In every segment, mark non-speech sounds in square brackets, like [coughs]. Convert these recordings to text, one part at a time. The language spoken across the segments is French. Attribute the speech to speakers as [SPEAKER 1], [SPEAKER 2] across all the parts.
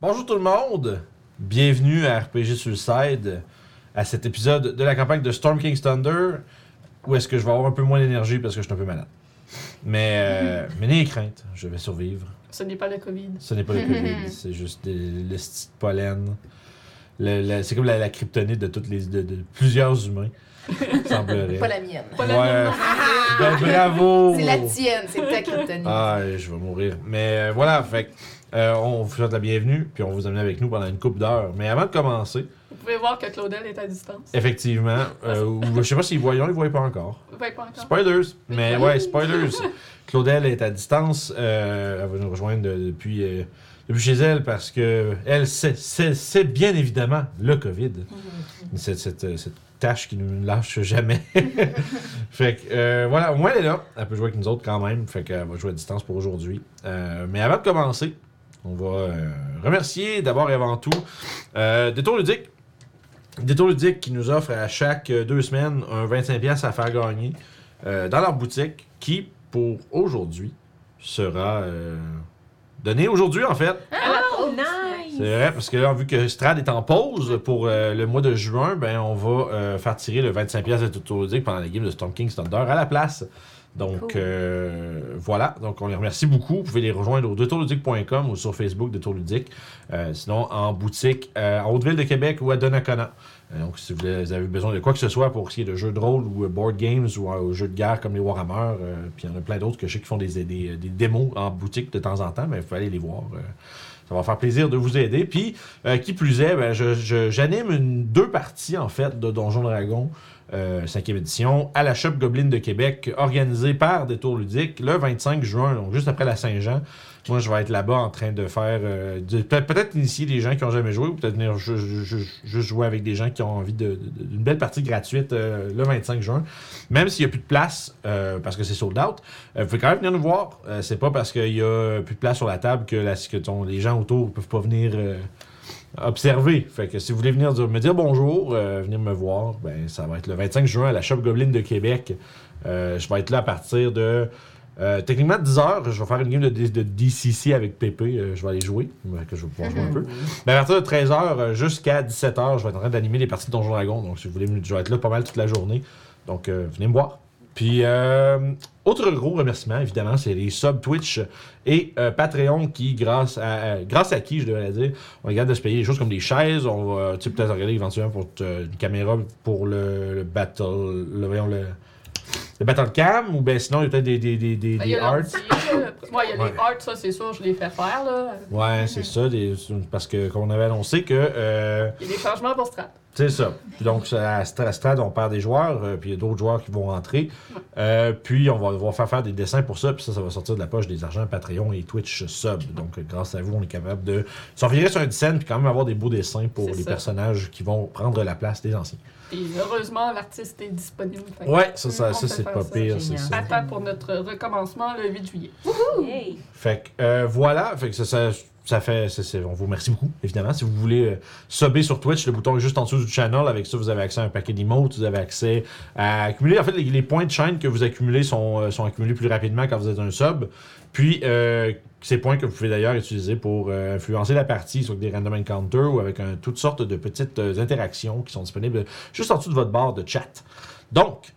[SPEAKER 1] Bonjour tout le monde! Bienvenue à RPG Suicide, à cet épisode de la campagne de Storm King's Thunder, où est-ce que je vais avoir un peu moins d'énergie parce que je suis un peu malade. Mais, euh, mais n'ayez crainte, je vais survivre.
[SPEAKER 2] Ce n'est pas la COVID.
[SPEAKER 1] Ce n'est pas le
[SPEAKER 3] [laughs]
[SPEAKER 1] COVID, c'est juste des, le style de pollen. Le- le- c'est comme la, la kryptonite de, toutes les, de, de plusieurs
[SPEAKER 3] [laughs]
[SPEAKER 1] humains, semblerait.
[SPEAKER 3] Pas la mienne.
[SPEAKER 2] Pas la
[SPEAKER 1] Ouais.
[SPEAKER 2] même.
[SPEAKER 1] Ben, bravo!
[SPEAKER 3] C'est la tienne, c'est ta kryptonite.
[SPEAKER 1] Ah, je vais mourir. Mais euh, voilà, fait que, euh, on vous souhaite la bienvenue, puis on vous amène avec nous pendant une coupe d'heures. Mais avant de commencer,
[SPEAKER 2] Vous pouvez voir que Claudel est à distance.
[SPEAKER 1] effectivement, euh, ou- je sais pas s'ils voient, ils ne voient pas encore.
[SPEAKER 2] Ouais, pas encore.
[SPEAKER 1] Spoilers! Mais
[SPEAKER 2] Oui.
[SPEAKER 1] ouais, spoilers! Claudel est à distance, euh, elle va nous rejoindre de- depuis, euh, depuis chez elle parce que elle, c'est- c'est c'est bien évidemment le COVID.
[SPEAKER 2] Mhm.
[SPEAKER 1] Cette, cette, euh, cette tâche qui ne nous lâche jamais. [laughs] fait que euh, voilà, au moins elle est là. Elle peut jouer avec nous autres quand même. Fait qu'elle va jouer à distance pour aujourd'hui. Euh, mais avant de commencer, on va euh, remercier d'abord et avant tout euh, Détour Ludique. Détour Ludique qui nous offre à chaque euh, deux semaines un 25$ à faire gagner euh, dans leur boutique qui, pour aujourd'hui, sera euh, donné aujourd'hui en fait.
[SPEAKER 3] oh, nice!
[SPEAKER 1] C'est vrai, parce que là, vu que Strad est en pause pour euh, le mois de juin, ben on va euh, faire tirer le 25$ de Toto Ludique pendant les games de Storm King's Thunder à la place. Donc
[SPEAKER 3] Cool.
[SPEAKER 1] euh, voilà, donc on les remercie beaucoup. Vous pouvez les rejoindre au detourludique.com ou sur Facebook Détour Ludique. Euh, sinon, en boutique euh, en Haute-Ville de Québec ou à Donnacona. Euh, donc si vous avez besoin de quoi que ce soit pour ce qui est de jeux de rôle ou euh, board games ou euh, jeux de guerre comme les Warhammer, euh, puis il y en a plein d'autres que je sais qui font des, des, euh, des démos en boutique de temps en temps, mais vous pouvez aller les voir. euh, ça va faire plaisir de vous aider. Puis, euh, qui plus est, ben, je- je- j'anime une- deux parties, en fait, de Donjon Dragon euh, 5e édition à la Shop Goblin de Québec, organisée par Détour Ludique le 25 juin, donc juste après la Saint-Jean. Moi, je vais être là-bas en train de faire. euh, de- peut- peut-être initier des gens qui n'ont jamais joué ou peut-être venir ju- ju- ju- juste jouer avec des gens qui ont envie de- de- de- d'une belle partie gratuite euh, le 25 juin. Même s'il n'y a plus de place, euh, parce que c'est sold out, euh, vous pouvez quand même venir nous voir. Euh, c'est pas parce qu'il y a plus de place sur la table que, la, que ton- les gens autour peuvent pas venir euh, observer. Fait que si vous voulez venir dire- me dire bonjour, euh, venir me voir, ben ça va être le 25 juin à la Shop Goblin de Québec. Euh, je vais être là à partir de. euh, techniquement, 10h, je vais faire une game de, D- de DCC avec Pépé. euh, je vais aller jouer. Fait que je vais pouvoir jouer un peu. Mais Ben, à partir de 13h jusqu'à 17h, je vais être en train d'animer les parties de Donjon Dragon. Donc, si vous voulez, me- je vais être là pas mal toute la journée. Donc, euh, venez me voir. Puis, euh, autre gros remerciement, évidemment, c'est les subs Twitch et euh, Patreon qui, grâce à, à- grâce à qui, je devrais dire, on regarde de se payer des choses comme des chaises. On va, tu sais, peut-être regarder éventuellement pour te- une caméra pour le, le battle, le, voyons, le, le battle cam. Ou bien sinon, il y a peut-être des, des, des, des,
[SPEAKER 2] Ben,
[SPEAKER 1] des
[SPEAKER 2] il y a
[SPEAKER 1] arts.
[SPEAKER 2] l'ordi, là. Ouais, il y a
[SPEAKER 1] Ouais.
[SPEAKER 2] les arts, ça c'est sûr, je les fais faire. Là.
[SPEAKER 1] Ouais, c'est ça, des- parce que, comme on avait annoncé que... euh,
[SPEAKER 2] Il y a des changements pour Strat.
[SPEAKER 1] C'est ça. Puis donc, ça, à Stra- Strad, on perd des joueurs, euh, puis il y a d'autres joueurs qui vont rentrer. Euh, puis, on va devoir faire faire des dessins pour ça, puis ça, ça va sortir de la poche des argents Patreon et Twitch sub. Donc, euh, grâce à vous, on est capable de s'en virer sur un scène, puis quand même avoir des beaux dessins pour
[SPEAKER 2] C'est
[SPEAKER 1] les
[SPEAKER 2] ça.
[SPEAKER 1] personnages qui vont prendre la place des anciens.
[SPEAKER 2] Et heureusement, l'artiste est disponible. Fait que
[SPEAKER 1] Ouais, ça, ça,
[SPEAKER 2] on
[SPEAKER 1] ça,
[SPEAKER 2] peut
[SPEAKER 1] c'est
[SPEAKER 2] faire
[SPEAKER 1] pas
[SPEAKER 2] ça,
[SPEAKER 1] pire, c'est
[SPEAKER 3] génial.
[SPEAKER 1] ça.
[SPEAKER 2] À temps pour notre recommencement le 8 juillet.
[SPEAKER 3] Hey.
[SPEAKER 1] Fait que euh, voilà, fait que ça, ça, ça fait. c'est- c'est- on vous remercie beaucoup, évidemment. Si vous voulez euh, subber sur Twitch, le bouton est juste en dessous du channel. Avec ça, vous avez accès à un paquet d'emotes, vous avez accès à accumuler. En fait, les, les points de chaîne que vous accumulez sont, euh, sont accumulés plus rapidement quand vous êtes un sub. Puis euh, ces points que vous pouvez d'ailleurs utiliser pour euh, influencer la partie, soit avec des random encounters ou avec un- toutes sortes de petites euh, interactions qui sont disponibles juste en dessous de votre barre de chat. Donc,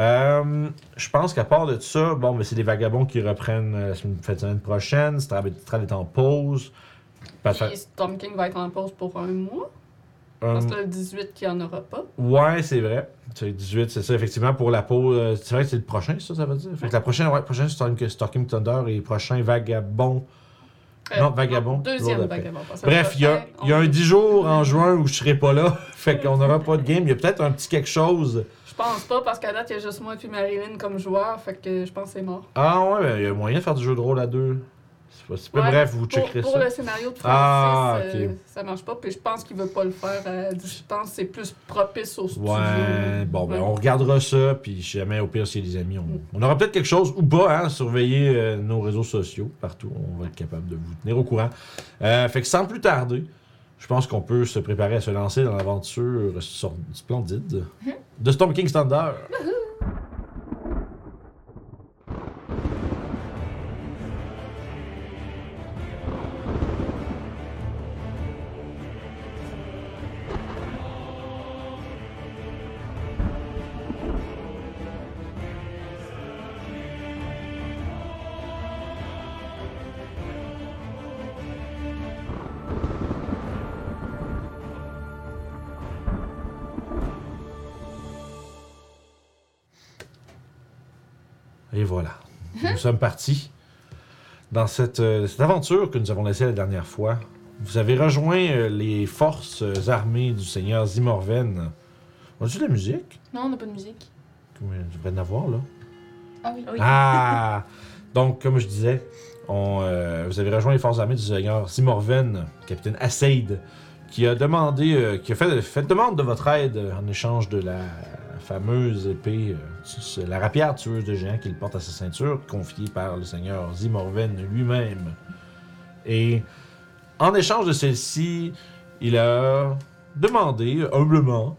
[SPEAKER 1] euh, je pense qu'à part de ça, bon, mais c'est les vagabonds qui reprennent euh, la semaine, fin de semaine prochaine. Strad Strad est en pause. Pas-
[SPEAKER 2] Puis Storm King va être en pause pour un mois.
[SPEAKER 1] un-
[SPEAKER 2] Parce que le 18 qu'il n'y en aura pas.
[SPEAKER 1] ouais, c'est vrai. C'est 18, c'est ça, effectivement, pour la pause. euh, C'est vrai que c'est le prochain, ça, ça veut dire. Fait que la prochaine, ouais, prochaine Storm, Storm Thunder et prochain Vagabond.
[SPEAKER 2] Euh,
[SPEAKER 1] Non, Vagabond,
[SPEAKER 2] Deuxième
[SPEAKER 1] toujours d'après.
[SPEAKER 2] vagabond. parce que
[SPEAKER 1] Bref, il y a,
[SPEAKER 2] prochain,
[SPEAKER 1] il y a
[SPEAKER 2] on-
[SPEAKER 1] un 10 jours en juin où je serai pas là. [laughs] fait qu'on n'aura pas de game. Il y a peut-être un petit quelque chose.
[SPEAKER 2] Je pense pas parce qu'à date, il y a juste moi et puis Marilyn comme joueur. Fait que je pense que c'est mort.
[SPEAKER 1] Ah ouais, ben, il y a moyen de faire du jeu de rôle à deux. C'est pas- c'est pas-
[SPEAKER 2] Ouais,
[SPEAKER 1] Bref, vous
[SPEAKER 2] Pour,
[SPEAKER 1] checkerez
[SPEAKER 2] pour
[SPEAKER 1] ça.
[SPEAKER 2] le scénario de Francis,
[SPEAKER 1] Ah,
[SPEAKER 2] euh,
[SPEAKER 1] ok.
[SPEAKER 2] ça marche pas. Puis je pense qu'il veut pas le faire euh, à distance. C'est plus propice au studio.
[SPEAKER 1] Ouais, bon, ben
[SPEAKER 2] euh, Ouais.
[SPEAKER 1] on regardera ça, puis si jamais au pire, s'il y a des amis, on, on aura peut-être quelque chose ou pas, hein, surveiller euh, nos réseaux sociaux partout, on va être capable de vous tenir au courant. Euh, fait que sans plus tarder, je pense qu'on peut se préparer à se lancer dans l'aventure sor- splendide de Storm King Thunder. Et voilà. Nous sommes partis dans cette, euh, cette aventure que nous avons laissée la dernière fois. Vous avez rejoint euh, les forces euh, armées du seigneur Zimorven. On a-tu de la musique?
[SPEAKER 2] Non, on n'a pas de musique.
[SPEAKER 1] Comme euh, je devrais en avoir, là.
[SPEAKER 2] Ah oui.
[SPEAKER 4] Oui.
[SPEAKER 1] Ah! Donc, comme je disais, on, euh, vous avez rejoint les forces armées du seigneur Simorven, capitaine Asseid, qui a demandé, euh, qui a fait, fait demande de votre aide euh, en échange de la fameuse épée, euh, tu- c'est la rapière tueuse de géants qu'il porte à sa ceinture, confiée par le seigneur Zimorven lui-même. Et en échange de celle-ci, il a demandé humblement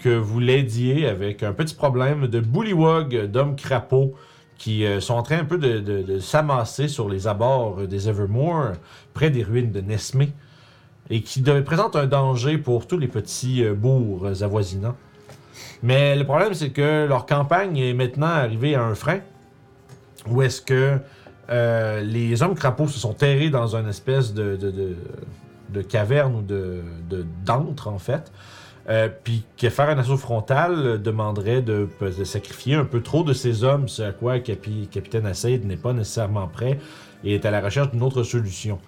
[SPEAKER 1] que vous l'aidiez avec un petit problème de bullywog d'hommes crapauds qui euh, sont en train un peu de, de- de s'amasser sur les abords euh, des Evermore, près des ruines de Nesmé, et qui de- présentent un danger pour tous les petits euh, bourgs avoisinants. Mais le problème, c'est que leur campagne est maintenant arrivée à un frein, où est-ce que euh, les hommes crapauds se sont terrés dans une espèce de, de- de- de caverne ou de de- d'antre, en fait, euh, puis que faire un assaut frontal euh, demanderait de, de sacrifier un peu trop de ses hommes, ce à quoi Capi- Capitaine Assaid n'est pas nécessairement prêt et est à la recherche d'une autre solution.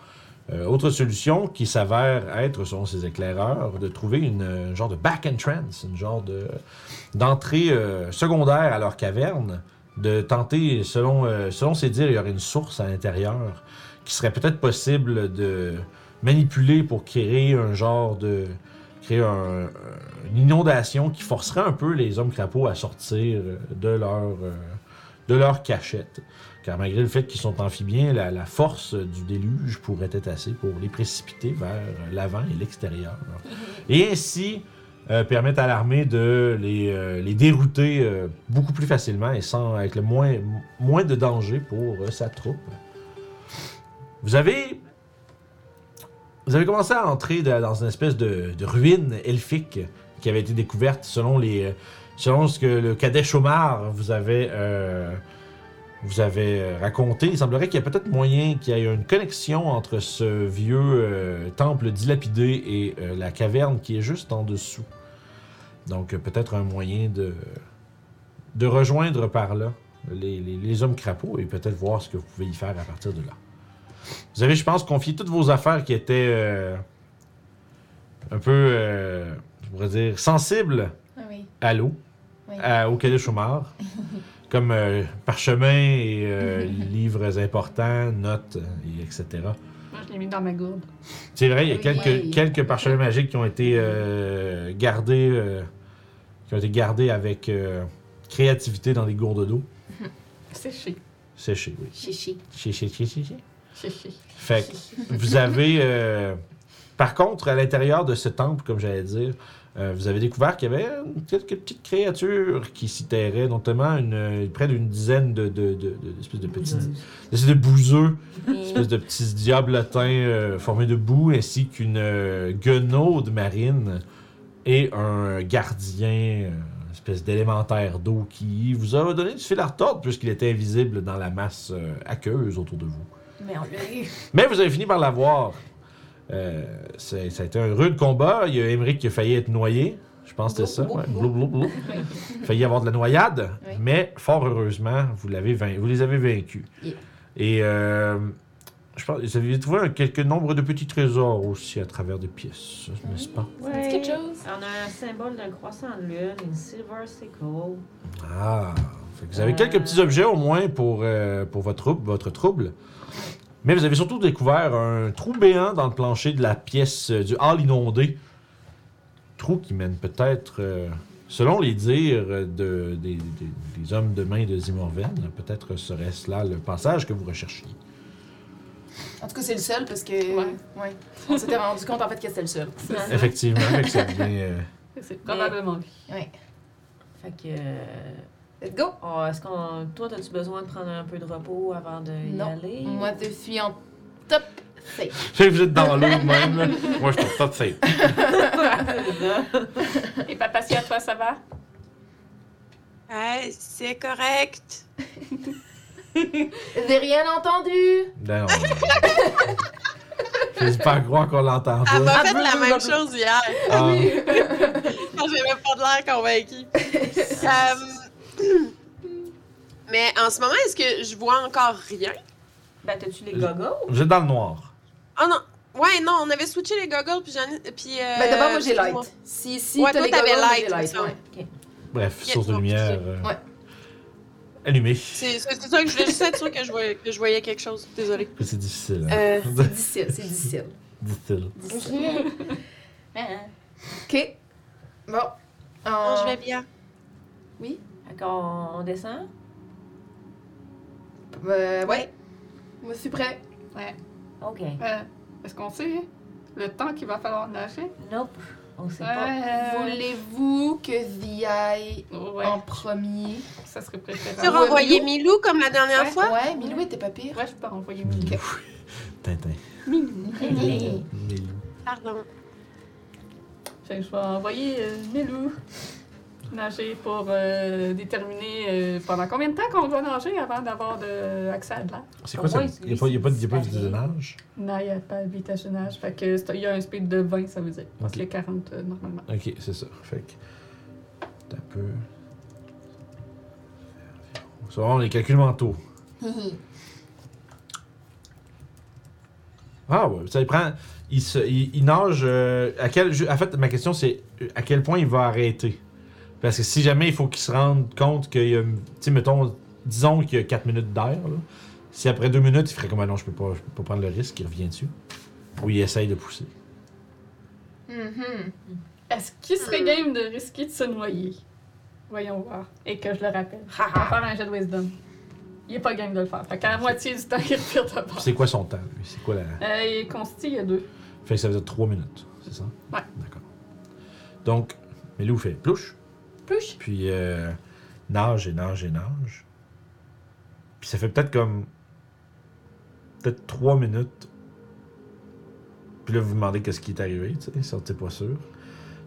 [SPEAKER 1] Euh, autre solution qui s'avère être, selon ses éclaireurs, de trouver une euh, genre de back entrance, une genre de d'entrée euh, secondaire à leur caverne, de tenter, selon, euh, selon ses dires, il y aurait une source à l'intérieur qui serait peut-être possible de manipuler pour créer un genre de créer un- une inondation qui forcerait un peu les hommes crapauds à sortir euh, de leur, euh, de leur cachette. Car malgré le fait qu'ils sont amphibiens, la, la force du déluge pourrait être assez pour les précipiter vers l'avant et l'extérieur. Et ainsi euh, permettre à l'armée de les, euh, les dérouter euh, beaucoup plus facilement et sans, avec le moins, moins de danger pour euh, sa troupe. Vous avez vous avez commencé à entrer de- dans une espèce de, de ruine elfique qui avait été découverte selon les selon ce que le cadet Chomar vous avait euh, vous avait euh, raconté. Il semblerait qu'il y a peut-être moyen qu'il y ait une connexion entre ce vieux euh, temple dilapidé et euh, la caverne qui est juste en dessous. Donc euh, peut-être un moyen de de rejoindre par là les, les- les hommes crapauds et peut-être voir ce que vous pouvez y faire à partir de là. Vous avez, je pense, confié toutes vos affaires qui étaient euh, un peu, euh, je pourrais dire, sensibles
[SPEAKER 2] Ah oui.
[SPEAKER 1] à l'eau,
[SPEAKER 2] Oui.
[SPEAKER 1] à- au Calais
[SPEAKER 4] [laughs]
[SPEAKER 1] Chouinard, comme euh, parchemins et euh, livres importants, notes, et etc.
[SPEAKER 2] Moi, je l'ai mis dans ma gourde.
[SPEAKER 1] C'est vrai, il y a
[SPEAKER 4] Oui.
[SPEAKER 1] quelques, quelques parchemins magiques qui ont été euh, gardés, euh, qui ont été gardés avec euh, créativité dans des gourdes d'eau
[SPEAKER 2] Séché.
[SPEAKER 1] séchées, oui.
[SPEAKER 4] Chichi.
[SPEAKER 1] Chi- chi- chi- chi- chi.
[SPEAKER 2] Séché.
[SPEAKER 1] Fait que vous avez. euh, par contre, à l'intérieur de ce temple, comme j'allais dire, euh, vous avez découvert qu'il y avait une- quelques petites créatures qui s'y terraient, notamment une, euh, près d'une dizaine de, de, de, de- d'espèces de petits. d'espèces de bouseux, espèces de petits diablotins euh, formés de boue, ainsi qu'une euh, guenaude marine et un gardien, euh, une espèce d'élémentaire d'eau qui vous a donné du fil à retordre puisqu'il était invisible dans la masse euh, aqueuse autour de vous.
[SPEAKER 4] Mais on l'a eu.
[SPEAKER 1] Mais vous avez fini par l'avoir. Euh, c'est- ça a été un rude combat. Il y a Emmerich qui a failli être noyé. Je pense que c'était ça.
[SPEAKER 4] Blou,
[SPEAKER 1] ouais.
[SPEAKER 4] blou,
[SPEAKER 1] Blou, blou, blou. [laughs] failli avoir de la noyade.
[SPEAKER 4] Oui.
[SPEAKER 1] Mais fort heureusement, vous, l'avez vain- vous les avez vaincus.
[SPEAKER 4] Yeah.
[SPEAKER 1] Et euh, je pense, vous avez trouvé un- quelques nombres de petits trésors aussi à travers des pièces, n'est-ce pas?
[SPEAKER 2] Ça dit quelque chose?
[SPEAKER 4] On a un symbole d'un croissant de lune, une silver sickle.
[SPEAKER 1] Ah, Fait que vous avez
[SPEAKER 4] Euh.
[SPEAKER 1] quelques petits objets au moins pour, euh, pour votre, trouble, votre trouble. Mais vous avez surtout découvert un trou béant dans le plancher de la pièce euh, du hall inondé. Trou qui mène peut-être, euh, selon les dires euh, de, des, des- des hommes de main de Zimorven, peut-être serait-ce là le passage que vous recherchiez.
[SPEAKER 3] En tout cas, c'est le seul parce que.
[SPEAKER 2] Ouais.
[SPEAKER 3] ouais. On s'était rendu compte en fait que c'était le seul.
[SPEAKER 1] Effectivement, fait que ça devient, euh,
[SPEAKER 2] C'est probablement lui.
[SPEAKER 4] Fait que. euh,
[SPEAKER 3] Let's go!
[SPEAKER 4] oh, Est-ce qu'on. Toi, as-tu besoin de prendre un peu de repos avant de y
[SPEAKER 3] Non.
[SPEAKER 4] aller? [laughs]
[SPEAKER 3] Moi, je suis en top safe.
[SPEAKER 1] fait que [laughs] vous êtes dans l'eau même. là. Moi, je trouve ça de safe.
[SPEAKER 2] Et papa, si à toi, ça va?
[SPEAKER 5] Ouais, c'est correct.
[SPEAKER 3] J'ai rien
[SPEAKER 1] [laughs]
[SPEAKER 3] entendu!
[SPEAKER 1] Non. Je ne pas croire qu'on l'entendait.
[SPEAKER 5] Elle m'a fait
[SPEAKER 3] bleu,
[SPEAKER 5] la
[SPEAKER 3] bleu, bleu.
[SPEAKER 5] même chose hier.
[SPEAKER 1] Ah.
[SPEAKER 3] Ben,
[SPEAKER 5] Quand j'ai même pas de l'air convaincue. Euh, Mais en ce moment, est-ce que je vois encore rien?
[SPEAKER 4] Ben, t'as-tu les gogos?
[SPEAKER 1] Vous êtes dans le noir.
[SPEAKER 5] Oh non! Ouais, non, on avait switché les goggles, puis j'en ai... Puis, euh,
[SPEAKER 3] Ben d'abord, moi j'ai
[SPEAKER 5] excuse-moi.
[SPEAKER 3] light. Si, si,
[SPEAKER 5] Ouais,
[SPEAKER 3] t'as
[SPEAKER 5] toi,
[SPEAKER 3] les goggles,
[SPEAKER 5] t'avais
[SPEAKER 3] moi, j'ai
[SPEAKER 5] light,
[SPEAKER 3] light.
[SPEAKER 5] il me
[SPEAKER 3] ouais.
[SPEAKER 1] Bref,
[SPEAKER 5] Yes,
[SPEAKER 1] source de
[SPEAKER 5] bon,
[SPEAKER 1] lumière
[SPEAKER 5] c'est-
[SPEAKER 1] euh,
[SPEAKER 3] ouais.
[SPEAKER 1] allumée.
[SPEAKER 5] C'est c'est- c'est ça que je voulais juste être sûr que je voyais, que je voyais quelque chose. Désolée.
[SPEAKER 1] C'est difficile. hein.
[SPEAKER 5] Euh,
[SPEAKER 3] C'est difficile, c'est difficile.
[SPEAKER 1] [laughs] Difficile.
[SPEAKER 3] difficile.
[SPEAKER 4] Ah,
[SPEAKER 3] OK. Bon. Euh,
[SPEAKER 5] non, je vais bien.
[SPEAKER 3] Oui?
[SPEAKER 4] D'accord, on descend?
[SPEAKER 3] Euh, ouais. Moi, je suis prêt.
[SPEAKER 4] Ok.
[SPEAKER 2] Euh, Est-ce qu'on sait le temps qu'il va falloir nager?
[SPEAKER 4] Nope. On sait pas.
[SPEAKER 2] Ouais.
[SPEAKER 3] Voulez-vous Euh, que j'y aille
[SPEAKER 2] Ouais,
[SPEAKER 3] en premier?
[SPEAKER 2] ça serait
[SPEAKER 5] Tu as
[SPEAKER 2] préférable.
[SPEAKER 3] Sur-
[SPEAKER 5] renvoyé Milou comme la dernière
[SPEAKER 2] Ouais.
[SPEAKER 5] fois?
[SPEAKER 3] ouais, Milou était pas pire.
[SPEAKER 2] Ouais, je peux renvoyer Milou.
[SPEAKER 1] Milou. [laughs] Tintin. Mm-hmm.
[SPEAKER 3] Milou.
[SPEAKER 1] Milou.
[SPEAKER 5] Pardon.
[SPEAKER 2] Fait que je vais envoyer euh, Milou nager pour euh, déterminer euh, pendant combien de temps qu'on va nager avant d'avoir de- accès à de l'air.
[SPEAKER 1] C'est quoi
[SPEAKER 4] Au
[SPEAKER 1] ça?
[SPEAKER 4] moins,
[SPEAKER 1] Il n'y a pas, y a pas de y a pas de
[SPEAKER 4] c'est-
[SPEAKER 1] visionnage?
[SPEAKER 2] Non, il n'y a pas de vitesse de nage. Fait que c'est- il y a un speed de 20, ça veut dire. Parce
[SPEAKER 1] Ok.
[SPEAKER 2] que 40 euh, normalement.
[SPEAKER 1] Ok, c'est ça. Fait que. T'as peu. Ça va, on les calculs mentaux. Ah ouais, ça il prend. Il, se, il, il nage. euh, à quel, ju- en fait, ma question c'est euh, à quel point il va arrêter. Parce que si jamais il faut qu'il se rende compte qu'il y a. Tu sais, mettons, disons qu'il y a 4 minutes d'air. là. Si après 2 minutes, il ferait comme ah non, je peux pas, je peux pas prendre le risque, il revient dessus. Ou il essaye de pousser.
[SPEAKER 3] Mhm.
[SPEAKER 2] Est-ce qu'il serait game de risquer de se noyer? Voyons voir. Et que je le rappelle.
[SPEAKER 4] Ha,
[SPEAKER 2] On va
[SPEAKER 4] ha.
[SPEAKER 2] faire un jet de wisdom. Il n'est pas game de le faire. Fait qu'à la moitié du temps, [laughs] il repire de bord.
[SPEAKER 1] C'est quoi son temps, lui C'est quoi la.
[SPEAKER 2] Euh, il est consti, il y a deux.
[SPEAKER 1] Fait que ça veut dire 3 minutes, c'est ça
[SPEAKER 2] Ouais.
[SPEAKER 1] D'accord. Donc, Melou fait plouche,
[SPEAKER 3] Plus.
[SPEAKER 1] puis euh, nage et nage et nage. Puis ça fait peut-être comme. Peut-être 3 minutes. Puis là, vous vous demandez qu'est-ce qui est arrivé, tu sais, ça, t'es pas sûr.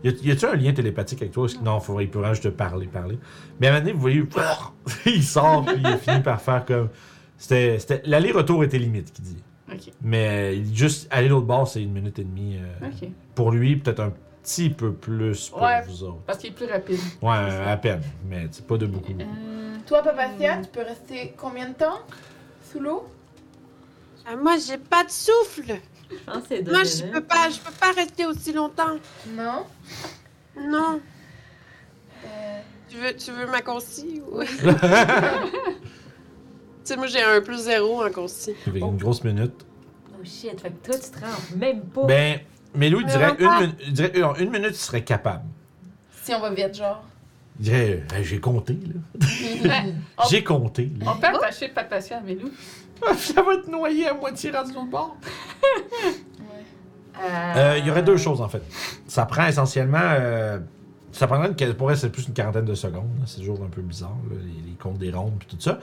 [SPEAKER 1] Y a- y a-tu un lien télépathique avec toi? Est-ce que- Non, faut, il peut vraiment juste te parler, parler. Mais à un moment donné, vous voyez, [laughs] il sort, puis il finit par faire comme. C'était. c'était- L'aller-retour était limite, qui dit.
[SPEAKER 2] Ok.
[SPEAKER 1] Mais il- juste aller l'autre bord, c'est une minute et demie. euh,
[SPEAKER 2] Ok.
[SPEAKER 1] Pour lui, peut-être un petit peu plus pour
[SPEAKER 2] Ouais.
[SPEAKER 1] vous autres.
[SPEAKER 2] Parce qu'il est plus rapide.
[SPEAKER 1] Ouais, à peine. Mais c'est pas de beaucoup.
[SPEAKER 2] Euh,
[SPEAKER 3] Toi, Papatia, tu peux rester combien de temps sous l'eau?
[SPEAKER 5] Ah, moi, j'ai pas de souffle.
[SPEAKER 4] Je pense que c'est deux
[SPEAKER 5] Moi, je
[SPEAKER 4] minutes.
[SPEAKER 5] peux pas, je peux pas rester aussi longtemps.
[SPEAKER 3] Non.
[SPEAKER 5] Non.
[SPEAKER 3] Euh,
[SPEAKER 5] Tu veux, tu veux ma consti? Oui. tu sais, moi, j'ai un plus zéro en consti.
[SPEAKER 1] Fait une grosse minute.
[SPEAKER 4] Oh shit, fait que toi, tu te rends même pas.
[SPEAKER 1] Ben, mais lui, il
[SPEAKER 5] Mais
[SPEAKER 1] dirait,
[SPEAKER 5] on
[SPEAKER 1] une,
[SPEAKER 5] va-
[SPEAKER 1] minu- il dirait en une minute, il serait capable.
[SPEAKER 3] si on va vite, genre.
[SPEAKER 1] Il dirait, euh, j'ai compté, là.
[SPEAKER 2] Hop.
[SPEAKER 1] J'ai compté, là.
[SPEAKER 2] On peut attacher Papatia à Milou.
[SPEAKER 1] Ça va être noyé à moitié rendu l'autre bord.
[SPEAKER 3] Ouais.
[SPEAKER 1] Euh, Il y aurait deux choses, en fait. Ça prend essentiellement. euh, ça prendrait une, pour elle, c'est plus une quarantaine de secondes. là. C'est toujours un peu bizarre, là, les, les comptes des rondes et tout ça.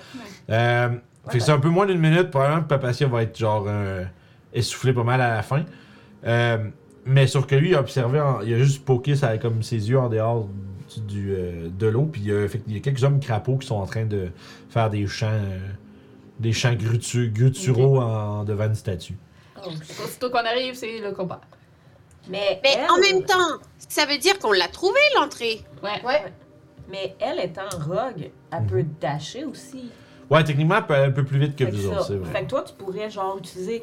[SPEAKER 1] Euh, fait que c'est un peu moins d'une minute. Probablement que Papatia va être genre euh, essoufflé pas mal à la fin. Euh, mais sauf que lui, il a observé, en- il a juste poké ça, comme ses yeux en dehors du, du, euh, de l'eau. Puis il y, a, fait qu'il y a quelques hommes crapauds qui sont en train de faire des chants, euh, des chants grutu- gutturaux en, devant une statue.
[SPEAKER 4] Oh, shit.
[SPEAKER 2] Aussitôt qu'on arrive, c'est le combat.
[SPEAKER 4] Mais,
[SPEAKER 5] Mais
[SPEAKER 4] elle,
[SPEAKER 5] en même temps, ça veut dire qu'on l'a trouvé, l'entrée.
[SPEAKER 2] Ouais.
[SPEAKER 3] Ouais.
[SPEAKER 4] Mais elle étant rogue, elle
[SPEAKER 1] Mhm.
[SPEAKER 4] peut dasher aussi.
[SPEAKER 1] Ouais, techniquement, elle peut aller un peu plus vite que
[SPEAKER 4] Fait que
[SPEAKER 1] vous
[SPEAKER 4] ça.
[SPEAKER 1] autres, c'est
[SPEAKER 4] Fait
[SPEAKER 1] vrai.
[SPEAKER 4] que toi, tu pourrais genre utiliser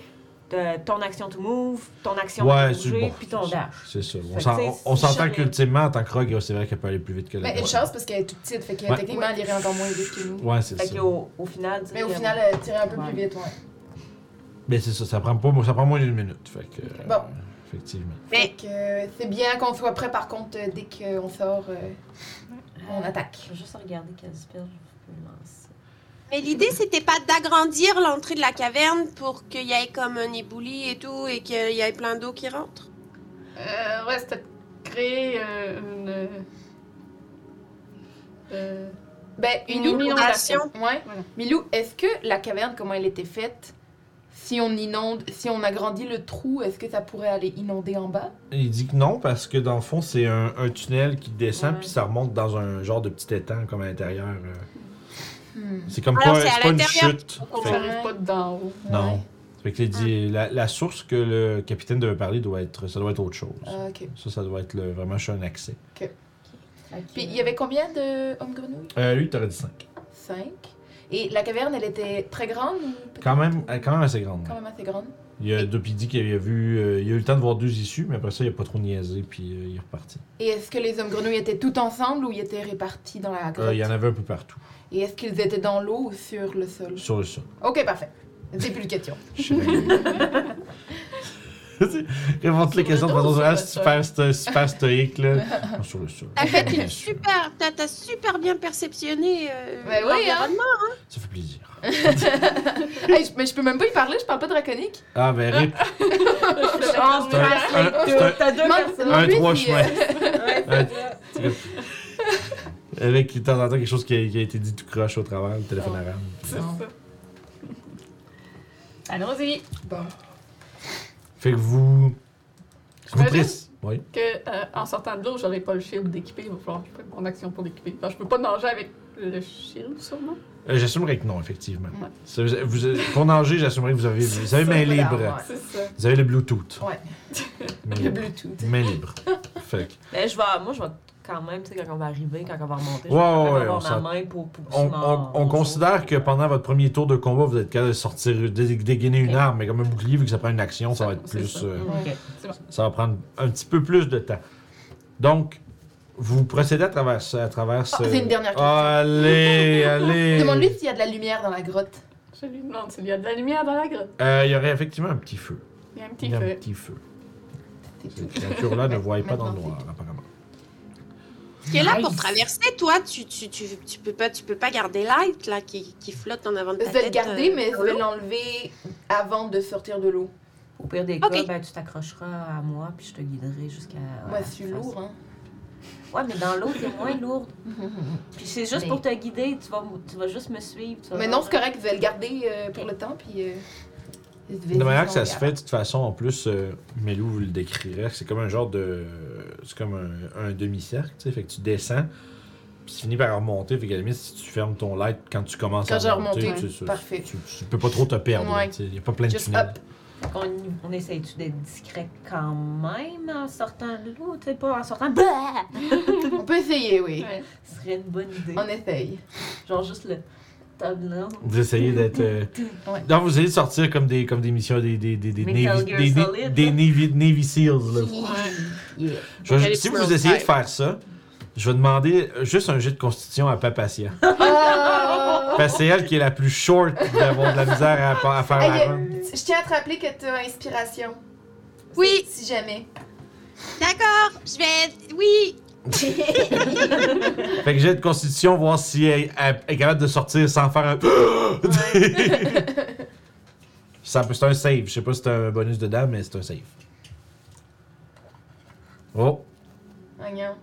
[SPEAKER 4] euh, ton action to move, ton action
[SPEAKER 1] Ouais,
[SPEAKER 4] to
[SPEAKER 1] c'est
[SPEAKER 4] bouger,
[SPEAKER 1] bon.
[SPEAKER 4] puis ton dash.
[SPEAKER 1] C'est ça.
[SPEAKER 4] Fait
[SPEAKER 1] On
[SPEAKER 4] que
[SPEAKER 1] s'en-
[SPEAKER 4] tu sais,
[SPEAKER 1] on- on
[SPEAKER 4] si
[SPEAKER 1] s'entend
[SPEAKER 4] jamais-
[SPEAKER 1] qu'ultimement, en tant que rogue, c'est vrai qu'elle peut aller plus vite que la
[SPEAKER 3] Mais Ben, une
[SPEAKER 1] rogue.
[SPEAKER 3] chance parce qu'elle est toute petite, fait que
[SPEAKER 1] Ouais.
[SPEAKER 3] techniquement, elle irait encore moins vite que nous.
[SPEAKER 1] Ouais, c'est
[SPEAKER 4] Fait
[SPEAKER 1] ça.
[SPEAKER 4] qu'au au final, tu
[SPEAKER 3] Mais au
[SPEAKER 4] dirais-
[SPEAKER 3] final, elle tirait un peu
[SPEAKER 4] Ouais.
[SPEAKER 3] plus vite, ouais.
[SPEAKER 1] Mais c'est ça, ça prend, pas, ça prend moins d'une minute. Fait que. euh,
[SPEAKER 3] Bon.
[SPEAKER 1] effectivement.
[SPEAKER 5] Mais-
[SPEAKER 3] Fait que euh, c'est bien qu'on soit prêt, par contre, euh, dès qu'on sort, euh, on attaque.
[SPEAKER 4] Je vais juste regarder quel spell je peux lancer.
[SPEAKER 5] Mais l'idée, c'était pas d'agrandir l'entrée de la caverne pour qu'il y ait comme un éboulis et tout et qu'il y ait plein d'eau qui rentre.
[SPEAKER 2] Euh, ouais, c'était de créer euh, une. euh, euh,
[SPEAKER 3] Ben,
[SPEAKER 2] une
[SPEAKER 3] Milou,
[SPEAKER 2] inondation.
[SPEAKER 3] Ouais.
[SPEAKER 2] Voilà.
[SPEAKER 3] Milou, est-ce que la caverne, comment elle était faite, si on inonde, si on agrandit le trou, est-ce que ça pourrait aller inonder en bas?
[SPEAKER 1] Il dit que non, parce que dans le fond, c'est un, un tunnel qui descend,
[SPEAKER 4] Ouais.
[SPEAKER 1] puis ça remonte dans un genre de petit étang, comme à l'intérieur. euh.
[SPEAKER 3] Hmm.
[SPEAKER 1] C'est comme
[SPEAKER 5] Alors,
[SPEAKER 1] pas,
[SPEAKER 5] c'est à
[SPEAKER 1] c'est pas une
[SPEAKER 5] l'intérieur.
[SPEAKER 1] chute.
[SPEAKER 2] On
[SPEAKER 1] Fait,
[SPEAKER 2] s'arrive pas dedans haut.
[SPEAKER 1] Non.
[SPEAKER 3] Ouais.
[SPEAKER 1] fait que il dit,
[SPEAKER 4] Ah.
[SPEAKER 1] la, la source que le capitaine devait parler, doit être, ça doit être autre chose.
[SPEAKER 4] Euh.
[SPEAKER 3] Ah, ok.
[SPEAKER 1] Ça, ça doit être le- vraiment juste un accès.
[SPEAKER 4] Fait que-
[SPEAKER 3] Puis il y avait combien de hommes grenouilles?
[SPEAKER 1] Euh, lui, t'aurais dit 5.
[SPEAKER 3] Cinq. Et la caverne, elle était très grande ou
[SPEAKER 1] Quand même, elle est quand même assez grande.
[SPEAKER 3] quand même assez grande.
[SPEAKER 1] Il y a Dopi dit qu'il a vu, euh, il a eu le temps de voir deux issues, mais après ça, il a pas trop niaisé, puis euh, il est reparti.
[SPEAKER 3] Et est-ce que les hommes grenouilles étaient tout ensemble ou ils étaient répartis dans la grotte
[SPEAKER 1] Euh, il y en avait un peu partout,
[SPEAKER 3] Et est-ce qu'ils étaient dans l'eau ou sur le sol
[SPEAKER 1] sur le sol.
[SPEAKER 3] Ok, parfait. C'est plus une question.
[SPEAKER 1] Je suis réglé. [laughs] Réponds-tu les questions de façon
[SPEAKER 2] Sur le dos,
[SPEAKER 1] orale,
[SPEAKER 2] sur le
[SPEAKER 1] super, sto- super stoïque,
[SPEAKER 2] [laughs]
[SPEAKER 1] là. Non, sur le sol.
[SPEAKER 5] T'as fait une super. T'as t'as super bien perceptionné. euh,
[SPEAKER 3] Ben oui, hein.
[SPEAKER 5] l'environnement.
[SPEAKER 1] Ça fait plaisir.
[SPEAKER 3] Hey, je- mais je peux même pas y parler, je parle pas draconique.
[SPEAKER 1] Ah, ben, rip,
[SPEAKER 2] Chance,
[SPEAKER 1] c'est un, un- c'est un-
[SPEAKER 4] T'as deux
[SPEAKER 3] Moi,
[SPEAKER 4] personnes.
[SPEAKER 1] un
[SPEAKER 3] [laughs] Lui,
[SPEAKER 1] trois
[SPEAKER 3] il-
[SPEAKER 1] chemins.
[SPEAKER 4] Ouais,
[SPEAKER 1] Ouais.
[SPEAKER 4] c'est ça.
[SPEAKER 1] Avec, de temps en temps, quelque chose qui a, qui a été dit tout croche au travers, le téléphone
[SPEAKER 3] Oh.
[SPEAKER 1] arabe.
[SPEAKER 2] c'est ça. Allons-y.
[SPEAKER 3] Bon.
[SPEAKER 1] Fait que vous. Vous
[SPEAKER 2] J'imagine.
[SPEAKER 1] presse- Oui.
[SPEAKER 2] Que, euh, en sortant de l'eau, j'aurais pas le shield d'équiper. Il va falloir que je prenne mon action pour l'équiper. Enfin, je peux pas nager avec le shield, sûrement.
[SPEAKER 1] Euh, j'assumerais que non, effectivement.
[SPEAKER 2] Ouais.
[SPEAKER 1] Ça, vous- vous- pour nager, j'assumerais que vous avez, vous avez main
[SPEAKER 3] ça,
[SPEAKER 1] libre.
[SPEAKER 3] ouais.
[SPEAKER 2] C'est ça.
[SPEAKER 1] Vous avez le Bluetooth.
[SPEAKER 3] Ouais,
[SPEAKER 1] Main
[SPEAKER 3] le
[SPEAKER 1] libre.
[SPEAKER 3] Bluetooth.
[SPEAKER 1] Main libre. Fait que
[SPEAKER 4] Ben, je vais, moi, je vais quand même, tu sais, quand on va arriver, quand on va remonter, je vais
[SPEAKER 1] Ouais,
[SPEAKER 4] quand même
[SPEAKER 1] ouais, on
[SPEAKER 4] avoir
[SPEAKER 1] s'en-
[SPEAKER 4] ma main pour pousser
[SPEAKER 1] on,
[SPEAKER 4] mon-
[SPEAKER 1] on- on
[SPEAKER 4] mon
[SPEAKER 1] considère
[SPEAKER 4] saut.
[SPEAKER 1] que pendant votre premier tour de combat, vous êtes capable de sortir, dé- dé- dégainer une
[SPEAKER 3] Ok.
[SPEAKER 1] arme, mais comme un bouclier, vu que ça prend une action, ça
[SPEAKER 2] Ça,
[SPEAKER 1] va être
[SPEAKER 2] c'est
[SPEAKER 1] plus.
[SPEAKER 2] ça.
[SPEAKER 1] euh,
[SPEAKER 4] Mm, ok.
[SPEAKER 1] ça va prendre un petit peu plus de temps. Donc, vous procédez à travers ça. À travers ce-
[SPEAKER 3] Ah, c'est une dernière question. [laughs]
[SPEAKER 1] Allez, allez.
[SPEAKER 3] Demande-lui s'il y a de la lumière dans la grotte.
[SPEAKER 2] Je lui demande s'il y a de la lumière dans la grotte.
[SPEAKER 1] Euh, Il y aurait effectivement un petit feu.
[SPEAKER 2] Il y a un petit
[SPEAKER 1] Il y a Un
[SPEAKER 2] feu.
[SPEAKER 1] petit feu.
[SPEAKER 3] C'est tout.
[SPEAKER 1] Cette
[SPEAKER 3] [laughs]
[SPEAKER 1] créature-là ne voyait pas dans le
[SPEAKER 3] Maintenant,
[SPEAKER 1] noir,
[SPEAKER 3] c'est tout.
[SPEAKER 1] apparemment.
[SPEAKER 5] Parce que là, pour
[SPEAKER 3] Nice.
[SPEAKER 5] traverser, toi, tu, tu, tu, tu peux pas, tu peux pas garder light là qui, qui flotte en avant de ta
[SPEAKER 3] Je vais
[SPEAKER 5] tête.
[SPEAKER 3] le garder,
[SPEAKER 5] euh,
[SPEAKER 3] mais je
[SPEAKER 5] dans
[SPEAKER 3] vais
[SPEAKER 5] l'eau.
[SPEAKER 3] l'enlever avant de sortir de l'eau.
[SPEAKER 4] Au pire des
[SPEAKER 5] Ok.
[SPEAKER 4] cas, ben, tu t'accrocheras à moi, puis je te guiderai jusqu'à. à
[SPEAKER 3] Moi,
[SPEAKER 4] la
[SPEAKER 3] je suis
[SPEAKER 4] face.
[SPEAKER 3] lourd, hein.
[SPEAKER 4] Ouais, mais dans l'eau, t'es moins lourde. Puis c'est juste
[SPEAKER 3] Mais-
[SPEAKER 4] pour te guider, tu vas, tu vas juste me suivre. tu vas-
[SPEAKER 3] Mais non, c'est correct, je vais le garder euh, pour le temps, puis. euh, je vais
[SPEAKER 1] De manière
[SPEAKER 3] lui
[SPEAKER 1] que ça se
[SPEAKER 3] enlever
[SPEAKER 1] fait, de toute façon, en plus, euh, Melou vous le décrirait, c'est comme un genre de. C'est comme un, un demi-cercle, tu sais. Fait que tu descends, puis tu finis par remonter. Fait qu'à la limite, si tu fermes ton light quand tu commences
[SPEAKER 3] Quand j'ai
[SPEAKER 1] à remonter,
[SPEAKER 3] remonté,
[SPEAKER 1] tu, tu-
[SPEAKER 3] parfait.
[SPEAKER 1] tu- tu peux pas trop te perdre.
[SPEAKER 3] Ouais.
[SPEAKER 1] Il y a pas plein de
[SPEAKER 3] Just
[SPEAKER 1] tunnels.
[SPEAKER 3] up.
[SPEAKER 4] On, y- on essaye-tu d'être discret quand même en sortant de l'eau? Tu sais, pas en sortant. Bah!
[SPEAKER 3] avant. On peut essayer, oui.
[SPEAKER 2] Ouais.
[SPEAKER 4] Ce serait une bonne idée.
[SPEAKER 3] On essaye.
[SPEAKER 4] Genre juste le tableau.
[SPEAKER 1] Vous essayez d'être. euh,
[SPEAKER 3] [laughs] Ouais.
[SPEAKER 1] Non, vous essayez de sortir comme des, comme des missions des, des, des, des,
[SPEAKER 4] Metal
[SPEAKER 1] Navy,
[SPEAKER 4] Gear
[SPEAKER 1] des, des-
[SPEAKER 4] Solid,
[SPEAKER 1] des
[SPEAKER 4] là.
[SPEAKER 1] Navy, Navy SEALs. Là.
[SPEAKER 3] Yeah.
[SPEAKER 1] Je vais-
[SPEAKER 5] Allez,
[SPEAKER 1] si
[SPEAKER 5] tu
[SPEAKER 1] vous
[SPEAKER 5] peux
[SPEAKER 1] essayez de
[SPEAKER 5] faire.
[SPEAKER 1] faire ça, je vais demander euh, juste un jet de constitution à Papatia.
[SPEAKER 3] Ah!
[SPEAKER 1] Parce que c'est elle qui est la plus short d'avoir de la misère à, à faire
[SPEAKER 3] Hey,
[SPEAKER 1] la
[SPEAKER 3] euh,
[SPEAKER 1] run.
[SPEAKER 3] je tiens à te rappeler que tu as inspiration.
[SPEAKER 5] Oui.
[SPEAKER 3] Si jamais.
[SPEAKER 5] D'accord, je vais. Oui.
[SPEAKER 1] Fait que j'ai de constitution, voir si elle, elle est capable de sortir sans faire un. [gasps] Ça peut- c'est un save. Je sais pas si c'est un bonus dedans, mais c'est un save. Oh,
[SPEAKER 3] Agnan.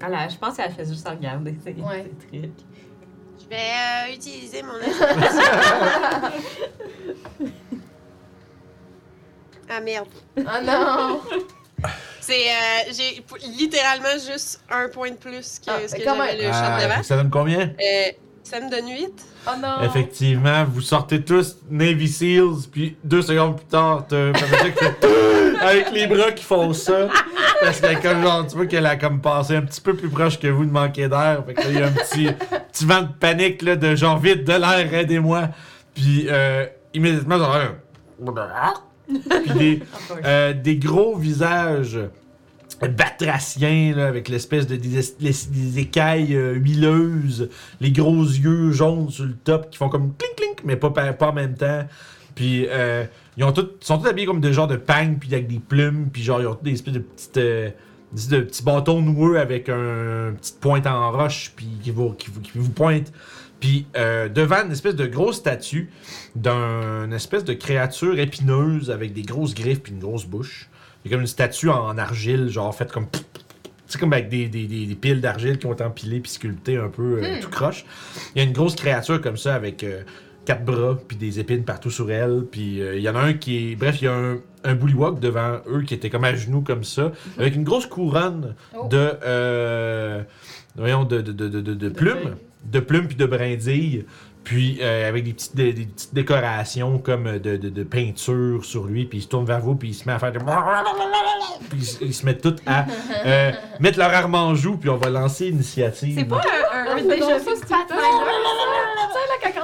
[SPEAKER 4] Alors, Ah je pense qu'elle fait juste en regarder ces
[SPEAKER 3] Ouais.
[SPEAKER 4] ces trucs.
[SPEAKER 5] Je vais euh, utiliser mon Ah merde.
[SPEAKER 3] Ah non!
[SPEAKER 5] C'est euh, j'ai p- littéralement juste un point de plus que
[SPEAKER 3] Ah,
[SPEAKER 5] ce
[SPEAKER 3] mais
[SPEAKER 5] que
[SPEAKER 3] quand
[SPEAKER 5] j'avais le
[SPEAKER 1] Ah,
[SPEAKER 5] champ
[SPEAKER 1] fait
[SPEAKER 5] d'avant.
[SPEAKER 1] que ça donne combien?
[SPEAKER 5] Euh, ça me donne 8.
[SPEAKER 3] Oh non!
[SPEAKER 1] Effectivement, vous sortez tous Navy Seals, puis deux secondes plus tard, t'as Papatia qui fait [laughs] avec les bras qui font ça. Parce qu'elle est comme genre, tu vois qu'elle a comme passé un petit peu plus proche que vous de manquer d'air. Fait que là, il y a un petit, petit vent de panique là, de genre vite de l'air, aidez-moi. Puis euh, immédiatement, genre. euh, [laughs] puis des, euh, des gros visages batraciens, là, avec l'espèce de des, es- les- des écailles euh, huileuses, les gros yeux jaunes sur le top qui font comme clink clink, mais pas, pa- pas en même temps. Puis euh, ils ont tous- sont tous habillés comme des genres de pagnes, puis avec des plumes, puis genre ils ont tous des espèces de petites. euh, des espèces de petits bâtons noueux avec un petite pointe en roche puis qui vous, qui vous, qui vous pointe. Puis euh, devant une espèce de grosse statue d'une espèce de créature épineuse avec des grosses griffes puis une grosse bouche. C'est comme une statue en argile, genre faite comme. Tu sais, comme avec des, des- des- des piles d'argile qui ont été empilées puis sculptées un peu euh,
[SPEAKER 3] Hmm.
[SPEAKER 1] tout croche. Il y a une grosse créature comme ça avec euh, quatre bras puis des épines partout sur elle. Puis euh, il y en a un qui est. Bref, il y a un, un bullywog devant eux qui était comme à genoux comme ça, avec une grosse couronne
[SPEAKER 3] Oh.
[SPEAKER 1] de. euh, voyons, de, de, de, de- de- de
[SPEAKER 2] feuilles.
[SPEAKER 1] plumes. De plumes puis de brindilles. Puis euh, avec des petites, des, des petites décorations comme de, de, de peinture sur lui, puis il se tourne vers vous, puis il se met à faire. des- [laughs] Puis ils se- ils se mettent tous à euh, mettre leur arme en joue, puis on va lancer l'initiative.
[SPEAKER 3] Ah,
[SPEAKER 4] C'est pas un, un, un
[SPEAKER 2] déjà
[SPEAKER 4] déjà
[SPEAKER 2] vu
[SPEAKER 4] vu
[SPEAKER 2] ce
[SPEAKER 4] ce
[SPEAKER 2] patin-là?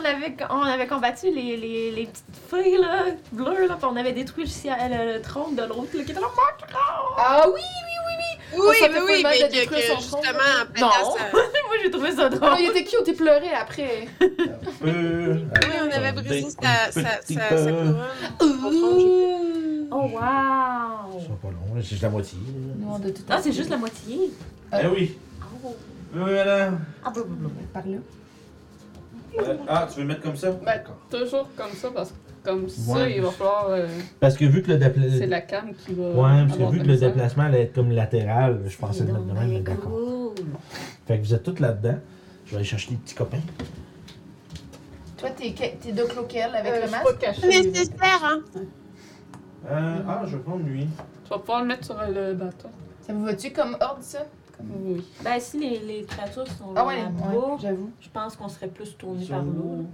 [SPEAKER 4] avait, on avait combattu les, les, les petites filles là, bleues, là, puis on avait détruit le, ciel, le, le trône de l'autre là, qui était là. Mon trône!
[SPEAKER 3] Ah oui!
[SPEAKER 5] Oui,
[SPEAKER 3] On
[SPEAKER 5] oui,
[SPEAKER 3] sentait
[SPEAKER 5] oui,
[SPEAKER 3] pas le mal
[SPEAKER 5] mais
[SPEAKER 3] de
[SPEAKER 5] que,
[SPEAKER 3] détruire
[SPEAKER 5] que
[SPEAKER 3] son
[SPEAKER 5] justement,
[SPEAKER 3] trône.
[SPEAKER 5] en
[SPEAKER 4] Non.
[SPEAKER 5] pétant ça.
[SPEAKER 4] Moi j'ai trouvé ça
[SPEAKER 3] Ah,
[SPEAKER 4] drôle.
[SPEAKER 3] il était cute, il pleurait après.
[SPEAKER 1] Euh,
[SPEAKER 5] Oui, on avait brisé sa, sa,
[SPEAKER 1] petit
[SPEAKER 5] sa,
[SPEAKER 1] peu.
[SPEAKER 5] sa couronne.
[SPEAKER 3] Ouh.
[SPEAKER 4] Oh wow!
[SPEAKER 1] Ça va pas long, là, j'ai la moitié. là.
[SPEAKER 3] Non, de tout
[SPEAKER 4] Ah, c'est juste la moitié.
[SPEAKER 1] Eh oui.
[SPEAKER 4] Oh.
[SPEAKER 1] Voilà.
[SPEAKER 4] Ah, blablabla.
[SPEAKER 3] Par là.
[SPEAKER 1] Euh, ah, tu veux le mettre comme ça?
[SPEAKER 2] Ben, toujours comme ça, parce que comme ça,
[SPEAKER 1] Ouais.
[SPEAKER 2] il va falloir. euh,
[SPEAKER 1] Parce que vu que le
[SPEAKER 2] c'est
[SPEAKER 1] déplacement.
[SPEAKER 2] la canne qui va.
[SPEAKER 1] Ouais, parce que
[SPEAKER 2] avoir
[SPEAKER 1] vu que
[SPEAKER 2] comme
[SPEAKER 1] le
[SPEAKER 2] ça.
[SPEAKER 1] déplacement allait être comme latéral, je pensais de
[SPEAKER 4] C'est
[SPEAKER 1] mettre de même, mais
[SPEAKER 4] donc bien
[SPEAKER 1] d'accord.
[SPEAKER 4] cool.
[SPEAKER 1] Fait que vous êtes toutes là-dedans. Je vais aller chercher les petits copains.
[SPEAKER 3] Toi, t'es que- t'es de Cloquel avec
[SPEAKER 2] Euh, je
[SPEAKER 3] le
[SPEAKER 2] suis
[SPEAKER 3] masque?
[SPEAKER 2] pas cachée.
[SPEAKER 5] Mais c'est super, hein?
[SPEAKER 1] Euh, ah, je vais prendre lui.
[SPEAKER 2] Tu vas pouvoir le mettre sur le bâton.
[SPEAKER 3] Ça vous va-tu comme ordre, ça?
[SPEAKER 2] Oui.
[SPEAKER 4] Ben, si les, les créatures sont
[SPEAKER 3] Ah ouais,
[SPEAKER 4] là-bas,
[SPEAKER 3] ouais, j'avoue.
[SPEAKER 4] je pense qu'on serait plus tourné
[SPEAKER 1] Ils
[SPEAKER 4] par
[SPEAKER 1] sont
[SPEAKER 4] l'eau. là.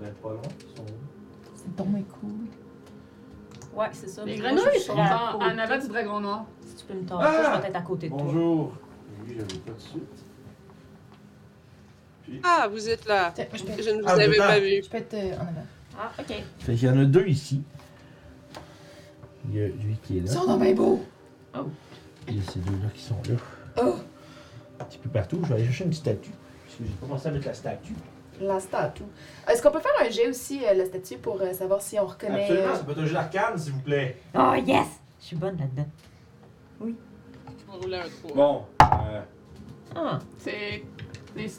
[SPEAKER 1] Vous êtes pas loin. ils sont où?
[SPEAKER 3] C'est dommage cool.
[SPEAKER 4] Ouais, c'est ça.
[SPEAKER 2] Les
[SPEAKER 4] Moi,
[SPEAKER 2] grenouilles
[SPEAKER 4] je
[SPEAKER 2] sont
[SPEAKER 4] serais
[SPEAKER 2] en,
[SPEAKER 4] à côté.
[SPEAKER 2] en avant du dragon noir.
[SPEAKER 4] Si tu peux me tasser,
[SPEAKER 1] Ah!
[SPEAKER 4] je vais être à côté de toi.
[SPEAKER 1] Bonjour. Lui, j'avais pas de suite.
[SPEAKER 5] Ah, vous êtes là.
[SPEAKER 3] Tiens, moi, je peux,
[SPEAKER 5] Je ne vous
[SPEAKER 1] Ah,
[SPEAKER 5] avais
[SPEAKER 1] dedans.
[SPEAKER 5] pas vu.
[SPEAKER 3] je peux être euh, en avant.
[SPEAKER 4] Ah, ok.
[SPEAKER 1] Fait qu'il y en a deux ici. Il y a lui qui est
[SPEAKER 3] Ils
[SPEAKER 1] là.
[SPEAKER 3] sont donc bien beaux!
[SPEAKER 1] Il y a ces deux-là qui sont là.
[SPEAKER 3] Oh!
[SPEAKER 1] Un petit peu partout. Je vais aller chercher une statue. Parce que j'ai commencé à mettre la statue.
[SPEAKER 3] La statue. Est-ce qu'on peut faire un jet aussi, euh, la statue, pour euh, savoir si on reconnaît... euh,
[SPEAKER 1] peut être l'arcane, s'il vous plaît.
[SPEAKER 4] Oh, yes! Je suis bonne là-dedans.
[SPEAKER 5] Je vais rouler un trou.
[SPEAKER 1] Bon, euh,
[SPEAKER 4] Ah,
[SPEAKER 2] C'est. Les...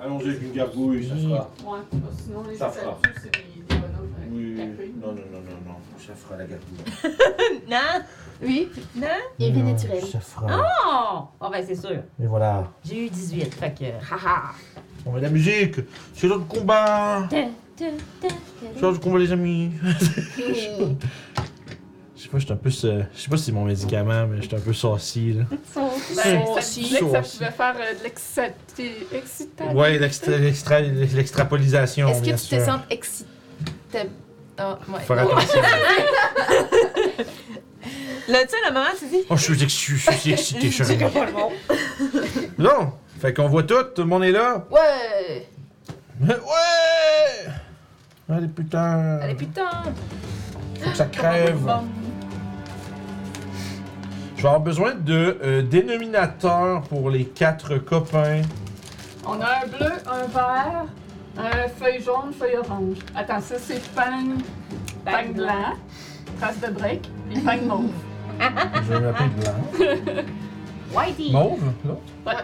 [SPEAKER 1] allons-y avec une gargouille, ça fera.
[SPEAKER 2] Ouais. Sinon, les
[SPEAKER 1] Ça fera.
[SPEAKER 2] statues, c'est des, des bonhommes. euh, avec
[SPEAKER 1] Oui.
[SPEAKER 2] la queue.
[SPEAKER 1] Non, non, non, non, non. Ça fera la gargouille.
[SPEAKER 4] non!
[SPEAKER 3] Oui,
[SPEAKER 4] Non!
[SPEAKER 3] il est bien
[SPEAKER 1] Non,
[SPEAKER 3] naturel.
[SPEAKER 1] Ça fera.
[SPEAKER 4] Oh! Ah, ben, c'est sûr.
[SPEAKER 1] Et voilà.
[SPEAKER 4] J'ai eu 18, fait que. Haha!
[SPEAKER 1] On met de la musique. C'est l'heure du combat. C'est l'heure du combat, les amis. Mmh. Je sais pas, je suis un peu. ce- Je sais pas si c'est mon médicament, mais je suis un peu saucy, là.
[SPEAKER 2] Ben,
[SPEAKER 3] Sont-
[SPEAKER 2] ça
[SPEAKER 3] si-
[SPEAKER 2] disait que ça
[SPEAKER 1] sont-
[SPEAKER 2] pouvait faire euh, de l'excité- excitation.
[SPEAKER 1] Ouais, l'extra- l'extra- l'extrapolisation.
[SPEAKER 3] Est-ce que
[SPEAKER 1] bien
[SPEAKER 3] tu te
[SPEAKER 1] sûr.
[SPEAKER 3] sens excité? Ah, ouais.
[SPEAKER 1] Faire attention.
[SPEAKER 4] Là, tu sais, le moment, tu dis.
[SPEAKER 1] Oh, je suis excité, je
[SPEAKER 3] [laughs]
[SPEAKER 1] suis excité, je
[SPEAKER 4] Je
[SPEAKER 1] suis-
[SPEAKER 4] dirais pas le [laughs] mot.
[SPEAKER 1] Non! Fait qu'on voit tout, tout le monde est là. [laughs]
[SPEAKER 3] Ouais!
[SPEAKER 1] Ouais! Allez, putain!
[SPEAKER 3] Allez, putain!
[SPEAKER 1] Faut que ça crève. Je vais avoir besoin de euh, dénominateurs pour les quatre copains.
[SPEAKER 2] On a un bleu, un vert, un feuille jaune, feuille orange. Attends, ça c'est pan, pan
[SPEAKER 4] Bang
[SPEAKER 2] blanc, trace de break, et pan mauve.
[SPEAKER 1] Je vais m'appeler blanc.
[SPEAKER 4] Whitey!
[SPEAKER 1] Mauve, l'autre?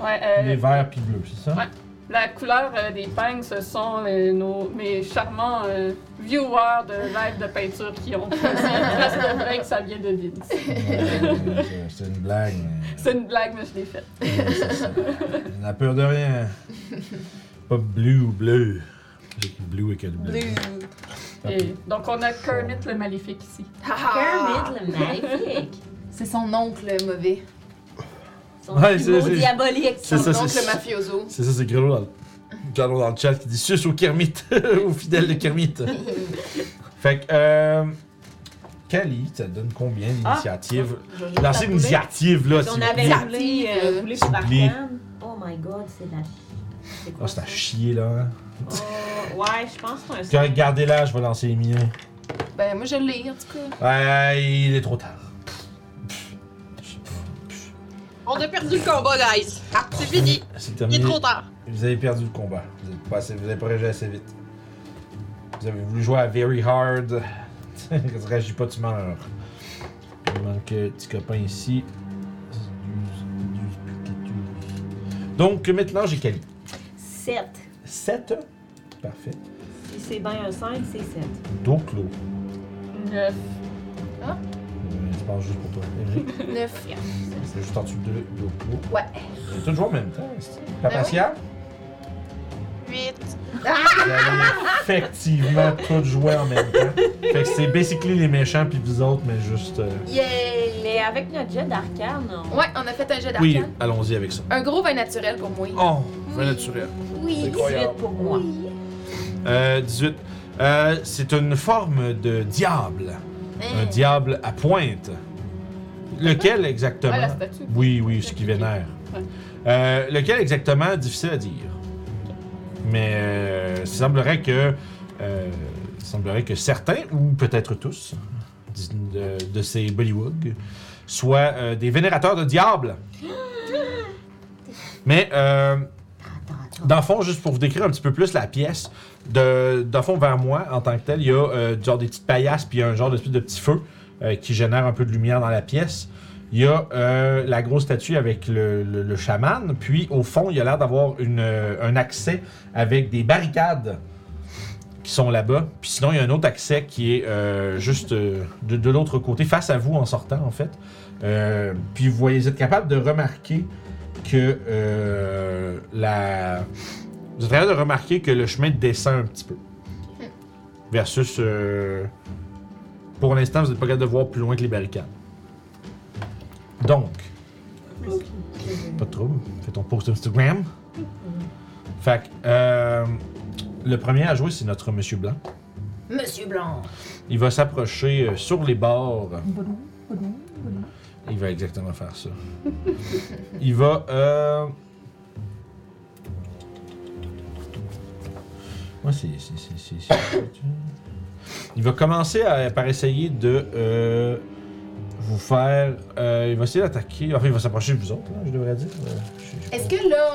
[SPEAKER 2] Ouais, euh,
[SPEAKER 1] Les verts puis bleus, c'est ça?
[SPEAKER 2] Ouais. la couleur euh, des pagnes, ce sont euh, nos, mes charmants euh, viewers de live de peinture qui ont fait [laughs] ça. trace de break, ça vient de Vince.
[SPEAKER 1] Ouais, c'est une blague.
[SPEAKER 2] C'est une blague, mais je l'ai faite.
[SPEAKER 1] Ouais, c'est ça. On n'a peur de rien. Pas bleu ou bleu. J'ai écrit bleu et que le bleu. Ah.
[SPEAKER 2] Et Donc on a Kermit le Maléfique ici.
[SPEAKER 5] Ah,
[SPEAKER 3] Haha.
[SPEAKER 4] Kermit le maléfique!
[SPEAKER 3] C'est son oncle mauvais.
[SPEAKER 4] Son
[SPEAKER 1] Ouais,
[SPEAKER 4] petit mot
[SPEAKER 1] c'est- c'est-
[SPEAKER 4] diabolique!
[SPEAKER 1] C'est
[SPEAKER 3] son
[SPEAKER 1] ça,
[SPEAKER 3] oncle
[SPEAKER 1] c'est-
[SPEAKER 3] mafioso.
[SPEAKER 1] C'est ça, c'est Grelot dans le... Grelot dans le chat qui dit sus au Kermit, [laughs] au fidèle de Kermit. fait que, euh, Kali, ça donne combien
[SPEAKER 5] Ah!
[SPEAKER 1] d'initiatives? Lancer une initiative, là,
[SPEAKER 4] Si
[SPEAKER 1] s'il
[SPEAKER 4] on
[SPEAKER 1] vous
[SPEAKER 4] avait
[SPEAKER 1] plaît.
[SPEAKER 4] roulé, euh, roulé
[SPEAKER 1] S'il
[SPEAKER 4] pour
[SPEAKER 1] vous plaît.
[SPEAKER 4] Arkham. Oh my god, c'est la. C'est
[SPEAKER 1] Oh,
[SPEAKER 4] quoi?
[SPEAKER 1] c'est
[SPEAKER 4] ça?
[SPEAKER 1] à chier, là.
[SPEAKER 4] Oh, ouais, je pense que c'est un
[SPEAKER 1] Tiens, Gardez-la, je vais lancer les miens.
[SPEAKER 3] Ben, moi, je l'ai, en tout cas.
[SPEAKER 1] Ouais, il est trop tard.
[SPEAKER 5] On a perdu le combat, guys. C'est fini.
[SPEAKER 1] C'est
[SPEAKER 5] Il est
[SPEAKER 1] terminé.
[SPEAKER 5] trop tard.
[SPEAKER 1] Vous avez perdu le combat. Vous n'avez pas, assez- vous avez pas réagi assez vite. Vous avez voulu jouer à Very Hard. [laughs] Quand tu réagis pas, tu meurs. Il manque un petit copain ici. Donc maintenant, j'ai Kali.
[SPEAKER 4] 7.
[SPEAKER 1] 7. Parfait.
[SPEAKER 4] Si c'est bien un 5, c'est 7.
[SPEAKER 1] Donc l'eau.
[SPEAKER 2] Euh,
[SPEAKER 1] Je parle juste pour toi. Émilie.
[SPEAKER 3] Neuf.
[SPEAKER 1] C'est juste en dessous de l'eau.
[SPEAKER 3] Ouais.
[SPEAKER 1] Vous avez tout joué en même temps. c'est- Papacia,
[SPEAKER 5] 8.
[SPEAKER 1] vous avez effectivement tout joué en même temps. Fait que c'est basically les méchants puis vous autres, mais juste. euh,
[SPEAKER 3] Yay!
[SPEAKER 4] Mais avec notre jet d'arcane, on...
[SPEAKER 3] Ouais, on a fait un jet d'arcane.
[SPEAKER 1] Oui, allons-y avec ça.
[SPEAKER 3] Un gros vin naturel pour moi.
[SPEAKER 1] Oh, vin naturel.
[SPEAKER 3] Oui.
[SPEAKER 4] 18 pour moi.
[SPEAKER 1] Euh, 18. Euh, c'est une forme de diable. Un
[SPEAKER 2] Mm.
[SPEAKER 3] Hein.
[SPEAKER 1] diable à pointe. Lequel exactement
[SPEAKER 2] Ah, la statue.
[SPEAKER 1] Oui, oui, ce qui vénère.
[SPEAKER 2] Ouais.
[SPEAKER 1] Euh, lequel exactement Difficile à dire. Mais euh, il semblerait que, euh, il semblerait que certains, ou peut-être tous, dis- de, de ces Bullywugs, soient euh, des vénérateurs de
[SPEAKER 2] [gasps]
[SPEAKER 1] diables. Mais euh, dans le fond, juste pour vous décrire un petit peu plus la pièce, de, dans le fond vers moi, en tant que tel, il y a euh, genre des petites paillasses, puis il y a un genre d'espèce de petit feu euh, qui génère un peu de lumière dans la pièce. Il y a euh, la grosse statue avec le, le- le chaman, puis au fond, il y a l'air d'avoir une, euh, un accès avec des barricades qui sont là-bas. Puis sinon, il y a un autre accès qui est euh, juste euh, de, de l'autre côté, face à vous en sortant, en fait. Euh, puis vous voyez, vous êtes capable de remarquer que euh, la. Vous êtes capable de remarquer que le chemin descend un petit peu. Versus. euh, pour l'instant, vous n'êtes pas capable de voir plus loin que les barricades. Donc. Pas de trouble. Fais ton post Instagram. Fait que, euh, le premier à jouer, c'est notre Monsieur Blanc.
[SPEAKER 4] Monsieur Blanc.
[SPEAKER 1] Il va s'approcher euh, sur les bords. Il va exactement faire ça. Il va. Euh... Ouais, c'est. c'est- c'est- c'est- c'est- [coughs] Il va commencer à- par essayer de euh, vous faire. euh, il va essayer d'attaquer. Enfin, il va s'approcher de vous autres, là, je devrais dire. Euh, j'ai- j'ai
[SPEAKER 3] Est-ce
[SPEAKER 1] pas-
[SPEAKER 3] que là,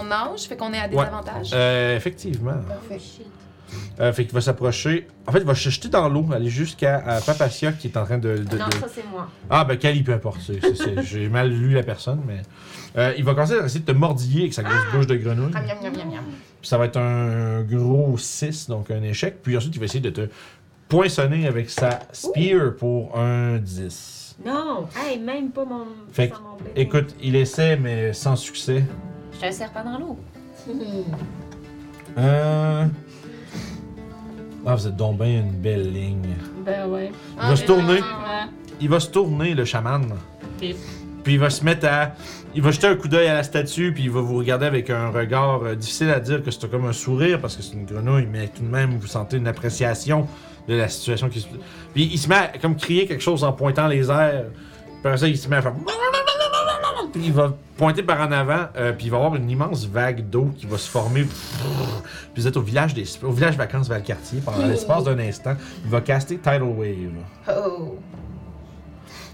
[SPEAKER 3] on nage, fait qu'on est à
[SPEAKER 1] Ouais.
[SPEAKER 3] désavantage?
[SPEAKER 1] Euh, effectivement.
[SPEAKER 3] Parfait.
[SPEAKER 1] Euh, fait qu'il va s'approcher. En fait, il va se jeter dans l'eau, aller jusqu'à à Papacia qui est en train de. de-
[SPEAKER 4] Non,
[SPEAKER 1] de-
[SPEAKER 4] ça c'est moi.
[SPEAKER 1] Ah, ben Cali, peu importe. c'est- c'est- c'est- J'ai mal lu la personne, mais. Euh, il va commencer à essayer de te mordiller avec sa grosse bouche de grenouille.
[SPEAKER 3] Ah, miam, miam, miam, miam.
[SPEAKER 1] Puis ça va être un gros 6, donc un échec. Puis ensuite, il va essayer de te poinçonner avec sa spear pour un 10.
[SPEAKER 4] Non, hey, même pas mon.
[SPEAKER 1] Fait
[SPEAKER 4] sans
[SPEAKER 1] que,
[SPEAKER 4] mon blé.
[SPEAKER 1] Écoute, il essaie, mais sans succès.
[SPEAKER 4] Je suis un serpent dans l'eau.
[SPEAKER 1] Euh. Ah, vous êtes donc bien une belle ligne.
[SPEAKER 2] Ben ouais.
[SPEAKER 1] Il va se tourner.
[SPEAKER 2] Ah,
[SPEAKER 1] Il va se tourner, le chaman.
[SPEAKER 2] Et-
[SPEAKER 1] Puis il va se mettre à. Il va jeter un coup d'œil à la statue, puis il va vous regarder avec un regard euh, difficile à dire que c'est comme un sourire parce que c'est une grenouille, mais tout de même, vous sentez une appréciation de la situation qui se. Puis il se met à comme crier quelque chose en pointant les airs. Puis après ça, il se met à faire. [laughs] Puis il va pointer par en avant, euh, puis il va y avoir une immense vague d'eau qui va se former. Puis vous êtes au village, des... au village vacances Valcartier pendant l'espace d'un instant. Il va caster Tidal Wave.
[SPEAKER 3] Oh.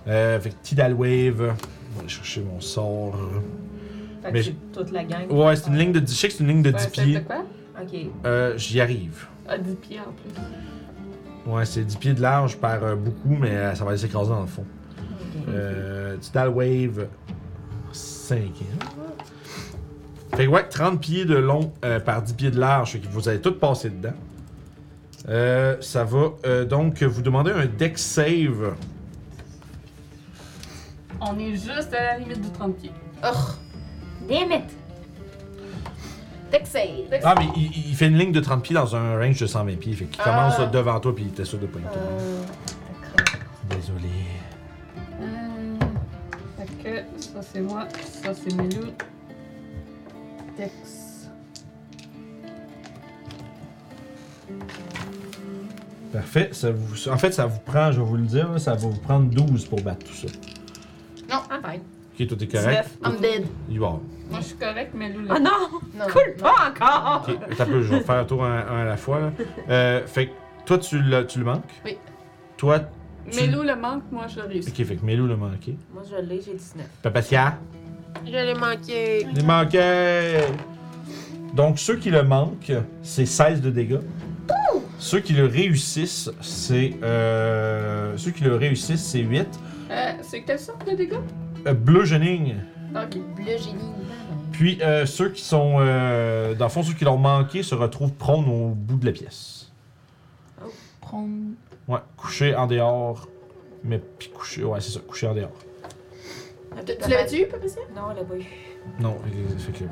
[SPEAKER 1] Euh, fait que Tidal Wave. On va aller chercher mon sort.
[SPEAKER 4] Fait
[SPEAKER 1] Mais
[SPEAKER 4] que c'est toute la gang.
[SPEAKER 1] Ouais, c'est une ligne de 10. Je sais que c'est une ligne de 10
[SPEAKER 2] ben, c'est de
[SPEAKER 1] pieds.
[SPEAKER 2] quoi?
[SPEAKER 4] Ok.
[SPEAKER 1] Euh, J'y arrive.
[SPEAKER 2] Ah, 10 pieds en plus.
[SPEAKER 1] Ouais, c'est 10 pieds de large par euh, beaucoup, mais euh, ça va aller s'écraser dans le fond.
[SPEAKER 4] Ok.
[SPEAKER 1] Euh, Tidal Wave 5. Fait que ouais, 30 pieds de long euh, par 10 pieds de large. Fait que vous allez tout passer dedans. Euh, ça va euh, donc vous demander un deck save.
[SPEAKER 2] On est juste à la limite du 30 pieds.
[SPEAKER 3] Oh.
[SPEAKER 4] Damn it!
[SPEAKER 3] Texas.
[SPEAKER 1] Ah, mais il, il fait une ligne de 30 pieds dans un range de 120 pieds. Fait qu'il commence
[SPEAKER 3] Ah.
[SPEAKER 1] euh, devant toi, puis il était sûr de pas y toucher.
[SPEAKER 3] Euh,
[SPEAKER 1] Désolé.
[SPEAKER 2] Euh, fait que ça c'est moi, ça c'est Melou. Dex.
[SPEAKER 1] Parfait. Ça vous- En fait, ça vous prend, je vais vous le dire, là, ça va vous prendre 12 pour battre tout ça.
[SPEAKER 3] Non, I'm fine.
[SPEAKER 1] Ok, tout est correct.
[SPEAKER 3] I'm dead.
[SPEAKER 1] Il va.
[SPEAKER 2] Moi je suis correct, Melou là.
[SPEAKER 4] Oh non! [laughs]
[SPEAKER 3] Non,
[SPEAKER 4] Cool!
[SPEAKER 3] non.
[SPEAKER 4] Pas encore!
[SPEAKER 1] Ok, t'as peu, je vais faire un tour un, un à la fois. là. Euh, fait que toi, tu le, tu le manques.
[SPEAKER 3] Oui.
[SPEAKER 1] Toi,
[SPEAKER 2] Melou le manque, moi je le réussis.
[SPEAKER 1] ok, fait que Melou l'a manqué.
[SPEAKER 4] Moi je l'ai, j'ai 19.
[SPEAKER 1] Papatia,
[SPEAKER 5] Je l'ai manqué.
[SPEAKER 1] il est manqué! Donc, ceux qui le manquent, c'est 16 de dégâts. Ceux qui le réussissent, c'est. euh, Ceux qui le réussissent, c'est 8.
[SPEAKER 2] Euh, c'est quelle sorte de dégâts?
[SPEAKER 1] Euh, bleu Jeuning.
[SPEAKER 2] Ok.
[SPEAKER 3] Bleu génie.
[SPEAKER 1] Puis euh, ceux qui sont, euh, dans le fond, ceux qui l'ont manqué se retrouvent prônes au bout de la pièce.
[SPEAKER 3] Prendre.
[SPEAKER 1] Ouais, couchés en dehors, mais puis couchés, ouais, c'est ça, couchés en dehors.
[SPEAKER 3] Tu tu l'avais tué, Papacia?
[SPEAKER 4] Non, elle a pas eu.
[SPEAKER 1] Non, fait que,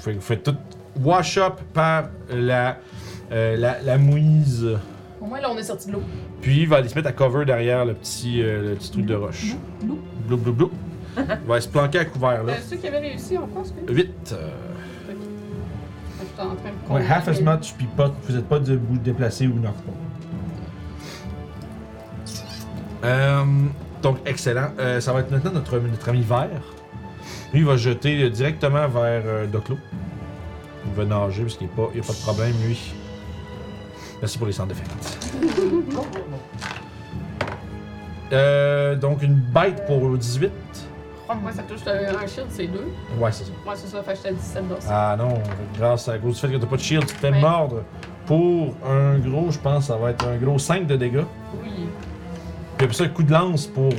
[SPEAKER 1] fait que vous faites tout wash up par la, euh, la, la mouise.
[SPEAKER 3] Au moins, là, on est sorti de l'eau.
[SPEAKER 1] Puis il va aller se mettre à cover derrière le petit, euh, le petit truc de roche. Blou, blou, blou. [laughs] Il va se planquer à couvert là.
[SPEAKER 2] Euh, ceux qui avaient réussi, on pense que.
[SPEAKER 1] 8.
[SPEAKER 2] Je suis en train de
[SPEAKER 1] ouais,
[SPEAKER 2] compter,
[SPEAKER 1] half as
[SPEAKER 2] mais-
[SPEAKER 1] much, puis pas, vous êtes pas debout, déplacé ou normal. Euh, donc, excellent. Euh, ça va être maintenant notre, notre ami vert. Lui, il va se jeter euh, directement vers euh, Doclo. Il veut nager parce qu'il n'y a, pas de problème, lui. Merci pour les centres de fête. Oh, Euh, donc, une bite pour 18.
[SPEAKER 2] Moi, ça touche le- un shield, c'est deux.
[SPEAKER 1] Ouais, c'est ça.
[SPEAKER 2] Moi, c'est ça, fait que j'étais à 17 d'os.
[SPEAKER 1] Ah non, grâce à cause du fait que t'as pas de shield, tu te fais
[SPEAKER 2] Ouais.
[SPEAKER 1] mordre pour un gros, je pense, ça va être un gros 5 de dégâts.
[SPEAKER 2] Oui.
[SPEAKER 1] Puis après ça, coup de lance pour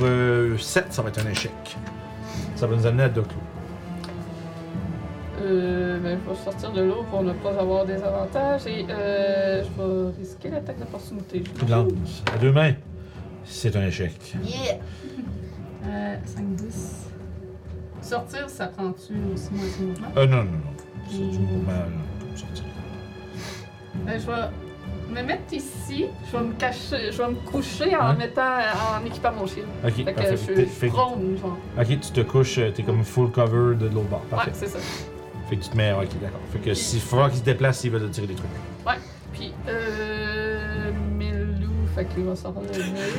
[SPEAKER 1] 7, ça va être un échec. Ça va nous amener à Doclo.
[SPEAKER 2] Euh, ben, je vais sortir de l'eau pour ne pas avoir des avantages et euh, je vais risquer l'attaque d'opportunité.
[SPEAKER 1] Coup de lance. À deux mains, c'est un échec.
[SPEAKER 3] Yeah!
[SPEAKER 2] Euh, 5, 10. Sortir, ça prend-tu aussi moins de mouvement?
[SPEAKER 1] Euh, non, non, non. C'est du mouvement, là, comme sortir.
[SPEAKER 2] Ben, je vais me mettre ici, je vais me cacher, je vais me coucher en
[SPEAKER 1] Ouais.
[SPEAKER 2] mettant, en équipant mon shield.
[SPEAKER 1] Ok,
[SPEAKER 2] Fait que
[SPEAKER 1] parfait.
[SPEAKER 2] je
[SPEAKER 1] Fait-
[SPEAKER 2] suis
[SPEAKER 1] fait-
[SPEAKER 2] prone, genre.
[SPEAKER 1] Ok, tu te couches, euh, t'es comme full cover de l'autre bord. Parfait.
[SPEAKER 2] Ouais, c'est ça.
[SPEAKER 1] Fait que tu te mets, ok, d'accord. Fait que s'il faudra qu'il se déplace, il va te tirer des trucs.
[SPEAKER 2] Puis, euh. Melou, fait qu'il va s'en revenir.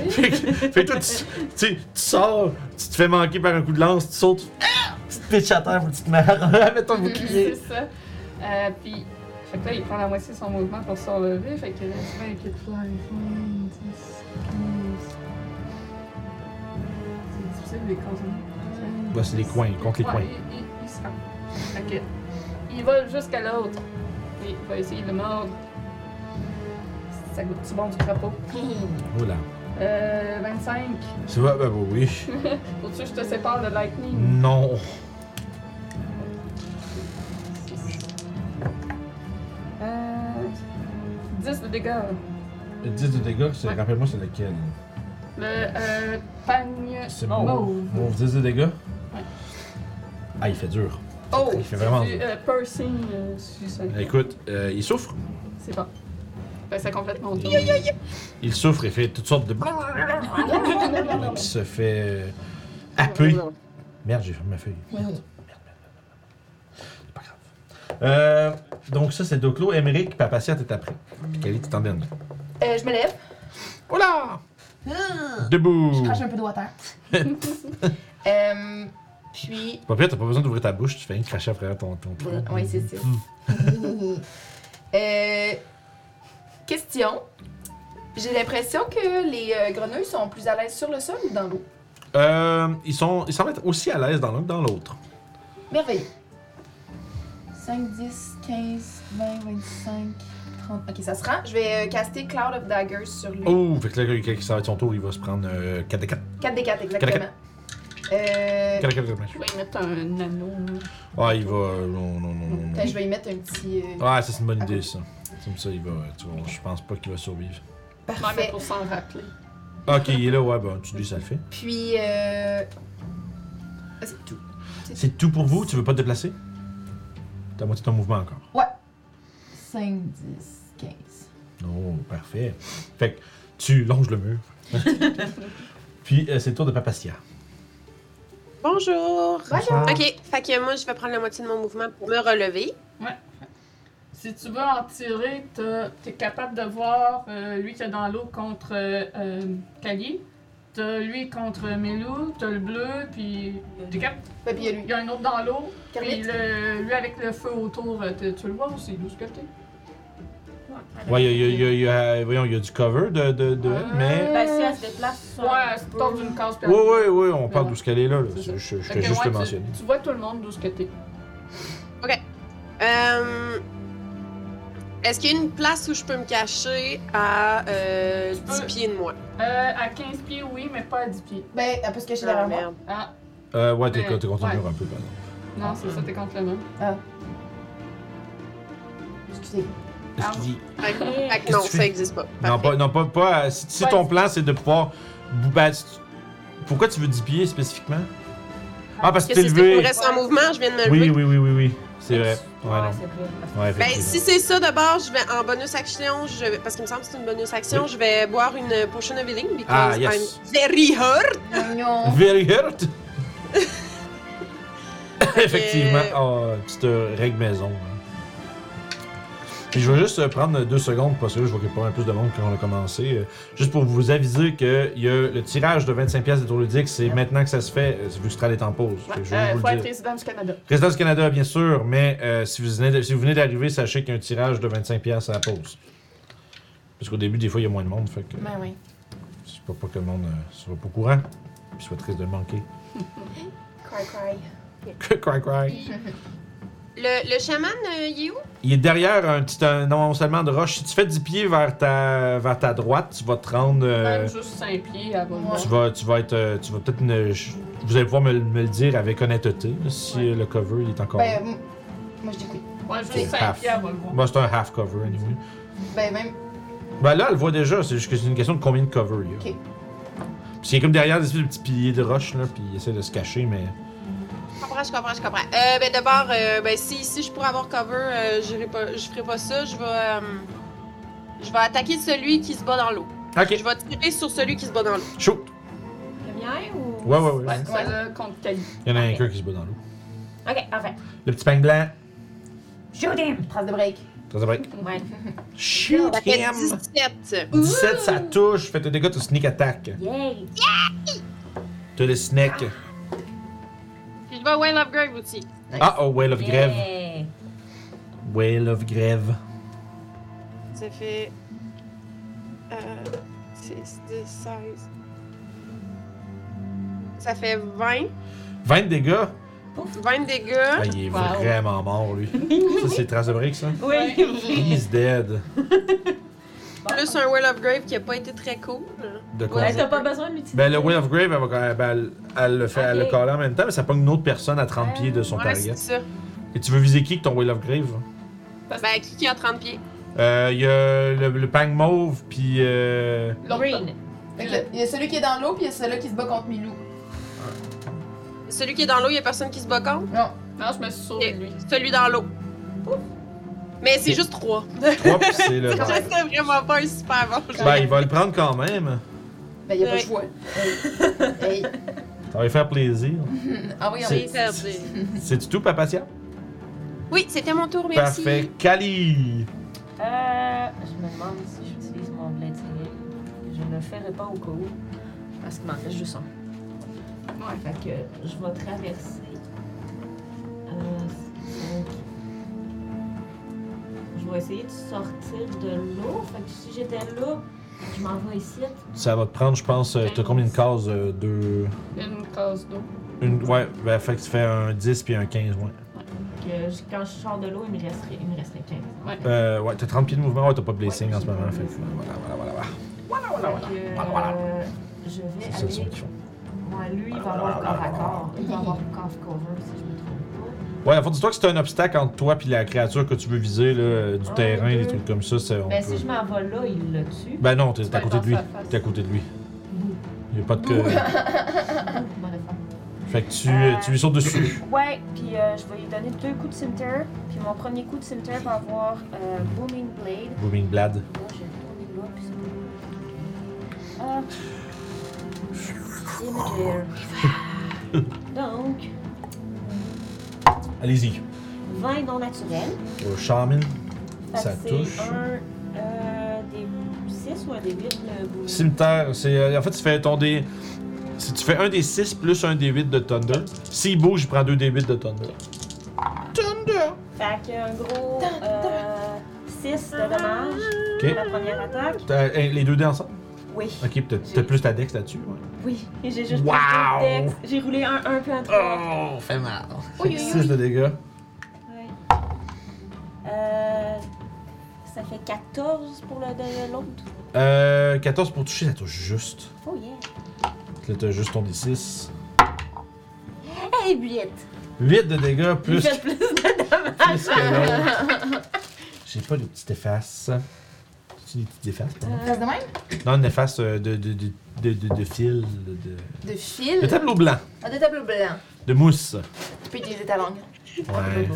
[SPEAKER 1] Fait que, fait que toi, tu, tu sais, tu sors, tu te fais manquer par un coup de lance, tu sautes, tu- Ah! tu te pitches à terre, [laughs] faut que tu te mets à mettre ton
[SPEAKER 2] C'est [laughs]
[SPEAKER 1] bouclier.
[SPEAKER 2] ça. Euh, puis, fait que là, il prend la moitié de son mouvement pour se relever. Fait qu'il reste 20 pieds de fly. 20, 10, 15. C'est difficile de les compter.
[SPEAKER 1] Bah, c'est les coins, compte les
[SPEAKER 2] Ouais,
[SPEAKER 1] coins.
[SPEAKER 2] il- il- il se rend. Fait que, il vole jusqu'à l'autre. Et il va essayer de le mordre. Ça goûte du bon du crapaud.
[SPEAKER 1] Oula.
[SPEAKER 2] Euh, 25.
[SPEAKER 1] C'est vrai, bah bah, oui.
[SPEAKER 2] Faut-tu que je te sépare de Lightning?
[SPEAKER 1] Non.
[SPEAKER 2] Euh, 10 de dégâts.
[SPEAKER 1] Le 10 de dégâts, c'est-
[SPEAKER 2] Ouais.
[SPEAKER 1] rappelle-moi, c'est lequel
[SPEAKER 2] Le euh, pagne.
[SPEAKER 1] C'est
[SPEAKER 2] Oh.
[SPEAKER 1] bon. Mauve 10 de dégâts
[SPEAKER 2] Ouais.
[SPEAKER 1] Ah, il fait dur.
[SPEAKER 2] Oh!
[SPEAKER 1] Il fait vraiment
[SPEAKER 2] C'est du, euh, piercing, euh, suicide.
[SPEAKER 1] Écoute, euh, il souffre.
[SPEAKER 2] C'est bon. Ben, ça complète mon tour.
[SPEAKER 1] Il, il souffre et fait toutes sortes de. Il se fait euh, happer. Merde, j'ai fermé ma feuille. Merde, merde, merde, merde. C'est pas grave. Euh, donc ça, c'est Doclo, Emmerich, Papacia, t'es après. Puis Kali, t'es en dernier.
[SPEAKER 3] Euh, je me lève.
[SPEAKER 1] Hola! Debout!
[SPEAKER 3] Je crache un peu
[SPEAKER 1] [laughs]
[SPEAKER 3] de water. [laughs] euh, puis.
[SPEAKER 1] Pas pire, t'as pas besoin d'ouvrir ta bouche, tu fais rien que cracher après ton... ton...
[SPEAKER 3] Oui, c'est ça. [laughs] Euh, question. J'ai l'impression que les euh, grenouilles sont plus à l'aise sur le sol ou dans l'eau?
[SPEAKER 1] Euh, ils, sont, ils semblent être aussi à l'aise dans l'un que dans l'autre.
[SPEAKER 3] Merveilleux. 5, 10, 15, 20, 25, 30. Ok, ça se rend. Je vais euh, caster Cloud of Daggers sur lui.
[SPEAKER 1] Oh, fait que là, quelqu'un qui s'arrête son tour, il va se prendre euh, 4 des 4.
[SPEAKER 3] 4 des 4, exactement. Euh,
[SPEAKER 1] 4 des 4.
[SPEAKER 2] Je vais y mettre un anneau. là.
[SPEAKER 1] Ah, il va... euh, Non, non, non, non, non.
[SPEAKER 3] fait que je vais y mettre un petit. euh,
[SPEAKER 1] Ah, ça, c'est une bonne idée, ça. Comme ça, il va... euh, Tu vois, je pense pas qu'il va survivre.
[SPEAKER 2] Non, mais
[SPEAKER 3] Parfait.
[SPEAKER 2] pour s'en rappeler.
[SPEAKER 1] Ok, il est là, ouais, bah, tu dis, ça le fait.
[SPEAKER 3] Puis. Euh... ah, C'est tout.
[SPEAKER 1] C'est tout pour vous? Tu veux pas te déplacer? T'as moitié ton mouvement encore.
[SPEAKER 3] 5, 10, 15.
[SPEAKER 1] Oh, parfait. Fait que tu longes le
[SPEAKER 3] [laughs]
[SPEAKER 1] mur. Puis euh, c'est le tour de Papacia.
[SPEAKER 5] Bonjour.
[SPEAKER 3] Bonjour.
[SPEAKER 5] Ok, fait que moi, je vais prendre la moitié de mon mouvement pour me relever.
[SPEAKER 2] Si tu veux en tirer, t'as- t'es capable de voir euh, lui qui est dans l'eau contre euh, euh, Kali. T'as lui contre Melou, t'as le bleu, puis t'es cap-
[SPEAKER 3] Ouais, puis il y a lui.
[SPEAKER 2] il y a un autre dans l'eau. Puis
[SPEAKER 3] Carlite.
[SPEAKER 2] le- lui avec le feu autour, euh, t'es- tu le vois aussi, d'où ce que t'es?
[SPEAKER 1] Ouais, il y a, il y a- il y a- voyons, il y a du cover de, de, de
[SPEAKER 2] Ah.
[SPEAKER 1] mais.
[SPEAKER 4] Ben, si elle se déplace, ça.
[SPEAKER 2] Ouais, elle se tord d'une case. puis
[SPEAKER 1] Oui,
[SPEAKER 2] elle-
[SPEAKER 1] oui, oui, on parle
[SPEAKER 2] Ouais.
[SPEAKER 1] d'où ce qu'elle est là. là.
[SPEAKER 2] C'est
[SPEAKER 1] Je,
[SPEAKER 2] ça.
[SPEAKER 1] je- je
[SPEAKER 2] Fait
[SPEAKER 1] t'ai
[SPEAKER 2] que
[SPEAKER 1] juste
[SPEAKER 2] ouais,
[SPEAKER 1] le
[SPEAKER 2] tu-
[SPEAKER 1] mentionné.
[SPEAKER 2] Tu vois tout le monde d'où ce que t'es.
[SPEAKER 5] Euh, Est-ce qu'il y a une place où je peux me cacher à euh,
[SPEAKER 2] Tu peux-
[SPEAKER 5] 10 pieds de moi?
[SPEAKER 2] Euh, à 15 pieds, oui, mais pas à 10 pieds.
[SPEAKER 3] Ben, elle peut se cacher
[SPEAKER 5] Ah,
[SPEAKER 3] derrière moi.
[SPEAKER 5] merde.
[SPEAKER 2] Ah,
[SPEAKER 1] Euh, ouais, t'es
[SPEAKER 2] Ouais.
[SPEAKER 1] t'es content de
[SPEAKER 2] Ouais.
[SPEAKER 1] voir un peu, pardon.
[SPEAKER 2] non, c'est ça, t'es contre le mur.
[SPEAKER 3] Excusez.
[SPEAKER 1] Est-ce
[SPEAKER 2] Ah.
[SPEAKER 1] qu'il dit-
[SPEAKER 5] Fait- fait que
[SPEAKER 1] Qu'est-ce
[SPEAKER 5] non,
[SPEAKER 1] que tu
[SPEAKER 5] ça
[SPEAKER 1] fais?
[SPEAKER 5] n'existe pas.
[SPEAKER 1] Non,
[SPEAKER 5] Parfait.
[SPEAKER 1] pas, non, pas, pas, euh, si, si
[SPEAKER 2] Ouais.
[SPEAKER 1] ton plan c'est de pouvoir. ben, si tu- pourquoi tu veux 10 pieds spécifiquement Ah, parce que
[SPEAKER 5] Que
[SPEAKER 1] t'es
[SPEAKER 5] si c'était pour
[SPEAKER 1] levé.
[SPEAKER 5] rester en mouvement, je viens de me
[SPEAKER 1] Oui,
[SPEAKER 5] lever.
[SPEAKER 1] oui, oui, oui, oui. C'est vrai. Ouais,
[SPEAKER 4] Ouais,
[SPEAKER 1] non.
[SPEAKER 4] c'est vrai.
[SPEAKER 1] Ouais,
[SPEAKER 5] Ben,
[SPEAKER 1] effectivement.
[SPEAKER 5] si c'est ça, d'abord, je vais en bonus action, je vais- parce qu'il me semble que c'est une bonus action, je vais boire une potion of healing, because
[SPEAKER 1] Ah, yes.
[SPEAKER 5] I'm very hurt.
[SPEAKER 3] Mignon.
[SPEAKER 1] Very hurt!
[SPEAKER 2] [laughs]
[SPEAKER 1] Effectivement, Ah, petite euh, règle maison. euh, hein. Puis je veux juste euh, prendre deux secondes, parce que là, je vois qu'il y a pas mal plus de monde quand on a commencé. euh, juste pour vous aviser que il y a le tirage de 25$ pièces de ludique, c'est maintenant que ça se fait, euh, vu que Strad est en pause. Fait que je vais
[SPEAKER 2] Euh,
[SPEAKER 1] vous le
[SPEAKER 2] faut
[SPEAKER 1] dire.
[SPEAKER 2] être résident du Canada.
[SPEAKER 1] Résidence du Canada, bien sûr, mais euh, si vous venez de- si vous venez d'arriver, sachez qu'il y a un tirage de 25$ à la pause. Parce qu'au début, des fois, il y a moins de monde, fait que
[SPEAKER 3] Ben oui.
[SPEAKER 1] c'est pas, pas que le monde euh, soit pas au courant, puis soit triste de le manquer.
[SPEAKER 3] Cry,
[SPEAKER 1] [laughs]
[SPEAKER 3] cry.
[SPEAKER 1] cry, cry.
[SPEAKER 5] Le, le chaman, euh, il est où?
[SPEAKER 1] Il est derrière un petit un, amoncellement de roches. Si tu fais 10 pieds vers ta, vers ta droite, tu vas te rendre. euh,
[SPEAKER 2] Même juste 5 pieds à bon
[SPEAKER 3] Ouais.
[SPEAKER 1] tu, vas, tu vas être. euh, Tu vas peut-être. une- je- Vous allez pouvoir me, le- me le dire avec honnêteté, là, si
[SPEAKER 2] Ouais.
[SPEAKER 1] euh, le cover il est encore.
[SPEAKER 3] Ben, m- moi je dis oui.
[SPEAKER 2] Ouais, juste
[SPEAKER 1] C'est
[SPEAKER 2] 5
[SPEAKER 1] half.
[SPEAKER 2] pieds à bon droit.
[SPEAKER 1] Bon, c'est un half cover, anyway.
[SPEAKER 3] Ben, même.
[SPEAKER 1] Ben là, elle le voit déjà, c'est juste que c'est une question de combien de cover il y a.
[SPEAKER 3] Ok.
[SPEAKER 1] Puis il est comme derrière des espèces de petits piliers de roche, là, puis il essaie de se cacher, mais.
[SPEAKER 5] Je comprends, je comprends, je comprends. Euh, ben d'abord, euh, ben si, si je pourrais avoir cover, euh, j'irai pas, je ferai pas ça. Je vais, euh, je vais attaquer celui qui se bat dans l'eau.
[SPEAKER 1] Ok,
[SPEAKER 5] Je vais tirer sur celui qui se bat dans l'eau.
[SPEAKER 1] shoot!
[SPEAKER 4] Première ou.
[SPEAKER 1] Ouais, ouais, ouais.
[SPEAKER 2] Ouais, ça là contre Cali.
[SPEAKER 1] Il y en a
[SPEAKER 4] Ok.
[SPEAKER 1] un qui se bat dans l'eau.
[SPEAKER 4] Ok, parfait.
[SPEAKER 1] Le petit pain blanc.
[SPEAKER 4] Shoot him!
[SPEAKER 3] Trace de [laughs] break.
[SPEAKER 1] Ça, ça va être.
[SPEAKER 4] Ouais.
[SPEAKER 1] Shoot
[SPEAKER 5] Ça fait 17.
[SPEAKER 1] 17, ça touche. Fais tes dégâts, ton sneak attack.
[SPEAKER 4] Yay!
[SPEAKER 1] T'as le snack.
[SPEAKER 5] Puis je vais Well of Grave aussi.
[SPEAKER 1] Ah, oh, Whale of Grève.
[SPEAKER 4] Yay.
[SPEAKER 1] Whale of Grève.
[SPEAKER 5] Ça fait. Euh, 6, 10, 16. Ça fait 20.
[SPEAKER 1] 20 dégâts.
[SPEAKER 5] 20 dégâts.
[SPEAKER 1] Ah, il est
[SPEAKER 2] Wow.
[SPEAKER 1] vraiment mort,
[SPEAKER 5] [laughs]
[SPEAKER 1] lui. ça, c'est trace de briques, ça.
[SPEAKER 4] Oui!
[SPEAKER 1] He's dead.
[SPEAKER 5] Plus un Well of Grave qui a pas été très cool.
[SPEAKER 1] De quoi?
[SPEAKER 5] Ouais,
[SPEAKER 6] Ouais, t'as pas besoin de l'utiliser.
[SPEAKER 1] Ben, le Way of Grave, elle, va quand même- ben, elle, elle le fait, elle le
[SPEAKER 4] Ok.
[SPEAKER 1] colle en même temps, mais ça pogne une autre personne à 30 pieds de son
[SPEAKER 5] Ah, Ouais,
[SPEAKER 1] target.
[SPEAKER 5] c'est ça.
[SPEAKER 1] Et tu veux viser qui avec ton Way of Grave?
[SPEAKER 5] Ben, qui qui a 30 pieds?
[SPEAKER 1] Euh, Il y a le, le Pang Mauve, puis. Euh...
[SPEAKER 2] L'autre.
[SPEAKER 4] Green!
[SPEAKER 3] Fait que là, il y a celui qui est dans l'eau, puis il y a celui qui se bat contre Milou.
[SPEAKER 5] Celui qui est dans l'eau, il y a personne qui se bat contre?
[SPEAKER 3] Non.
[SPEAKER 2] Non, je me suis
[SPEAKER 5] Ok,
[SPEAKER 2] sauvée de lui.
[SPEAKER 5] Celui dans l'eau. Mais c'est juste [laughs] 3.
[SPEAKER 1] Trois, puis c'est le.
[SPEAKER 5] C'est vraiment pas un super bon jeu.
[SPEAKER 1] Ben, il va le prendre quand même.
[SPEAKER 3] Ben, il y a pas
[SPEAKER 5] Oui.
[SPEAKER 3] de [laughs] choix. Hey. [clears throat] Hey.
[SPEAKER 1] Ça va lui faire plaisir.
[SPEAKER 3] Ah oui, on
[SPEAKER 5] J'ai
[SPEAKER 3] est.
[SPEAKER 5] perdu.
[SPEAKER 1] C'est tout, Papatia?
[SPEAKER 5] Oui, c'était mon tour, merci.
[SPEAKER 1] Parfait. Kali!
[SPEAKER 4] Euh. Je me demande si j'utilise mon blade singing. Je ne le ferai pas au cas où. Parce qu'il m'en reste juste un. Ouais. Fait que je vais traverser. Euh. cinq. Je vais essayer de sortir de l'eau. Fait que si j'étais là, je m'en vais ici.
[SPEAKER 1] Ça va te prendre, je pense. euh, T'as combien de cases? euh, deux.
[SPEAKER 2] Une case d'eau.
[SPEAKER 1] Une. Ouais, ben, fait que tu fais un 10 puis un 15, ouais.
[SPEAKER 4] Que je- quand je sors de l'eau, il me resterait, il me resterait 15.
[SPEAKER 1] Euh, ouais, t'as 30 pieds de mouvement, ouais, t'as pas de blessing en ce moment. Fait que voilà, voilà, voilà. voilà.
[SPEAKER 4] Voilà, voilà. euh, je vais
[SPEAKER 1] C'est ça le son
[SPEAKER 4] aller.
[SPEAKER 1] qu'ils font.
[SPEAKER 4] Ouais, lui, il va avoir corps à corps. Il va avoir cough cover si je me trompe pas.
[SPEAKER 1] Ouais, faut dis-toi que c'est un obstacle entre toi puis la créature que tu veux viser, là, euh, du
[SPEAKER 4] Un,
[SPEAKER 1] terrain,
[SPEAKER 4] deux.
[SPEAKER 1] des trucs comme ça. c'est- on
[SPEAKER 4] Ben,
[SPEAKER 1] peut-
[SPEAKER 4] si je m'en vais là, il le tue.
[SPEAKER 1] Ben non, t'es t'es à côté de lui.
[SPEAKER 2] Dans sa face.
[SPEAKER 1] T'es à côté de lui. Il a pas de que. Ben,
[SPEAKER 4] [coughs] Motherfucker.
[SPEAKER 1] Fait que tu,
[SPEAKER 4] Euh.
[SPEAKER 1] tu lui sautes
[SPEAKER 4] [laughs]
[SPEAKER 1] dessus.
[SPEAKER 4] Ouais, puis euh, je vais lui donner deux coups de cimetière. Puis mon premier coup de cimetière va avoir euh, Booming Blade.
[SPEAKER 1] Booming Blade.
[SPEAKER 4] Là, j'ai tourné là, puis c'est bon. Ah.
[SPEAKER 1] [coughs]
[SPEAKER 4] Cimetière. Ah. Donc,
[SPEAKER 1] Allez-y.
[SPEAKER 4] 20 non naturel.
[SPEAKER 1] Euh, Charmin.
[SPEAKER 4] Fait
[SPEAKER 1] Ça
[SPEAKER 4] que c'est
[SPEAKER 1] touche.
[SPEAKER 4] un euh, des 6 ou un des 8 le booming.
[SPEAKER 1] Cimetière, c'est. euh, En fait, tu fais ton dé. Si tu fais un des 6 plus un des 8 de Thunder. S'il bouge, il prend deux des 8 de Thunder.
[SPEAKER 4] Fait qu'il y a un gros 6 de dommages
[SPEAKER 1] Ok?
[SPEAKER 4] pour la première attaque.
[SPEAKER 1] T'as- hey, les deux dés ensemble?
[SPEAKER 4] Oui.
[SPEAKER 1] Ok, peut t'as plus ta dex là-dessus. Ouais.
[SPEAKER 4] Oui. Et j'ai juste
[SPEAKER 1] Wow!
[SPEAKER 4] pris deux decks. J'ai roulé un 1 puis un 3.
[SPEAKER 1] Oh, fait mal.
[SPEAKER 3] Oui, oui,
[SPEAKER 1] 6 de dégâts. Oh.
[SPEAKER 4] Ouais. Euh, ça fait 14 pour le de l'autre.
[SPEAKER 1] Euh, 14 pour toucher, ça touche juste.
[SPEAKER 4] Oh yeah.
[SPEAKER 1] Là, t'as juste ton D6.
[SPEAKER 4] Hey, 8.
[SPEAKER 1] 8 de dégâts
[SPEAKER 4] J'ai
[SPEAKER 1] plus.
[SPEAKER 4] fait plus de dommages.
[SPEAKER 1] plus que l'autre. [laughs] J'ai pas de petites effaces. T'as-tu des petites effaces? pour moi?
[SPEAKER 3] Ça se de même?
[SPEAKER 1] Non, une efface euh, de, de, de, de, de, de fil, de, de-
[SPEAKER 3] De
[SPEAKER 1] de
[SPEAKER 3] fil.
[SPEAKER 1] tableau blanc,
[SPEAKER 3] Ah, de tableau blanc.
[SPEAKER 1] de mousse.
[SPEAKER 3] Tu peux utiliser ta langue.
[SPEAKER 1] Ouais,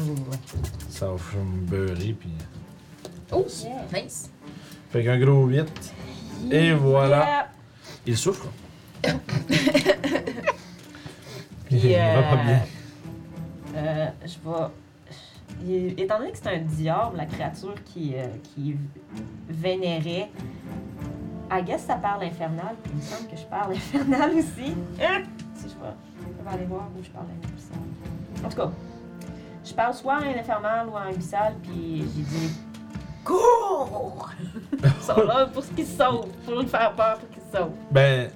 [SPEAKER 1] ça va faire me beurrer. Puis...
[SPEAKER 3] Oh, nice.
[SPEAKER 1] Fait qu'un gros 8. Et voilà,
[SPEAKER 4] Yeah.
[SPEAKER 1] il souffre.
[SPEAKER 4] Puis,
[SPEAKER 1] il va pas
[SPEAKER 4] euh,
[SPEAKER 1] bien.
[SPEAKER 4] euh, je vais. il est- étant donné que c'est un diable, la créature qui, euh, qui vénérait, I guess ça parle infernal, puis il me semble que je parle [laughs] infernal aussi. Hein? Si je vois, je vais aller voir où je parle abyssal. En tout cas, je parle soit à un infernal ou à un abyssal, puis j'ai dit Cours! Ils sont là pour ce qu'ils sont, pour le faire peur, pour qu'ils sont.
[SPEAKER 1] Ben.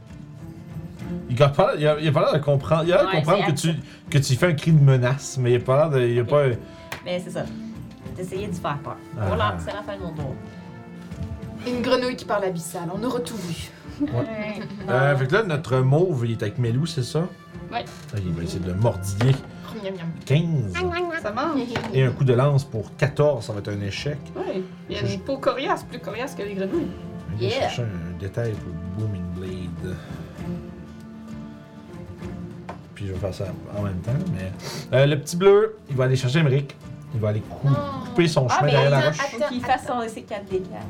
[SPEAKER 1] Il a pas l'air- il a- il a pas l'air de comprendre, il a l'air de
[SPEAKER 4] Ouais,
[SPEAKER 1] comprendre
[SPEAKER 4] c'est
[SPEAKER 1] que, tu, que tu fais un cri de menace, mais il a pas l'air de. Il a
[SPEAKER 4] Ok.
[SPEAKER 1] pas.
[SPEAKER 4] Mais c'est ça. D'essayer d'y faire peur.
[SPEAKER 1] Ah.
[SPEAKER 4] Voilà, c'est la fin de mon tour.
[SPEAKER 3] Une grenouille qui parle abyssale, on aura tout vu.
[SPEAKER 4] Ouais.
[SPEAKER 1] Euh, fait que là, notre mauve, il est avec Melou, c'est ça?
[SPEAKER 2] Ouais.
[SPEAKER 1] Ok, Il va essayer de le mordiller.
[SPEAKER 3] Miam, miam.
[SPEAKER 1] 15.
[SPEAKER 2] Ça
[SPEAKER 3] Oh.
[SPEAKER 2] mange.
[SPEAKER 1] Et un coup de lance pour 14, ça va être un échec.
[SPEAKER 2] Ouais. Il y a une peau coriace, plus coriace que les grenouilles.
[SPEAKER 1] Je vais chercher un détail pour Booming Blade. Puis je vais faire ça en même temps. Mais... Euh, le petit bleu, il va aller chercher Emmerich. Il va aller cou- couper son chemin
[SPEAKER 4] mais
[SPEAKER 1] derrière la
[SPEAKER 3] Ah, attends,
[SPEAKER 1] roche.
[SPEAKER 4] Faut qu'il fasse son essai 4 d 4.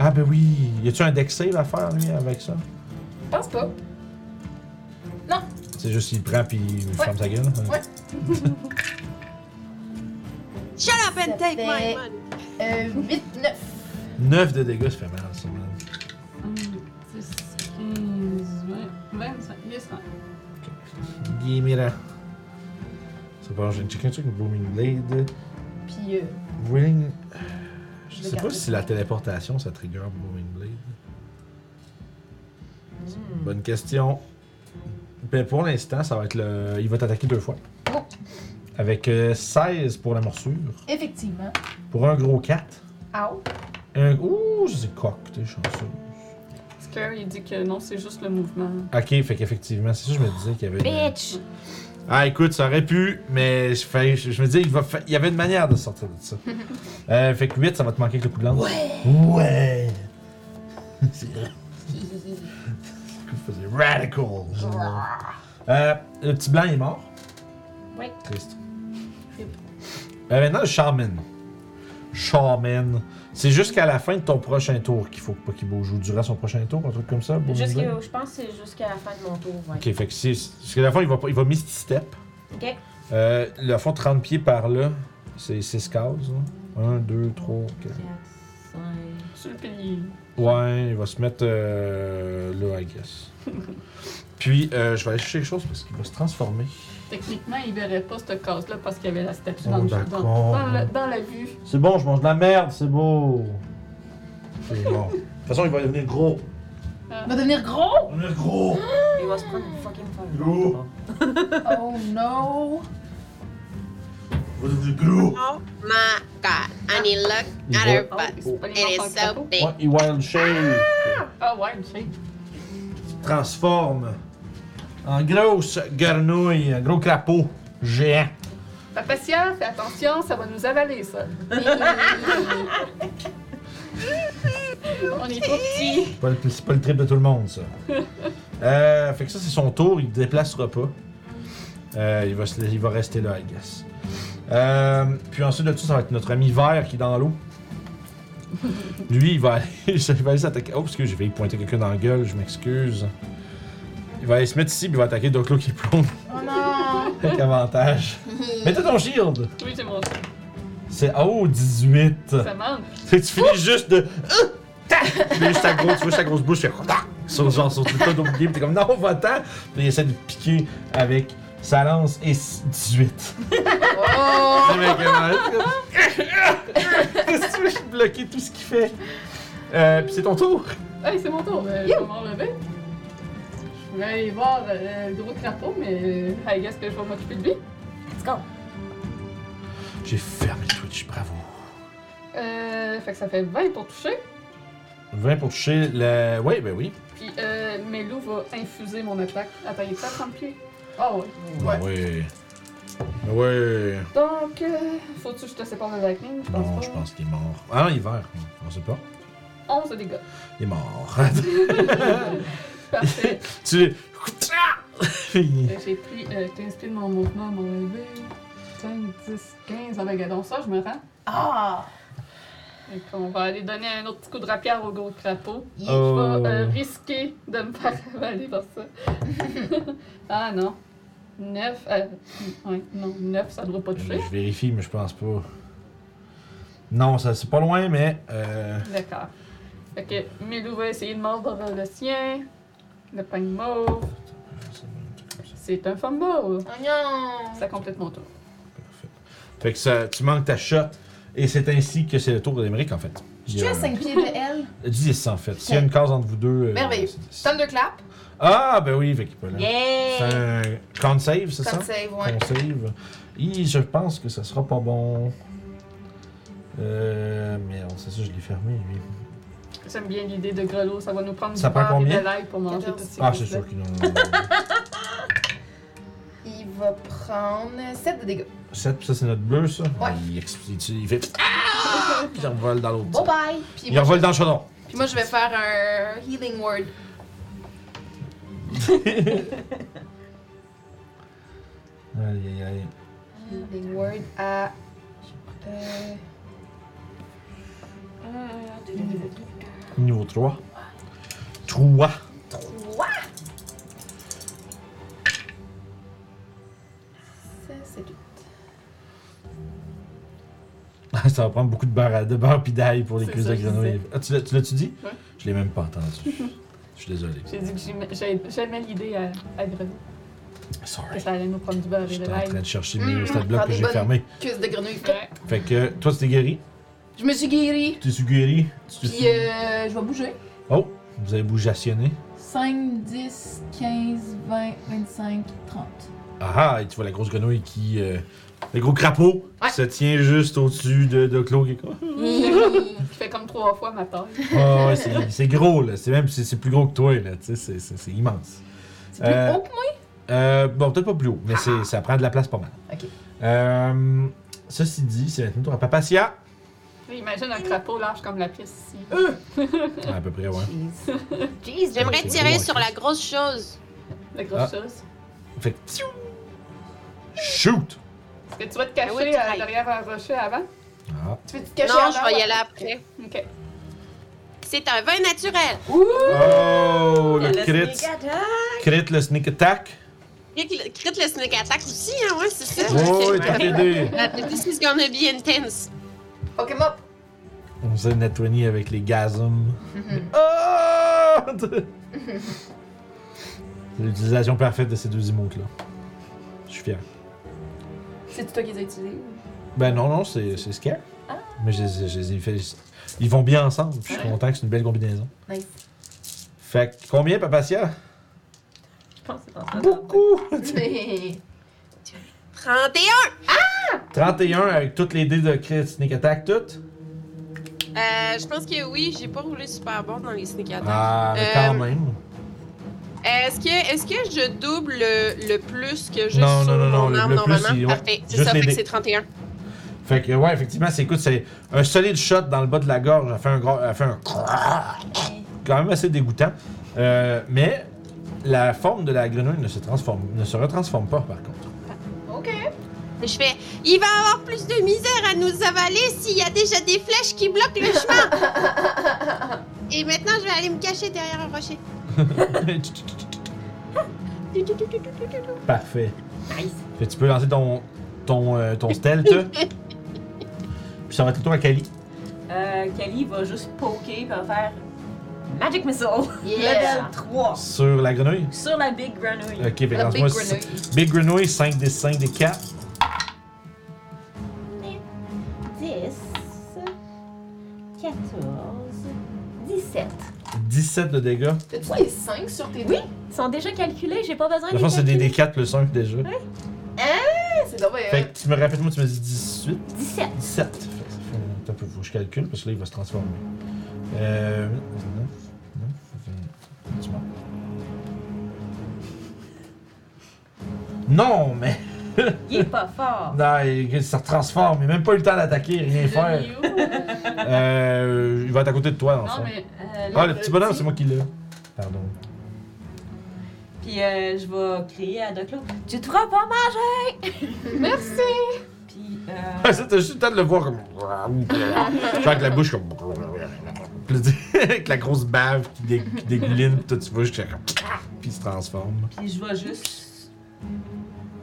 [SPEAKER 1] Ah ben oui, y a-tu un deck save à faire lui avec ça
[SPEAKER 3] Je pense pas.
[SPEAKER 1] C'est juste il prend puis il ferme sa gueule. hein.
[SPEAKER 3] Ouais.
[SPEAKER 5] Shut up and
[SPEAKER 3] Ça
[SPEAKER 5] take my
[SPEAKER 3] fait-
[SPEAKER 5] money.
[SPEAKER 3] Euh, 8, 9.
[SPEAKER 1] 9 de dégâts, ça fait mal ça. man.
[SPEAKER 2] 10, 15, 20, 25, 10
[SPEAKER 1] Guimera. Ça va, j'ai checké un truc avec Booming Blade.
[SPEAKER 3] Puis, euh,
[SPEAKER 1] Willing. Je
[SPEAKER 3] Je
[SPEAKER 1] sais pas
[SPEAKER 3] regarde.
[SPEAKER 1] si la téléportation ça trigger Booming Blade. C'est une
[SPEAKER 3] Hmm.
[SPEAKER 1] Bonne question. Ben, pour l'instant, ça va être le. Il va t'attaquer deux fois.
[SPEAKER 3] Bon.
[SPEAKER 1] Avec euh, 16 pour la morsure.
[SPEAKER 3] effectivement.
[SPEAKER 1] Pour un gros 4.
[SPEAKER 3] Ow.
[SPEAKER 1] Un. Ouh, c'est coq, t'es chanceux.
[SPEAKER 2] Scare, il dit que non, c'est juste le mouvement.
[SPEAKER 1] Ok, fait qu'effectivement, c'est ça que je me disais qu'il y avait.
[SPEAKER 4] Ben,
[SPEAKER 1] une-
[SPEAKER 7] Bitch!
[SPEAKER 1] Ah, écoute, ça aurait pu, mais je, fais- je, je me disais, il, va fa- il y avait une manière de sortir de ça. Euh, fait que 8, ça va te manquer avec le coup de lance. Ouais! Ouais! C'est vrai. Ce coup faisait radical. Euh, le petit blanc est mort.
[SPEAKER 4] Ouais.
[SPEAKER 1] Triste. Euh, maintenant, le Charmin. Charmin. C'est jusqu'à la fin de ton prochain tour qu'il faut pas qu'il bouge. Ou durant son prochain tour, un truc comme ça. pour nous dire.
[SPEAKER 4] Jusqu'à, je pense que c'est jusqu'à la fin de mon tour. Ouais.
[SPEAKER 1] Ok, fait que si. Jusqu'à la fin, il va, pas- il va Misty Step.
[SPEAKER 4] Ok.
[SPEAKER 1] Euh, le fond 30 pieds par là, c'est 6 cases. 1, 2, 3, 4.
[SPEAKER 4] 4, 5.
[SPEAKER 2] Sur le pilier.
[SPEAKER 1] Ouais, il va se mettre euh, là, I [laughs] guess. Puis, euh, je vais aller chercher quelque chose parce qu'il va se transformer.
[SPEAKER 2] Techniquement, il verrait pas cette case-là parce qu'il y avait la statue
[SPEAKER 1] Oh,
[SPEAKER 2] dans, le-
[SPEAKER 1] d'accord.
[SPEAKER 2] dans, dans la- dans la vue.
[SPEAKER 1] C'est bon, je mange de la merde, c'est beau. C'est bon. De toute façon, il va devenir gros.
[SPEAKER 3] Il va devenir gros!
[SPEAKER 1] Devenir gros.
[SPEAKER 4] Il va se prendre une fucking
[SPEAKER 1] Gros.
[SPEAKER 4] femme.
[SPEAKER 3] Oh no!
[SPEAKER 1] Il va devenir gros.
[SPEAKER 5] Oh my god. I need luck
[SPEAKER 1] Il
[SPEAKER 5] at
[SPEAKER 1] va-
[SPEAKER 5] her butt.
[SPEAKER 2] Ah C'est pas les
[SPEAKER 5] It
[SPEAKER 2] enfants
[SPEAKER 5] is so
[SPEAKER 2] crapauds.
[SPEAKER 5] big.
[SPEAKER 1] Ouais, il wild shape.
[SPEAKER 2] Ah ouais, je sais.
[SPEAKER 1] Transforme en grosse grenouille, un gros crapaud géant.
[SPEAKER 2] Papa Sia, fais attention, ça va nous avaler, ça. On est trop petits.
[SPEAKER 1] C'est pas, le- c'est pas le trip de tout le monde, ça. Euh, fait que ça, c'est son tour. Il ne déplacera pas. Euh, il, va se- il va rester là, I guess. Euh, puis ensuite de tout, ça va être notre ami vert qui est dans l'eau. Lui, il va aller, [laughs] il va aller s'attaquer. Oh, parce que je vais y pointer quelqu'un dans la gueule, je m'excuse. Il va aller se mettre ici, puis il va attaquer Doclo qui est prone
[SPEAKER 3] Oh [laughs] non!
[SPEAKER 1] avec avantage. Mettez ton shield!
[SPEAKER 2] Oui, j'ai mon truc.
[SPEAKER 1] C'est oh, 18!
[SPEAKER 2] Ça manque.
[SPEAKER 1] Fait que tu finis juste de. Ah! Tac! Tu mets juste ta grosse, tu vois sa grosse bouche, tu fais. Tac! Sur, genre, sur tout le tas d'oublier, pis t'es comme non, va-t'en! Puis il essaie de piquer avec sa lance et s- 18.
[SPEAKER 3] Oh!
[SPEAKER 1] Le mec, [laughs] euh, Qu'est-ce que tu veux, je suis bloqué tout ce qu'il fait? Euh, pis c'est ton tour!
[SPEAKER 2] Hey, c'est mon tour. euh, je vais m'en lever. Je vais aller voir euh, le gros crapaud, mais euh, I guess que je vais m'occuper de lui.
[SPEAKER 4] Let's go.
[SPEAKER 1] J'ai fermé le Twitch, bravo!
[SPEAKER 2] Euh, fait que ça fait 20 pour toucher.
[SPEAKER 1] 20 pour toucher le. Ouais, ben oui.
[SPEAKER 2] Puis euh, Melou va infuser mon attaque. Attends, il est à 30 pieds. Ah ouais.
[SPEAKER 1] Ben oui. Ben oui.
[SPEAKER 2] Donc, euh, faut-tu que je te sépare de Lightning? Je pense
[SPEAKER 1] Non,
[SPEAKER 2] pas.
[SPEAKER 1] je pense qu'il est mort. Ah non, il est vert. On sait pas.
[SPEAKER 2] 11 de dégâts.
[SPEAKER 1] Il est mort. [laughs]
[SPEAKER 2] Parfait.
[SPEAKER 1] tu. [laughs] Ah! Il-
[SPEAKER 2] Fait que J'ai pris euh, 15 pieds de mon mouvement, mon lever. 5, 10, 15. Ah ben, regardons ça, je me rends.
[SPEAKER 3] Ah!
[SPEAKER 2] Et qu'on va aller donner un autre petit coup de rapière au gros crapaud.
[SPEAKER 1] Oh.
[SPEAKER 2] [laughs] Je vais euh, risquer de me faire avaler par ça. ah non. 9. euh, ouais, non, 9, ça ne doit pas toucher.
[SPEAKER 1] Je vérifie, mais je pense pas. Non, ça c'est pas loin, mais. euh,
[SPEAKER 2] D'accord. Fait que Milou va essayer de mordre le sien. Le pain mauve. C'est un fumble.
[SPEAKER 3] Oh non!
[SPEAKER 2] Ça complète mon tour.
[SPEAKER 1] Fait que ça, tu manques ta shot, et c'est ainsi que c'est le tour de l'Amérique en fait.
[SPEAKER 3] Je
[SPEAKER 1] Il y
[SPEAKER 3] suis
[SPEAKER 1] a
[SPEAKER 3] à 5 pieds de elle.
[SPEAKER 1] 10 en fait. S'il y a une case entre vous deux. euh,
[SPEAKER 3] Merveilleux.
[SPEAKER 1] c'est 10.
[SPEAKER 3] Thunderclap.
[SPEAKER 1] Ah, ben oui, fait qu'il peut là. C'est
[SPEAKER 4] Yeah!
[SPEAKER 1] un con save, c'est ça?
[SPEAKER 3] Comme save, ouais.
[SPEAKER 1] Con save. Hi, je pense que ça sera pas bon. Euh. Merde, c'est ça, je l'ai fermé, lui.
[SPEAKER 2] J'aime bien l'idée de grelot. Ça va nous prendre
[SPEAKER 1] Ça
[SPEAKER 2] du
[SPEAKER 1] prend
[SPEAKER 2] beurre et
[SPEAKER 1] combien?
[SPEAKER 2] de l'ail pour manger tout
[SPEAKER 3] 14.
[SPEAKER 2] ces
[SPEAKER 1] Ah, c'est
[SPEAKER 2] choses-là.
[SPEAKER 1] sûr qu'il en a.
[SPEAKER 3] Il va prendre 7 de dégâts.
[SPEAKER 1] 7, ça c'est notre bleu, ça.
[SPEAKER 3] Ouais.
[SPEAKER 1] Il, ex- il- il fait. Ah! Puis il revole dans l'autre.
[SPEAKER 3] Bye bye! Puis
[SPEAKER 1] Il
[SPEAKER 3] moi,
[SPEAKER 1] revole dans le chaudron.
[SPEAKER 3] puis moi, je vais faire un healing word.
[SPEAKER 1] Aïe, aïe, aïe.
[SPEAKER 3] Healing word à. Euh,
[SPEAKER 1] Niveau 3. 3.
[SPEAKER 3] 3! Ça, c'est tout.
[SPEAKER 1] [laughs] ça va prendre beaucoup de beurre, à- de beurre pis d'ail pour les
[SPEAKER 2] C'est
[SPEAKER 1] crises
[SPEAKER 2] ça
[SPEAKER 1] de
[SPEAKER 2] que je
[SPEAKER 1] grenouille. Ah, tu l'as- tu l'as-tu dit?
[SPEAKER 2] Ouais.
[SPEAKER 1] Je l'ai même pas
[SPEAKER 3] [laughs]
[SPEAKER 1] entendu. Je suis désolé.
[SPEAKER 2] J'ai dit que j'aimais- j'ai- j'aimais l'idée à, à grelot. Que
[SPEAKER 1] Sorry.
[SPEAKER 2] ça allait nous prendre du beurre et de
[SPEAKER 1] J'étais en
[SPEAKER 2] l'ail.
[SPEAKER 1] train de chercher
[SPEAKER 3] Mm,
[SPEAKER 1] mes stat blocs
[SPEAKER 3] faire
[SPEAKER 1] que
[SPEAKER 3] des
[SPEAKER 1] j'ai
[SPEAKER 3] bonnes-
[SPEAKER 1] fermés.
[SPEAKER 3] Cuisse de grenouille.
[SPEAKER 2] Ouais.
[SPEAKER 1] Fait que toi, tu t'es guéri.
[SPEAKER 3] Je me suis guérie.
[SPEAKER 1] Tu es guéri. Tu t'es-
[SPEAKER 3] Puis euh, je vais bouger.
[SPEAKER 1] Oh, vous avez bougeationné.
[SPEAKER 3] 5, 10, 15, 20, 25, 30.
[SPEAKER 1] Ah ah, et tu vois la grosse grenouille qui. euh, le gros crapaud
[SPEAKER 3] Ouais.
[SPEAKER 1] qui se tient juste au-dessus de, de Claude qui est comme-
[SPEAKER 2] Qui fait comme trois fois ma taille.
[SPEAKER 1] Ah ouais, c'est- c'est gros, là. C'est même c'est c'est plus gros que toi, là. Tu sais, c'est- c'est c'est immense.
[SPEAKER 3] C'est plus
[SPEAKER 1] Euh,
[SPEAKER 3] haut que moi?
[SPEAKER 1] Euh, bon, peut-être pas plus haut, mais c'est- ça prend de la place pas mal.
[SPEAKER 3] Ok.
[SPEAKER 1] Euh, ceci dit, c'est maintenant tour à Papacia.
[SPEAKER 2] Imagine un crapaud large comme la pièce ici.
[SPEAKER 1] À peu près, ouais.
[SPEAKER 4] Jeez,
[SPEAKER 5] J'aimerais
[SPEAKER 1] C'est
[SPEAKER 5] tirer
[SPEAKER 1] gros,
[SPEAKER 5] sur
[SPEAKER 1] en
[SPEAKER 5] la grosse chose.
[SPEAKER 2] La grosse
[SPEAKER 1] Ah.
[SPEAKER 2] chose.
[SPEAKER 1] Fait que. tiou! Shoot!
[SPEAKER 2] Est-ce que tu vas te
[SPEAKER 5] Ah
[SPEAKER 2] cacher
[SPEAKER 5] oui, tu
[SPEAKER 2] euh,
[SPEAKER 5] railles.
[SPEAKER 2] derrière un rocher avant?
[SPEAKER 1] Ah.
[SPEAKER 3] Tu veux te
[SPEAKER 5] Non,
[SPEAKER 3] cacher
[SPEAKER 5] je
[SPEAKER 3] avant?
[SPEAKER 5] vais y aller après.
[SPEAKER 2] Ok.
[SPEAKER 5] C'est un vin naturel.
[SPEAKER 1] Oh! Le
[SPEAKER 4] Le
[SPEAKER 1] crit.
[SPEAKER 4] sneak attack.
[SPEAKER 1] Crit, le sneak attack.
[SPEAKER 5] Crit le- crit le sneak attack aussi, hein, ouais, c'est ça.
[SPEAKER 1] Oh, t'as
[SPEAKER 5] [laughs]
[SPEAKER 1] fait deux.
[SPEAKER 5] This is gonna be intense.
[SPEAKER 3] Pokémon!
[SPEAKER 1] On faisait une nettoyée avec les gazums. Ah! [laughs] C'est l'utilisation parfaite de ces deux emotes-là. Je suis fier.
[SPEAKER 3] C'est toi qui les as utilisés?
[SPEAKER 1] Ben non, non, c'est c'est Scare.
[SPEAKER 4] Ah.
[SPEAKER 1] Mais je les ai- je les ai fait- Ils vont bien ensemble. puis Je suis content que c'est une belle combinaison.
[SPEAKER 3] Nice.
[SPEAKER 1] Fait que combien, Papacia?
[SPEAKER 4] Je pense que c'est dans ça.
[SPEAKER 1] Beaucoup!
[SPEAKER 3] Mais-
[SPEAKER 5] 31!
[SPEAKER 1] 31 avec toutes les dés de crit sneak attack, toutes?
[SPEAKER 5] Euh, je pense que oui, j'ai pas roulé super bon dans les sneak attacks.
[SPEAKER 1] Ah, mais quand même.
[SPEAKER 5] Est-ce que, est-ce que je double le, le plus que j'ai
[SPEAKER 1] Non,
[SPEAKER 5] sur
[SPEAKER 1] non, non, non,
[SPEAKER 5] mon
[SPEAKER 1] le-
[SPEAKER 5] arme
[SPEAKER 1] le plus,
[SPEAKER 5] normalement?
[SPEAKER 1] il- ouais,
[SPEAKER 5] Parfait, c'est
[SPEAKER 1] juste
[SPEAKER 5] ça,
[SPEAKER 1] les
[SPEAKER 5] fait que
[SPEAKER 1] dés.
[SPEAKER 5] c'est 31.
[SPEAKER 1] Fait que, ouais, effectivement, c'est écoute, c'est un solide shot dans le bas de la gorge. Elle fait un gros. Elle fait un. Quand même assez dégoûtant. Euh, mais la forme de la grenouille ne se transforme, ne se retransforme pas, par
[SPEAKER 4] [laughs]
[SPEAKER 1] contre.
[SPEAKER 3] Ok.
[SPEAKER 5] Je fais, il va avoir plus de misère à nous avaler s'il y a déjà des flèches qui bloquent le chemin. Et maintenant, je vais aller me cacher derrière un rocher.
[SPEAKER 1] Parfait.
[SPEAKER 4] Nice.
[SPEAKER 1] Fait que tu peux lancer ton. ton, euh, ton
[SPEAKER 3] [laughs]
[SPEAKER 1] stealth. Puis ça va être le tour à Kali.
[SPEAKER 4] Euh, Kali va juste poker et va faire Magic Missile.
[SPEAKER 3] [laughs] Yeah.
[SPEAKER 4] Level 3.
[SPEAKER 1] Sur la grenouille.
[SPEAKER 4] Sur la Big Grenouille.
[SPEAKER 1] Ok, ben
[SPEAKER 3] La big
[SPEAKER 1] lance-moi.
[SPEAKER 3] grenouille.
[SPEAKER 1] Big Grenouille, 5 des 5 des 4.
[SPEAKER 4] 10, 14, 17.
[SPEAKER 1] 17 de dégâts.
[SPEAKER 3] T'as-tu les 5 sur tes
[SPEAKER 4] Oui.
[SPEAKER 3] dés?
[SPEAKER 4] Ils sont déjà calculés, j'ai pas besoin
[SPEAKER 1] De toute façon, c'est des
[SPEAKER 4] calculer.
[SPEAKER 1] D4 plus 1 déjà.
[SPEAKER 3] Ouais, C'est dommage. hein.
[SPEAKER 1] Fait que tu me rappelles, moi, tu me dis 18.
[SPEAKER 4] 17.
[SPEAKER 1] 17. Fait que ça fait un peu, faut que je calcule parce que là, il va se transformer. Euh. 9, 9, 20. Tu mens. Non, mais. [laughs]
[SPEAKER 4] Il est pas fort.
[SPEAKER 1] Non, il- ça se transforme. Il n'a même pas eu le temps d'attaquer, rien faire.
[SPEAKER 2] Le Miou, euh,
[SPEAKER 1] [laughs] Euh, il va être à côté de toi, en
[SPEAKER 2] Non,
[SPEAKER 1] fait.
[SPEAKER 2] mais
[SPEAKER 4] Euh,
[SPEAKER 1] Ah, le petit bonhomme, c'est moi qui l'ai. Pardon.
[SPEAKER 4] Puis euh, je vais crier à Doc Lo, Tu te feras pas manger! [laughs]
[SPEAKER 2] merci!
[SPEAKER 4] Puis
[SPEAKER 1] Ah,
[SPEAKER 4] euh,
[SPEAKER 1] ça, t'as juste le temps de le voir comme. Genre avec la bouche comme. Puis là, [laughs] tu- avec la grosse bave qui, dé- qui dégouline, puis toi tu vois, je comme. Puis il se transforme.
[SPEAKER 4] puis je vais juste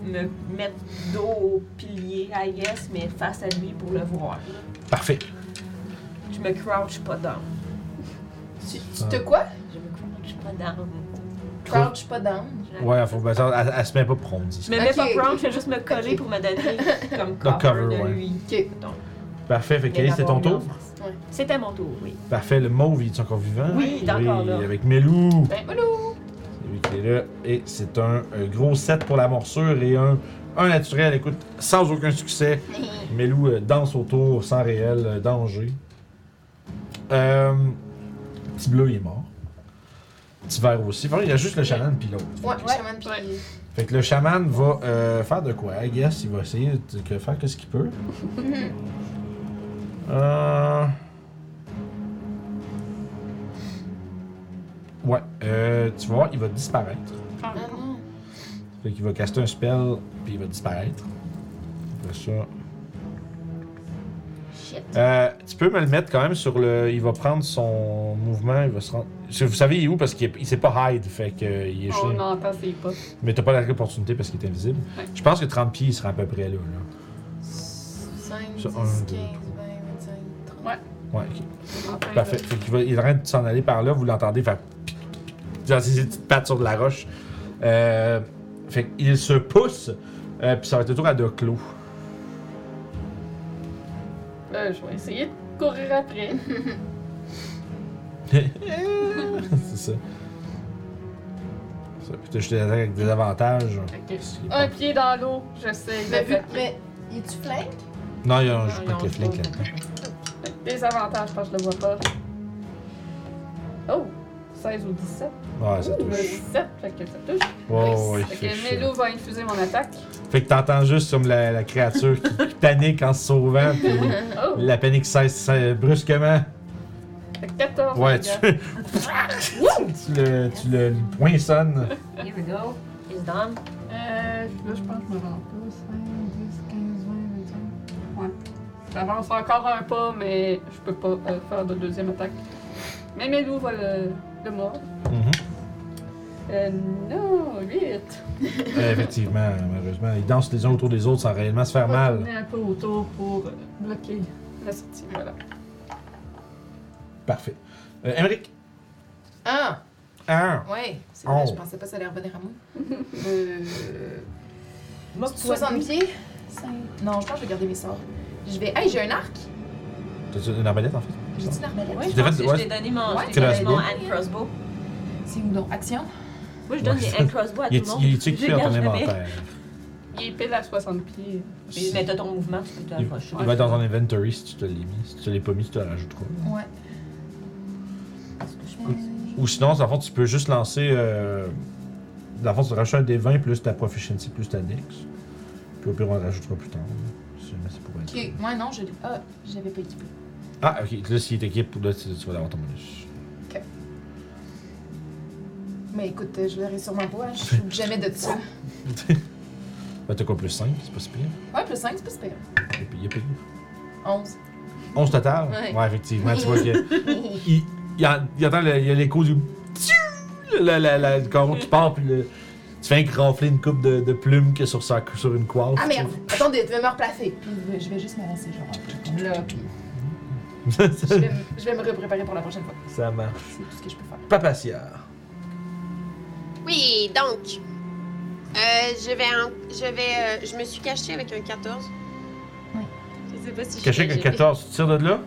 [SPEAKER 4] me mettre dos au pilier, I guess, mais face à lui pour le voir.
[SPEAKER 1] Parfait.
[SPEAKER 4] Je me crouch pas down.
[SPEAKER 3] Tu, tu te quoi?
[SPEAKER 4] Je me crouch pas down.
[SPEAKER 3] Crouch pas down.
[SPEAKER 4] Je-
[SPEAKER 1] Ouais, faut, ben, ça, elle, elle se met pas prompt.
[SPEAKER 4] Je me mets
[SPEAKER 3] Ok,
[SPEAKER 4] pas
[SPEAKER 3] ok.
[SPEAKER 4] crouch, je vais juste me coller
[SPEAKER 3] Ok.
[SPEAKER 4] pour me donner [laughs] comme
[SPEAKER 1] Le
[SPEAKER 4] cover,
[SPEAKER 1] cover,
[SPEAKER 4] de
[SPEAKER 1] ouais.
[SPEAKER 4] lui.
[SPEAKER 3] Ok.
[SPEAKER 4] Donc,
[SPEAKER 1] Parfait, fait
[SPEAKER 4] et
[SPEAKER 1] qu'Alice, c'est ton
[SPEAKER 4] d'avoir
[SPEAKER 1] tour.
[SPEAKER 4] lui en face.
[SPEAKER 3] Ouais.
[SPEAKER 4] C'était mon tour, oui.
[SPEAKER 1] Parfait, le mauve, il est encore vivant.
[SPEAKER 4] Oui, il est encore là.
[SPEAKER 1] Avec Melou.
[SPEAKER 4] Ben,
[SPEAKER 1] C'est lui qui est là. Et c'est un, un gros 7 pour la morsure et un, un naturel. Écoute, sans aucun succès. Melou euh, danse autour sans réel euh, danger. Euh, petit bleu, il est mort. Petit vert aussi. Enfin, il y a juste le chaman puis l'autre.
[SPEAKER 3] Ouais, chaman pis.
[SPEAKER 2] ouais.
[SPEAKER 1] Fait que le chaman va euh, faire de quoi? I guess il va essayer de que- faire que ce qu'il peut. euh... Ouais, euh, tu vois, il va disparaître.
[SPEAKER 2] Ah,
[SPEAKER 3] Ah non.
[SPEAKER 1] Fait qu'il va caster un spell, puis il va disparaître. Après ça.
[SPEAKER 3] Shit.
[SPEAKER 1] Euh, tu peux me le mettre quand même sur le. Il va prendre son mouvement, il va se rendre. Parce que Vous savez, il est où? Parce qu'il est... il sait pas hide, fait qu'il est chez-
[SPEAKER 2] On entend ses pas.
[SPEAKER 1] Mais t'as pas l'opportunité parce qu'il est invisible.
[SPEAKER 2] Ouais.
[SPEAKER 1] Je pense que 30 pieds, il sera à peu près là. là.
[SPEAKER 3] 5, 10,
[SPEAKER 1] Ça,
[SPEAKER 3] 15, 20,
[SPEAKER 1] un, deux,
[SPEAKER 3] 25, 30.
[SPEAKER 2] Ouais.
[SPEAKER 1] Ouais, ok.
[SPEAKER 2] Enfin,
[SPEAKER 1] Parfait. Fait qu'il va- il est en train de s'en aller par là, vous l'entendez faire pic, pic, pic dans ses petites pattes sur de la roche. Euh, fait qu'il se pousse, euh, puis ça va être le tour à Doclo.
[SPEAKER 2] euh, je vais essayer de courir après.
[SPEAKER 1] C'est ça. ça puis t'as jeté l'attaque avec des avantages.
[SPEAKER 2] Ok. Un pied dans l'eau, j'essaie
[SPEAKER 3] Mais, vu,
[SPEAKER 2] de
[SPEAKER 3] mais y tu flingue?
[SPEAKER 1] Non, il y a un jeu
[SPEAKER 4] non,
[SPEAKER 1] pas de
[SPEAKER 4] non,
[SPEAKER 1] flingue
[SPEAKER 4] je
[SPEAKER 1] là-dedans.
[SPEAKER 2] Des avantages parce que je le vois pas. Oh! 16 ou 17.
[SPEAKER 1] Ouais, ça
[SPEAKER 2] Ouh,
[SPEAKER 1] touche.
[SPEAKER 2] 17, fait que ça touche.
[SPEAKER 1] Oh, ouais, il
[SPEAKER 2] fait
[SPEAKER 1] fait
[SPEAKER 2] que
[SPEAKER 1] chier.
[SPEAKER 2] Melo va infuser mon attaque.
[SPEAKER 1] Fait que t'entends juste comme la, la créature qui panique en se sauvant, puis [laughs]
[SPEAKER 2] Oh!
[SPEAKER 1] la panique cesse cesse brusquement.
[SPEAKER 2] Fait que 14.
[SPEAKER 1] Ouais,
[SPEAKER 2] les
[SPEAKER 1] tu,
[SPEAKER 2] gars.
[SPEAKER 1] [laughs] tu le, tu le poinçonnes.
[SPEAKER 4] Here we go. It's done.
[SPEAKER 2] Euh, là, je pense que je me rends pas. 5, 10, 15, 20, 25. Ouais. J'avance encore un pas, mais je peux pas euh, faire de deuxième attaque. Mais Melou va le, le mordre.
[SPEAKER 1] Mhm.
[SPEAKER 2] Euh, non, 8.
[SPEAKER 1] Euh, effectivement, malheureusement. Ils dansent les uns autour des autres sans réellement se faire
[SPEAKER 2] On va
[SPEAKER 1] mal.
[SPEAKER 2] tourner un peu autour pour euh, bloquer la sortie. Voilà.
[SPEAKER 1] Parfait. Euh, Emmerich,
[SPEAKER 3] Ah!
[SPEAKER 1] un.
[SPEAKER 3] Ouais. C'est vrai,
[SPEAKER 1] Oh.
[SPEAKER 3] je pensais pas que ça allait revenir à [laughs] moi.
[SPEAKER 2] Euh,
[SPEAKER 4] Moi,
[SPEAKER 3] 60 pieds? 5. Non, je pense que je vais garder mes sorts. Je vais. Hey, j'ai un arc!
[SPEAKER 1] T'as-tu une arbalète en fait?
[SPEAKER 3] J'ai-tu une arbalète?
[SPEAKER 4] Oui, je
[SPEAKER 1] Tu
[SPEAKER 4] pense
[SPEAKER 1] devrais-
[SPEAKER 4] que
[SPEAKER 1] ouais.
[SPEAKER 4] je t'ai donné mon,
[SPEAKER 3] Ouais.
[SPEAKER 4] je t'ai donné
[SPEAKER 1] Crossbow.
[SPEAKER 4] mon hand crossbow.
[SPEAKER 3] C'est où donc? Action?
[SPEAKER 4] Moi, je donne
[SPEAKER 1] Ouais.
[SPEAKER 4] des hand
[SPEAKER 1] [laughs]
[SPEAKER 4] crossbow à tout
[SPEAKER 1] Il
[SPEAKER 4] le
[SPEAKER 1] est-
[SPEAKER 4] monde.
[SPEAKER 1] il est-tu équipé
[SPEAKER 4] Je
[SPEAKER 1] dans ton
[SPEAKER 4] garde jamais.
[SPEAKER 1] inventaire?
[SPEAKER 2] il est pile à 60 pieds.
[SPEAKER 4] Mais- Mais t'as ton mouvement, tu peux te
[SPEAKER 1] Il,
[SPEAKER 4] l'approcher.
[SPEAKER 1] il va être dans ton inventory si tu te l'as mis. Si tu te l'as pas mis, tu te le rajouteras.
[SPEAKER 3] Ouais.
[SPEAKER 1] Ou sinon, dans le fond, tu peux juste lancer. Euh, dans le fond, tu rajoutes un des 20 plus ta proficiency plus ta dex. Puis au pire, on le rajoutera plus tard. Si jamais c'est pour être-
[SPEAKER 3] Ok. Ouais, non, je l'ai. Ah, j'avais pas équipé.
[SPEAKER 1] Ah, ok. Là, s'il t'équipe, là, tu, tu vas avoir ton bonus.
[SPEAKER 3] Mais écoute, euh, je l'aurai sûrement pas. hein.
[SPEAKER 1] [laughs]
[SPEAKER 3] Je suis jamais de ça.
[SPEAKER 1] Ben, t'as quoi, plus 5, c'est pas si pire.
[SPEAKER 3] Ouais, plus 5, c'est pas super.
[SPEAKER 1] Et puis, il est pire.
[SPEAKER 3] 11.
[SPEAKER 1] 11 total?
[SPEAKER 3] Ouais.
[SPEAKER 1] effectivement, tu vois que.
[SPEAKER 3] [laughs]
[SPEAKER 1] il, il en- il entend le- il y a l'écho du. Tchou La, la, la, du cordon qui part, puis le- tu fais ronfler une coupe de, de plumes que sur, sa, sur une coiffe.
[SPEAKER 3] Ah
[SPEAKER 1] tu
[SPEAKER 3] merde! Attendez, je vais me replacer. Puis euh, je vais juste m'avancer, genre,
[SPEAKER 1] [laughs]
[SPEAKER 3] comme là. Puis
[SPEAKER 1] vois.
[SPEAKER 3] je vais, me- je vais me repréparer pour la prochaine fois.
[SPEAKER 1] Ça marche.
[SPEAKER 3] C'est tout ce que je peux faire.
[SPEAKER 1] Papacia.
[SPEAKER 5] Oui, donc. euh, je vais. en- je vais. euh, je me suis cachée avec un 14.
[SPEAKER 3] Oui.
[SPEAKER 5] Je sais pas si je
[SPEAKER 1] Caché avec un 14, tu tires de là?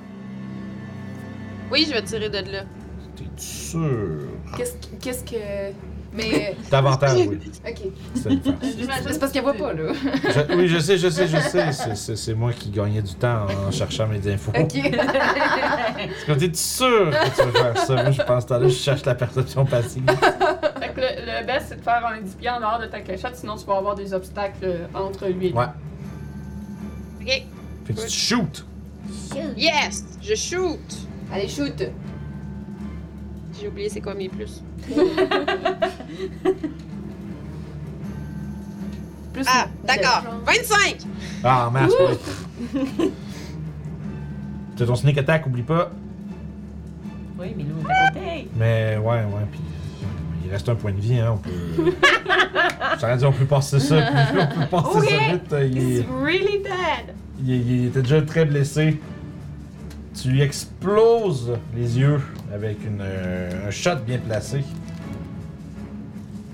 [SPEAKER 5] Oui, je vais tirer de là.
[SPEAKER 1] T'es sûr?
[SPEAKER 3] Qu'est-ce que- qu'est-ce que. Mais.
[SPEAKER 1] T'as avantage, oui.
[SPEAKER 3] euh, Ok.
[SPEAKER 1] C'est une farce.
[SPEAKER 2] J'imagine
[SPEAKER 3] C'est parce qu'elle voit pas, là.
[SPEAKER 1] Je- oui, je sais, je sais, je sais. C'est- C'est c'est moi qui gagnais du temps en cherchant mes infos.
[SPEAKER 3] Ok.
[SPEAKER 1] Parce
[SPEAKER 3] [laughs]
[SPEAKER 1] que t'es sûr que tu veux faire ça? Moi, je pense que là, je cherche la perception
[SPEAKER 3] [laughs]
[SPEAKER 1] passive.
[SPEAKER 2] Fait que le, le best, c'est de faire un 10 pieds en dehors de ta cachette, sinon tu vas avoir des obstacles euh, entre lui et toi.
[SPEAKER 1] Ouais.
[SPEAKER 5] Ok.
[SPEAKER 1] Fait que tu shoot!
[SPEAKER 5] Yes! Je shoot!
[SPEAKER 3] Allez, shoot!
[SPEAKER 5] J'ai oublié c'est quoi mes [laughs] plus.
[SPEAKER 3] Plus
[SPEAKER 5] Ah,
[SPEAKER 3] de-
[SPEAKER 5] d'accord. 25!
[SPEAKER 1] Ah, mince, ouais. T'as ton sneak attack, oublie pas.
[SPEAKER 4] [laughs] Oui, mais nous, on fait- hey!
[SPEAKER 1] Mais ouais, ouais, puis. ouais, Il reste un point de vie, hein. On peut. J'allais dire, on peut passer ça. plus- On peut passer ça vite. euh, Il,
[SPEAKER 8] It's
[SPEAKER 1] est-
[SPEAKER 8] really dead!
[SPEAKER 1] il est- il était déjà très blessé. Tu lui exploses les yeux avec une, euh, un shot bien placé.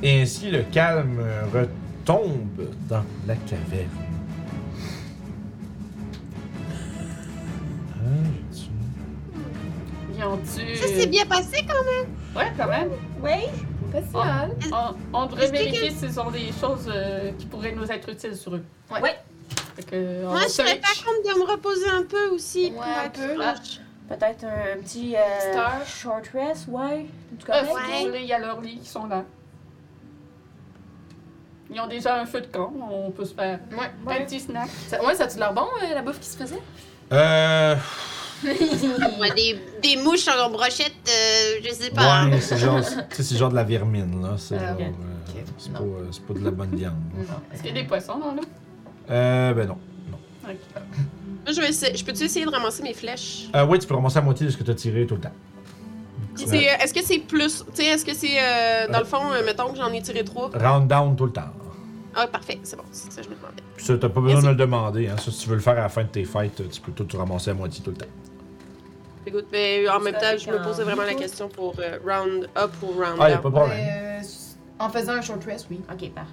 [SPEAKER 1] Et ainsi, le calme euh, retombe dans la caverne. Hein, j'ai-tu-
[SPEAKER 2] Ils ont-tu.
[SPEAKER 5] Ça s'est bien passé quand
[SPEAKER 2] Ouais, quand même.
[SPEAKER 8] Oui?
[SPEAKER 3] Pas si mal.
[SPEAKER 2] On, on devrait
[SPEAKER 5] Est-ce que-
[SPEAKER 2] vérifier si ce sont des choses euh, qui pourraient nous être utiles sur eux.
[SPEAKER 3] Ouais.
[SPEAKER 8] Ouais.
[SPEAKER 2] Fait que, on
[SPEAKER 5] Moi, je serais
[SPEAKER 2] search.
[SPEAKER 5] pas contre de me reposer un peu
[SPEAKER 3] Ouais,
[SPEAKER 5] aussi. pour
[SPEAKER 3] un
[SPEAKER 5] être
[SPEAKER 3] peu,
[SPEAKER 2] là.
[SPEAKER 5] proche.
[SPEAKER 4] Peut-être un petit
[SPEAKER 3] Petite
[SPEAKER 4] euh,
[SPEAKER 3] heure.
[SPEAKER 4] short rest, ouais. En tout
[SPEAKER 2] Ah,
[SPEAKER 4] cas,
[SPEAKER 2] si vous voulez, il y a leurs lits qui sont là. Ils ont déjà un feu de camp, on peut se faire
[SPEAKER 3] Ouais.
[SPEAKER 2] un petit snack.
[SPEAKER 3] Ça, ouais, ça a-tu de l'air bon, euh, la bouffe qui se faisait?
[SPEAKER 1] Euh.
[SPEAKER 5] Ouais, des, des mouches en brochette, euh, je sais pas.
[SPEAKER 1] Ouais, c'est genre, c'est- tu sais, c'est genre de la vermine, là. C'est
[SPEAKER 3] Ah,
[SPEAKER 1] genre,
[SPEAKER 4] ok.
[SPEAKER 1] euh,
[SPEAKER 3] Ok,
[SPEAKER 1] c'est
[SPEAKER 3] non.
[SPEAKER 1] pas, euh, c'est pas de la bonne viande. là.
[SPEAKER 2] Est-ce qu'il y a des poissons dans l'eau?
[SPEAKER 1] Euh, ben non.
[SPEAKER 2] Ok.
[SPEAKER 5] Moi, je, vais essayer- je peux-tu essayer de ramasser mes flèches?
[SPEAKER 1] Euh, ouais, tu peux ramasser la moitié de ce que t'as tiré tout le temps.
[SPEAKER 5] C'est- euh, Est-ce que c'est plus. Tu sais, est-ce que c'est. euh, dans le fond, euh, mettons que j'en ai tiré trois.
[SPEAKER 1] Round down tout le temps.
[SPEAKER 5] Ah, parfait, c'est bon, c'est ça que je me demandais.
[SPEAKER 1] Puis ça, t'as pas besoin
[SPEAKER 5] Merci.
[SPEAKER 1] de le demander. Hein. Ça, si tu veux le faire à la fin de tes fights, tu peux tout ramasser à moitié tout le temps.
[SPEAKER 5] Écoute, mais en
[SPEAKER 4] C'est
[SPEAKER 5] même temps,
[SPEAKER 4] avec
[SPEAKER 5] je me posais
[SPEAKER 4] un
[SPEAKER 5] vraiment la
[SPEAKER 4] micro.
[SPEAKER 5] question pour euh, round up ou round
[SPEAKER 1] Ah, y'a
[SPEAKER 5] down.
[SPEAKER 1] pas de problème.
[SPEAKER 3] Euh, s- en faisant un short rest, oui.
[SPEAKER 4] Ok, parfait.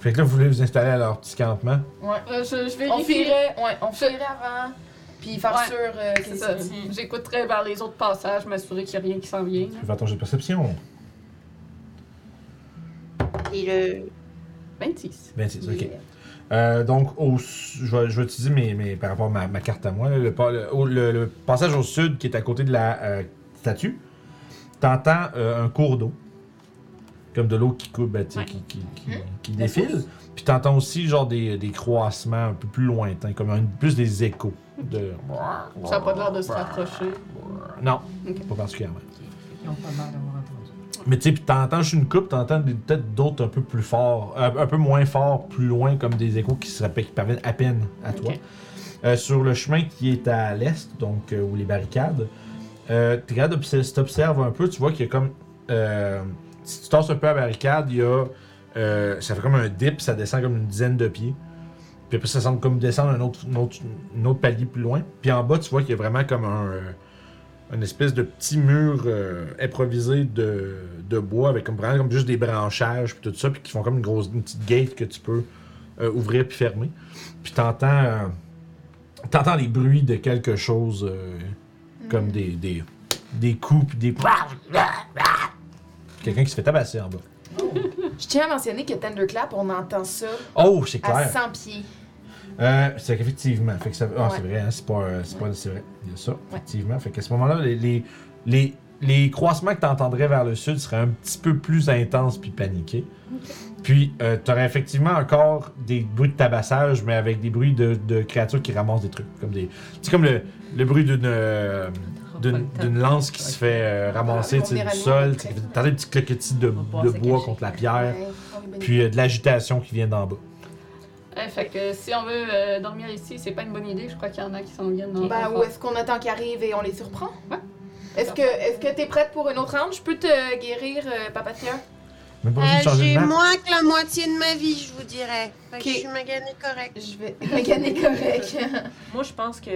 [SPEAKER 1] Fait que là, vous voulez vous installer à leur petit campement.
[SPEAKER 3] Ouais.
[SPEAKER 2] Euh, je, je
[SPEAKER 3] On
[SPEAKER 2] vérifierai.
[SPEAKER 3] finirait, ouais, on finirait avant, puis faire
[SPEAKER 2] Ouais.
[SPEAKER 3] sûr euh, que
[SPEAKER 2] C'est ça. J'écouterai vers les autres passages, m'assurer qu'il n'y a rien qui s'en vient.
[SPEAKER 1] Tu peux faire ton jeu de perception.
[SPEAKER 5] Et le.
[SPEAKER 2] 26.
[SPEAKER 1] 26, Ben, ok. Euh, donc, au, su- je, vais, je vais utiliser mes, mes- par rapport à ma, ma carte à moi, là, le, pa- le- au- le- le passage au sud qui est à côté de la euh, statue. T'entends euh, un cours d'eau, comme de l'eau qui coule, ben, tu sais,
[SPEAKER 2] Ouais. Hmm.
[SPEAKER 1] qui, qui- qui- qui défile. Puis t'entends aussi genre des, des croissements un peu plus lointains, comme un- plus des échos. De...
[SPEAKER 2] Ça n'a pas l'air de se rapprocher.
[SPEAKER 1] Non,
[SPEAKER 2] Ok.
[SPEAKER 1] pas particulièrement.
[SPEAKER 4] Ils ont pas l'air d'avoir entendu.
[SPEAKER 1] Mais tu sais, puis t'entends juste une coupe, t'entends des- peut-être d'autres un peu plus forts, euh, un peu moins forts, plus loin, comme des échos qui se rappellent- qui parviennent à peine à toi.
[SPEAKER 2] Ok.
[SPEAKER 1] Euh, sur le chemin qui est à l'est, donc euh, où les barricades, euh, t'es capable d'obs- si t'observes un peu, tu vois qu'il y a comme. euh, si tu tasses un peu à la barricade, il y a. euh, ça fait comme un dip, ça descend comme une dizaine de pieds. Puis après, ça semble comme descendre un autre, une autre, une autre palier plus loin. Puis en bas, tu vois qu'il y a vraiment comme un. euh, une espèce de petit mur euh, improvisé de, de bois avec comme, vraiment comme juste des branchages puis tout ça puis qui font comme une grosse une petite gate que tu peux euh, ouvrir puis fermer puis t'entends euh, t'entends les bruits de quelque chose euh, comme des des, des coups puis des quelqu'un qui se fait tabasser en bas
[SPEAKER 3] Je tiens à mentionner que Thunderclap, on entend ça
[SPEAKER 1] oh c'est
[SPEAKER 3] à
[SPEAKER 1] clair
[SPEAKER 3] 100 pieds.
[SPEAKER 1] Euh, c'est qu'effectivement, fait que ça, ah,
[SPEAKER 3] Ouais.
[SPEAKER 1] c'est vrai, hein, c'est pas, euh, c'est pas, c'est vrai, il y a ça, effectivement. Fait qu'à ce moment-là, les, les, les, les croisements que t'entendrais vers le sud seraient un petit peu plus intenses puis paniqués. Puis euh, t'aurais effectivement encore des bruits de tabassage, mais avec des bruits de, de créatures qui ramassent des trucs, comme des, c'est comme le, le bruit d'une euh, d'une d'une lance qui se fait euh, ramasser tu sais, du sol, tu sais, qui fait- t'entends des petits cliquetis de, de bois contre la pierre,
[SPEAKER 3] Ouais, on est bénis.
[SPEAKER 1] puis euh, de l'agitation qui vient d'en bas.
[SPEAKER 2] Ouais, Eh, fait que si on veut euh, dormir ici, c'est pas une bonne idée. Je crois qu'il y en a qui s'en viennent dans
[SPEAKER 3] Bah,
[SPEAKER 2] le
[SPEAKER 3] où est-ce qu'on attend qu'ils arrivent et on les surprend?
[SPEAKER 2] Ouais.
[SPEAKER 3] Est-ce que est-ce que t'es prête pour une autre round? Je peux te guérir, euh, Papa Pierre?
[SPEAKER 1] Même pas besoin de
[SPEAKER 5] Euh,
[SPEAKER 1] changer de
[SPEAKER 5] J'ai
[SPEAKER 1] map.
[SPEAKER 5] moins que la moitié de ma vie, je vous dirais. Fait que
[SPEAKER 3] Ok.
[SPEAKER 5] je suis maganée correcte.
[SPEAKER 3] Je vais [laughs] gagner correct.
[SPEAKER 4] Moi, je pense que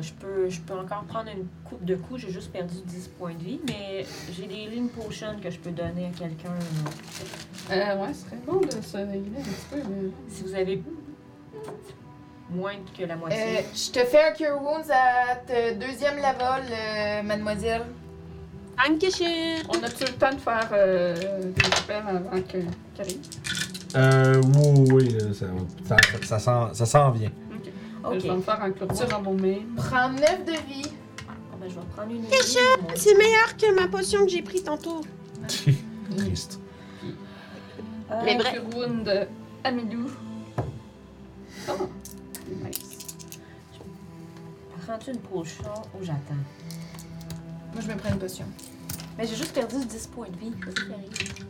[SPEAKER 4] je peux, je peux encore prendre une coupe de coups. J'ai juste perdu 10 points de vie, mais j'ai des lignes potions que je peux donner à quelqu'un.
[SPEAKER 2] Euh, ouais, ce serait bon de se réveiller un petit peu. mais-
[SPEAKER 4] Si vous avez moins que la moitié.
[SPEAKER 3] Euh, je te fais un Cure Wounds à ta deuxième level, euh, mademoiselle.
[SPEAKER 5] Dankeschön!
[SPEAKER 2] On a-tu le temps de faire euh, des spells avant que- qu'elle arrive?
[SPEAKER 1] Euh, oui, oui, là, ça, ça, ça, s'en- ça s'en vient.
[SPEAKER 4] ok.
[SPEAKER 2] Je vais me faire enclure dans mon mail.
[SPEAKER 3] Prends 9 de vie.
[SPEAKER 4] Ah, ben, je vais prendre une.
[SPEAKER 5] Quelque
[SPEAKER 4] ligne, moi.
[SPEAKER 5] C'est meilleur que ma potion que j'ai prise tantôt.
[SPEAKER 1] Triste.
[SPEAKER 4] Ah,
[SPEAKER 5] Mais vrai.
[SPEAKER 2] Enclure wound à Milou. Ah, nice.
[SPEAKER 4] Prends-tu une potion ou j'attends?
[SPEAKER 3] Moi, je me prends une potion.
[SPEAKER 4] Mais j'ai juste perdu 10 points de vie. Qu'est-ce qui arrive?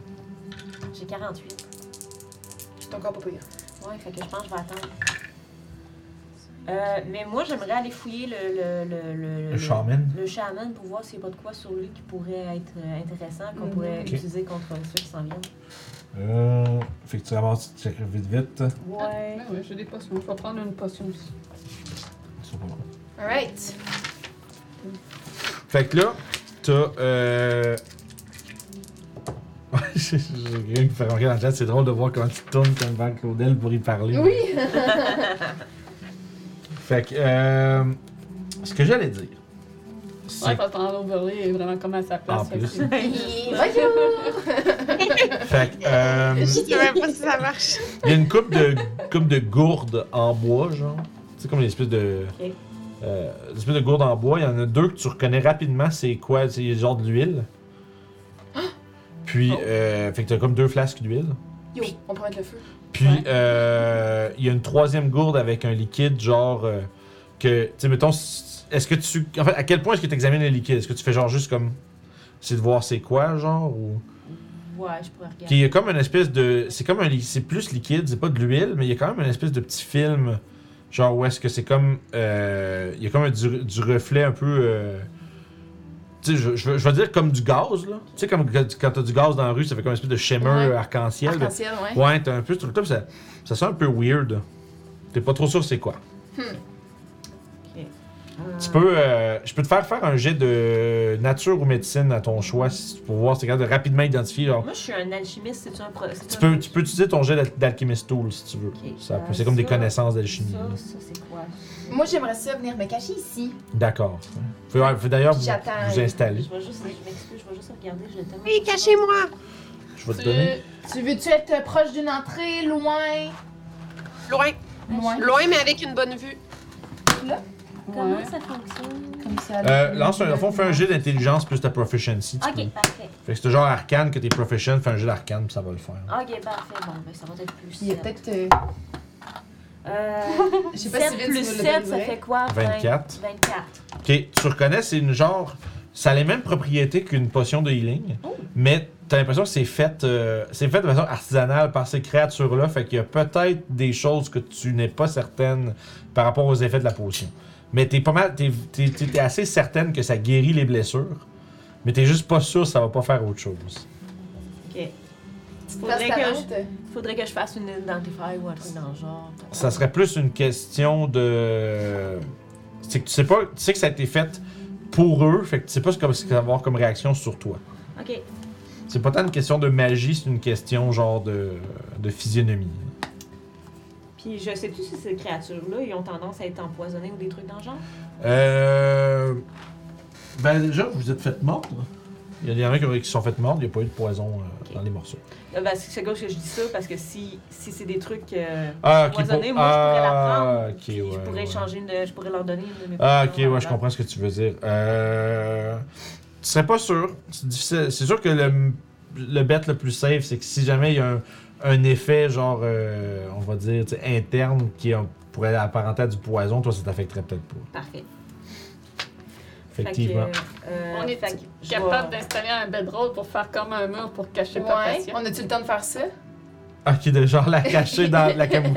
[SPEAKER 4] J'ai 48.
[SPEAKER 3] C'est encore pas pire.
[SPEAKER 4] Ouais, fait que je pense que je vais attendre. Euh, mais moi, j'aimerais aller fouiller le. Le, le, le,
[SPEAKER 1] Le Charmin.
[SPEAKER 4] le Shaman pour voir s'il n'y a pas de quoi sur lui qui pourrait être euh, intéressant, qu'on
[SPEAKER 3] Mhm.
[SPEAKER 4] pourrait
[SPEAKER 1] Ok.
[SPEAKER 4] utiliser contre ceux qui s'en viennent.
[SPEAKER 1] Euh, fait que tu ramasses tu checkes vite, vite.
[SPEAKER 4] [laughs] Ouais.
[SPEAKER 2] Ben oui, j'ai des potions. Je vais prendre une potion aussi.
[SPEAKER 1] Ils sont pas bons.
[SPEAKER 3] Alright.
[SPEAKER 1] Fait que là, t'as. Euh... [laughs] J'ai quelqu'un qui fait regarder dans le chat, c'est drôle de voir comment tu tournes comme vers Claudel pour y parler.
[SPEAKER 3] Oui!
[SPEAKER 1] Fait que. Euh... Ce que j'allais dire, c'est.
[SPEAKER 2] Ouais, parce que Andrew Burley est vraiment comme à sa place.
[SPEAKER 1] En
[SPEAKER 2] fait
[SPEAKER 1] plus.
[SPEAKER 2] que-
[SPEAKER 3] Bonjour!
[SPEAKER 1] fait que, euh,
[SPEAKER 5] [laughs] Je sais même pas si ça marche.
[SPEAKER 1] Il y a une coupe de, coupe de gourde en bois, genre. Tu sais, comme une espèce de.
[SPEAKER 4] Ok.
[SPEAKER 1] Euh, une espèce de gourde en bois. Il y en a deux que tu reconnais rapidement, c'est quoi C'est genre de l'huile. Puis, euh, fait que t'as comme deux flasques d'huile.
[SPEAKER 3] Yo, on peut mettre le feu.
[SPEAKER 1] Puis,
[SPEAKER 2] Ouais.
[SPEAKER 1] euh, il y a une troisième gourde avec un liquide, genre. euh, que, tu sais, mettons, s- est-ce que tu. En fait, à quel point est-ce que tu examines le liquide Est-ce que tu fais genre juste comme. C'est de voir c'est quoi, genre ou...
[SPEAKER 4] Ouais, je pourrais regarder.
[SPEAKER 1] Puis, il y a comme une espèce de. C'est comme un. li- C'est plus liquide, c'est pas de l'huile, mais il y a quand même une espèce de petit film. Genre, où est-ce que c'est comme. euh, Il y a comme un- du, du reflet un peu. euh, Tu sais, je, je, veux- je veux dire comme du gaz, là. Tu sais, comme quand quand t'as du gaz dans la rue, ça fait comme une espèce de shimmer
[SPEAKER 3] Ouais.
[SPEAKER 1] arc-en-ciel. mais-
[SPEAKER 3] Arc-en-ciel, ouais.
[SPEAKER 1] Ouais, t'as un peu ce truc-là, puis ça, ça sent un peu weird. T'es pas trop sûr c'est quoi. Tu peux, euh, je peux te faire faire un jet de nature ou médecine à ton choix si- pour voir si t'es capable de rapidement identifier. genre.
[SPEAKER 4] Euh, Moi, je suis un alchimiste, c'est-tu un pro... c'est-tu
[SPEAKER 1] tu,
[SPEAKER 4] un-
[SPEAKER 1] peux, tu peux utiliser ton jet d'al- d'alchimist tool si tu veux.
[SPEAKER 4] Ok.
[SPEAKER 1] Ça peut-
[SPEAKER 4] Euh,
[SPEAKER 1] c'est comme des
[SPEAKER 4] ça,
[SPEAKER 1] connaissances d'alchimie.
[SPEAKER 4] Ça,
[SPEAKER 1] là.
[SPEAKER 4] ça, c'est quoi?
[SPEAKER 3] Moi, j'aimerais ça venir me cacher ici.
[SPEAKER 1] D'accord. Vous pouvez- vous pouvez d'ailleurs vous,
[SPEAKER 3] J'attends.
[SPEAKER 1] vous installer.
[SPEAKER 4] Je vais juste, je m'excuse, je vais juste regarder, j'ai tellement...
[SPEAKER 5] Oui, cachez-moi.
[SPEAKER 1] Je vais te
[SPEAKER 2] Tu-
[SPEAKER 1] donner.
[SPEAKER 3] Tu veux-tu être proche d'une entrée, loin?
[SPEAKER 5] Loin.
[SPEAKER 3] Loin.
[SPEAKER 5] Loin, mais avec une bonne vue.
[SPEAKER 4] Comment
[SPEAKER 2] Ouais.
[SPEAKER 4] ça fonctionne?
[SPEAKER 3] Comme ça.
[SPEAKER 1] Euh, lance un, au fond, fais un jet d'intelligence plus ta proficiency. tu peux.
[SPEAKER 4] Ok, parfait.
[SPEAKER 1] Fait que c'est genre arcane que t'es proficient, fais un jet d'arcane puis ça va le faire.
[SPEAKER 4] Ok, parfait. Bon, ben ça va être plus
[SPEAKER 3] Il y a
[SPEAKER 4] 7.
[SPEAKER 3] peut-être. euh,
[SPEAKER 4] Euh,
[SPEAKER 3] Je sais pas
[SPEAKER 4] 7
[SPEAKER 3] si vite
[SPEAKER 4] plus
[SPEAKER 3] tu me
[SPEAKER 4] 7, ça fait quoi?
[SPEAKER 1] 24.
[SPEAKER 4] 24.
[SPEAKER 1] Ok, tu reconnais, c'est une genre. Ça a les mêmes propriétés qu'une potion de healing, mais t'as l'impression que c'est fait, euh, c'est fait de façon artisanale par ces créatures-là, fait qu'il y a peut-être des choses que tu n'es pas certaine par rapport aux effets de la potion. Mais t'es pas mal, t'es, t'es- t'es- t'es assez certaine que ça guérit les blessures, mais t'es juste pas sûr que ça va pas faire autre chose.
[SPEAKER 4] Ok. Faudrait que,
[SPEAKER 3] Transparente.
[SPEAKER 4] je, faudrait que je fasse une identifier ou un truc dans le genre.
[SPEAKER 1] Ça serait plus une question de, c'est que tu sais pas, tu sais que ça a été fait pour eux, fait que tu sais pas ce que ce que ça va avoir comme réaction sur toi.
[SPEAKER 4] Ok.
[SPEAKER 1] C'est pas tant une question de magie, c'est une question genre de, de physionomie.
[SPEAKER 4] Puis je sais-tu si ces créatures-là, ils ont tendance à être empoisonnées ou des trucs dans le genre?
[SPEAKER 1] Euh. Ben déjà, vous vous êtes fait mordre. Il y en a- il y en a qui ont- qui se sont fait mordre, il n'y a pas eu de poison euh,
[SPEAKER 4] Ok.
[SPEAKER 1] dans les morceaux.
[SPEAKER 4] Euh, ben, c'est c'est gauche que je dis ça parce que si, si c'est des trucs euh,
[SPEAKER 1] Ah,
[SPEAKER 4] empoisonnés,
[SPEAKER 1] pour-
[SPEAKER 4] moi
[SPEAKER 1] Ah,
[SPEAKER 4] je pourrais la prendre. puis
[SPEAKER 1] ok, ouais,
[SPEAKER 4] je pourrais
[SPEAKER 1] ouais.
[SPEAKER 4] changer de. Je pourrais leur donner une de mes
[SPEAKER 1] Ah, ok,
[SPEAKER 4] potions
[SPEAKER 1] ouais,
[SPEAKER 4] dans
[SPEAKER 1] je
[SPEAKER 4] leur-
[SPEAKER 1] comprends ce que tu veux dire. Euh. Tu serais pas sûr. C'est difficile. C'est sûr que le, le bet le plus safe, c'est que si jamais il y a un, un effet, genre, euh, on va dire, tu sais, interne qui euh, pourrait apparenter à du poison, toi, ça t'affecterait peut-être pas.
[SPEAKER 4] Parfait. Fait que,
[SPEAKER 1] Effectivement.
[SPEAKER 4] euh,
[SPEAKER 2] On est
[SPEAKER 4] fait que je
[SPEAKER 2] capable
[SPEAKER 4] vais-
[SPEAKER 2] d'installer un bedroll pour faire comme un mur pour cacher ta
[SPEAKER 3] Ouais.
[SPEAKER 2] passion.
[SPEAKER 3] On a-tu le temps de faire ça? euh,
[SPEAKER 1] Ok, de Ah, genre la cacher dans la
[SPEAKER 3] [laughs]
[SPEAKER 1] cabou.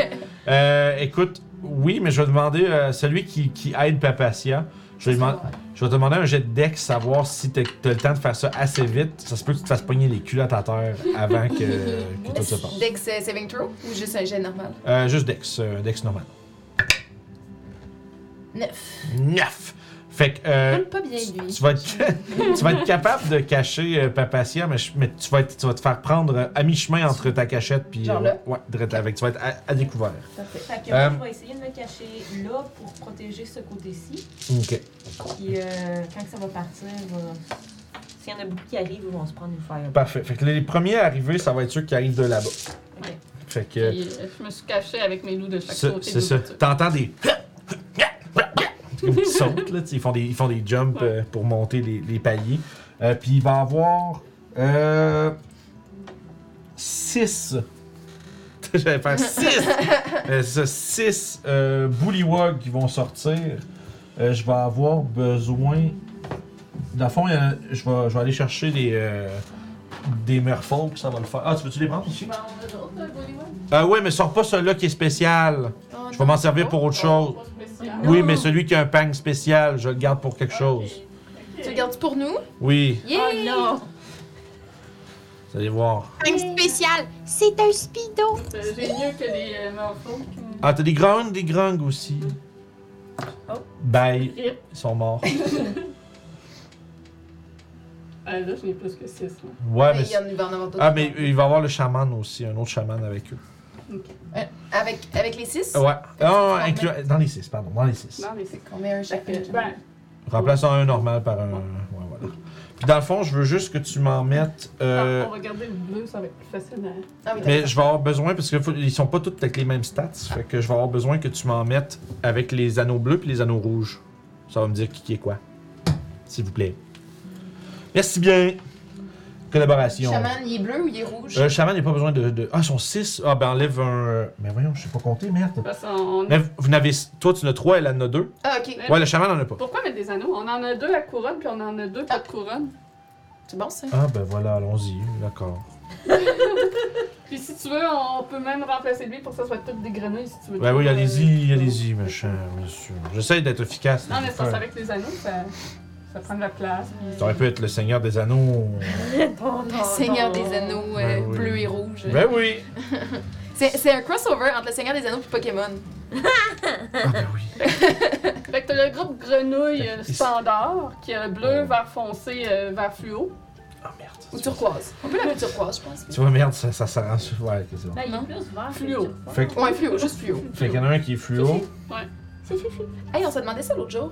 [SPEAKER 1] Euh, écoute, oui, mais je vais demander euh, celui qui, qui aide Papacia. Je vais, demand- je vais te demander un jet de deck, savoir si t'as t'as le temps de faire ça assez vite. Ça se peut que tu te fasses pogner les culottes à terre
[SPEAKER 3] [laughs]
[SPEAKER 1] avant que, que tout se passe.
[SPEAKER 3] Dès que c'est saving throw ou juste un jet normal?
[SPEAKER 1] Euh, juste Dex, euh, Dex normal.
[SPEAKER 3] Neuf.
[SPEAKER 1] Neuf! Fait que. euh,
[SPEAKER 3] Pas bien lui.
[SPEAKER 1] tu vas, être, [laughs] tu vas être capable de cacher euh, Papacia, mais, je- mais tu, vas être- tu vas te faire prendre euh, à mi-chemin entre ta cachette puis euh,
[SPEAKER 3] Genre là?
[SPEAKER 1] ouais, direct avec. Tu vas être à- à découvert.
[SPEAKER 4] Fait que
[SPEAKER 1] Euh,
[SPEAKER 4] moi, je vais essayer de me cacher là pour protéger ce côté-ci.
[SPEAKER 1] Ok.
[SPEAKER 4] Puis euh, quand ça va partir, on va- s'il y en a beaucoup qui arrivent, ils vont se prendre une fire.
[SPEAKER 1] Parfait. Fait que les premiers arrivés, ça va être ceux qui arrivent de là-bas.
[SPEAKER 4] Ok.
[SPEAKER 1] Fait que.
[SPEAKER 2] Puis, euh, je me suis cachée avec mes loups de chaque
[SPEAKER 1] C'est
[SPEAKER 2] côté.
[SPEAKER 1] c'est ça. T'entends des. [laughs] Ils sautent, là. tu sais, Ils font des, ils font des jumps euh, pour monter les, les paliers. Euh, Puis il va y avoir. Euh, 6. [laughs] J'allais faire
[SPEAKER 2] [laughs]
[SPEAKER 1] 6. euh, 6 euh, Bullywug qui vont sortir. Euh, je vais avoir besoin. Dans le fond, il y en a- je vais, je vais aller chercher des. euh, des merfolk, ça va le faire. Ah, tu veux-tu les prendre aussi?
[SPEAKER 2] Ben, on a d'autres, euh, Bollywood?
[SPEAKER 3] Ah,
[SPEAKER 1] Euh, ouais, mais sors pas celui-là qui est spécial. Je vais m'en servir pour autre chose.
[SPEAKER 2] Pas spécial. spécial.
[SPEAKER 1] Oui, mais celui qui a un pang spécial, je le garde pour quelque chose.
[SPEAKER 3] Tu regardes pour nous?
[SPEAKER 1] Oui,
[SPEAKER 9] Oh non!
[SPEAKER 1] vous allez voir.
[SPEAKER 5] Un spécial, c'est un speedo.
[SPEAKER 2] Euh, J'ai mieux que des euh, morphos.
[SPEAKER 1] Ah, t'as des grangs, des grangs aussi.
[SPEAKER 4] Oh.
[SPEAKER 1] Bye,
[SPEAKER 2] Rip.
[SPEAKER 1] ils sont morts.
[SPEAKER 2] Ah, là, j'en ai plus que 6.
[SPEAKER 1] Ouais,
[SPEAKER 3] mais
[SPEAKER 1] mais.
[SPEAKER 3] il y en il va en avoir d'autres.
[SPEAKER 1] Ah, mais il va y avoir le chaman aussi, un autre chaman avec eux.
[SPEAKER 3] Avec, avec les six?
[SPEAKER 1] Ouais. Ah,
[SPEAKER 3] tu
[SPEAKER 1] inclu- dans les six, pardon, dans les six.
[SPEAKER 2] Non, mais c'est
[SPEAKER 3] C'est qu'on met un Ah
[SPEAKER 2] Fait
[SPEAKER 3] chacun.
[SPEAKER 2] que, ben,
[SPEAKER 1] Remplaçons un normal par un. Ouais, voilà. Puis dans le fond, je veux juste que tu m'en mettes. euh,
[SPEAKER 2] Ah, on va garder le bleu, ça va être plus facile hein. à.
[SPEAKER 3] Ah oui, t'as
[SPEAKER 1] Mais je vais avoir besoin, parce qu'ils sont pas tous avec les mêmes stats, fait que je vais avoir besoin que tu m'en mettes avec les anneaux bleus puis les anneaux rouges. Ça va me dire qui, qui est quoi. S'il vous plaît. Merci bien.
[SPEAKER 3] Le
[SPEAKER 1] Collaboration.
[SPEAKER 3] chaman, il est bleu ou il est rouge?
[SPEAKER 1] Euh, Le chaman n'a pas besoin de, de- Ah, ils sont 6. Ah, ben enlève un. Mais voyons, je sais pas compter, merde.
[SPEAKER 2] Parce qu'on-
[SPEAKER 1] Mais vous- vous n'avez. Toi, tu en as 3, elle en a 2.
[SPEAKER 3] Ah, ok.
[SPEAKER 1] Ouais, le chaman en a pas.
[SPEAKER 2] Pourquoi mettre des anneaux On en a deux à couronne, puis on en a deux pas de couronne.
[SPEAKER 3] C'est bon, ça?
[SPEAKER 1] Ah, ben voilà, allons-y. D'accord.
[SPEAKER 2] Puis si tu veux, on peut même remplacer lui pour que ça soit toutes des grenouilles si tu veux.
[SPEAKER 1] Ben oui,
[SPEAKER 2] Euh,
[SPEAKER 1] allez-y, allez-y, machin, bien sûr. J'essaie d'être efficace.
[SPEAKER 2] Non, mais
[SPEAKER 1] ça
[SPEAKER 2] ça, c'est avec les anneaux, ça, ça prend de la place.
[SPEAKER 1] T'aurais pu être le seigneur des anneaux.
[SPEAKER 3] Le Seigneur des Anneaux, euh,
[SPEAKER 1] Ben oui.
[SPEAKER 3] bleu et rouge.
[SPEAKER 1] ben oui!
[SPEAKER 3] C'est c'est un crossover entre le Seigneur des Anneaux et Pokémon.
[SPEAKER 1] Ah ben oui.
[SPEAKER 2] Fait que t'as le groupe grenouille euh,
[SPEAKER 1] Ici.
[SPEAKER 2] standard, qui est bleu, vert foncé, euh, vert fluo.
[SPEAKER 1] Ah merde.
[SPEAKER 3] Ou turquoise. On peut l'appeler turquoise, je pense.
[SPEAKER 1] Tu vois, merde, ça, ça, ça rend sur- Ouais, ok, c'est bon.
[SPEAKER 4] Ben, il
[SPEAKER 3] Non.
[SPEAKER 4] est plus vert. que
[SPEAKER 2] Fluo.
[SPEAKER 4] le turquoise.
[SPEAKER 1] Fait que-
[SPEAKER 3] Ouais, fluo, juste fluo.
[SPEAKER 1] Fait qu'il y en a un qui est fluo.
[SPEAKER 4] C'est fifi.
[SPEAKER 3] Hey, on se demandait ça l'autre jour.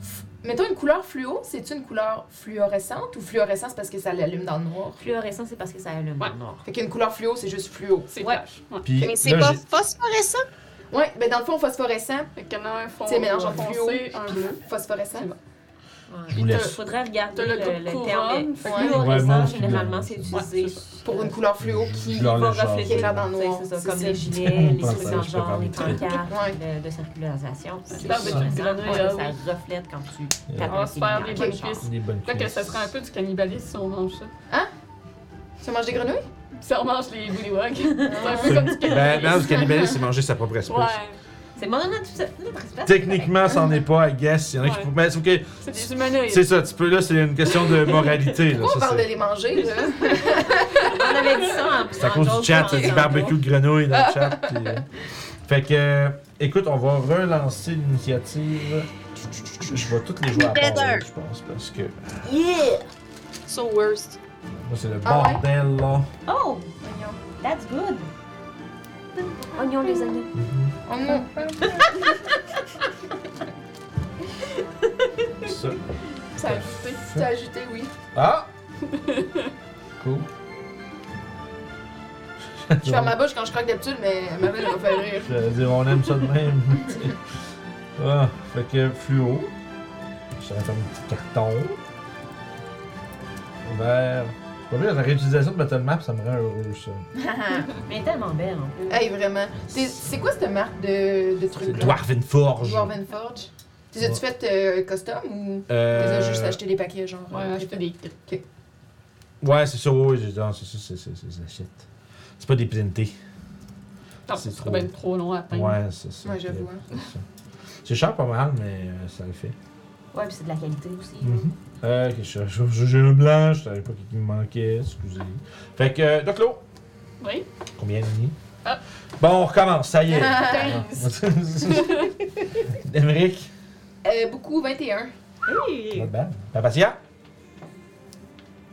[SPEAKER 3] F- Mettons une couleur fluo, c'est-tu une couleur fluorescente ou fluorescence parce que ça l'allume dans le noir?
[SPEAKER 4] Fluorescent, c'est parce que ça allume
[SPEAKER 2] Ouais.
[SPEAKER 4] en noir.
[SPEAKER 3] Fait qu'une couleur fluo, c'est juste fluo.
[SPEAKER 2] C'est
[SPEAKER 4] Ouais.
[SPEAKER 2] flash. Ouais.
[SPEAKER 1] Puis
[SPEAKER 5] Mais c'est pas
[SPEAKER 1] là, j'ai-
[SPEAKER 5] phosphorescent.
[SPEAKER 3] Ouais, ben dans le fond, phosphorescent,
[SPEAKER 2] Fait qu'il y en a un fond,
[SPEAKER 3] C'est mélange
[SPEAKER 2] un
[SPEAKER 3] en fluo.
[SPEAKER 2] foncé, un bleu.
[SPEAKER 3] phosphorescent.
[SPEAKER 1] je
[SPEAKER 4] Ouais.
[SPEAKER 1] vous laisse.
[SPEAKER 4] Faudrait regarder
[SPEAKER 2] T'as le
[SPEAKER 4] le,
[SPEAKER 2] groupe
[SPEAKER 4] le terme.
[SPEAKER 2] couronne.
[SPEAKER 4] mais
[SPEAKER 2] fait que-
[SPEAKER 3] Ouais.
[SPEAKER 1] Ouais, moi,
[SPEAKER 4] Fluorescent,
[SPEAKER 1] je-
[SPEAKER 4] généralement, c'est
[SPEAKER 2] Ouais,
[SPEAKER 4] utilisé
[SPEAKER 2] c'est ça.
[SPEAKER 3] Pour une couleur fluo qui.
[SPEAKER 1] Je leur
[SPEAKER 4] va
[SPEAKER 1] laisse genre.
[SPEAKER 4] refléter
[SPEAKER 3] Qui éclaire dans le noir,
[SPEAKER 4] C'est
[SPEAKER 3] c'est
[SPEAKER 4] ça, comme
[SPEAKER 3] ça.
[SPEAKER 1] [laughs]
[SPEAKER 4] les gilets, les
[SPEAKER 1] Je
[SPEAKER 4] trucs dans le
[SPEAKER 1] pense que je peux
[SPEAKER 4] genre,
[SPEAKER 1] pas
[SPEAKER 4] les
[SPEAKER 1] parler de
[SPEAKER 4] pancartes
[SPEAKER 3] Ouais.
[SPEAKER 4] de, de circularisation.
[SPEAKER 2] C'est
[SPEAKER 1] ça,
[SPEAKER 4] fluorescent,
[SPEAKER 2] avec une grenouille,
[SPEAKER 4] ouais,
[SPEAKER 2] là,
[SPEAKER 4] ça
[SPEAKER 2] oui.
[SPEAKER 4] reflète quand tu
[SPEAKER 1] On
[SPEAKER 4] tapes
[SPEAKER 2] va
[SPEAKER 4] un
[SPEAKER 2] se faire
[SPEAKER 4] signal,
[SPEAKER 2] des
[SPEAKER 4] genre.
[SPEAKER 2] bonnes cuisses.
[SPEAKER 1] des bonnes
[SPEAKER 2] Fait que ça
[SPEAKER 1] cuisses.
[SPEAKER 2] serait un
[SPEAKER 1] [laughs]
[SPEAKER 2] peu du cannibalisme si on mange ça.
[SPEAKER 3] Tu manges des grenouilles?
[SPEAKER 2] Si on mange les
[SPEAKER 1] [laughs]
[SPEAKER 2] bullywogs, c'est un peu comme du
[SPEAKER 1] Ben,
[SPEAKER 2] cannibalisme.
[SPEAKER 1] ben, le cannibalisme, c'est manger sa propre espèce.
[SPEAKER 2] Ouais,
[SPEAKER 4] C'est mon notre notre espèce.
[SPEAKER 1] Techniquement, c'en est pas, I guess. Il y en a qui.
[SPEAKER 2] Ouais.
[SPEAKER 1] Mais c'est ok.
[SPEAKER 2] c'est des humanoïdes.
[SPEAKER 1] C'est ça, tu peux, là, c'est une question de moralité. Là,
[SPEAKER 3] Pourquoi on
[SPEAKER 1] ça,
[SPEAKER 3] parle de
[SPEAKER 1] c'est
[SPEAKER 3] les manger, là?
[SPEAKER 4] On avait dit ça hein. en plus.
[SPEAKER 1] c'est à cause du chat, c'est du barbecue de grenouille dans le chat. puis, euh. Fait que, euh, écoute, on va relancer l'initiative. Je vais toutes les jouer à part,
[SPEAKER 5] Better.
[SPEAKER 1] je pense, parce que euh,
[SPEAKER 4] Yeah!
[SPEAKER 5] So worst.
[SPEAKER 1] moi, c'est le
[SPEAKER 3] Ah ouais?
[SPEAKER 1] bordel, là.
[SPEAKER 4] Oh!
[SPEAKER 3] Voyons.
[SPEAKER 4] That's good! Oignon les amis.
[SPEAKER 3] Oh non.
[SPEAKER 1] Ça.
[SPEAKER 3] Ça a ajouté. Ça a ajouté, oui.
[SPEAKER 1] [laughs] Ah! Cool. [laughs]
[SPEAKER 3] Je ferme ma bouche quand je croque d'habitude, mais ma belle elle m'a fait rire.
[SPEAKER 1] Je veux dire, on aime ça de
[SPEAKER 3] [laughs]
[SPEAKER 1] même. tu sais. ah, fait que fluo. Je vais faire un petit carton. Vert. C'est pas bien, la réutilisation de Battle ça me rend heureux, ça.
[SPEAKER 4] Mais elle est tellement belle en plus.
[SPEAKER 3] Hey, vraiment. C'est- C'est quoi cette marque de, de trucs-là?
[SPEAKER 1] Forge.
[SPEAKER 3] Dwarven Forge. Tu les as-tu fait euh, custom ou tu les as juste
[SPEAKER 1] Euh,
[SPEAKER 3] acheté des paquets, genre?
[SPEAKER 2] Ouais,
[SPEAKER 3] euh,
[SPEAKER 2] acheter des
[SPEAKER 1] ouais, c'est ça, oui, j'ai non, c'est ça, c'est ça, c'est ça, shit. C'est pas des printés.
[SPEAKER 2] Non,
[SPEAKER 1] C'est
[SPEAKER 2] c'est
[SPEAKER 1] trop.
[SPEAKER 2] trop, ben, trop long à peindre.
[SPEAKER 1] Ouais, c'est ça.
[SPEAKER 3] Ouais, j'avoue. hein.
[SPEAKER 1] C'est ça. C'est cher pas mal, mais euh, ça le fait.
[SPEAKER 4] Ouais, puis c'est de la qualité aussi.
[SPEAKER 1] Euh, ok, je- je- je- j'ai un blanc, je savais pas qu'il me manquait, excusez. Fait que, euh, Doc Lo,
[SPEAKER 2] Oui.
[SPEAKER 1] combien de nuits?
[SPEAKER 2] Ah.
[SPEAKER 1] Bon, on recommence, ça y est.
[SPEAKER 2] Quinze.
[SPEAKER 1] [laughs] Émeric,
[SPEAKER 3] Euh, beaucoup, 21.
[SPEAKER 1] not bad. Papatia?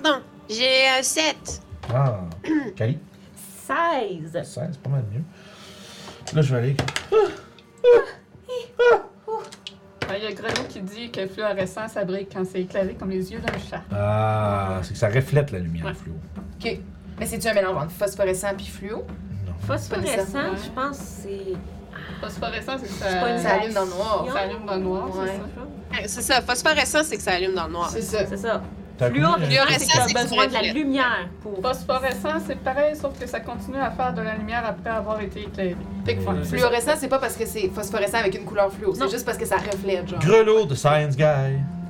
[SPEAKER 5] Non, j'ai euh, un 7.
[SPEAKER 1] Ah, Cali,
[SPEAKER 4] 16!
[SPEAKER 1] 16, c'est pas mal mieux. Là, je vais aller.
[SPEAKER 2] Ah, Il y a Grelot qui dit que fluorescent, ça brille quand c'est éclairé comme les yeux d'un chat.
[SPEAKER 1] Ah, c'est que ça reflète la lumière
[SPEAKER 2] Ouais.
[SPEAKER 1] fluo.
[SPEAKER 3] Ok. Mais c'est-tu un mélange entre phosphorescent puis fluo?
[SPEAKER 1] Non.
[SPEAKER 4] Phosphorescent, je pense que c'est.
[SPEAKER 2] Phosphorescent, c'est que
[SPEAKER 4] C'est pas
[SPEAKER 2] ça,
[SPEAKER 4] une
[SPEAKER 3] Ça allume dans le noir.
[SPEAKER 2] ça allume dans le noir,
[SPEAKER 3] Ouais.
[SPEAKER 2] c'est ça?
[SPEAKER 5] C'est ça, phosphorescent, c'est que ça allume dans le noir.
[SPEAKER 3] C'est ça.
[SPEAKER 4] C'est ça.
[SPEAKER 1] T'as combien, euh,
[SPEAKER 4] Fluorescent, c'est
[SPEAKER 5] Fluorescent,
[SPEAKER 4] que
[SPEAKER 5] c'est
[SPEAKER 4] t'as besoin de la
[SPEAKER 5] fluorescent.
[SPEAKER 4] lumière pour.
[SPEAKER 2] Phosphorescent, c'est pareil, sauf que ça continue à faire de la lumière après avoir été éclairé. Fait que
[SPEAKER 1] Euh,
[SPEAKER 2] voilà.
[SPEAKER 3] Fluorescent, c'est pas parce que c'est phosphorescent avec une couleur fluo. C'est
[SPEAKER 4] Non.
[SPEAKER 3] juste parce que ça reflète, genre.
[SPEAKER 1] Grelot de Science Guy.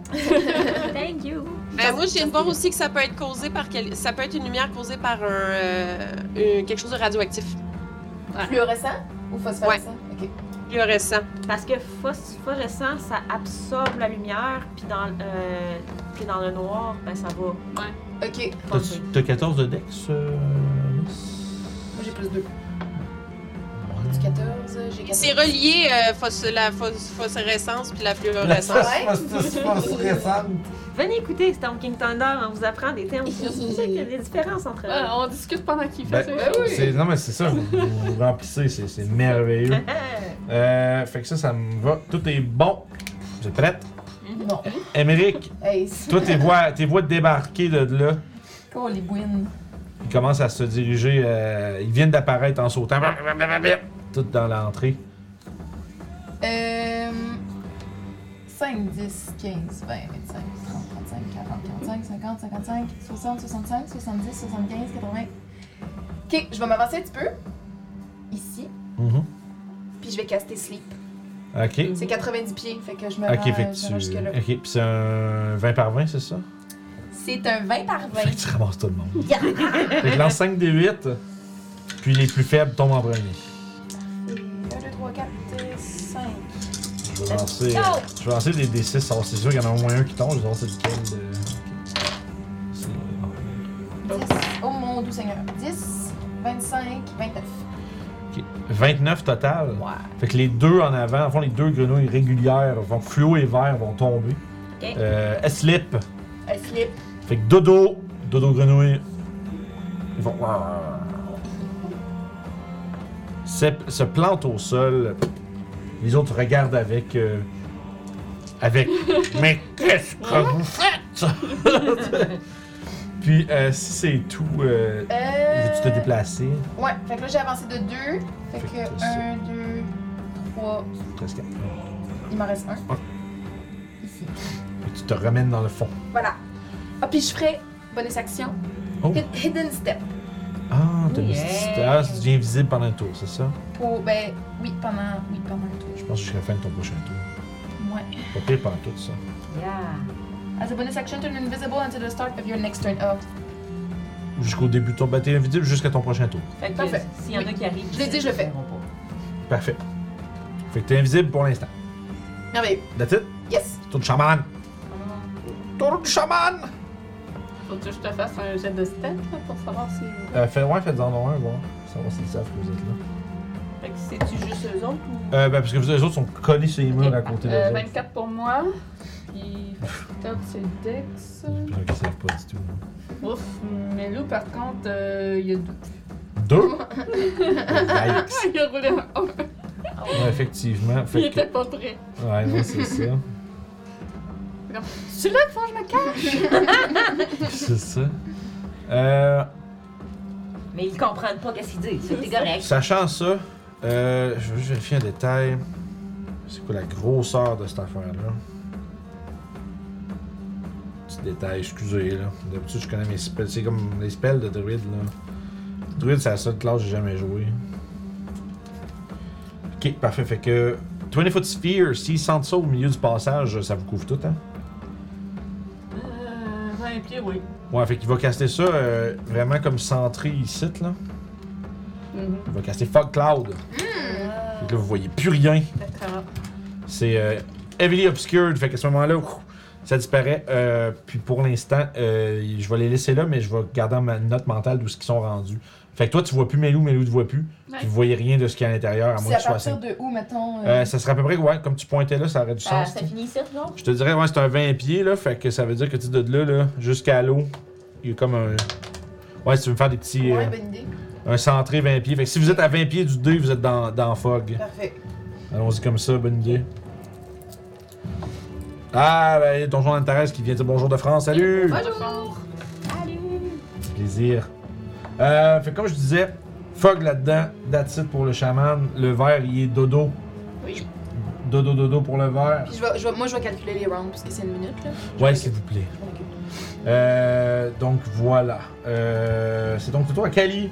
[SPEAKER 4] [laughs] Thank you!
[SPEAKER 5] Ben, moi, je viens de voir aussi que ça peut être causé par quel- ça peut être une lumière causée par un euh, euh, quelque chose de radioactif.
[SPEAKER 3] Fluorescent ou phosphorescent? Ok.
[SPEAKER 5] Fluorescent.
[SPEAKER 4] Parce que phosphorescent, ça absorbe la lumière, puis dans, euh, puis dans le noir, ben ça va.
[SPEAKER 3] Ok,
[SPEAKER 4] passer.
[SPEAKER 10] T'as 14 de Dex, euh, Alice?
[SPEAKER 3] moi j'ai plus 2.
[SPEAKER 10] Ouais.
[SPEAKER 3] Du 14, euh, j'ai 14.
[SPEAKER 5] C'est relié euh, phos- la phos- phosphorescence puis
[SPEAKER 1] [laughs]
[SPEAKER 5] la
[SPEAKER 1] La
[SPEAKER 5] [laughs] fluorescence.
[SPEAKER 3] Ouais.
[SPEAKER 1] phosphorus récente.
[SPEAKER 4] Venez écouter Storm King Thunder, on vous apprend des termes. C'est pour ça qu'il y a des différences entre eux.
[SPEAKER 2] Ouais, Ah, on discute pendant qu'il fait
[SPEAKER 10] Ben,
[SPEAKER 2] ça.
[SPEAKER 3] Ben oui.
[SPEAKER 1] C'est- Non, mais c'est ça, vous, vous remplissez, c'est c'est merveilleux. Euh, fait que ça, ça me va. Tout est bon. Vous êtes prête?
[SPEAKER 3] Non.
[SPEAKER 1] Émeric,
[SPEAKER 3] Hey, c'est.
[SPEAKER 1] toi, tes voix, tes voix débarquer de là.
[SPEAKER 3] Oh, les Gwyn.
[SPEAKER 1] Ils commencent à se diriger. euh, ils viennent d'apparaître en sautant. Tout dans l'entrée.
[SPEAKER 3] Euh. 5, 10, 15, 20, 25, 30, 35, 40, 45, 50, 55, 60, 65, 70, 75, 80. Ok, je vais m'avancer un petit peu. Ici.
[SPEAKER 1] Mhm.
[SPEAKER 3] Puis je vais caster Sleep.
[SPEAKER 1] Ok.
[SPEAKER 3] C'est 90 pieds, fait que je me rends,
[SPEAKER 1] Mhm. Ok, fait que
[SPEAKER 3] je me rends
[SPEAKER 1] tu.
[SPEAKER 3] jusque-là.
[SPEAKER 1] Ok, puis c'est un 20 par 20, c'est ça?
[SPEAKER 3] C'est un 20 par 20.
[SPEAKER 1] Fait que tu ramasses tout le monde. fait que lance 5 des 8, puis les plus faibles tombent en premier.
[SPEAKER 3] 1, 2, 3, 4, 5.
[SPEAKER 1] Je vais lancer, je vais lancer des D6, savoir si c'est sûr qu'il y en a au moins un qui tombe, je vais voir c'est lequel de. ok. C'est- ok.
[SPEAKER 3] 10. Oh mon doux Seigneur. 10, 25, 29.
[SPEAKER 1] 29 total.
[SPEAKER 3] Wow.
[SPEAKER 1] Fait que les deux en avant, en fond, les deux grenouilles régulières, vont fluo et vert, vont tomber.
[SPEAKER 4] [laughs] Ok.
[SPEAKER 1] Euh, elles slip.
[SPEAKER 3] Un slip.
[SPEAKER 1] Fait que dodo, dodo grenouille. Ils vont. Se, se plante au sol. Les autres regardent avec. euh, avec. Mais qu'est-ce que vous faites? Puis, euh, si c'est tout, euh,
[SPEAKER 3] Euh...
[SPEAKER 1] veux-tu te déplacer?
[SPEAKER 3] Ouais, fait que là j'ai avancé de 2. Fait
[SPEAKER 1] Fait
[SPEAKER 3] que
[SPEAKER 1] que ça.
[SPEAKER 3] 1, 2, 3.
[SPEAKER 1] Presque.
[SPEAKER 3] Il m'en reste un.
[SPEAKER 1] Puis tu te ramènes dans le fond.
[SPEAKER 3] Voilà. Ah, puis je ferai bonus action.
[SPEAKER 1] Oh.
[SPEAKER 3] Hid- Hidden step.
[SPEAKER 1] Ah, t'as mis
[SPEAKER 4] Yeah.
[SPEAKER 1] Ah, tu deviens visible pendant un tour, c'est ça?
[SPEAKER 3] Pour, ben, oui, pendant, oui, pendant le tour.
[SPEAKER 1] Je pense jusqu'à la fin de ton prochain tour.
[SPEAKER 3] Ouais.
[SPEAKER 1] Pas pire pendant tout ça.
[SPEAKER 4] Yeah.
[SPEAKER 3] As a bonus action, turn invisible until the start of your next turn. Oh.
[SPEAKER 1] Jusqu'au début de ton. Bah, t'es invisible jusqu'à ton prochain tour.
[SPEAKER 4] Fait
[SPEAKER 3] Parfait.
[SPEAKER 4] que s'il y en a
[SPEAKER 3] Oui.
[SPEAKER 4] qui arrivent,
[SPEAKER 3] Je l'ai dit, je le fais.
[SPEAKER 1] Parfait. Fait que t'es invisible pour l'instant.
[SPEAKER 3] Merveilleux.
[SPEAKER 1] That's it?
[SPEAKER 3] Yes.
[SPEAKER 1] Tour du chaman! Tour du chaman!
[SPEAKER 2] Faut que je te fasse un jet de stat là, pour savoir si.
[SPEAKER 1] Euh, fait, ouais, faites-en un, voir. Savoir s'ils savent que vous êtes là.
[SPEAKER 4] Fait que c'est-tu juste eux autres ou.
[SPEAKER 1] Euh, ben, parce que vous les autres sont collés sur les murs
[SPEAKER 2] Ok.
[SPEAKER 1] à côté de
[SPEAKER 2] Euh,
[SPEAKER 1] vous.
[SPEAKER 2] 24 pour moi. Puis top c'est Dex.
[SPEAKER 1] autres. J'espère qu'ils savent pas du tout. hein.
[SPEAKER 2] Ouf, mais Lou par contre, euh, il a deux.
[SPEAKER 1] Deux?
[SPEAKER 2] Ah,
[SPEAKER 1] Yikes!
[SPEAKER 2] [laughs] il a roulé un un.
[SPEAKER 1] Ouais, effectivement.
[SPEAKER 2] Il
[SPEAKER 1] Fait que...
[SPEAKER 2] était pas prêt.
[SPEAKER 1] Ouais, non, c'est ça. [laughs]
[SPEAKER 2] C'est là, faut que je me calme.
[SPEAKER 1] c'est ça. Euh.
[SPEAKER 4] Mais ils comprennent pas qu'est-ce qu'ils disent. C'est correct.
[SPEAKER 1] Sachant ça, euh, je veux juste vérifier un détail. C'est quoi la grosseur de cette affaire-là? Petit détail, excusez. là. D'habitude, je connais mes spells. C'est comme les spells de druide. Là. Druide, c'est la seule classe que j'ai jamais joué. Ok, parfait. Fait que 20 Foot Sphere, s'ils sentent ça au milieu du passage, ça vous couvre tout, hein?
[SPEAKER 2] Euh, 20 pieds, oui.
[SPEAKER 1] Ouais, fait qu'il va caster ça euh, vraiment comme centré ici, là.
[SPEAKER 2] Mhm.
[SPEAKER 1] Il va caster Fog Cloud.
[SPEAKER 3] Hmm.
[SPEAKER 1] Fait que là, vous voyez plus rien.
[SPEAKER 2] D'accord.
[SPEAKER 1] C'est euh, heavily obscured, fait qu'à ce moment-là, ouf, ça disparaît. Euh, puis pour l'instant, euh, je vais les laisser là, mais je vais garder dans ma note mentale d'où ils sont rendus. Fait que toi, tu vois plus Melou, Melou te voit plus. Puis vous voyez rien de ce qu'il y a à l'intérieur, à
[SPEAKER 3] C'est
[SPEAKER 1] moins
[SPEAKER 3] à
[SPEAKER 1] que tu sois
[SPEAKER 3] partir
[SPEAKER 1] assez.
[SPEAKER 3] de Euh, où, mettons. euh,
[SPEAKER 1] Euh, ça serait à peu près, ouais, comme tu pointais là, ça aurait du
[SPEAKER 4] Ah,
[SPEAKER 1] sens.
[SPEAKER 4] ça finit ici, genre?
[SPEAKER 1] je te dirais, ouais, c'est un 20 pieds, là, fait que ça veut dire que tu sais, de là, là jusqu'à l'eau, il y a comme un. Ouais, si tu veux me faire des petits.
[SPEAKER 3] Ouais, ben,
[SPEAKER 1] euh,
[SPEAKER 3] bonne idée.
[SPEAKER 1] un centré 20 pieds. Fait que si vous êtes à 20 pieds du dé, vous êtes dans, dans Fog.
[SPEAKER 3] Parfait.
[SPEAKER 1] Allons-y comme ça, bonne idée. Ah, ben, ton Jean Antares qui vient dire bonjour de France, salut!
[SPEAKER 2] Bonjour.
[SPEAKER 1] Plaisir. Euh, fait que comme je disais, fog là-dedans, that's it pour le chaman. Le verre, il est dodo.
[SPEAKER 3] Oui.
[SPEAKER 1] Dodo, dodo pour le verre.
[SPEAKER 3] Puis je vais, je vais- moi, je vais calculer les rounds, puisque c'est une minute, là.
[SPEAKER 1] Ouais, s'il vous plaît. Euh, donc voilà. Euh, c'est donc plutôt à Cali.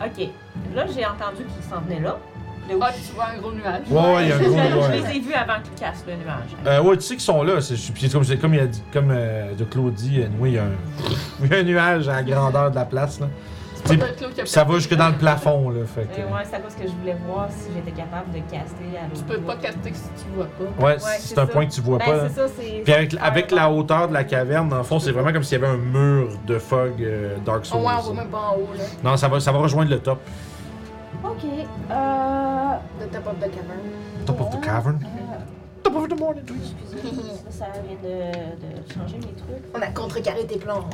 [SPEAKER 4] Ok. Là, j'ai entendu qu'ils s'en venaient là. Le
[SPEAKER 2] Ah, tu vois un gros nuage.
[SPEAKER 1] Ouais, ouais, il y a un
[SPEAKER 4] je,
[SPEAKER 1] gros
[SPEAKER 4] je
[SPEAKER 1] verre.
[SPEAKER 4] les ai vus avant qu'ils cassent le nuage.
[SPEAKER 1] Euh, ouais, tu sais qu'ils sont là. C'est puis c'est comme, c'est comme, il a [laughs] dit, comme euh, de Claudie, euh, oui, il y a un, il y a un nuage à la grandeur de la place. Là.
[SPEAKER 2] C'est pas Claude qui a
[SPEAKER 1] Ça
[SPEAKER 2] perdu.
[SPEAKER 1] va jusque dans le plafond, là. Fait que-
[SPEAKER 4] Euh, ouais, c'est à cause que je voulais voir si j'étais capable de caster à l'autre
[SPEAKER 2] Tu peux
[SPEAKER 4] bout.
[SPEAKER 2] pas capter si tu vois pas.
[SPEAKER 1] Ouais,
[SPEAKER 4] c'est
[SPEAKER 1] c'est un
[SPEAKER 4] ça.
[SPEAKER 1] point que tu vois
[SPEAKER 4] Ben,
[SPEAKER 1] pas. là.
[SPEAKER 4] c'est ça, c'est.
[SPEAKER 1] Puis avec, avec la hauteur de la caverne, dans le fond, c'est vraiment comme s'il y avait un mur de fog euh, Dark
[SPEAKER 2] Oh,
[SPEAKER 1] Souls.
[SPEAKER 2] ouais, on voit même pas en haut, là.
[SPEAKER 1] non, ça va, ça va rejoindre le top.
[SPEAKER 4] Ok. Euh.
[SPEAKER 3] De top of the cavern.
[SPEAKER 4] Oh.
[SPEAKER 1] Top of the cavern. Top of the morning, please.
[SPEAKER 4] Ça, ça vient de, de changer mes trucs.
[SPEAKER 3] On a contrecarré tes plans.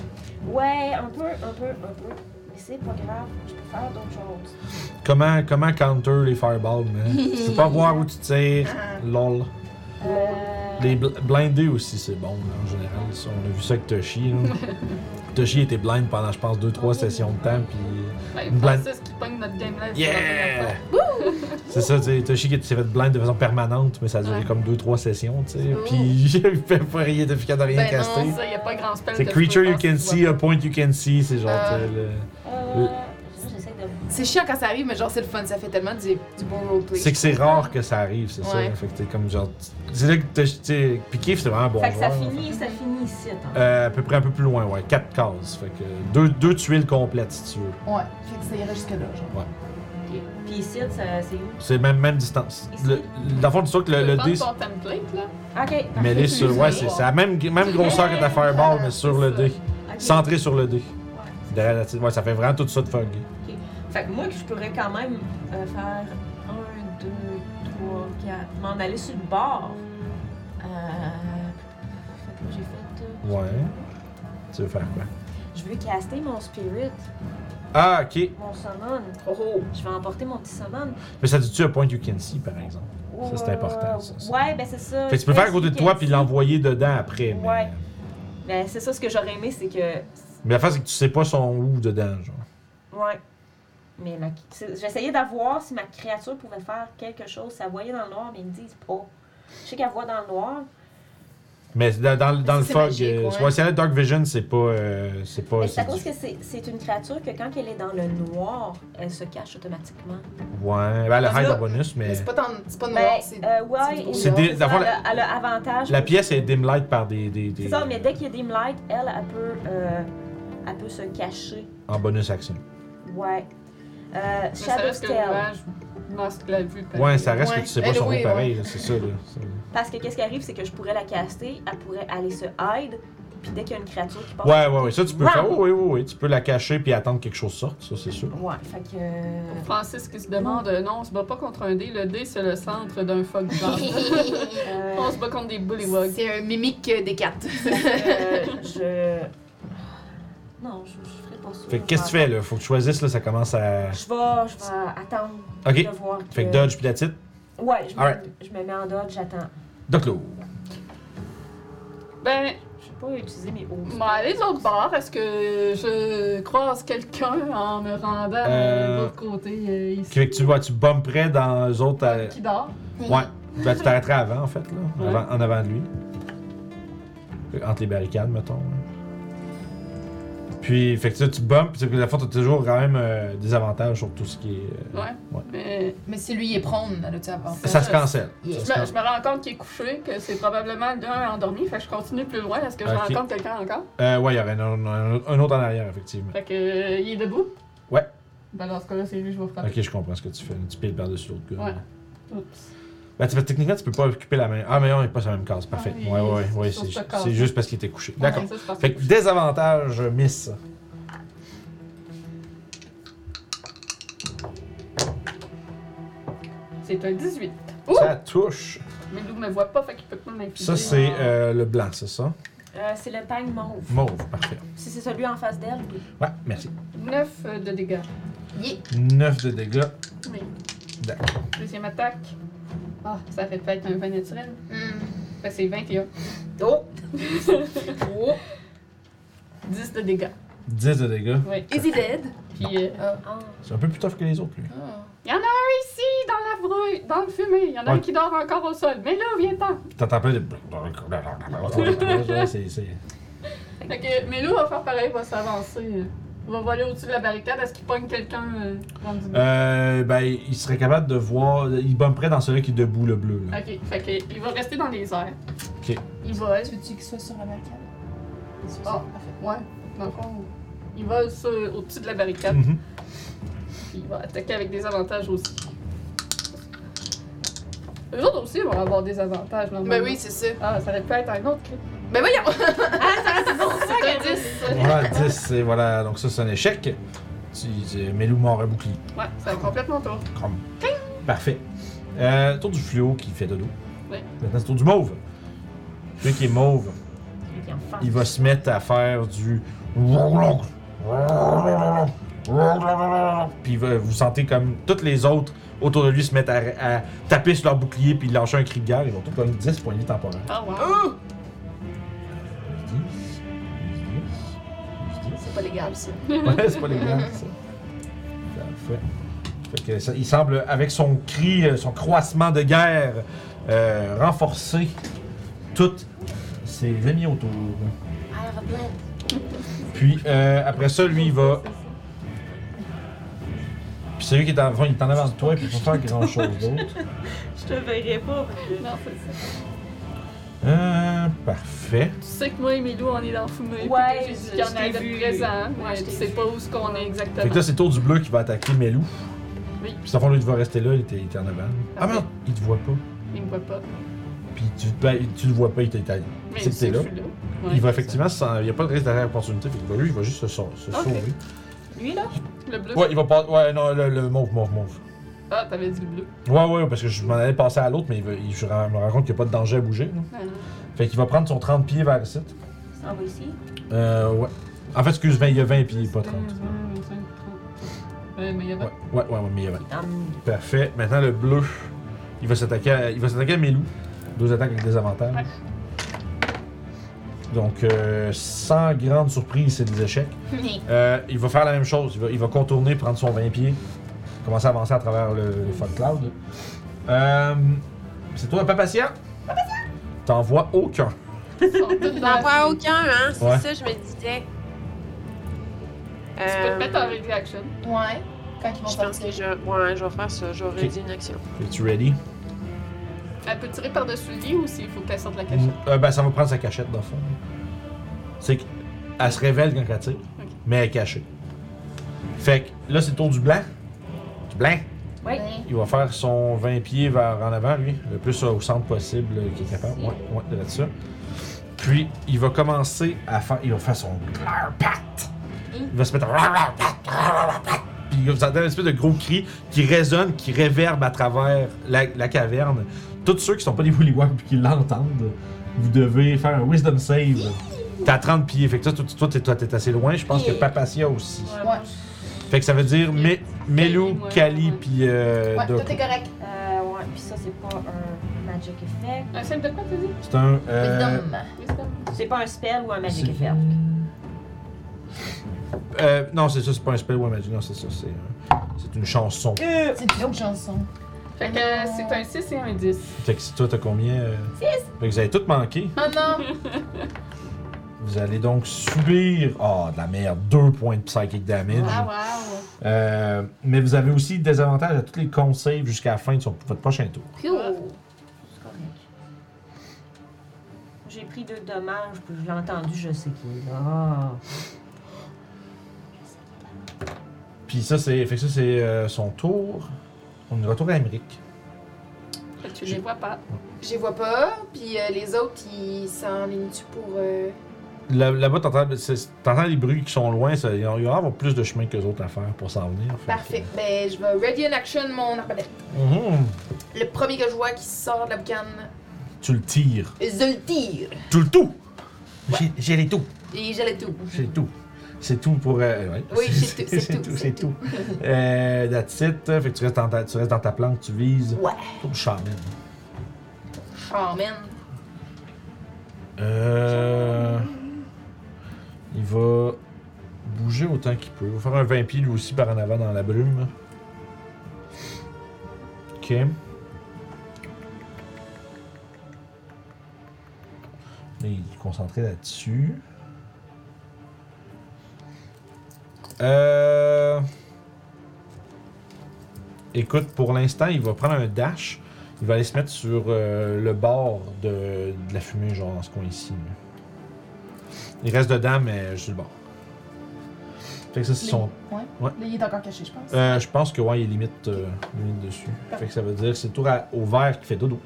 [SPEAKER 4] Ouais, un peu, un peu, un peu. Mais c'est pas grave, je peux faire d'autres choses.
[SPEAKER 1] Comment, comment counter les fireballs, man? tu peux pas voir où tu tires. Lol.
[SPEAKER 4] Euh,
[SPEAKER 1] Les bl- blindés aussi, c'est bon, là, en général. ça. On a vu ça avec Toshi. là. Toshi était blind pendant, je pense, 2-3 sessions de temps, puis...
[SPEAKER 2] Ben,
[SPEAKER 1] Une blague.
[SPEAKER 2] Francis qui pogne notre game live. c'est la première
[SPEAKER 1] Yeah!
[SPEAKER 2] fois.
[SPEAKER 1] C'est ça, tu sais, Toshi qui s'est fait blind de façon permanente, mais ça a duré
[SPEAKER 2] Ouais.
[SPEAKER 1] comme 2-3 sessions, tu sais.
[SPEAKER 2] Oh.
[SPEAKER 1] Puis [laughs] il fait pas rien de fier de rien
[SPEAKER 2] Ben
[SPEAKER 1] caster.
[SPEAKER 2] non, ça, y a pas grand spell.
[SPEAKER 1] c'est
[SPEAKER 2] que tu
[SPEAKER 1] creature
[SPEAKER 2] peux
[SPEAKER 1] you
[SPEAKER 2] faire
[SPEAKER 1] can
[SPEAKER 2] si tu
[SPEAKER 1] see,
[SPEAKER 2] vois
[SPEAKER 1] a point you can see, c'est genre.
[SPEAKER 3] Ah.
[SPEAKER 1] tu sais, le-
[SPEAKER 4] euh, ça, j'essaie de.
[SPEAKER 3] C'est chiant quand ça arrive, mais genre c'est le fun, ça fait tellement du, du bon roleplay.
[SPEAKER 1] C'est que c'est rare que ça arrive, c'est
[SPEAKER 3] Ouais.
[SPEAKER 1] ça. Fait que t'es comme genre. C'est là que Toshi, tu sais, puis Keith, c'est vraiment un bon
[SPEAKER 4] fait que ça
[SPEAKER 1] joueur, là.
[SPEAKER 4] finit, ça finit ici, attends.
[SPEAKER 1] Euh, à peu près un peu plus loin, ouais. 4 cases. Fait que deux, deux tuiles complètes, si tu veux.
[SPEAKER 3] Ouais, fait que ça irait jusque-là, genre.
[SPEAKER 4] Ok. Puis ici, ça, c'est où?
[SPEAKER 1] C'est même, même distance.
[SPEAKER 4] Ici.
[SPEAKER 1] Le, dans le fond, tu sais que le,
[SPEAKER 2] Tu
[SPEAKER 1] le
[SPEAKER 2] peux
[SPEAKER 1] dé.
[SPEAKER 2] prendre ton template, là.
[SPEAKER 4] Ok.
[SPEAKER 1] Mais les
[SPEAKER 4] parfait.
[SPEAKER 1] sur. Ouais, c'est c'est la même, même grosseur que ta fireball, mais sur le dé.
[SPEAKER 4] Ok.
[SPEAKER 1] Centré sur le dé.
[SPEAKER 4] Ouais.
[SPEAKER 1] Derrière la tête. Ouais, ça fait vraiment tout ça de fog.
[SPEAKER 4] Fait que moi, je pourrais quand même euh, faire 1, 2, 3, 4, m'en aller sur le bord. Euh... Fait que là, j'ai fait. euh,
[SPEAKER 1] Ouais. Tu veux faire quoi?
[SPEAKER 4] Je veux caster mon spirit,
[SPEAKER 1] Ah, ok.
[SPEAKER 4] mon summon.
[SPEAKER 1] Oh,
[SPEAKER 4] Je vais emporter mon petit summon.
[SPEAKER 1] Mais ça dit-tu un point you can see, par exemple? Ça, c'est
[SPEAKER 4] Euh,
[SPEAKER 1] important, ça, ça.
[SPEAKER 4] Ouais, ben c'est ça.
[SPEAKER 1] Fait que tu peux
[SPEAKER 4] Là,
[SPEAKER 1] faire à côté de
[SPEAKER 4] c'est
[SPEAKER 1] toi
[SPEAKER 4] que-
[SPEAKER 1] puis l'envoyer dedans après. Mais,
[SPEAKER 4] Ouais. Ben c'est ça, ce que j'aurais aimé, c'est que.
[SPEAKER 1] mais la face, c'est que tu sais pas son où dedans, genre.
[SPEAKER 4] Ouais. Mais ma... c'est- j'essayais d'avoir si ma créature pouvait faire quelque chose. Ça voyait dans le noir, mais ils me disent pas. Je sais qu'elle voit dans le noir.
[SPEAKER 1] Mais dans, dans, dans le
[SPEAKER 3] c'est
[SPEAKER 1] fog,
[SPEAKER 3] magique,
[SPEAKER 1] euh,
[SPEAKER 3] ouais.
[SPEAKER 1] ouais, si elle a Dark Vision, c'est pas. euh, c'est pas.
[SPEAKER 4] Mais c'est à
[SPEAKER 1] c'est
[SPEAKER 4] cause
[SPEAKER 1] du-
[SPEAKER 4] que c'est c'est une créature que quand elle est dans le noir, elle se cache automatiquement.
[SPEAKER 1] Ouais. Ben, elle a
[SPEAKER 3] Parce
[SPEAKER 1] hide
[SPEAKER 3] que-
[SPEAKER 1] en bonus,
[SPEAKER 3] Mais
[SPEAKER 1] mais.
[SPEAKER 3] c'est pas, tant- c'est pas noir,
[SPEAKER 4] Ben,
[SPEAKER 3] c'est.
[SPEAKER 4] euh, [laughs] ouais,
[SPEAKER 3] c'est-
[SPEAKER 4] et
[SPEAKER 1] c'est
[SPEAKER 4] là,
[SPEAKER 1] des-
[SPEAKER 4] ça,
[SPEAKER 1] d'abord,
[SPEAKER 4] elle, a, elle a avantage.
[SPEAKER 1] La pièce est dim light par des. des, des-
[SPEAKER 4] C'est ça, mais dès qu'il y a des light, elle, elle peut, euh, elle peut se cacher.
[SPEAKER 1] En bonus action.
[SPEAKER 4] Ouais. Euh,
[SPEAKER 2] Mais ça
[SPEAKER 4] Shadow
[SPEAKER 2] reste que le
[SPEAKER 4] Spell.
[SPEAKER 2] nuage masque la vue. pareil.
[SPEAKER 1] Ouais, ça reste
[SPEAKER 3] Ouais.
[SPEAKER 1] que tu sais pas
[SPEAKER 3] Elle,
[SPEAKER 1] son
[SPEAKER 3] oui,
[SPEAKER 1] nom pareil, là, c'est ça, là. C'est-
[SPEAKER 4] Parce que qu'est-ce qui arrive, c'est que je pourrais la caster, elle pourrait aller se hide, puis dès qu'il y a une créature qui passe.
[SPEAKER 1] Ouais, ouais, ouais. Ça, tu peux
[SPEAKER 4] Wow!
[SPEAKER 1] faire. Oui, oui, oui. Tu peux la cacher puis attendre que quelque chose sorte, ça, c'est sûr.
[SPEAKER 4] Ouais, fait que.
[SPEAKER 2] Pour Francis qui se demande, euh, non, on se bat pas contre un dé, le dé c'est le centre d'un fog
[SPEAKER 3] [laughs]
[SPEAKER 2] blanc.
[SPEAKER 4] euh,
[SPEAKER 2] on se bat contre des bullywogs.
[SPEAKER 3] [laughs] C'est un mimique euh, des cartes.
[SPEAKER 4] euh, je. Non, je, je ferai pas ça.
[SPEAKER 1] Fait que qu'est-ce que tu fais, là? Faut que tu choisisses, là, ça commence à.
[SPEAKER 4] Je vais, je vais attendre
[SPEAKER 1] Ok.
[SPEAKER 4] de voir. Que...
[SPEAKER 1] Fait que dodge puis la titre.
[SPEAKER 4] Ouais, je me,
[SPEAKER 1] Alright.
[SPEAKER 4] je me mets en dodge, j'attends.
[SPEAKER 1] Doclo.
[SPEAKER 2] Ben,
[SPEAKER 4] Je vais pas utiliser mes hauts.
[SPEAKER 2] bon, allez de l'autre bord, est-ce que je croise quelqu'un en me rendant
[SPEAKER 1] Euh,
[SPEAKER 2] de l'autre côté euh, ici?
[SPEAKER 1] Fait que tu vois, tu bumperais dans eux autres. à-
[SPEAKER 2] Qui dort?
[SPEAKER 1] Ouais. Ben, tu t'arrêterais avant, en fait, là.
[SPEAKER 2] Ouais.
[SPEAKER 1] Avant- en avant de lui. Entre les barricades, mettons. là. Puis, fait que ça, tu bumpes, puis la fois, t'as toujours quand même euh, des avantages sur tout ce qui est. euh,
[SPEAKER 2] Ouais.
[SPEAKER 1] Ouais.
[SPEAKER 2] Mais
[SPEAKER 3] [laughs] Mais si lui il est prône, là, tu avant.
[SPEAKER 1] Ça se cancelle.
[SPEAKER 2] je
[SPEAKER 1] Ça se
[SPEAKER 2] me, je
[SPEAKER 1] cancelle.
[SPEAKER 2] me rends compte qu'il est couché, que c'est probablement l'un endormi, fait que je continue plus loin. Est-ce que je
[SPEAKER 1] Ok.
[SPEAKER 2] rencontre quelqu'un encore?
[SPEAKER 1] Euh, ouais, il y aurait un, un- un autre en arrière, effectivement.
[SPEAKER 2] Fait que euh, il est debout?
[SPEAKER 1] Ouais.
[SPEAKER 2] Ben dans ce cas-là, c'est lui que je vais frapper.
[SPEAKER 1] Ok, je comprends ce que tu fais. Tu piles par-dessus l'autre gars.
[SPEAKER 2] Ouais. Oups.
[SPEAKER 1] Ben, tu- techniquement, tu peux pas occuper la même. Ah, mais on n'est pas sur la même case. Parfait.
[SPEAKER 2] Ah
[SPEAKER 1] ouais,
[SPEAKER 2] oui,
[SPEAKER 1] ouais, ouais.
[SPEAKER 2] c'est
[SPEAKER 1] ouais,
[SPEAKER 2] sur
[SPEAKER 1] c'est
[SPEAKER 2] ce corps.
[SPEAKER 1] c'est juste parce qu'il était couché. D'accord.
[SPEAKER 2] Ouais, ça, c'est parce
[SPEAKER 1] Fait
[SPEAKER 2] que-
[SPEAKER 1] que désavantage, miss.
[SPEAKER 2] C'est un 18. Ouh!
[SPEAKER 1] Ça touche.
[SPEAKER 2] Mais Lou me voit pas, fait qu'il peut pas m'infliger.
[SPEAKER 1] Ça, c'est euh, le blanc, c'est ça?
[SPEAKER 4] Euh, c'est le peigne mauve.
[SPEAKER 1] Mauve, parfait.
[SPEAKER 4] Si c'est celui en face d'elle.
[SPEAKER 1] Ouais, merci.
[SPEAKER 2] 9 euh, de dégâts.
[SPEAKER 1] 9 de dégâts.
[SPEAKER 2] Oui.
[SPEAKER 1] D'accord.
[SPEAKER 2] Deuxième attaque. Ah, ça fait peut-être un 20 naturel.
[SPEAKER 3] Hmm.
[SPEAKER 2] Fait que c'est 21. [laughs]
[SPEAKER 4] Oh!
[SPEAKER 2] 10 Oh! de dégâts.
[SPEAKER 1] 10 de dégâts.
[SPEAKER 2] Oui.
[SPEAKER 3] Is he dead?
[SPEAKER 2] Puis euh,
[SPEAKER 4] Ah.
[SPEAKER 1] C'est un peu plus tough que les autres, lui.
[SPEAKER 2] Hein? ici, dans la brouille, dans le fumée, il y en a un
[SPEAKER 1] Ouais.
[SPEAKER 2] qui dort encore au sol. Mais là, viens-t'en.
[SPEAKER 1] Puis T'entends plein
[SPEAKER 2] [laughs]
[SPEAKER 1] de. C'est- c'est-
[SPEAKER 2] Fait que Mélou va faire pareil, va s'avancer. Il va voler au-dessus de la barricade. Est-ce qu'il pogne quelqu'un euh, dans du
[SPEAKER 1] Euh, ben, il serait capable de voir. Il bumperait dans celui qui est debout, le bleu. Là.
[SPEAKER 2] Ok, fait que il va rester dans les airs.
[SPEAKER 1] Euh. Ok.
[SPEAKER 2] Il vole.
[SPEAKER 3] Tu veux-tu qu'il soit sur la barricade?
[SPEAKER 2] Ah, ouais. Dans le fond, Il vole sur- au-dessus de la barricade.
[SPEAKER 1] Mhm.
[SPEAKER 2] Puis il va attaquer avec des avantages aussi. Eux autres aussi vont avoir des avantages, normalement.
[SPEAKER 3] Ben oui, c'est ça.
[SPEAKER 2] Ah, ça aurait pu être un autre crit.
[SPEAKER 3] Ben voyons!
[SPEAKER 2] C'est un 10.
[SPEAKER 1] Voilà, 10, c'est voilà. Donc ça, c'est un échec. Tu, tu- Melou mort à bouclier.
[SPEAKER 2] Ouais, c'est complètement toi.
[SPEAKER 1] Crom. Parfait. Euh, tour du fluo qui fait dodo.
[SPEAKER 2] Ouais.
[SPEAKER 1] Maintenant, c'est tour du mauve. Celui qui est mauve,
[SPEAKER 4] Celui qui est en face.
[SPEAKER 1] il va se mettre à faire du. Puis il va- vous sentez comme toutes les autres autour de lui se mettent à, à taper sur leur bouclier puis lâcher un cri de guerre. Ils vont tous prendre 10 poignées temporaires.
[SPEAKER 2] Ah, wow.
[SPEAKER 4] C'est pas légal, ça.
[SPEAKER 1] Ouais, c'est pas légal, ça. Parfait. Fait que ça- il semble, avec son cri, euh, son croissement de guerre, euh, renforcer toutes ses amis autour. Puis, euh, après ça, lui, il va. Puis celui qui est en, il est en avant de toi, puis il faut faire grand chose d'autre.
[SPEAKER 11] Je te verrai pas. parce que-
[SPEAKER 2] Non, c'est ça.
[SPEAKER 1] Euh, parfait.
[SPEAKER 2] Tu sais que moi et Milou, on est dans Fumé.
[SPEAKER 4] Ouais,
[SPEAKER 2] puis que j'ai
[SPEAKER 4] je-
[SPEAKER 2] dit
[SPEAKER 4] je
[SPEAKER 2] qu'on allait
[SPEAKER 4] t'ai vu.
[SPEAKER 2] être présent, mais
[SPEAKER 4] Ouais, je
[SPEAKER 2] tu
[SPEAKER 4] t'ai
[SPEAKER 2] sais pas où ce qu'on est
[SPEAKER 1] Fait
[SPEAKER 2] exactement.
[SPEAKER 1] que là, c'est le tour du bleu qui va attaquer Melou.
[SPEAKER 2] Oui.
[SPEAKER 1] Puis, ça fond, lui, il va rester là, il était, il était en avant. Ah
[SPEAKER 2] Parfait.
[SPEAKER 1] merde, il te voit pas.
[SPEAKER 2] Il me voit pas.
[SPEAKER 1] Puis tu, ben, tu le vois pas, il t'a étalé.
[SPEAKER 2] Mais
[SPEAKER 1] C'est que t'es
[SPEAKER 2] je
[SPEAKER 1] là.
[SPEAKER 2] suis là.
[SPEAKER 1] il va
[SPEAKER 2] Ouais.
[SPEAKER 1] effectivement, sans- il n'y a pas de risque d'arrière opportunité. Fait que lui, il va juste se, sau- se sauver.
[SPEAKER 11] Lui, là?
[SPEAKER 2] Le bleu.
[SPEAKER 1] Ouais, il va pas. Ouais, non, le, le mauve, mauve, mauve.
[SPEAKER 2] Ah, t'avais dit le bleu.
[SPEAKER 1] Ouais, ouais, parce que je m'en allais passer à l'autre, mais il va- il- je me rends compte qu'il n'y a pas de danger à bouger. là.
[SPEAKER 2] Ah, non.
[SPEAKER 1] Fait qu'il va prendre son 30 pieds vers le site.
[SPEAKER 4] Ça va ici.
[SPEAKER 1] Euh, ouais. En fait, excuse, 20, il y a 20 pieds, pas 30.
[SPEAKER 2] 25, 30. Ouais, Euh, mais il y avait.
[SPEAKER 1] Ouais, ouais, ouais, ouais, mais il y a 20.
[SPEAKER 4] Il est en milieu.
[SPEAKER 1] Parfait. Maintenant, le bleu, il va s'attaquer à, il va s'attaquer à Melou. Deux attaques avec des avantages.
[SPEAKER 2] Ouais.
[SPEAKER 1] Donc, euh, sans grande surprise, c'est des échecs. Euh, il va faire la même chose. Il va, il va contourner, prendre son 20 pieds, commencer à avancer à travers le, le fog cloud. Euh, c'est toi, Papatia? T'en vois aucun.
[SPEAKER 2] Ils sont tous dans
[SPEAKER 5] J'en
[SPEAKER 2] la
[SPEAKER 5] vois
[SPEAKER 2] file.
[SPEAKER 5] aucun, hein. C'est
[SPEAKER 1] Ouais.
[SPEAKER 5] ça, je me disais.
[SPEAKER 2] Tu peux
[SPEAKER 5] Euh,
[SPEAKER 2] te mettre en ready action.
[SPEAKER 3] Ouais, quand ils vont
[SPEAKER 5] Je pense que
[SPEAKER 3] sortir.
[SPEAKER 5] je, ouais, je vais faire ça. J'aurais
[SPEAKER 1] Ok.
[SPEAKER 5] dit une action.
[SPEAKER 1] Es-tu ready?
[SPEAKER 2] Elle peut tirer par-dessus le lit ou s'il faut qu'elle sorte la cachette.
[SPEAKER 1] Euh, ben, ça va prendre sa cachette, dans le fond. C'est qu'elle se révèle quand elle tire, mais elle est cachée. Fait que là, c'est le tour du blanc. Du blanc.
[SPEAKER 4] Ouais.
[SPEAKER 1] Il va faire son 20 pieds vers en avant, lui, le plus au centre possible euh, qu'il est capable. Ouais, ouais, de là-dessus. Puis, il va commencer à faire. Il va faire son. pat. Il va se mettre. à- Puis, vous entendez un espèce de gros cri qui résonne, qui réverbe à travers la, la caverne. Tous ceux qui sont pas des Woollywogs puis qui l'entendent, vous devez faire un Wisdom Save. T'es à 30 pieds. Fait que toi, toi, toi, t'es- toi, t'es assez loin. Je pense que Papacia aussi.
[SPEAKER 3] Ouais.
[SPEAKER 1] Fait que ça veut dire Mé- Melou,
[SPEAKER 2] moi,
[SPEAKER 1] Kali,
[SPEAKER 2] ouais.
[SPEAKER 1] puis euh,
[SPEAKER 3] Ouais,
[SPEAKER 1] Doku.
[SPEAKER 3] tout est correct.
[SPEAKER 4] Euh, ouais, puis ça, c'est pas un magic
[SPEAKER 1] Mm.
[SPEAKER 4] effect.
[SPEAKER 2] Un save de quoi, t'as dit
[SPEAKER 1] C'est un. euh,
[SPEAKER 3] Wisdom.
[SPEAKER 2] Wisdom?
[SPEAKER 4] C'est pas un spell ou un magic
[SPEAKER 1] C'est-
[SPEAKER 4] effect.
[SPEAKER 1] Euh, non, c'est ça, c'est pas un spell ou un magic, non, c'est ça, c'est euh, c'est une chanson.
[SPEAKER 3] C'est une chanson.
[SPEAKER 2] Fait que euh, c'est un 6 et un 10.
[SPEAKER 1] Fait que si toi, t'as combien euh... Fait que vous avez tout manqué.
[SPEAKER 3] Oh non!
[SPEAKER 1] Vous allez donc subir. Ah, de la merde, deux points de psychic damage.
[SPEAKER 3] Ah,
[SPEAKER 2] wow!
[SPEAKER 1] Euh, mais vous avez aussi des avantages à tous les cons saves jusqu'à la fin de son- votre prochain tour.
[SPEAKER 2] Ah,
[SPEAKER 4] Cool. C'est correct. J'ai pris deux dommages, puis je l'ai entendu, je sais qui est là.
[SPEAKER 1] Puis ça, c'est. Fait que ça, c'est euh, son tour. On est retour à Amérique.
[SPEAKER 2] Fait que tu les vois pas.
[SPEAKER 3] Je les vois pas, puis euh, les autres, ils s'enlignent-tu pour. euh,
[SPEAKER 1] Là- Là-bas, t'entends- c'est- t'entends les bruits qui sont loin, ça- il y en- il y en avoir plus de chemin que les autres à faire pour s'en venir. fait que-
[SPEAKER 3] Parfait. Ben, je vais ready in action mon arbalète.
[SPEAKER 1] Mhm.
[SPEAKER 3] Le premier que je vois qui sort de la boucane,
[SPEAKER 1] Tu le tires.
[SPEAKER 3] je le tire.
[SPEAKER 1] Tu le tout! J'ai- J'ai les tout!
[SPEAKER 3] Et j'ai le tout.
[SPEAKER 1] C'est tout. C'est tout pour. euh, ouais.
[SPEAKER 3] Oui, c'est tout, c'est
[SPEAKER 1] [laughs]
[SPEAKER 3] tout,
[SPEAKER 1] C'est tout. Euh, that's it. Fait que tu restes dans ta, tu restes dans ta planque, tu vises.
[SPEAKER 3] Ouais. Oh,
[SPEAKER 1] Pour le charmant.
[SPEAKER 3] Charmin.
[SPEAKER 1] Euh. Il va bouger autant qu'il peut. Il va faire un 20 pieds lui aussi par en avant dans la brume. Ok. Mais il est concentré là-dessus. Euh. Écoute, pour l'instant, il va prendre un dash. Il va aller se mettre sur euh, le bord de, de la fumée, genre dans ce coin ici. là. Il reste dedans, mais juste le bord. Fait que ça, c'est son.
[SPEAKER 3] Ouais.
[SPEAKER 1] Ouais.
[SPEAKER 3] Là, il est encore caché, je pense.
[SPEAKER 1] Euh, je pense que ouais, il est limite, euh, limite dessus. Fait que ça veut dire que c'est le tour à- au vert qui fait dodo.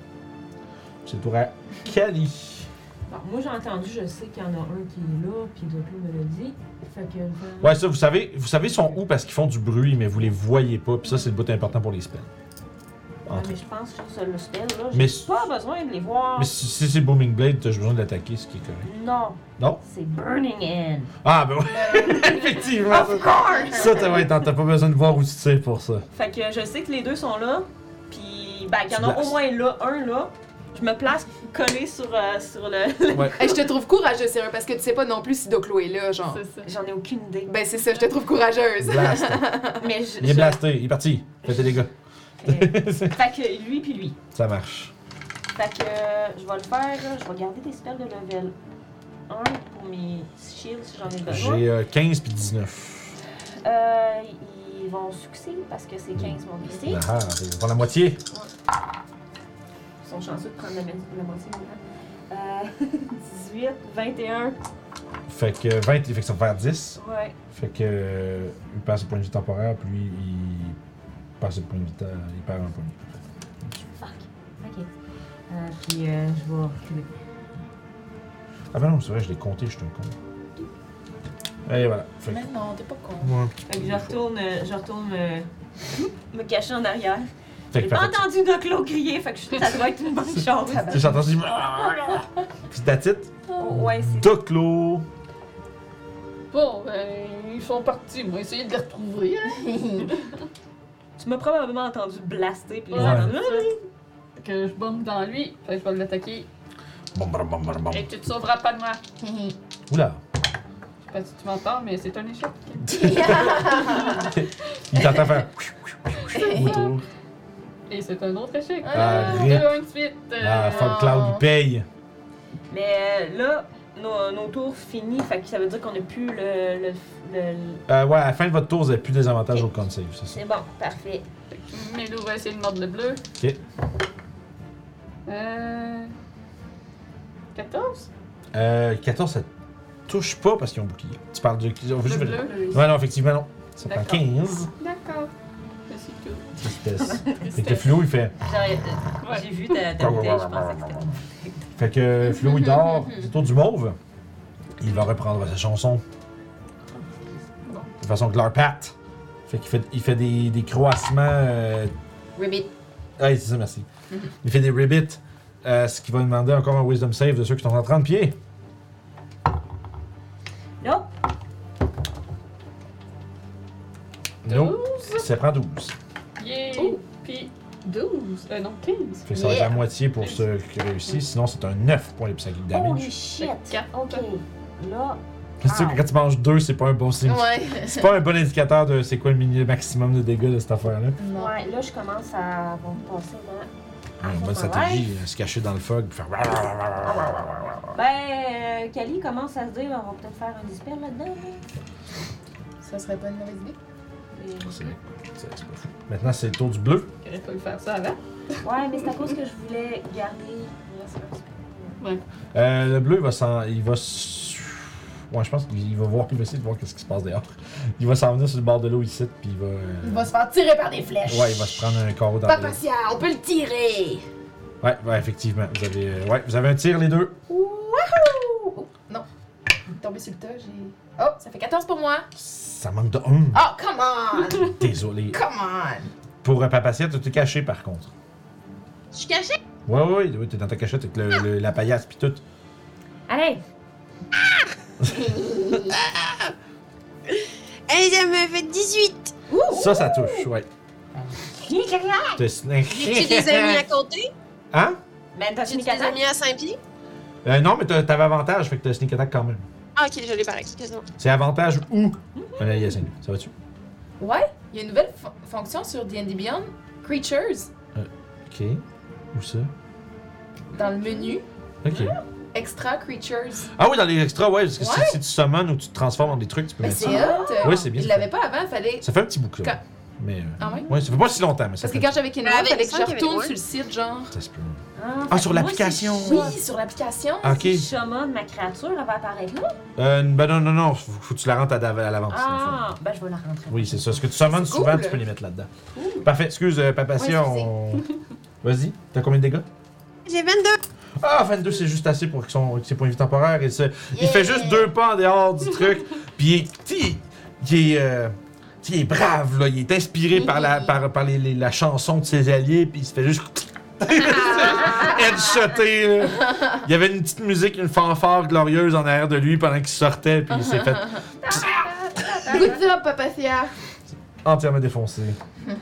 [SPEAKER 1] C'est le tour à Kali.
[SPEAKER 4] Bon, moi j'ai entendu, je sais qu'il y en a un qui est là, puis d'autres me l'a dit. Fait que. je vais-
[SPEAKER 1] Ouais, ça, vous savez, vous savez sont où parce qu'ils font du bruit, mais vous les voyez pas. Puis ça, c'est le bout important pour les spells.
[SPEAKER 4] Ouais,
[SPEAKER 1] Entre
[SPEAKER 4] euh, mais je pense que sur le spell, là,
[SPEAKER 1] Mais-
[SPEAKER 4] j'ai pas besoin de les voir.
[SPEAKER 1] Mais si, si c'est Booming Blade, t'as juste besoin de l'attaquer, ce qui est correct.
[SPEAKER 4] Non.
[SPEAKER 1] Non?
[SPEAKER 4] C'est Burning End.
[SPEAKER 1] Ah, ben oui! [laughs] Effectivement! ça, t'as ouais, t'as- t'as pas besoin de voir où tu tires pour ça.
[SPEAKER 4] Fait que je sais que les deux sont là, puis ben, il y
[SPEAKER 1] Tu
[SPEAKER 4] en a
[SPEAKER 1] places.
[SPEAKER 4] au moins là, un là. Je me place collé sur, euh, sur le. [laughs]
[SPEAKER 3] Hey, je te trouve courageuse, sérieux, parce que tu sais pas non plus si Doclo est là, genre.
[SPEAKER 2] C'est ça.
[SPEAKER 4] J'en ai aucune idée.
[SPEAKER 3] Ben, c'est ça, je te trouve courageuse.
[SPEAKER 1] Blast.
[SPEAKER 4] Mais je.
[SPEAKER 1] Il est
[SPEAKER 4] je-
[SPEAKER 1] blasté, il est parti. Faites des dégâts.
[SPEAKER 4] Ok. Euh, fait que lui puis lui.
[SPEAKER 1] Ça marche.
[SPEAKER 4] Fait que euh, je vais le faire. Je vais garder des spells de level 1 pour mes shields si j'en ai besoin.
[SPEAKER 1] J'ai euh, 15 puis 19.
[SPEAKER 4] Euh, ils vont succéder parce que c'est 15 mon DC.
[SPEAKER 1] Ah, on prend la moitié.
[SPEAKER 4] Ils sont chanceux de prendre la, mo- la moitié maintenant. Euh, [laughs] 18, 21.
[SPEAKER 1] Fait que 20, fait que ça va faire 10.
[SPEAKER 4] Ouais.
[SPEAKER 1] Fait que euh, il passe le point de vie temporaire, puis lui, il passe le point de vie temps, il perd un point de vie.
[SPEAKER 4] Ok. Euh, puis euh, je vais reculer.
[SPEAKER 1] Ah ben non, c'est vrai, je l'ai compté, je suis un con. Et voilà. Fait que,
[SPEAKER 3] Mais non, t'es pas con. [laughs]
[SPEAKER 1] Ouais.
[SPEAKER 4] Fait que je retourne, euh, je retourne euh, me cacher en arrière.
[SPEAKER 1] Fait que
[SPEAKER 4] J'ai pas
[SPEAKER 1] parfait.
[SPEAKER 4] entendu Doclo crier, fait que je- ça doit
[SPEAKER 1] [laughs]
[SPEAKER 4] être une bonne chose.
[SPEAKER 1] Tu sais, j'entends ça, je dis, Ah! Puis that's it.
[SPEAKER 4] ouais, c'est
[SPEAKER 1] Doclo.
[SPEAKER 2] Bon, ben, ils sont partis. On va essayer de les retrouver. hein.
[SPEAKER 4] Tu m'as probablement entendu blaster puis les
[SPEAKER 2] Ouais.
[SPEAKER 4] entendre.
[SPEAKER 2] Fait Que je bombe dans lui. Fait que je vais l'attaquer.
[SPEAKER 1] Bom, bom, bom, bom, bom.
[SPEAKER 2] Et tu te sauveras pas de moi.
[SPEAKER 1] Oula.
[SPEAKER 2] Je sais pas si tu m'entends, mais c'est un échec.
[SPEAKER 1] Il t'entend faire.
[SPEAKER 4] [laughs]
[SPEAKER 1] autour.
[SPEAKER 2] Et c'est un autre échec.
[SPEAKER 1] Ah,
[SPEAKER 2] Euh,
[SPEAKER 1] rip.
[SPEAKER 2] deux, un de suite. euh,
[SPEAKER 1] Ah, fuck Cloud, il paye.
[SPEAKER 4] Mais euh, là, nos, nos tours finis, fait que ça veut dire qu'on n'a plus le, le, le- le-
[SPEAKER 1] Euh, ouais, à la fin de votre tour, vous avez plus des avantages au con save, c'est ça.
[SPEAKER 4] C'est bon, parfait.
[SPEAKER 2] Melo Euh, va essayer de mordre le bleu.
[SPEAKER 1] Ok.
[SPEAKER 2] Euh. 14
[SPEAKER 1] Euh, 14, ça touche pas parce qu'ils ont bouclier. Tu parles de. on veut
[SPEAKER 2] Le
[SPEAKER 1] juste vérifier.
[SPEAKER 2] bleu
[SPEAKER 1] Ouais, non, effectivement, non. Ça prend
[SPEAKER 2] D'accord.
[SPEAKER 1] 15.
[SPEAKER 2] D'accord. Mais c'est tout.
[SPEAKER 1] Tristesse. fait que
[SPEAKER 2] Tristesse.
[SPEAKER 1] Flo, il fait.
[SPEAKER 4] J'ai euh, j'ai vu ta ta bouteille, je pensais que c'était.
[SPEAKER 1] Fait que Flo, il dort. C'est le tour du mauve. Il va reprendre sa chanson. De façon Glarpat. Fait qu'il fait, il fait des, des croissements. euh,
[SPEAKER 5] Ribbit.
[SPEAKER 1] Ouais, c'est ça, merci. Il fait des ribbits. euh, ce qui va demander encore un wisdom save de ceux qui sont en 30 pieds.
[SPEAKER 4] Non,
[SPEAKER 1] Non. Ça prend 12.
[SPEAKER 2] Yeah.
[SPEAKER 5] Oh.
[SPEAKER 2] Puis 12. Euh, non, 15.
[SPEAKER 1] Fait que ça va
[SPEAKER 5] Yeah.
[SPEAKER 1] être la moitié pour ceux qui réussissent. Sinon, c'est un 9 points de psychic damage.
[SPEAKER 4] holy shit.
[SPEAKER 2] Quatre.
[SPEAKER 4] Ok. Là,
[SPEAKER 1] C'est sûr que quand tu manges deux, c'est pas un bon signe.
[SPEAKER 5] Ouais.
[SPEAKER 1] C'est pas un bon indicateur de c'est quoi le mini- maximum de dégâts de cette affaire-là.
[SPEAKER 3] Non.
[SPEAKER 4] ouais, là, je commence à bon, passer dans.
[SPEAKER 1] Ouais, Ah, une bonne
[SPEAKER 4] ça,
[SPEAKER 1] stratégie, euh, se cacher dans le fog puis faire.
[SPEAKER 4] Ben, euh, Kali commence à se dire, on va peut-être faire un dispel là-dedans.
[SPEAKER 3] Ça serait pas une mauvaise idée.
[SPEAKER 4] Et-
[SPEAKER 1] C'est- c'est pas fou. Maintenant, c'est le tour du bleu.
[SPEAKER 2] J'aurais pas dû faire ça avant.
[SPEAKER 4] Ouais, mais c'est à cause que je voulais garder. Là, c'est un dispel.
[SPEAKER 1] Euh, le bleu, il va s'en. Il va. s- Ouais, je pense qu'il va voir, il va essayer de voir qu'est-ce qui se passe dehors. Il va s'en venir sur le bord de l'eau ici, puis il va. euh,
[SPEAKER 3] Il va se faire tirer par des flèches.
[SPEAKER 1] Ouais, il va se prendre un carreau dans
[SPEAKER 5] Pas
[SPEAKER 1] le.
[SPEAKER 5] patient, on peut le tirer.
[SPEAKER 1] Ouais, ouais, effectivement. Vous avez, euh, ouais, vous avez un tir, les deux.
[SPEAKER 3] Oh, Tombé sur le tas, j'ai. Oh, ça fait 14 pour moi.
[SPEAKER 1] Ça manque de
[SPEAKER 3] Ah.
[SPEAKER 1] 1.
[SPEAKER 5] Oh, come
[SPEAKER 1] [laughs]
[SPEAKER 5] on!
[SPEAKER 1] Désolé.
[SPEAKER 5] Come on!
[SPEAKER 1] Pour euh, Papacia, tu t'es caché par contre.
[SPEAKER 5] Je suis caché?
[SPEAKER 1] Ouais, ouais, ouais, t'es dans ta cachette avec le- le- la paillasse pis tout.
[SPEAKER 4] Allez!
[SPEAKER 5] Et ça me fait 18!
[SPEAKER 1] Ça, ça touche, ouais. T'as
[SPEAKER 5] [laughs] J'ai des amis
[SPEAKER 1] [laughs]
[SPEAKER 5] à côté?
[SPEAKER 1] Hein?
[SPEAKER 4] Ben, t'as
[SPEAKER 5] J'ai
[SPEAKER 4] fini
[SPEAKER 5] des amis à 5 pieds?
[SPEAKER 1] Euh, non, mais t'as- t'avais avantage, fait que t'as sneak attack quand même.
[SPEAKER 5] Ah, ok, je l'ai par acquis, quasiment.
[SPEAKER 1] C'est avantage ou.
[SPEAKER 3] Mm-hmm.
[SPEAKER 1] Euh, il y a cinq. Ça va-tu?
[SPEAKER 3] Ouais, il y a une nouvelle fo- fonction sur D&D Beyond. Creatures,
[SPEAKER 1] Ok. Où ça?
[SPEAKER 3] dans le menu.
[SPEAKER 1] Ok.
[SPEAKER 3] Extra Creatures.
[SPEAKER 1] Ah oui, dans les extras, ouais, parce que si-
[SPEAKER 3] Ouais.
[SPEAKER 1] si, tu summons ou tu te transformes en des trucs, tu peux
[SPEAKER 3] Ben,
[SPEAKER 1] mettre
[SPEAKER 3] c'est
[SPEAKER 1] ça.
[SPEAKER 3] hot.
[SPEAKER 1] Oui, c'est bien.
[SPEAKER 3] Je l'avais pas avant, fallait.
[SPEAKER 1] Ça fait un petit bout que ça.
[SPEAKER 3] Quand-
[SPEAKER 1] Mais. euh,
[SPEAKER 3] Ah ouais?
[SPEAKER 1] ouais, ça fait pas si longtemps, mais ça
[SPEAKER 3] Parce que
[SPEAKER 1] fait.
[SPEAKER 3] quand j'avais Kenora,
[SPEAKER 5] Avec
[SPEAKER 3] fallait que
[SPEAKER 5] ça,
[SPEAKER 3] je
[SPEAKER 5] qu'il y avait-
[SPEAKER 3] retourne
[SPEAKER 5] ouais.
[SPEAKER 3] sur le site, genre.
[SPEAKER 1] Ça se peut. Ah,
[SPEAKER 4] fait
[SPEAKER 1] sur
[SPEAKER 4] que moi,
[SPEAKER 1] l'application. Ah,
[SPEAKER 4] si je-
[SPEAKER 3] Oui, sur l'application.
[SPEAKER 1] Ok.
[SPEAKER 4] Si je summon ma créature, elle va apparaître là.
[SPEAKER 1] Euh, ben non, non, non, faut, faut que tu la rentres à, dav- à l'avance. dans le fond.
[SPEAKER 4] Ah, ben je vais la rentrer.
[SPEAKER 1] Oui, c'est ça. Ce que tu summones
[SPEAKER 3] C'est
[SPEAKER 1] souvent,
[SPEAKER 3] cool.
[SPEAKER 1] tu peux les mettre là-dedans. Parfait. Excuse, euh, Papa Sia, on... Vas-y, t'as combien de dégâts?
[SPEAKER 5] J'ai 22.
[SPEAKER 1] Ah, 22, c'est juste assez pour que son- que ses points de vie temporaires. Et ça- Il fait juste deux pas en dehors du truc. Puis il est, tu sais, il est, euh, tu sais, il est brave, là. Il est inspiré par la, par, par les- les- la chanson de ses alliés. Puis il se fait juste. [laughs] headshoté, là. Il y avait une petite musique, une fanfare glorieuse en arrière de lui pendant qu'il sortait. Puis il s'est fait
[SPEAKER 3] Good job, Papacia.
[SPEAKER 1] entièrement défoncé.
[SPEAKER 5] [laughs]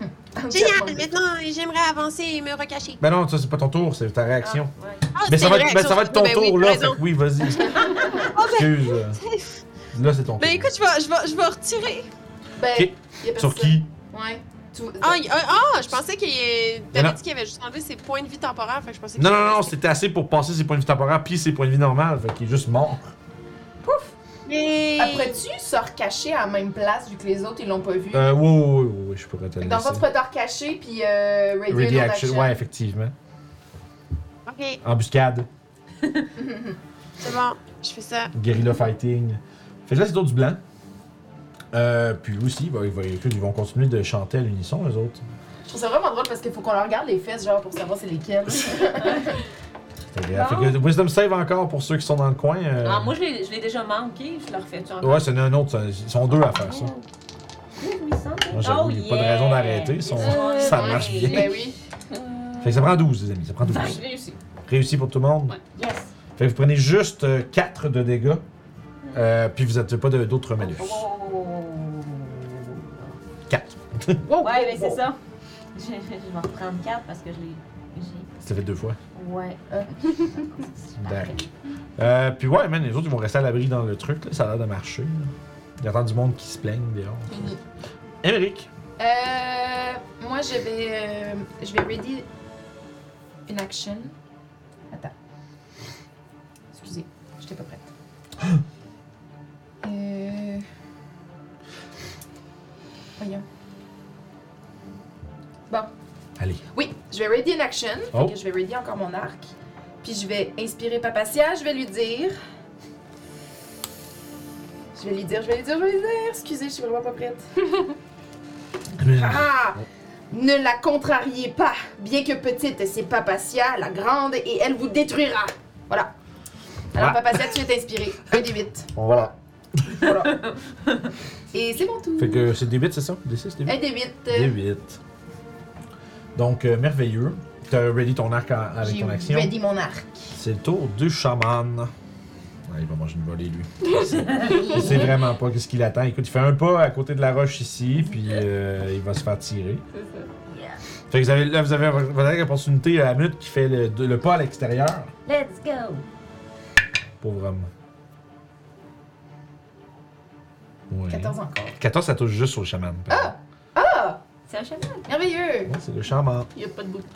[SPEAKER 5] Génial. Maintenant, j'aimerais avancer et me recacher.
[SPEAKER 1] Ben non, ça, c'est pas ton tour, c'est ta réaction.
[SPEAKER 5] Ah,
[SPEAKER 1] Mais
[SPEAKER 5] c'est
[SPEAKER 1] ça va,
[SPEAKER 5] vrai,
[SPEAKER 1] être, ben, ça va être ton
[SPEAKER 5] ben oui,
[SPEAKER 1] tour,
[SPEAKER 5] t'as
[SPEAKER 1] là.
[SPEAKER 5] raison. Ah,
[SPEAKER 1] Fait que oui,
[SPEAKER 5] [laughs]
[SPEAKER 1] vas-y. Excuse. euh, Là, c'est ton tour.
[SPEAKER 5] Ben écoute, je vais, je vais, je vais retirer.
[SPEAKER 3] Ben,
[SPEAKER 1] Ok.
[SPEAKER 3] y a personne.
[SPEAKER 1] Sur qui?
[SPEAKER 3] Ouais. Tu- ben,
[SPEAKER 5] Ah, il- ah, ah, je pensais qu'il
[SPEAKER 1] Non,
[SPEAKER 5] t'avais
[SPEAKER 1] non.
[SPEAKER 5] dit qu'il avait juste enlevé ses points de vie temporaires. Fait que je pensais
[SPEAKER 1] Non, non, non, c'était assez pour passer ses points de vie temporaires puis ses points de vie normales. Fait qu'il est juste mort.
[SPEAKER 5] Mais...
[SPEAKER 3] Après, tu se recacher à la même place vu que les autres ils l'ont pas vu.
[SPEAKER 1] Euh, oui, oui, oui, oui, oui, je pourrais te
[SPEAKER 3] Fait
[SPEAKER 1] le
[SPEAKER 3] que dans le fond, tu
[SPEAKER 1] laisser.
[SPEAKER 3] peux te recacher puis euh, radio
[SPEAKER 1] Ready
[SPEAKER 3] non
[SPEAKER 1] action.
[SPEAKER 3] action.
[SPEAKER 1] Ouais, effectivement.
[SPEAKER 5] Ok,
[SPEAKER 1] Embuscade,
[SPEAKER 5] c'est bon. Je fais ça.
[SPEAKER 1] guérilla fighting. Fait que là, c'est d'autres du blanc. Euh, puis lui aussi, bah, il va- écoute, ils vont continuer de chanter à l'unisson, les autres.
[SPEAKER 3] Je trouve ça vraiment drôle parce qu'il faut qu'on leur regarde les fesses genre pour savoir c'est lesquelles.
[SPEAKER 1] Fait que, fait que Wisdom Save encore pour ceux qui sont dans le coin. euh,
[SPEAKER 4] Ah, moi, je l'ai je l'ai déjà manqué, je le refais-tu encore? Ah.
[SPEAKER 1] Ouais, c'est un autre. ça- Ils sont deux à faire ça. Moi, j'avoue,
[SPEAKER 4] oh,
[SPEAKER 1] il n'y a pas de raison d'arrêter, ils sont- [laughs] ça marche bien.
[SPEAKER 3] ben oui.
[SPEAKER 1] Fait que ça prend 12, les amis. Ça prend 12.
[SPEAKER 2] J'ai réussi.
[SPEAKER 1] Réussi pour tout le monde.
[SPEAKER 4] Yes.
[SPEAKER 1] Fait que vous prenez juste 4 de dégâts. euh, puis vous n'avez pas de- d'autres malus.
[SPEAKER 4] Oh, Ouais,
[SPEAKER 1] 4.
[SPEAKER 4] mais c'est ça. Je, je vais en reprendre 4 parce que je l'ai. j'ai-
[SPEAKER 1] Ça fait deux fois.
[SPEAKER 4] [laughs] Ouais.
[SPEAKER 1] Dark. Euh, puis ouais, man, les autres, ils vont rester à l'abri dans le truc. Là. Ça a l'air de marcher. Là. Il entend du monde qui se plaigne dehors.
[SPEAKER 3] Fini.
[SPEAKER 1] Mmh. Émeric,
[SPEAKER 3] Euh, moi, je vais, euh, je vais ready une action. Attends. Excusez, j'étais pas prête. [gasps] euh... Voyons. Bon,
[SPEAKER 1] allez.
[SPEAKER 3] oui, je vais ready une action. Fait
[SPEAKER 1] Oh.
[SPEAKER 3] que je vais ready encore mon arc. Puis je vais inspirer Papacia, je vais lui dire. Je vais lui dire, je vais lui dire, je vais lui dire. Excusez, je suis vraiment pas prête.
[SPEAKER 1] Mmh.
[SPEAKER 3] Ah! Ne la contrariez pas. Bien que petite, c'est Papacia, la grande, et elle vous détruira. Voilà. Alors,
[SPEAKER 1] Ah.
[SPEAKER 3] Papacia, tu es inspirée. Un des huit.
[SPEAKER 1] Voilà.
[SPEAKER 3] Voilà. et c'est mon tour.
[SPEAKER 1] Fait que c'est des 8, c'est ça Des 6, des 8
[SPEAKER 3] Un des huit.
[SPEAKER 1] Des 8. Donc, euh, merveilleux. T'as ready ton arc en- avec
[SPEAKER 3] J'ai
[SPEAKER 1] ton action.
[SPEAKER 3] ready mon arc.
[SPEAKER 1] C'est le tour du chaman. Ah, il va manger une volée,
[SPEAKER 3] [laughs]
[SPEAKER 1] lui. Il sait vraiment pas qu'est-ce qu'il attend. Écoute, il fait un pas à côté de la roche ici, puis euh, il va se faire tirer.
[SPEAKER 2] C'est ça.
[SPEAKER 1] Fait que vous avez, là, vous avez votre dernière opportunité à la minute qui fait le, de- le pas à l'extérieur.
[SPEAKER 4] Let's go!
[SPEAKER 1] Pauvre homme. Ouais.
[SPEAKER 3] 14 encore.
[SPEAKER 1] 14, ça touche juste sur le chaman. Ah!
[SPEAKER 4] C'est un chaman.
[SPEAKER 3] Merveilleux.
[SPEAKER 1] c'est le chaman.
[SPEAKER 2] Il n'y a pas de bouclier.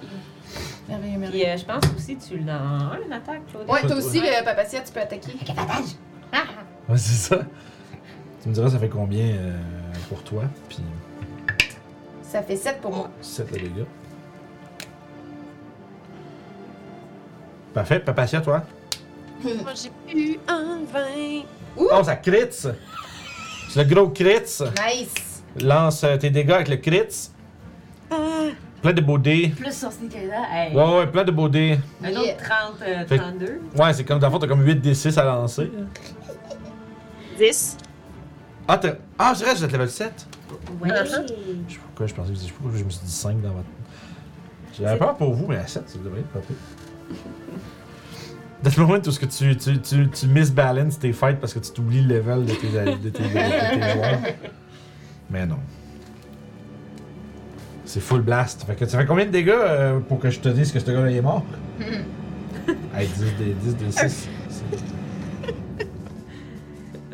[SPEAKER 3] Merveilleux, merveilleux.
[SPEAKER 4] Puis euh, je pense aussi que tu l'as en un attaque, Claude.
[SPEAKER 3] Ouais, toi aussi, euh, Papacia, tu peux attaquer.
[SPEAKER 1] Ouais, c'est ça. Tu me diras, ça fait combien euh, pour toi? Puis
[SPEAKER 3] Ça fait 7 pour moi.
[SPEAKER 1] 7 de dégâts. Parfait, Papacia, toi.
[SPEAKER 5] Moi, j'ai plus un 20.
[SPEAKER 1] Oh, ça crits! C'est le gros crits!
[SPEAKER 3] Nice.
[SPEAKER 1] Lance euh, tes dégâts avec le crits.
[SPEAKER 5] Ah,
[SPEAKER 1] Plein de beaux dés.
[SPEAKER 4] Plus sur Sneaker, hey.
[SPEAKER 1] Ouais, ouais, plein de beaux dés.
[SPEAKER 4] Un
[SPEAKER 3] Yeah.
[SPEAKER 4] autre 30, euh,
[SPEAKER 1] Fait-
[SPEAKER 4] 32.
[SPEAKER 1] Ouais, c'est comme, dans le fond, t'as comme 8 d 6 à lancer.
[SPEAKER 5] 10.
[SPEAKER 1] Ah, t'as- ah c'est vrai, vous êtes level 7.
[SPEAKER 4] Ouais.
[SPEAKER 1] Je sais pas pourquoi je pensais que vous étiez- je sais pas pourquoi je me suis dit 5 dans votre. J'avais peur pour vous, mais à 7, ça devrait être pas pire. Dans le moment où ce que tu, tu, tu, tu misbalances tes fights parce que tu t'oublies le level de tes, alli- de tes, de tes joueurs. Mais non. C'est full blast. Fait que ça fait combien de dégâts euh, pour que je te dise que ce gars-là il est mort? hey, 10 des 10 des 6.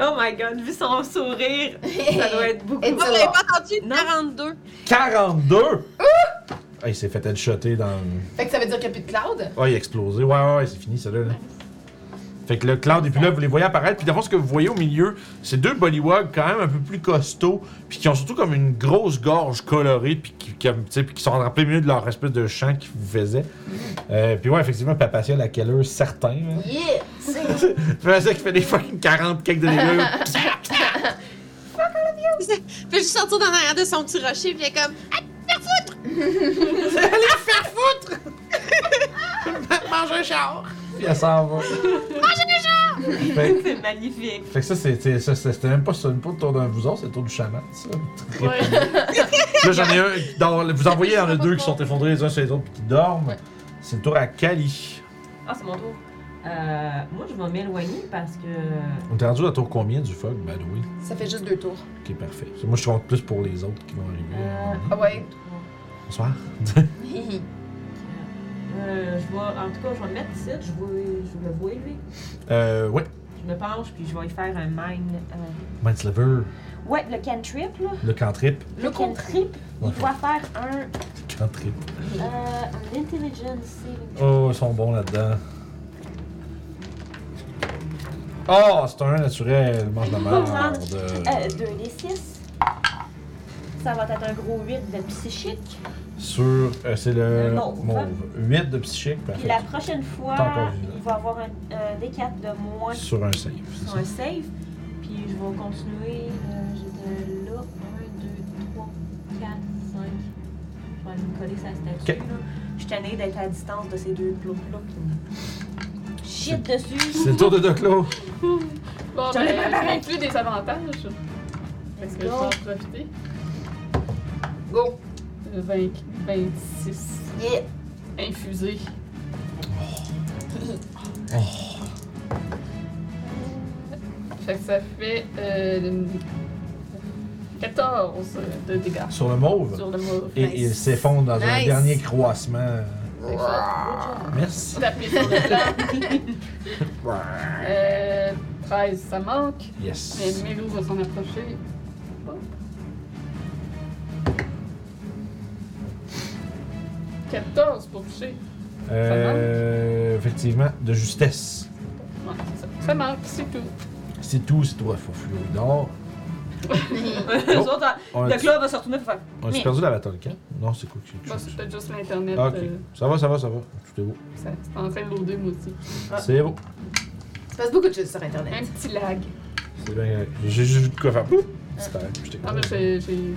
[SPEAKER 4] Oh my god, vu son sourire, [laughs] ça doit être beaucoup.
[SPEAKER 3] Et
[SPEAKER 5] Moi,
[SPEAKER 3] tu
[SPEAKER 5] je l'avais
[SPEAKER 3] l'as.
[SPEAKER 5] pas entendu.
[SPEAKER 4] Non.
[SPEAKER 5] 42.
[SPEAKER 1] 42! Ah, il s'est fait headshotter dans...
[SPEAKER 3] Fait que ça veut dire qu'il n'y a plus de cloud.
[SPEAKER 1] Ah, il a explosé. Ouais, ouais, ouais, c'est fini, celui-là. là. Fait que le Cloud et puis là, vous les voyez apparaître. Puis d'abord, ce que vous voyez au milieu, c'est deux Bollywogs quand même un peu plus costauds, puis qui ont surtout comme une grosse gorge colorée, puis qui, comme, tu sais, puis qui sont en plein milieu de leur espèce de chant qu'ils vous faisaient. Euh, puis ouais, effectivement, Papa Ciel à quelle heure certain. hein.
[SPEAKER 4] Yeah!
[SPEAKER 1] Papa Ciel qui fait des fucking 40 quelques de dégâts.
[SPEAKER 5] Fait juste sortir dans l'arrière de son petit rocher, puis il est comme.
[SPEAKER 1] Puis elle s'en va. Fait,
[SPEAKER 4] C'est magnifique.
[SPEAKER 1] fait que ça, c'est- c'est- ça, c'est- c'était même pas, c'est même pas le tour d'un bouson, c'est le tour du chaman, ça.
[SPEAKER 2] Ouais.
[SPEAKER 1] Là, j'en ai un. Dans, vous en voyez dans les deux qui sont effondrés les uns sur les autres puis qui dorment. C'est le tour à Kali.
[SPEAKER 4] Ah, c'est mon tour. Euh, moi, je vais m'éloigner parce que.
[SPEAKER 1] On t'a rendu à tour combien du fog, by the way?
[SPEAKER 3] Ça fait juste deux tours.
[SPEAKER 1] Ok, parfait. Moi, je compte plus pour les autres qui vont arriver.
[SPEAKER 4] Euh,
[SPEAKER 3] Ah ouais. [laughs]
[SPEAKER 1] Bonsoir.
[SPEAKER 4] euh, je vais, en tout cas, je vais me mettre ici. Je, vais, je le vois, lui.
[SPEAKER 1] Euh, ouais.
[SPEAKER 4] Je me penche, puis je vais lui faire un mine. euh,
[SPEAKER 1] Mindsliver,
[SPEAKER 4] Ouais, le cantrip, là.
[SPEAKER 1] le cantrip.
[SPEAKER 4] Le cantrip, il
[SPEAKER 1] Ouais.
[SPEAKER 4] doit faire un.
[SPEAKER 1] Cantrip.
[SPEAKER 4] Euh, un intelligence saving.
[SPEAKER 1] Oh, ils sont bons là-dedans. Oh, c'est un naturel. Mange de la
[SPEAKER 4] Euh,
[SPEAKER 1] merde.
[SPEAKER 4] 2 des 6. Ça va être un gros 8 de psychique.
[SPEAKER 1] Sur. euh, c'est le.
[SPEAKER 4] Le mauve.
[SPEAKER 1] mauve. 8 de psychique.
[SPEAKER 4] Puis
[SPEAKER 1] Parfait.
[SPEAKER 4] la prochaine fois,
[SPEAKER 1] T'as encore vu, là.
[SPEAKER 4] il va avoir un, un D4 de moins
[SPEAKER 1] Sur un save. c'est
[SPEAKER 4] sur
[SPEAKER 1] ça.
[SPEAKER 4] un save. Puis je vais continuer. euh, J'étais là. 1, 2, 3, 4, 5. Je vais aller me coller sa statue.
[SPEAKER 1] Ok.
[SPEAKER 4] là. Je suis tannée d'être à distance de ces deux plots-là qui me shit
[SPEAKER 1] C'est
[SPEAKER 4] dessus.
[SPEAKER 1] le tour de Doclo.
[SPEAKER 2] Bon,
[SPEAKER 11] J'en ai
[SPEAKER 2] ben,
[SPEAKER 11] préparé.
[SPEAKER 2] j'ai inclus des avantages. Parce que je vais en profiter.
[SPEAKER 3] Go.
[SPEAKER 2] Le 20 26.
[SPEAKER 1] [laughs]
[SPEAKER 4] Yeah.
[SPEAKER 2] Infusé. [laughs] Fait que ça fait euh, 14 de dégâts
[SPEAKER 1] Sur le mauve.
[SPEAKER 2] sur le mauve.
[SPEAKER 1] Et
[SPEAKER 3] Nice.
[SPEAKER 1] il s'effondre dans un
[SPEAKER 3] Nice.
[SPEAKER 1] dernier croissement.
[SPEAKER 2] Fait que ça,
[SPEAKER 1] Merci.
[SPEAKER 2] taper sur le
[SPEAKER 1] [laughs]
[SPEAKER 2] plan. Euh, 13, ça manque. Mais
[SPEAKER 1] Yes.
[SPEAKER 2] Mélou va s'en approcher. Oh. 14 pour toucher.
[SPEAKER 1] Euh, effectivement, de justesse.
[SPEAKER 2] Ouais, c'est ça. Ça manque, c'est tout.
[SPEAKER 1] C'est tout, c'est toi, Foufou. d'or.
[SPEAKER 4] Les autres, euh,
[SPEAKER 1] On
[SPEAKER 4] le
[SPEAKER 1] a-tu
[SPEAKER 4] club va se retourner pour faire.
[SPEAKER 1] Ah, on a-tu
[SPEAKER 4] Mais-
[SPEAKER 1] perdu la battle cap? Non, c'est quoi que
[SPEAKER 2] Moi,
[SPEAKER 1] c'est Ah,
[SPEAKER 2] c'est peut-être juste l'internet.
[SPEAKER 1] Ok,
[SPEAKER 2] euh,
[SPEAKER 1] ça va, ça va, ça va. Tout est beau.
[SPEAKER 2] ça- c'est en train de loader, moi aussi.
[SPEAKER 4] Ah.
[SPEAKER 1] C'est beau.
[SPEAKER 3] Il se passe beaucoup de choses sur Internet.
[SPEAKER 2] Un petit lag.
[SPEAKER 1] C'est bien. correct. J'ai juste vu de quoi faire. Boum! C'est pareil, puis j'étais
[SPEAKER 2] Ah, mais j'ai. j'ai-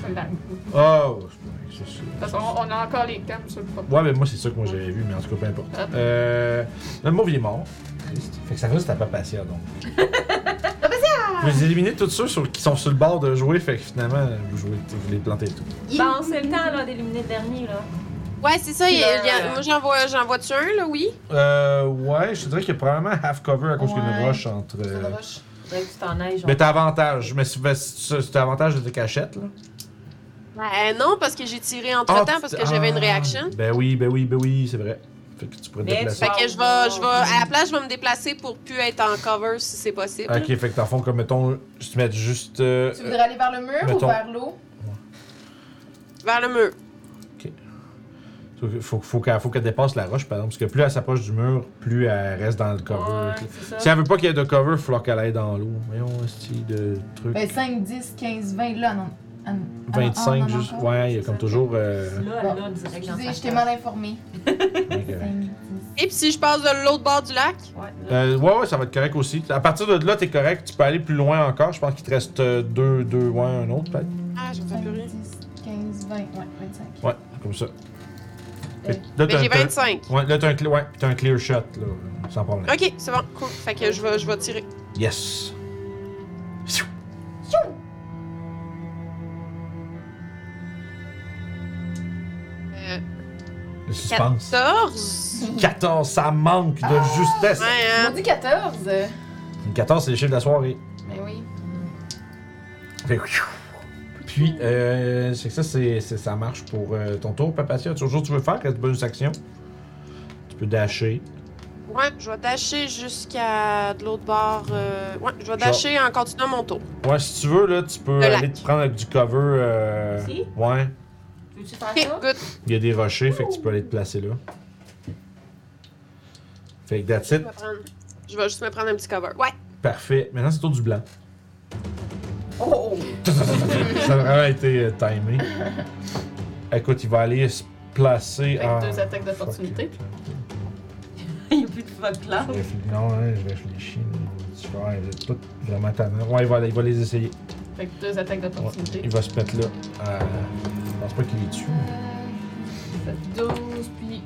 [SPEAKER 2] C'est un lag. De
[SPEAKER 1] Oh, c'est correct, ça, c'est-
[SPEAKER 2] toute façon, on a encore les cams sur le propre.
[SPEAKER 1] Ouais, mais moi, c'est ça que moi j'avais vu, mais en tout cas, peu importe.
[SPEAKER 2] Hop.
[SPEAKER 1] Euh, le mauve, il est mort. Triste. Fait que ça reste à Papacia, donc. Papacia! Vous éliminez tous ceux sur- qui sont sur le bord de jouer, fait que finalement, vous jouez, vous les plantez tout.
[SPEAKER 4] Bon, c'est le temps là, d'éliminer le dernier. là.
[SPEAKER 5] Ouais, c'est ça. il y a-
[SPEAKER 3] Killer.
[SPEAKER 5] il y a- moi, j'en vois, j'en vois-tu un, là, oui?
[SPEAKER 1] Euh, ouais, je te dirais qu'il y a probablement half cover à cause qu'il y a une
[SPEAKER 3] Ouais.
[SPEAKER 1] roche entre.
[SPEAKER 3] C'est une
[SPEAKER 1] euh,
[SPEAKER 3] roche.
[SPEAKER 4] Faudrait que tu t'en ailles, genre.
[SPEAKER 1] Mais t'as avantage, mais c'est- c'est c'est avantage de tes cachettes, là.
[SPEAKER 5] Euh, non, parce que j'ai tiré entre
[SPEAKER 1] Ah,
[SPEAKER 5] temps
[SPEAKER 1] tu-
[SPEAKER 5] parce que j'avais une
[SPEAKER 1] ah.
[SPEAKER 5] réaction.
[SPEAKER 1] Ben oui, ben oui, ben oui, c'est vrai. Fait que tu pourrais te
[SPEAKER 4] Mais
[SPEAKER 1] déplacer.
[SPEAKER 5] Fait que je vais, je vais, à la place, je vais me déplacer pour plus être en cover si c'est possible.
[SPEAKER 1] Ok, fait que dans le fond, comme mettons, je te mets juste. euh,
[SPEAKER 3] Tu voudrais aller vers le mur
[SPEAKER 1] mettons.
[SPEAKER 3] ou vers l'eau?
[SPEAKER 5] Vers le mur.
[SPEAKER 1] euh, faut, faut qu'elle faut qu'elle dépasse la roche, par exemple, parce que plus elle s'approche du mur, plus elle reste dans le cover.
[SPEAKER 4] Ouais,
[SPEAKER 1] ok.
[SPEAKER 4] c'est
[SPEAKER 1] Si
[SPEAKER 4] ça.
[SPEAKER 1] elle veut pas qu'il y ait de cover, il faut qu'elle aille dans l'eau. Voyons, style de truc.
[SPEAKER 3] Ben ah, 5, 10, 15, 20. Là, non.
[SPEAKER 1] 25, juste. Ouais, il y a comme toujours. euh,
[SPEAKER 4] Là, là, direct dans
[SPEAKER 3] Excusez,
[SPEAKER 4] sa
[SPEAKER 3] je t'ai
[SPEAKER 4] face.
[SPEAKER 3] mal informé.
[SPEAKER 1] ok.
[SPEAKER 5] Et puis si je passe de l'autre bord du lac,
[SPEAKER 4] Ouais, là.
[SPEAKER 1] Euh, ouais, ouais, ça va être correct aussi. À partir de là, t'es correct. Tu peux aller plus loin encore. Je pense qu'il te reste euh, deux, deux, ouais, un autre peut-être.
[SPEAKER 5] ah, je
[SPEAKER 3] 5,
[SPEAKER 5] fais plus rien.
[SPEAKER 3] 10, 15, 20. Ouais, 25.
[SPEAKER 1] Ouais, comme ça. Fait que Là,
[SPEAKER 5] Mais Ben, j'ai
[SPEAKER 1] t'as-
[SPEAKER 5] 25.
[SPEAKER 1] Ouais, là, t'as un, cl- ouais, puis t'as un clear shot, là, sans problème.
[SPEAKER 5] Ok, c'est bon, cool. Fait que je vais, je vais tirer.
[SPEAKER 1] Yes. Pfiou.
[SPEAKER 5] Euh,
[SPEAKER 1] Le suspense.
[SPEAKER 5] 14.
[SPEAKER 1] 14, ça manque de justesse.
[SPEAKER 5] Ouais,
[SPEAKER 3] On
[SPEAKER 5] hein.
[SPEAKER 3] dit 14. euh,
[SPEAKER 1] Une 14, c'est le chiffre de la soirée.
[SPEAKER 3] Mais oui.
[SPEAKER 1] Fait que pfiou. Puis, euh, c'est que ça, c'est, c'est- ça marche pour euh, ton tour, Papatia. Toujours, tu veux faire, reste bonus action. Tu peux dasher.
[SPEAKER 5] Ouais, je vais dasher jusqu'à de l'autre bord. euh, Ouais, je vais dasher en continuant mon tour.
[SPEAKER 1] Ouais, si tu veux, là, tu peux
[SPEAKER 5] Le
[SPEAKER 1] aller
[SPEAKER 5] lac.
[SPEAKER 1] te prendre avec du cover. euh,
[SPEAKER 4] Ici?
[SPEAKER 1] Ouais, Euh.
[SPEAKER 4] Veux-tu faire
[SPEAKER 5] Ok,
[SPEAKER 4] ça?
[SPEAKER 5] good.
[SPEAKER 1] il y a des rochers, fait que tu peux aller te placer là. Fait que that's
[SPEAKER 5] Je
[SPEAKER 1] it.
[SPEAKER 5] vais prendre Je vais juste me prendre un petit cover. Ouais.
[SPEAKER 1] Parfait. Maintenant, c'est le tour du
[SPEAKER 2] [laughs]
[SPEAKER 1] blanc.
[SPEAKER 4] Oh! [laughs]
[SPEAKER 1] Ça a vraiment été euh, timé. Écoute, il va aller se placer
[SPEAKER 2] Avec
[SPEAKER 1] en...
[SPEAKER 2] deux attaques d'opportunité.
[SPEAKER 4] Il n'y a plus de fuck là.
[SPEAKER 1] Je réfléchis- Non, hein, je réfléchis. Je vais vous êtes tous vraiment tannants. Ouais, il va, il va les essayer.
[SPEAKER 2] Fait que deux attaques
[SPEAKER 1] Ouais.
[SPEAKER 2] d'opportunité.
[SPEAKER 1] Il va se mettre là. Euh, je pense pas qu'il les tue.
[SPEAKER 2] Fait que 12 puis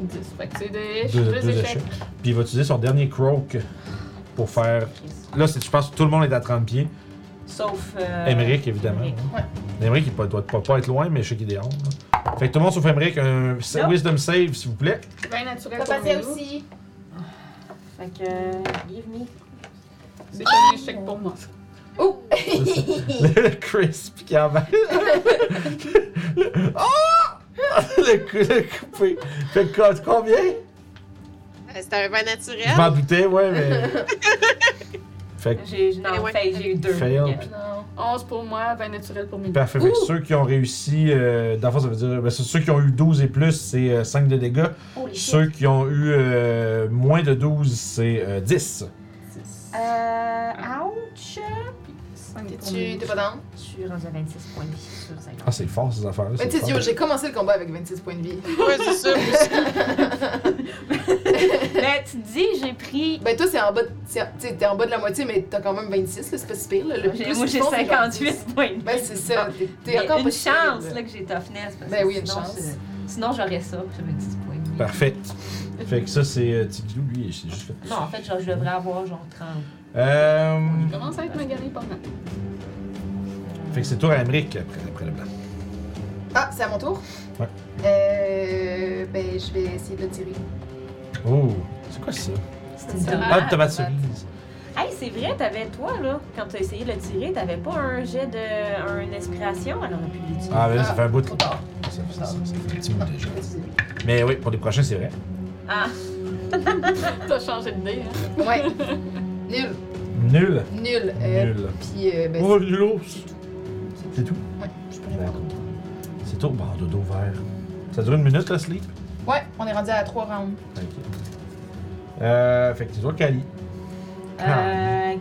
[SPEAKER 2] 10. Fait que c'est des
[SPEAKER 1] Deux-
[SPEAKER 2] deux
[SPEAKER 1] deux
[SPEAKER 2] échecs.
[SPEAKER 1] échecs. Puis il va utiliser son dernier croak pour faire. Là, c'est- je pense que tout le monde est à 30 pieds.
[SPEAKER 4] Sauf. Euh,
[SPEAKER 1] Emmerich, évidemment.
[SPEAKER 4] Emmerich.
[SPEAKER 1] hein. Emmerich, il peut- doit pas, pas être loin, mais je sais qu'il est dehors. là. Fait que tout le monde sauf Emmerich, un sa-
[SPEAKER 4] Yep.
[SPEAKER 1] wisdom save, s'il vous plaît.
[SPEAKER 2] Bien naturel.
[SPEAKER 3] Ça
[SPEAKER 2] pour
[SPEAKER 3] passait
[SPEAKER 2] nous.
[SPEAKER 3] aussi.
[SPEAKER 4] Fait que. euh, Give me.
[SPEAKER 2] C'est un échec pour moi.
[SPEAKER 3] Oh! [laughs]
[SPEAKER 1] [laughs] le, le crisp qui embarque. oh! [laughs] le, cou- le coupé. Fait que co- combien?
[SPEAKER 5] Euh, C'était un vin
[SPEAKER 1] Je m'en
[SPEAKER 5] naturel.
[SPEAKER 1] doutais, ouais,
[SPEAKER 3] [laughs]
[SPEAKER 1] mais. fait
[SPEAKER 4] J'ai j'ai- non,
[SPEAKER 5] Ouais.
[SPEAKER 4] fail, j'ai eu deux.
[SPEAKER 1] Fail,
[SPEAKER 4] Yeah.
[SPEAKER 1] puis-
[SPEAKER 2] Non. 11 pour moi, 20 naturel pour
[SPEAKER 1] que.
[SPEAKER 2] Milou.
[SPEAKER 1] Parfait. Fait que ceux qui ont réussi, euh, dans le fond, ça veut dire. ben, c'est ceux qui ont eu 12 et plus, c'est euh, 5 de dégâts.
[SPEAKER 4] Holy shit.
[SPEAKER 1] Ceux qui ont eu euh, moins de 12, c'est euh, 10.
[SPEAKER 4] Euh. Ouch!
[SPEAKER 2] 5 pour
[SPEAKER 3] Tu
[SPEAKER 2] Milou.
[SPEAKER 3] t'es pas down?
[SPEAKER 4] Je suis rendu à 26 points de vie sur 50.
[SPEAKER 1] Ah, c'est fort, ces affaires-là.
[SPEAKER 3] Mais
[SPEAKER 1] c'est
[SPEAKER 3] tu sais,
[SPEAKER 1] fort.
[SPEAKER 3] Ben, yo, j'ai commencé le combat avec 26 points de vie.
[SPEAKER 5] Ouais, c'est [laughs] ça.
[SPEAKER 4] Mais Ben, tu te dis, j'ai pris.
[SPEAKER 3] Ben, toi, c'est en bas, de- c'est en- tu sais, t'es en bas de la moitié, mais t'as quand même 26, là, c'est pas si pire, là. Le
[SPEAKER 4] J'ai-
[SPEAKER 3] Ben, plus
[SPEAKER 4] Moi,
[SPEAKER 3] tu
[SPEAKER 4] j'ai
[SPEAKER 3] fonces, c'est genre
[SPEAKER 4] 58 points de vie.
[SPEAKER 3] Ben, c'est ça. T'es, t'es
[SPEAKER 4] Mais
[SPEAKER 3] encore
[SPEAKER 4] une
[SPEAKER 3] pas si pire,
[SPEAKER 4] chance
[SPEAKER 3] là.
[SPEAKER 4] là, que j'ai toughness. Parce
[SPEAKER 3] Ben
[SPEAKER 4] que
[SPEAKER 3] oui, une
[SPEAKER 4] sinon,
[SPEAKER 3] chance.
[SPEAKER 4] je- Sinon, j'aurais ça. J'avais 10 points. de vie.
[SPEAKER 1] Parfait. Fait que ça, c'est. Euh, Tigidou, lui, c'est juste fait.
[SPEAKER 4] Non, en fait, genre, je devrais avoir genre 30.
[SPEAKER 1] Euh,
[SPEAKER 2] Je commence à être magané pas mal.
[SPEAKER 1] fait que c'est tour à Amérique après, après le blanc.
[SPEAKER 3] Ah, c'est à mon tour?
[SPEAKER 1] Ouais.
[SPEAKER 3] Euh. Ben, je vais essayer de le tirer.
[SPEAKER 1] Oh, c'est quoi ça?
[SPEAKER 4] C'est une
[SPEAKER 2] tomate.
[SPEAKER 1] Ah,
[SPEAKER 2] Ah,
[SPEAKER 1] une tomate
[SPEAKER 3] tomate.
[SPEAKER 1] cerise.
[SPEAKER 4] Hey, c'est vrai, t'avais toi, là, quand t'as essayé de le tirer, t'avais pas un jet de. une inspiration, alors on aurait pu l'utiliser.
[SPEAKER 1] Ah, mais là, ça
[SPEAKER 3] Ah,
[SPEAKER 1] fait un bout de.
[SPEAKER 3] Trop tard.
[SPEAKER 1] Ça, ça- ça- ça fait un petit bout déjà.
[SPEAKER 3] Excusez-moi.
[SPEAKER 1] Mais oui, pour les prochains, c'est vrai.
[SPEAKER 4] Ah,
[SPEAKER 2] T'as changé de dé, hein?
[SPEAKER 3] Ouais. [laughs] Nul.
[SPEAKER 1] Nul.
[SPEAKER 3] Nul. Euh,
[SPEAKER 1] Nul.
[SPEAKER 3] Puis, euh, ben,
[SPEAKER 1] Oh, l'eau. C'est tout.
[SPEAKER 3] c'est- ouais, je peux rien faire d'autre.
[SPEAKER 1] C'est tout. Bon, dodo vert. Ça dure une minute, le sleep?
[SPEAKER 3] Ouais, on est rendu à 3 rounds.
[SPEAKER 1] Ok. Euh, fait que tu dois Cali. Ah.
[SPEAKER 4] euh.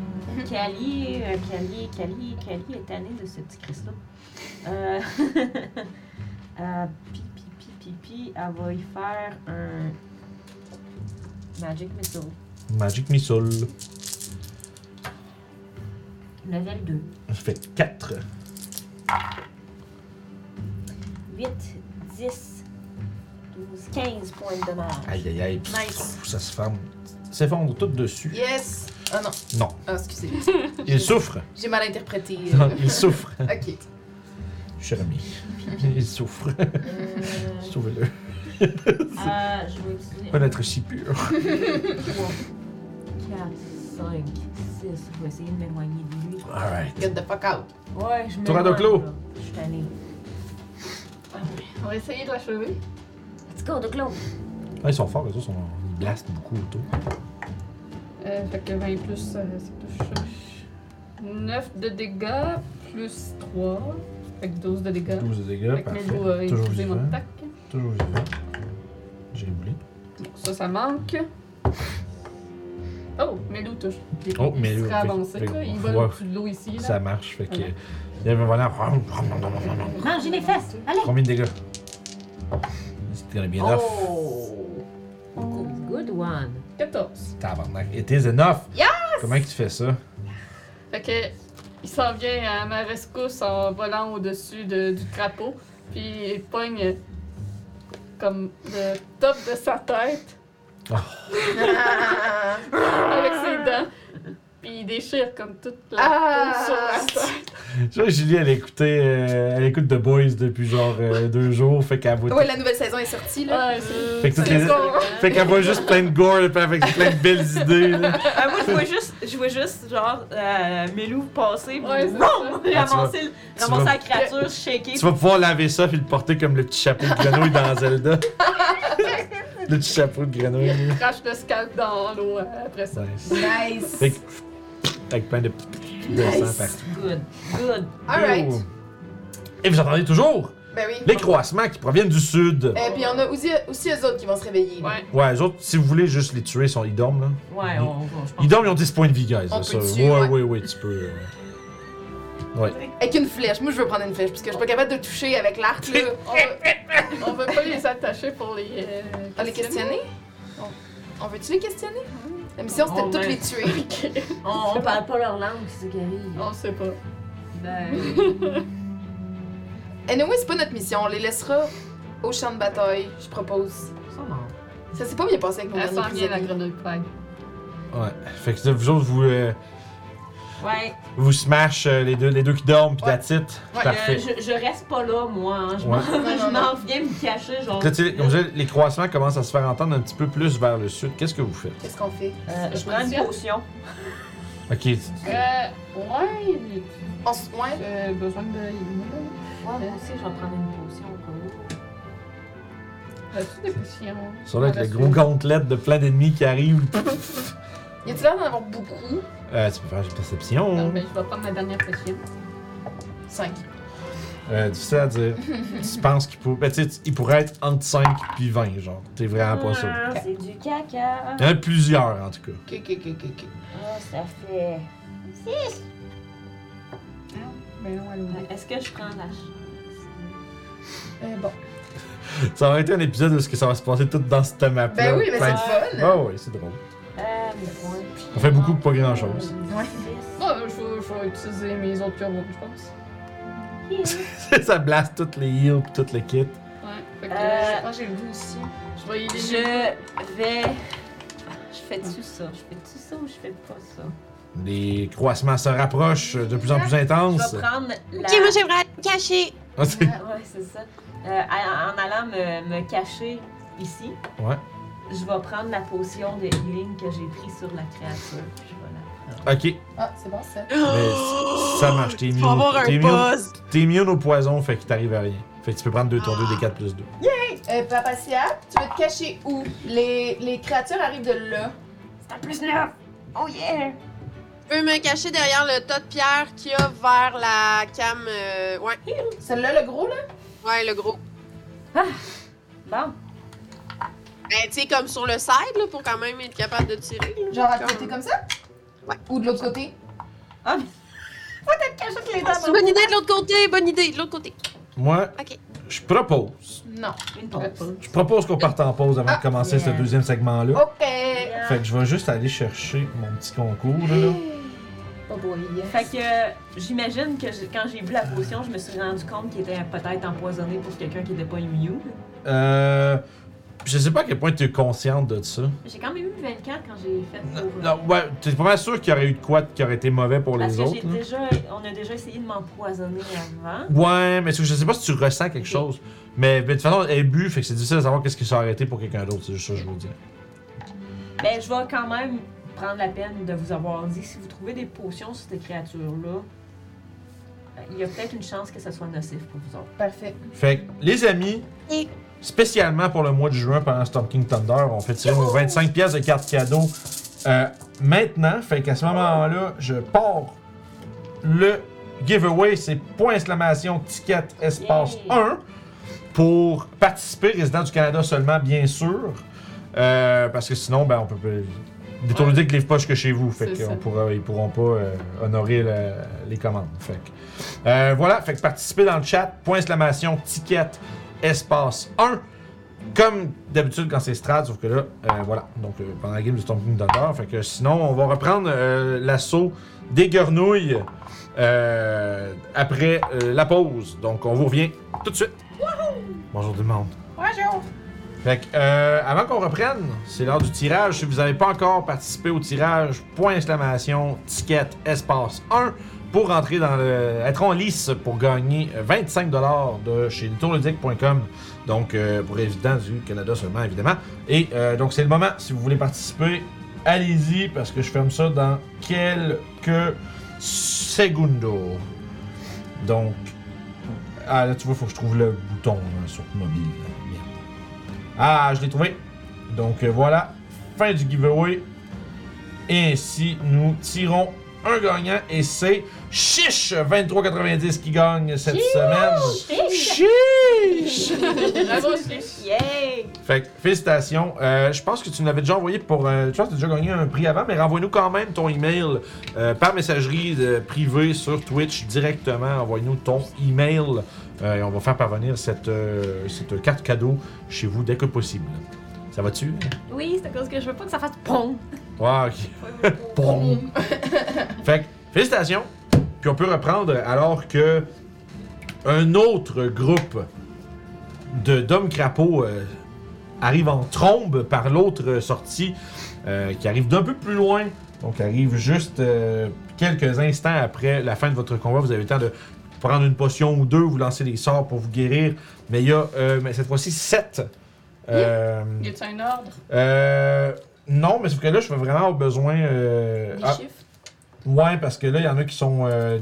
[SPEAKER 4] Kali, euh, Kali, Kali, Kali est tannée de ce petit Christ-là. Euh. [laughs] euh, pi, pi, pi, pi, pi, elle va y faire un. Magic Missile.
[SPEAKER 1] Magic Missile.
[SPEAKER 4] Level 2.
[SPEAKER 1] Ça fait 4.
[SPEAKER 4] 8, 10, 12, 15 points de dommage.
[SPEAKER 1] Aïe, aïe, aïe.
[SPEAKER 4] Nice.
[SPEAKER 1] Ça se ferme. S'effondre tout dessus.
[SPEAKER 3] Yes! Ah non,
[SPEAKER 1] Non.
[SPEAKER 3] ah, excusez.
[SPEAKER 1] Il
[SPEAKER 2] [laughs]
[SPEAKER 1] souffre.
[SPEAKER 3] J'ai mal
[SPEAKER 1] [laughs]
[SPEAKER 3] interprété. euh.
[SPEAKER 1] Il souffre.
[SPEAKER 3] ok.
[SPEAKER 1] Cher ami. Il
[SPEAKER 2] [laughs]
[SPEAKER 1] souffre.
[SPEAKER 3] Euh,
[SPEAKER 1] Sauvez-le.
[SPEAKER 4] Euh, je vais utiliser.
[SPEAKER 1] Pas d'être si pur.
[SPEAKER 4] 3, 4, 5, 6. Je vais essayer de m'éloigner de lui.
[SPEAKER 1] Alright.
[SPEAKER 3] Get the fuck out.
[SPEAKER 4] Ouais, je
[SPEAKER 1] Tour à Doclo.
[SPEAKER 4] là. Je suis allée.
[SPEAKER 2] On va essayer de l'achever.
[SPEAKER 4] Let's go, Doclo.
[SPEAKER 1] Ah, ils sont forts, les autres. Sont... Ils blastent beaucoup autour.
[SPEAKER 2] Euh, fait que 20 plus, euh, c'est plus 9 de dégâts, plus 3. Fait que 12 de dégâts.
[SPEAKER 1] 12 de
[SPEAKER 2] Fait
[SPEAKER 1] dégâts.
[SPEAKER 2] que
[SPEAKER 1] Parfait.
[SPEAKER 2] Melo a
[SPEAKER 1] Toujours
[SPEAKER 2] utilisé
[SPEAKER 1] vivant.
[SPEAKER 2] mon attaque.
[SPEAKER 1] Toujours vivant. J'ai oublié.
[SPEAKER 2] Bon, ça, ça manque. Oh, Melou touche. Il
[SPEAKER 1] Oh, Melou,
[SPEAKER 2] Il
[SPEAKER 1] fait-
[SPEAKER 2] serait avancé,
[SPEAKER 1] fait-
[SPEAKER 2] là. Il
[SPEAKER 1] ouais.
[SPEAKER 2] vole au-dessus de l'eau ici, là.
[SPEAKER 1] Ça marche, fait que. Il y avait voilà.
[SPEAKER 4] Mangez les fesses. Allez.
[SPEAKER 1] Combien de dégâts C'était gonna be enough.
[SPEAKER 3] Oh.
[SPEAKER 4] Good one.
[SPEAKER 2] 14.
[SPEAKER 1] Tabarnak. It is enough
[SPEAKER 3] Yes!
[SPEAKER 1] Comment que tu fais ça
[SPEAKER 2] Fait que, il s'en vient à ma rescousse en volant au-dessus de- du crapaud. Puis il pogne comme le top de sa tête
[SPEAKER 3] Ah,
[SPEAKER 2] avec ses dents. Puis il déchire comme toute la
[SPEAKER 3] Ah!
[SPEAKER 2] peau sur la tête.
[SPEAKER 1] Tu vois, Julie, elle écoutait. euh, elle écoute The Boys depuis genre euh, deux jours, fait qu'elle voit.
[SPEAKER 3] ouais, la nouvelle saison est sortie, là.
[SPEAKER 2] Ouais, c'est-
[SPEAKER 1] Fait que toutes
[SPEAKER 2] c'est
[SPEAKER 1] les-
[SPEAKER 2] con.
[SPEAKER 1] Fait qu'elle voit juste plein de gore puis avec plein de belles
[SPEAKER 3] [laughs]
[SPEAKER 1] idées. Là.
[SPEAKER 4] Ah, moi, je vois juste, je vois juste genre, euh, Melou passer, puis [laughs]
[SPEAKER 2] Ouais, c'est
[SPEAKER 4] vroom,
[SPEAKER 1] ça.
[SPEAKER 4] ramasser, le-
[SPEAKER 1] Ah, tu
[SPEAKER 4] ramasser
[SPEAKER 1] vas-
[SPEAKER 4] la créature, shaker.
[SPEAKER 1] Tu vas pouvoir laver ça puis le porter comme le petit chapeau de grenouille dans
[SPEAKER 3] [laughs]
[SPEAKER 1] Zelda. le petit chapeau de grenouille. là.
[SPEAKER 2] crache le scalp dans l'eau euh, après ça.
[SPEAKER 1] Nice.
[SPEAKER 3] Nice!
[SPEAKER 1] Fait que, avec plein de, de sang partout.
[SPEAKER 4] Good, good.
[SPEAKER 3] Alright.
[SPEAKER 1] Et vous entendez toujours
[SPEAKER 3] Ben oui.
[SPEAKER 1] Les croissements qui proviennent du sud.
[SPEAKER 3] Et puis on a aussi, aussi eux autres qui vont se réveiller. là.
[SPEAKER 2] Ouais.
[SPEAKER 1] Ouais, les autres, si vous voulez juste les tuer, sont, ils dorment là.
[SPEAKER 4] Ouais, on, on- je pense.
[SPEAKER 1] Ils dorment, ils ont 10 points de vie, guys. là,
[SPEAKER 3] On peut
[SPEAKER 1] ça.
[SPEAKER 3] le
[SPEAKER 1] Ouais,
[SPEAKER 3] tuer,
[SPEAKER 1] ouais,
[SPEAKER 3] ouais.
[SPEAKER 1] ouais, tu peux. euh,
[SPEAKER 3] Avec une flèche. Moi, je veux prendre une flèche parce que je suis pas capable de toucher avec l'arc.
[SPEAKER 2] [laughs]
[SPEAKER 3] là.
[SPEAKER 2] On veut- On veut pas les attacher pour les. euh,
[SPEAKER 3] On les questionner? On veut-tu les questionner? La mission, c'était
[SPEAKER 4] Oh,
[SPEAKER 3] de toutes
[SPEAKER 4] ben.
[SPEAKER 3] les tuer.
[SPEAKER 4] On, on parle pas leur langue, c'est ça qui arrive.
[SPEAKER 2] On sait pas.
[SPEAKER 4] Ben.
[SPEAKER 3] Anyway, c'est pas notre mission. On les laissera au champ de bataille, je propose.
[SPEAKER 4] Ils sont morts.
[SPEAKER 3] Ça s'est pas bien passé avec nos
[SPEAKER 2] Elle
[SPEAKER 3] derniers
[SPEAKER 2] sent bien la
[SPEAKER 3] [laughs] prisonniers.
[SPEAKER 2] grenouille paille.
[SPEAKER 1] Ouais. Fait que vous autres, vous, euh,
[SPEAKER 4] Ouais.
[SPEAKER 1] vous smash euh, les, deux, les deux qui dorment, puis
[SPEAKER 3] Ouais.
[SPEAKER 1] that's it.
[SPEAKER 3] Ouais,
[SPEAKER 1] Parfait.
[SPEAKER 4] Euh, je, je reste pas là, moi. hein. Je
[SPEAKER 1] Ouais.
[SPEAKER 4] m'en
[SPEAKER 3] Non,
[SPEAKER 4] je
[SPEAKER 3] non,
[SPEAKER 4] m'en viens me cacher, genre.
[SPEAKER 1] Là, tu sais, comme je disais, les croissements commencent à se faire entendre un petit peu plus vers le sud. Qu'est-ce que vous faites?
[SPEAKER 3] Qu'est-ce qu'on fait?
[SPEAKER 4] Euh, je prends une potion.
[SPEAKER 1] Ok, tu-
[SPEAKER 2] Euh. Ouais.
[SPEAKER 3] On se. Ouais.
[SPEAKER 2] J'ai besoin de.
[SPEAKER 4] Ouais, moi aussi, je vais prendre une potion. au cas où.
[SPEAKER 2] As-tu des potions?
[SPEAKER 1] ça va être le
[SPEAKER 2] Parce que-
[SPEAKER 1] gros gantelette de plein d'ennemis qui arrivent.
[SPEAKER 3] Y a-t-il l'air d'en avoir beaucoup?
[SPEAKER 1] Euh, tu peux faire une
[SPEAKER 2] Non,
[SPEAKER 1] perception.
[SPEAKER 2] mais je vais prendre ma dernière potion.
[SPEAKER 3] 5.
[SPEAKER 1] Euh, difficile à dire. tu penses qu'il pour... ben, tu sais, tu- il pourrait être entre 5 puis 20, genre. T'es vraiment pas sûr.
[SPEAKER 4] Ah, C'est du caca.
[SPEAKER 1] Il y en a plusieurs, en tout cas.
[SPEAKER 3] Ok, ok, ok, ok, ok.
[SPEAKER 4] Ah, ça fait.
[SPEAKER 2] Ben non, elle
[SPEAKER 4] Ouais, Est-ce que je prends la ch-
[SPEAKER 3] Euh, bon.
[SPEAKER 1] Ça aurait été un épisode où ce que ça va se passer tout dans cette map-là.
[SPEAKER 3] Ben oui, mais c'est
[SPEAKER 1] Plein
[SPEAKER 3] le
[SPEAKER 1] de-
[SPEAKER 3] fun!
[SPEAKER 1] Ah oui, c'est drôle.
[SPEAKER 4] Euh, mes points.
[SPEAKER 1] On fait beaucoup de pas grand-chose. [laughs]
[SPEAKER 3] Ouais.
[SPEAKER 2] Bon, Ah, je vais, je vais utiliser mes autres pierres, je pense.
[SPEAKER 1] ça blast toutes les heals pis tout le kit.
[SPEAKER 2] Ouais. Fait que
[SPEAKER 4] Euh,
[SPEAKER 2] je pense que j'ai le goût aussi. Je vais y aller.
[SPEAKER 4] Je vais. Ah, Je fais-tu ça? Je fais-tu ça ou je fais pas ça?
[SPEAKER 1] Les croissements se rapprochent de plus en plus
[SPEAKER 4] Je
[SPEAKER 1] intenses.
[SPEAKER 4] vais prendre la.
[SPEAKER 5] Ok, moi j'aimerais être [gasps] caché.
[SPEAKER 1] Ah, c'est-
[SPEAKER 4] Ouais, c'est ça. Euh, à- en allant me, me cacher ici,
[SPEAKER 1] Ouais.
[SPEAKER 4] je vais prendre la potion de healing que j'ai prise sur la créature. Je vais la-
[SPEAKER 1] ok,
[SPEAKER 3] Ah, c'est bon ça.
[SPEAKER 1] mais ça marche. T'es
[SPEAKER 5] Tu
[SPEAKER 1] immune,
[SPEAKER 5] vas avoir
[SPEAKER 1] t'es
[SPEAKER 5] un
[SPEAKER 1] immune-
[SPEAKER 5] buzz.
[SPEAKER 1] t'es immune au poison, fait qu'il t'arrive à rien. Fait que tu peux prendre 2 tours 2 des 4 plus 2.
[SPEAKER 3] Euh, Papacia, tu veux te cacher où? Les, les créatures arrivent de là.
[SPEAKER 4] C'est un plus neuf! Oh yeah!
[SPEAKER 5] Je peux me cacher derrière le tas de pierres qu'il y a vers la cam. euh, ouais,
[SPEAKER 3] Celui-là, le gros, là?
[SPEAKER 5] ouais, le gros.
[SPEAKER 4] Bon,
[SPEAKER 5] Ben, tu sais, comme sur le side, là, pour quand même être capable de tirer. là.
[SPEAKER 3] Genre à côté comme ça?
[SPEAKER 5] Ouais.
[SPEAKER 3] Ou de l'autre côté? Ah,
[SPEAKER 4] les
[SPEAKER 5] C'est une bonne idée de l'autre côté, bonne idée de l'autre côté.
[SPEAKER 1] Moi,
[SPEAKER 5] Ok.
[SPEAKER 1] je propose.
[SPEAKER 2] [laughs]
[SPEAKER 3] Non.
[SPEAKER 4] Une pompe.
[SPEAKER 1] Je propose qu'on parte en pause avant de commencer
[SPEAKER 4] Ah, yeah.
[SPEAKER 1] ce deuxième segment-là.
[SPEAKER 3] Ok.
[SPEAKER 4] Euh,
[SPEAKER 1] Fait que je vais juste aller chercher mon petit concours. Là, là.
[SPEAKER 3] Oh boy, yes.
[SPEAKER 4] Fait que euh, j'imagine que je- quand j'ai bu la potion, je me suis rendu compte qu'il était peut-être empoisonné pour quelqu'un qui n'était pas immune.
[SPEAKER 1] Euh, je sais pas à quel point tu es consciente de ça.
[SPEAKER 4] J'ai quand même eu 24 quand j'ai fait pour... euh,
[SPEAKER 1] Non, ouais, t'es pas mal sûr qu'il y aurait eu de quoi qui aurait été mauvais pour
[SPEAKER 4] Parce
[SPEAKER 1] les
[SPEAKER 4] que j'ai
[SPEAKER 1] autres. hein. là.
[SPEAKER 4] déjà, on a déjà essayé de m'empoisonner avant.
[SPEAKER 1] Ouais, mais c'est que je sais pas si tu ressens quelque chose. Mais, mais de toute façon, elle but, fait que c'est difficile de savoir qu'est-ce qui s'est arrêté pour quelqu'un d'autre. C'est juste ça que je veux dire.
[SPEAKER 4] Mais Ben, je vais quand même prendre la peine de vous avoir dit, si vous trouvez des potions sur ces créatures-là, euh, il y a peut-être une chance que ça soit nocif pour vous autres.
[SPEAKER 3] Parfait.
[SPEAKER 1] Fait que, les amis,
[SPEAKER 5] Et-
[SPEAKER 1] spécialement pour le mois de juin pendant Storm King Thunder, on fait tirer nos 25 pièces de cartes cadeaux euh, maintenant. Fait qu'à ce moment-là, je pars le giveaway. C'est point exclamation ticket espace
[SPEAKER 4] Yay.
[SPEAKER 1] 1 pour participer, résident du Canada seulement, bien sûr. Euh, parce que sinon, ben, on peut pas. Des tournées ne livrent pas jusque chez vous. Fait
[SPEAKER 2] C'est
[SPEAKER 1] qu'on
[SPEAKER 2] ça.
[SPEAKER 1] pourra, ils pourront pas euh, honorer la- les commandes. Fait que- euh, voilà, fait que participez dans le chat, point exclamation, ticket, espace 1. Comme d'habitude quand c'est Strad, sauf que là, euh, voilà. Donc euh, pendant la game du Storm King Thunder. Fait que sinon, on va reprendre euh, l'assaut des grenouilles euh, après euh, la pause. Donc on vous revient tout de suite. Bonjour tout le monde.
[SPEAKER 3] Bonjour.
[SPEAKER 1] Fait que, euh, avant qu'on reprenne, c'est l'heure du tirage. Si vous n'avez pas encore participé au tirage, point exclamation, ticket, espace 1, pour rentrer dans le. être en lice pour gagner 25$ de chez tourludique.com. Donc, euh, pour résidents du Canada seulement, évidemment. Et euh, donc, c'est le moment, si vous voulez participer, allez-y, parce que je ferme ça dans quelques segundos. Donc. Ah, là, tu vois, faut que je trouve le bouton là, sur mobile. Merde. Ah, je l'ai trouvé. Donc euh, voilà, fin du giveaway. Et ainsi, nous tirons un gagnant et c'est Chiche! 23,90 qui gagne cette semaine.
[SPEAKER 2] Bravo, Slish.
[SPEAKER 4] Yay!
[SPEAKER 1] Fait que, félicitations. Euh, je pense que tu nous l'avais déjà envoyé pour. euh, tu vois, tu as déjà gagné un prix avant, mais renvoie-nous quand même ton email euh, par messagerie euh, privée sur Twitch directement. Envoie-nous ton email euh, et on va faire parvenir cette, euh, cette carte cadeau chez vous dès que possible. Ça va-tu?
[SPEAKER 11] Oui, c'est à cause que je veux pas que ça fasse pom.
[SPEAKER 1] Ouais, ok.
[SPEAKER 11] [laughs]
[SPEAKER 1] Bon. fait que, félicitations. Puis on peut reprendre alors que un autre groupe de d'hommes crapauds euh, arrive en trombe par l'autre sortie euh, qui arrive d'un peu plus loin. Donc arrive juste euh, quelques instants après la fin de votre combat. Vous avez le temps de prendre une potion ou deux, vous lancer des sorts pour vous guérir. Mais il y a euh, mais cette fois-ci sept. euh,
[SPEAKER 2] Y a-tu un ordre?
[SPEAKER 1] euh, non, mais sauf que là, je vais vraiment avoir besoin. Euh...
[SPEAKER 11] Les
[SPEAKER 1] ah,
[SPEAKER 11] chiffres.
[SPEAKER 1] ouais, parce que là, il y en a qui sont. euh,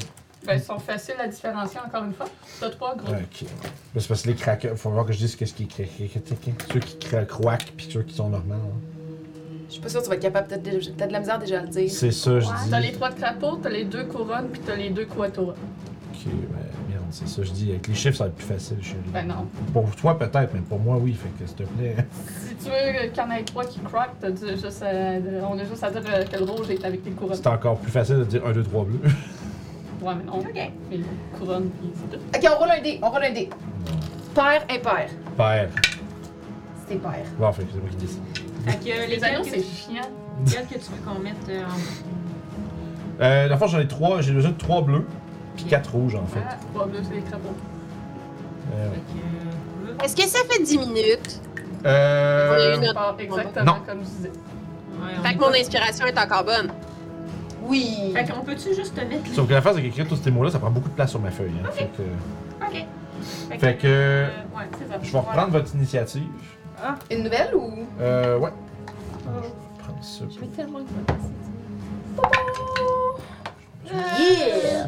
[SPEAKER 2] Ben, ils sont faciles à différencier encore une fois. T'as trois groupes.
[SPEAKER 1] Ok. Mais C'est parce que les craqueurs. Il faut voir que je dise qu'est-ce qui est craqué. Ceux qui cra- croaquent puis ceux qui sont normaux. hein.
[SPEAKER 3] Je suis pas sûre que tu vas être capable, peut-être déjà- t'as de la misère déjà à le dire.
[SPEAKER 1] C'est ça, je
[SPEAKER 2] T'as
[SPEAKER 1] dis.
[SPEAKER 2] les trois de crapaud, t'as les deux couronnes, puis t'as les deux quatuors.
[SPEAKER 1] Ok, ben, merde, c'est ça, je dis. Avec les chiffres, ça va être plus facile, chérie.
[SPEAKER 2] Ben non.
[SPEAKER 1] Pour toi, peut-être, mais pour moi, oui. Fait que, s'il te plaît. [laughs]
[SPEAKER 2] Si tu veux qu'il y en ait trois qui craquent, t'as dit juste à- on a juste à dire euh, que le rouge est avec les couronnes.
[SPEAKER 1] C'est encore plus facile de dire 1, 2, 3 bleus. [laughs]
[SPEAKER 2] Ouais, mais non.
[SPEAKER 3] Ok.
[SPEAKER 2] Mais les couronnes, puis c'est tout.
[SPEAKER 3] Ok, on roule un dé, on roule un dé. Pair, impair.
[SPEAKER 1] Père.
[SPEAKER 3] C'est pair.
[SPEAKER 1] Ben, Bon, fait que c'est moi qui décide.
[SPEAKER 4] Fait que
[SPEAKER 2] Les
[SPEAKER 4] lesquels
[SPEAKER 2] anneaux,
[SPEAKER 4] que,
[SPEAKER 2] c'est chiant.
[SPEAKER 4] lesquels que tu veux qu'on mette euh, en.
[SPEAKER 1] Euh, la fois, j'en ai 3. J'ai déjà 3 bleus. Puis
[SPEAKER 4] Ok.
[SPEAKER 1] 4 rouges, en fait.
[SPEAKER 2] Ah, trois bleus, c'est les crapauds.
[SPEAKER 1] Euh,
[SPEAKER 4] Fait que. euh,
[SPEAKER 5] Est-ce que ça fait 10 minutes?
[SPEAKER 1] ouais. Euh,
[SPEAKER 5] On les note.
[SPEAKER 2] Part exactement
[SPEAKER 1] Non.
[SPEAKER 2] comme je disais.
[SPEAKER 4] Ouais, on
[SPEAKER 5] Fait
[SPEAKER 4] est
[SPEAKER 5] que mon
[SPEAKER 4] pas-
[SPEAKER 5] inspiration est encore bonne.
[SPEAKER 3] Oui.
[SPEAKER 4] Fait qu'on peut-tu juste te mettre les.
[SPEAKER 1] Sauf que la phase d'écrire tous ces mots-là, ça prend beaucoup de place sur ma feuille. hein. Fait que,
[SPEAKER 4] Ok.
[SPEAKER 1] Fait que,
[SPEAKER 4] euh, ouais, c'est ça.
[SPEAKER 1] je vais reprendre votre initiative.
[SPEAKER 3] Une nouvelle ou.
[SPEAKER 1] Euh, ouais.
[SPEAKER 4] Oh.
[SPEAKER 1] Je vais prendre ça.
[SPEAKER 11] Je vais tellement que me passer.
[SPEAKER 3] Yeah!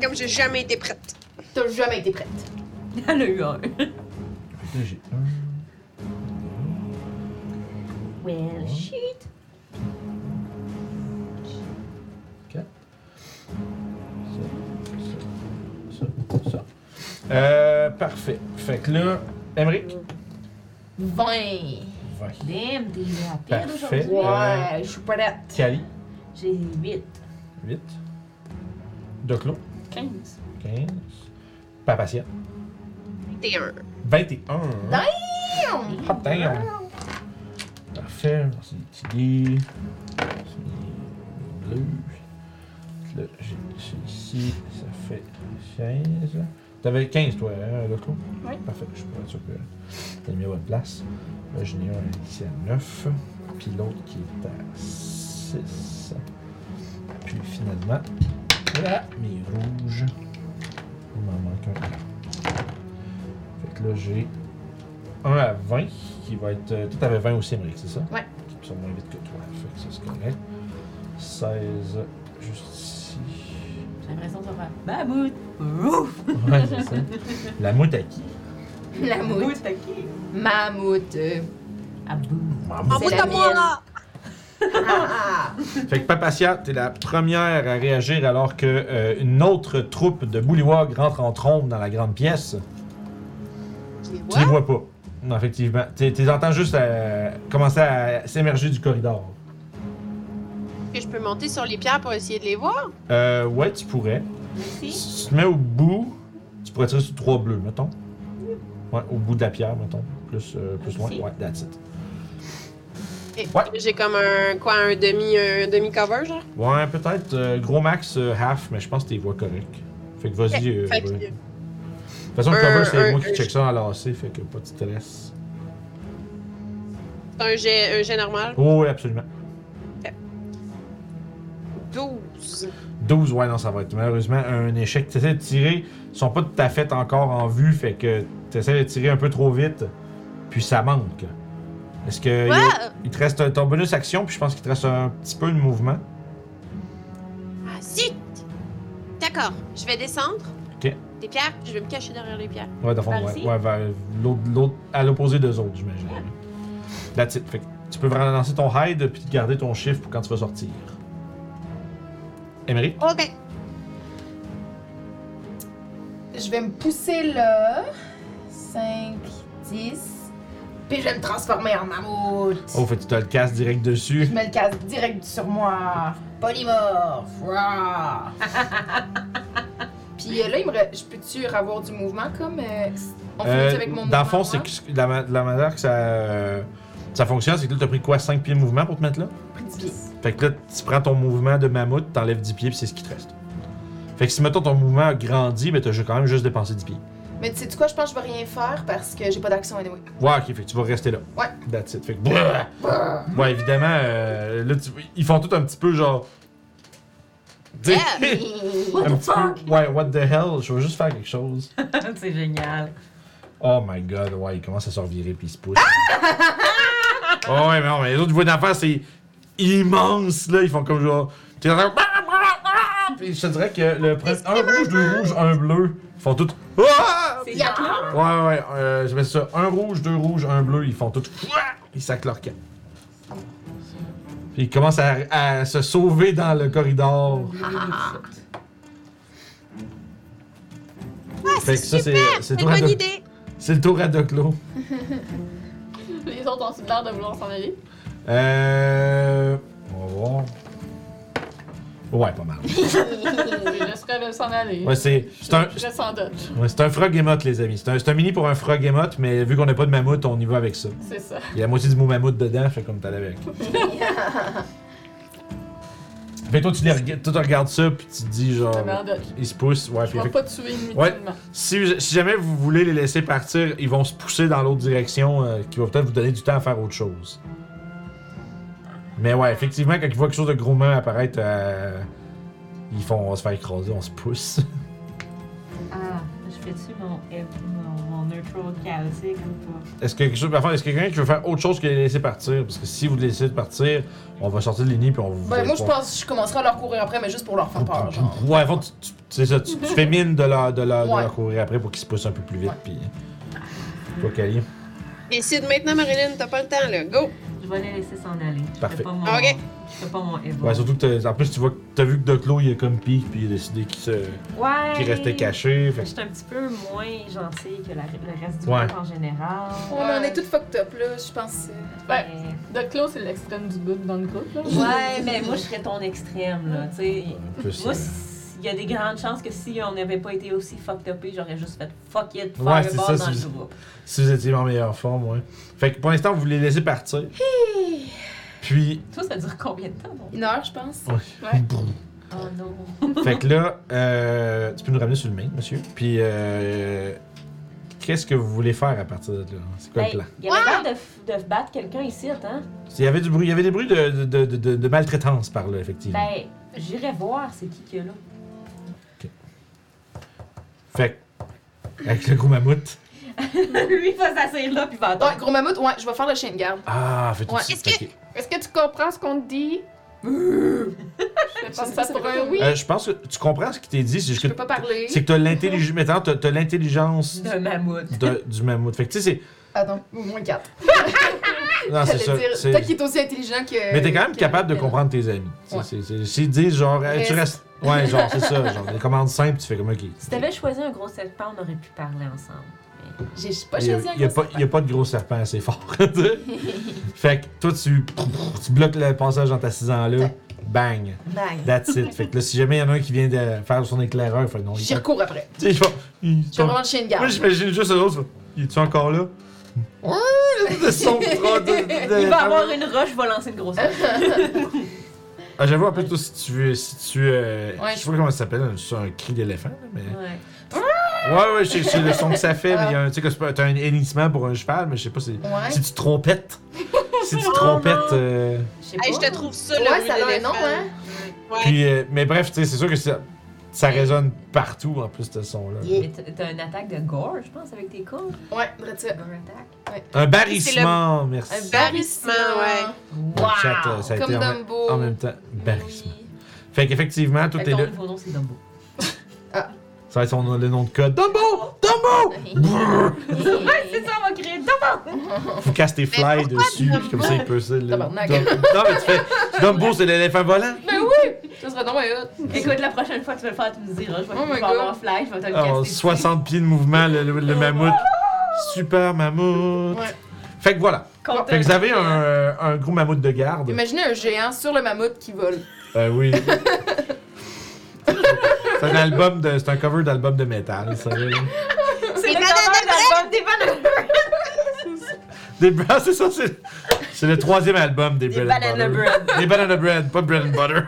[SPEAKER 5] Comme j'ai jamais été prête.
[SPEAKER 3] T'as jamais été prête.
[SPEAKER 4] Elle a eu un.
[SPEAKER 1] Fait que là, j'ai un.
[SPEAKER 4] Well, shit.
[SPEAKER 1] Ça, ça, ça. Euh, parfait. Fait que là, Emmerich.
[SPEAKER 3] 20.
[SPEAKER 1] Ouais.
[SPEAKER 4] Damn, t'es rapide
[SPEAKER 1] Parfait.
[SPEAKER 4] aujourd'hui.
[SPEAKER 1] Euh,
[SPEAKER 3] Ouais, je suis prête. [laughs]
[SPEAKER 1] Cali.
[SPEAKER 4] J'ai 8.
[SPEAKER 1] 8. Doclo.
[SPEAKER 2] 15.
[SPEAKER 1] 15. Papatia.
[SPEAKER 5] 21.
[SPEAKER 1] 21.
[SPEAKER 3] Damn!
[SPEAKER 1] Hot hein? Ah, damn! Parfait, c'est des petits dés. C'est bleu. Là, j'ai c'est ici, ça fait 15. T'avais 15, toi, hein, Loco?
[SPEAKER 2] Oui.
[SPEAKER 1] Parfait, je suis pas sûr que t'as mis à bonne place. Là, j'en ai un ici à 9, puis l'autre qui est à 6. Puis finalement, là, mes rouges. Il m'en manque un. Fait que là, j'ai 1 à 20, qui va être. euh, Toi, t'avais 20 aussi, Emmerich, c'est ça?
[SPEAKER 3] Ouais.
[SPEAKER 1] Qui sont moins vite que toi. Fait que ça, c'est correct. 16, juste
[SPEAKER 5] [laughs]
[SPEAKER 1] ici.
[SPEAKER 4] J'ai l'impression que ça va. Babout! Ouf!
[SPEAKER 1] Ouais, c'est ça. La moute à qui?
[SPEAKER 3] La moute.
[SPEAKER 4] Babout, t'as qui?
[SPEAKER 3] Mammouth.
[SPEAKER 4] About.
[SPEAKER 5] En
[SPEAKER 3] C'est
[SPEAKER 5] bout
[SPEAKER 3] la
[SPEAKER 5] de moi
[SPEAKER 3] mienne.
[SPEAKER 5] là!
[SPEAKER 3] Ah!
[SPEAKER 1] Fait que Papacia, t'es la première à réagir alors que euh, une autre troupe de Bullywog rentre en trombe dans la grande pièce. Tu les
[SPEAKER 5] What?
[SPEAKER 1] vois pas. Non, effectivement. Tu les entends juste euh, commencer à s'émerger du corridor.
[SPEAKER 5] Est-ce Que je peux monter sur les pierres pour essayer de les voir?
[SPEAKER 1] Euh, ouais, tu pourrais.
[SPEAKER 4] Merci.
[SPEAKER 1] Si tu te mets au bout, tu pourrais tirer sur trois bleus, mettons. Ouais, au bout de la pierre, mettons. Plus, euh, plus loin.
[SPEAKER 4] Ici?
[SPEAKER 1] Ouais, that's it.
[SPEAKER 5] Et
[SPEAKER 1] Ouais.
[SPEAKER 5] J'ai comme un quoi un demi un demi cover genre.
[SPEAKER 1] Ouais, peut-être euh, gros max euh, half, mais je pense que t'es vois correct. Fait que vas-y. euh,
[SPEAKER 5] Fait que-
[SPEAKER 1] ouais. De toute façon, le
[SPEAKER 5] Un-
[SPEAKER 1] cover, c'est
[SPEAKER 5] un-
[SPEAKER 1] moi qui
[SPEAKER 5] un-
[SPEAKER 1] check ça à l'AC, fait que pas de stress.
[SPEAKER 5] C'est un jet un jet normal.
[SPEAKER 1] Oh, oui, absolument.
[SPEAKER 5] 12.
[SPEAKER 1] 12, ouais, non, ça va être malheureusement un échec. Tu de tirer, ils sont pas tout à fait encore en vue, fait que tu de tirer un peu trop vite, puis ça manque. Est-ce que. il y a-
[SPEAKER 5] What?
[SPEAKER 1] Il te reste un- ton bonus action, puis je pense qu'il te reste un petit peu de mouvement.
[SPEAKER 5] Ah zut! D'accord, je vais descendre.
[SPEAKER 1] Ok.
[SPEAKER 5] Des pierres, je vais me cacher derrière les pierres.
[SPEAKER 1] Ouais, dans le fond,
[SPEAKER 4] Par
[SPEAKER 1] ouais,
[SPEAKER 4] ici?
[SPEAKER 1] ouais, vers l'autre, l'autre- à l'opposé d'eux autres, j'imagine. That's it. Fait que tu peux vraiment lancer ton hide, puis garder ton chiffre pour quand tu vas sortir. Emery?
[SPEAKER 5] Ok.
[SPEAKER 3] je vais me pousser là. 5, 10. Puis je vais me transformer en mammouth.
[SPEAKER 1] Oh, fait que tu te le casses direct dessus.
[SPEAKER 3] Je me le casse direct sur moi. Polymorphe. Rah. Puis euh, là, il me re- je peux-tu avoir du mouvement comme. euh, on finit
[SPEAKER 1] Euh,
[SPEAKER 3] avec mon
[SPEAKER 1] dans
[SPEAKER 3] mouvement,
[SPEAKER 1] le fond,
[SPEAKER 3] moi?
[SPEAKER 1] c'est que ce- la, ma- la manière que ça, euh, ça fonctionne, c'est que là, t'as pris quoi 5 pieds de mouvement pour te mettre là
[SPEAKER 3] Plus de pieds.
[SPEAKER 1] Fait que là, tu prends ton mouvement de mammouth, t'enlèves 10 pieds, puis c'est ce qui te reste. Fait que si mettons ton mouvement a grandi, ben t'as ju- quand même juste dépensé 10 pieds.
[SPEAKER 3] Mais tu sais quoi, je pense que je vais rien faire parce que j'ai pas d'action [laughs] anyway.
[SPEAKER 1] Ouais, ok, fait que tu vas rester là.
[SPEAKER 3] Ouais.
[SPEAKER 1] That's it. Fait que. Brrr! Ouais, évidemment, euh, là, tu- ils font tout un petit peu genre. Tu sais, [laughs] un petit peu. Ouais, what the hell, je vais juste faire quelque chose.
[SPEAKER 4] [laughs] c'est génial.
[SPEAKER 1] Oh my god, ouais, il commence à se revirer puis il se pousse. oh, ouais, mais non, mais les autres voix d'affaires, c'est immense, là. Ils font comme genre. Tu sais, genre, [laughs] Puis je te dirais que le pre- un rouge, deux rouges, un bleu, ils font tout. [laughs] Ah!
[SPEAKER 4] C'est là.
[SPEAKER 1] Ouais, ouais, euh, je mets ça. Un rouge, deux rouges, un bleu, ils font tout. Ils sacent leur camp. Puis ils commencent à, à se sauver dans le corridor.
[SPEAKER 5] Ah,
[SPEAKER 1] Fait
[SPEAKER 5] c'est
[SPEAKER 1] que ça,
[SPEAKER 5] super!
[SPEAKER 1] c'est c'est
[SPEAKER 5] C'est
[SPEAKER 1] le
[SPEAKER 5] une
[SPEAKER 1] tour à
[SPEAKER 5] bonne
[SPEAKER 1] Doc-
[SPEAKER 5] idée!
[SPEAKER 1] c'est le tour à Doclo.
[SPEAKER 2] [laughs] Les autres ont l'air de vouloir s'en aller.
[SPEAKER 1] Euh. On va voir. Ouais, pas mal.
[SPEAKER 3] Ben,
[SPEAKER 2] Je laisserai s'en aller.
[SPEAKER 1] Ouais, c'est c'est un,
[SPEAKER 2] Je reste en dodge.
[SPEAKER 1] ouais, c'est un frog émote, les amis. C'est un, c'est un mini pour un frog émote, mais vu qu'on n'a pas de mammouth, on y va avec ça.
[SPEAKER 2] C'est ça.
[SPEAKER 1] Il y a la moitié du mot mammouth dedans, fait comme t'allais avec. Fait que toi, tu, les reg- toi, tu regardes ça, puis tu te dis genre.
[SPEAKER 2] Je mets en dodge.
[SPEAKER 1] Ils se poussent, ouais,
[SPEAKER 2] Je
[SPEAKER 1] puis
[SPEAKER 2] vais
[SPEAKER 1] fait-
[SPEAKER 2] pas tuer
[SPEAKER 1] Ouais.
[SPEAKER 2] inutilement.
[SPEAKER 1] si, si jamais vous voulez les laisser partir, ils vont se pousser dans l'autre direction, euh, qui va peut-être vous donner du temps à faire autre chose. Mais ouais, effectivement, quand ils voient quelque chose de gros main apparaître, euh, ils font on va se faire écraser, on se pousse. [laughs]
[SPEAKER 4] Ah, je fais-tu mon, eh, mon, mon neutral chaotique ou pas?
[SPEAKER 1] Est-ce que quelque chose à faire? Est-ce que quelqu'un qui veut faire autre chose que les laisser partir? Parce que si vous les laissez partir, on va sortir de l'ennemi puis on vous.
[SPEAKER 3] Ben, moi, je pense que je commencerai à leur courir après, mais juste pour leur faire peur. genre.
[SPEAKER 1] Ouais, en fait, tu- tu- c'est ça, tu, tu fais mine de leur, de leur- de
[SPEAKER 3] Ouais.
[SPEAKER 1] leur courir après pour qu'ils se poussent un peu plus vite.
[SPEAKER 3] Ouais.
[SPEAKER 1] Puis. Toi, Kali.
[SPEAKER 5] Décide maintenant, Marilyn, t'as pas le temps, là. Go!
[SPEAKER 4] Je vais les laisser s'en aller. Je
[SPEAKER 1] Parfait.
[SPEAKER 4] Fais pas mon,
[SPEAKER 5] Ah, ok.
[SPEAKER 4] Je fais pas mon Evo.
[SPEAKER 1] Ouais, surtout que t'as- en plus, tu vois, que- t'as vu que Doclo, il a comme pique, puis il a décidé qu'il se,
[SPEAKER 4] Ouais.
[SPEAKER 1] qu'il restait caché.
[SPEAKER 4] Je
[SPEAKER 1] Fait que-
[SPEAKER 4] suis un petit peu moins gentille que la- le reste du
[SPEAKER 1] Ouais.
[SPEAKER 4] groupe en général.
[SPEAKER 3] On en est toutes fucked up, là, je pense. euh,
[SPEAKER 2] Ouais.
[SPEAKER 4] Mais-
[SPEAKER 2] De Clos, Ben, c'est l'extrême du good dans le groupe. Là.
[SPEAKER 4] Ouais, mais moi, je serais ton extrême, là. Tu sais,
[SPEAKER 1] En plus,
[SPEAKER 4] moi,
[SPEAKER 1] euh,
[SPEAKER 4] s- il y a des grandes chances que si on n'avait pas été aussi fucked up, j'aurais juste fait fuck it,
[SPEAKER 1] Ouais,
[SPEAKER 4] fireball
[SPEAKER 1] c'est ça,
[SPEAKER 4] dans
[SPEAKER 1] c'est-
[SPEAKER 4] le groupe.
[SPEAKER 1] si vous étiez en meilleure forme, ouais. Fait que pour l'instant, vous les laissez partir. Puis,
[SPEAKER 4] Toi, ça dure combien de temps, mon
[SPEAKER 3] Une heure, je pense.
[SPEAKER 4] Oh non.
[SPEAKER 1] fait que là, euh, tu peux nous ramener sur le main, monsieur. Puis, euh, qu'est-ce que vous voulez faire à partir de là? C'est quoi
[SPEAKER 4] Hey,
[SPEAKER 1] le plan?
[SPEAKER 4] Ben, Il y avait l'air de, f- de battre quelqu'un ici, attends.
[SPEAKER 1] Il y avait du bruit, il y avait des bruits de, de, de, de- de maltraitance par là, effectivement.
[SPEAKER 4] Ben, j'irai voir c'est qui qu'il y a là.
[SPEAKER 1] Fait que, avec le gros mammouth.
[SPEAKER 4] [laughs] Lui, il va s'asseoir là, puis il va
[SPEAKER 3] Ouais,
[SPEAKER 4] attendre.
[SPEAKER 3] gros mammouth, ouais, je vais faire le chien de garde.
[SPEAKER 1] Ah, fait tout
[SPEAKER 3] Ouais,
[SPEAKER 1] de suite,
[SPEAKER 5] est-ce
[SPEAKER 1] ok.
[SPEAKER 2] Est-ce que tu comprends ce qu'on te dit? je vais prendre ça pour un oui.
[SPEAKER 1] Euh, je pense que tu comprends ce qui t'est dit, c'est juste
[SPEAKER 3] Je
[SPEAKER 1] que
[SPEAKER 3] peux pas parler.
[SPEAKER 1] C'est que t'as l'intelligence. Maintenant, t'as t'as l'intelligence
[SPEAKER 4] De mammouth.
[SPEAKER 1] de- du mammouth. Fait que tu sais,
[SPEAKER 3] Attends, moins 4.
[SPEAKER 1] c'est. Non, Ah, c'est ça. c'est-
[SPEAKER 3] Toi qui est aussi intelligent que.
[SPEAKER 1] Mais t'es quand même
[SPEAKER 3] que-
[SPEAKER 1] capable de
[SPEAKER 3] que-
[SPEAKER 1] comprendre tes amis. Tu sais,
[SPEAKER 3] Ouais.
[SPEAKER 1] c'est- c'est- S'ils disent genre, Hey, tu restes.
[SPEAKER 3] Reste.
[SPEAKER 1] Ouais, genre, c'est ça. Genre, des commandes simples, tu fais comme, ok.
[SPEAKER 4] Si t'avais choisi un gros serpent, on aurait pu parler ensemble.
[SPEAKER 3] J'ai j'ai pas
[SPEAKER 1] Il y a,
[SPEAKER 3] choisi un
[SPEAKER 1] il y a
[SPEAKER 3] gros
[SPEAKER 1] pas, il y a pas de gros serpent assez fort. [laughs] tu sais. fait que toi, tu, tu bloques le passage dans ta 6 ans-là. Bang.
[SPEAKER 4] Bang.
[SPEAKER 1] That's it. Fait que là, si jamais il y en a un qui vient de faire son éclaireur, fait non, il.
[SPEAKER 3] J'y
[SPEAKER 1] Tu
[SPEAKER 3] recours après.
[SPEAKER 1] sais, genre, il-
[SPEAKER 3] Je vais vraiment le chien de
[SPEAKER 1] Moi,
[SPEAKER 3] garde.
[SPEAKER 1] j'imagine juste l'autre. Il est-tu encore là? De
[SPEAKER 3] [laughs]
[SPEAKER 1] son bras de- de-
[SPEAKER 4] Il va avoir une roche, va lancer une grosse roche.
[SPEAKER 1] Ah, j'avoue, en plus, toi, si tu. veux- Si tu euh,
[SPEAKER 3] Ouais.
[SPEAKER 1] Je sais pas comment ça s'appelle, un- c'est un cri d'éléphant, là, mais.
[SPEAKER 4] Ouais.
[SPEAKER 1] Ouais, ouais, je sais- je sais le son que ça fait, mais il y a un. Tu sais, que c'est pas- t'as un hennissement pour un cheval, mais je sais pas si.
[SPEAKER 3] Ouais.
[SPEAKER 1] Si tu trompettes. si tu trompettes. euh,
[SPEAKER 4] Je sais
[SPEAKER 5] Hey, je
[SPEAKER 4] pas.
[SPEAKER 5] te trouve ça, le
[SPEAKER 3] Ouais,
[SPEAKER 5] bruit
[SPEAKER 3] ça a un
[SPEAKER 5] d'éléphant.
[SPEAKER 3] nom, hein.
[SPEAKER 5] Ouais.
[SPEAKER 1] Puis, euh, mais bref, tu sais, c'est sûr que ça, ça résonne partout, en plus, ce son-là.
[SPEAKER 4] Mais t'as- t'as une attaque de gore, je pense, avec tes coups.
[SPEAKER 3] Ouais, vrai ça.
[SPEAKER 4] Gore attack.
[SPEAKER 1] Un barrissement,
[SPEAKER 3] Un
[SPEAKER 1] merci.
[SPEAKER 3] barrissement,
[SPEAKER 5] ouais.
[SPEAKER 1] Le chat, euh, ça a
[SPEAKER 3] Comme
[SPEAKER 1] été en-
[SPEAKER 3] Dumbo.
[SPEAKER 1] en même temps. Barrissement.
[SPEAKER 3] Oui.
[SPEAKER 1] Fait qu'effectivement, tout
[SPEAKER 4] Fait
[SPEAKER 1] est
[SPEAKER 4] que ton
[SPEAKER 1] là.
[SPEAKER 4] nouveau nom, c'est Dumbo.
[SPEAKER 3] [laughs]
[SPEAKER 1] Ça va être son, le nom de code. Dumbo! Dumbo!
[SPEAKER 4] C'est ça, on va créer Dumbo!
[SPEAKER 1] Faut caster fly dessus, puis comme ça, il peut ça. là.
[SPEAKER 3] Tabarnak.
[SPEAKER 1] Dum- Non, mais tu fais. Dumbo, c'est l'éléphant volant.
[SPEAKER 3] Ça serait dommage. hot.
[SPEAKER 4] [laughs] Écoute, la prochaine fois que tu vas le faire, tu me diras. Je vais
[SPEAKER 3] Oh my
[SPEAKER 4] je vais
[SPEAKER 3] God.
[SPEAKER 4] avoir flash, je vais te le
[SPEAKER 1] Alors,
[SPEAKER 4] casser dessus.
[SPEAKER 1] 60 Ah, pieds de mouvement, le, le- le mammouth. Super mammouth.
[SPEAKER 3] Ouais.
[SPEAKER 1] Fait que voilà.
[SPEAKER 4] Contre-
[SPEAKER 1] Fait que vous avez un, un gros mammouth de garde.
[SPEAKER 3] Imaginez un géant sur le mammouth qui vole.
[SPEAKER 1] Ben
[SPEAKER 3] [laughs]
[SPEAKER 1] oui. c'est un album de. C'est un cover d'album de métal, ça. là.
[SPEAKER 4] C'est
[SPEAKER 5] Mais
[SPEAKER 4] le
[SPEAKER 5] t'en as
[SPEAKER 4] cover de l'album des Bananas.
[SPEAKER 1] Des [laughs] bras, c'est ça, c'est. C'est le troisième album des,
[SPEAKER 4] Des
[SPEAKER 1] Bread and
[SPEAKER 4] Banana
[SPEAKER 1] Butter. Des Banana Bread, pas Bread and Butter.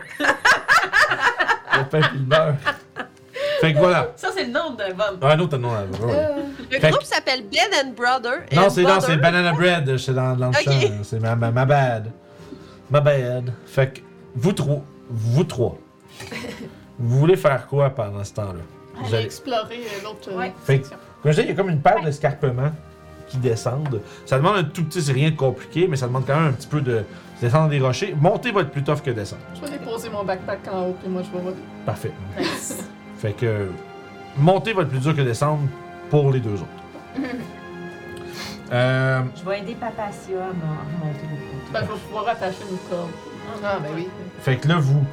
[SPEAKER 1] le pain et le beurre. Fait que voilà.
[SPEAKER 4] Ça, c'est le nom de l'album.
[SPEAKER 1] Ah, un autre nom là. ouais.
[SPEAKER 5] Le
[SPEAKER 1] Fait
[SPEAKER 5] groupe s'appelle Ben and Brother.
[SPEAKER 1] Non,
[SPEAKER 5] and
[SPEAKER 1] c'est non, c'est
[SPEAKER 5] Brother.
[SPEAKER 1] Banana Bread, c'est dans, dans le
[SPEAKER 5] Ok.
[SPEAKER 1] champ. C'est ma, ma, ma bad. Ma bad. Fait que vous trois, vous trois, vous voulez faire quoi pendant ce temps-là? Vous
[SPEAKER 2] Aller
[SPEAKER 1] allez-
[SPEAKER 2] explorer euh, l'autre. euh,
[SPEAKER 4] Ouais.
[SPEAKER 1] Fait que, comme je dis, il y a comme une paire d'escarpements qui descendent. Ça demande un tout petit, c'est rien de compliqué, mais ça demande quand même un petit peu de descendre des rochers. Monter va être plus tough que descendre.
[SPEAKER 2] Je vais déposer mon backpack en haut, puis moi, je vais voir.
[SPEAKER 1] Parfait.
[SPEAKER 4] Nice.
[SPEAKER 1] [laughs] Fait que monter va être plus dur que descendre pour les deux autres. Euh,
[SPEAKER 4] Je vais aider Papa Sia à me remonter le
[SPEAKER 2] Ben, je vais pouvoir attacher une corde.
[SPEAKER 3] Ah, ben oui.
[SPEAKER 1] Fait que là, vous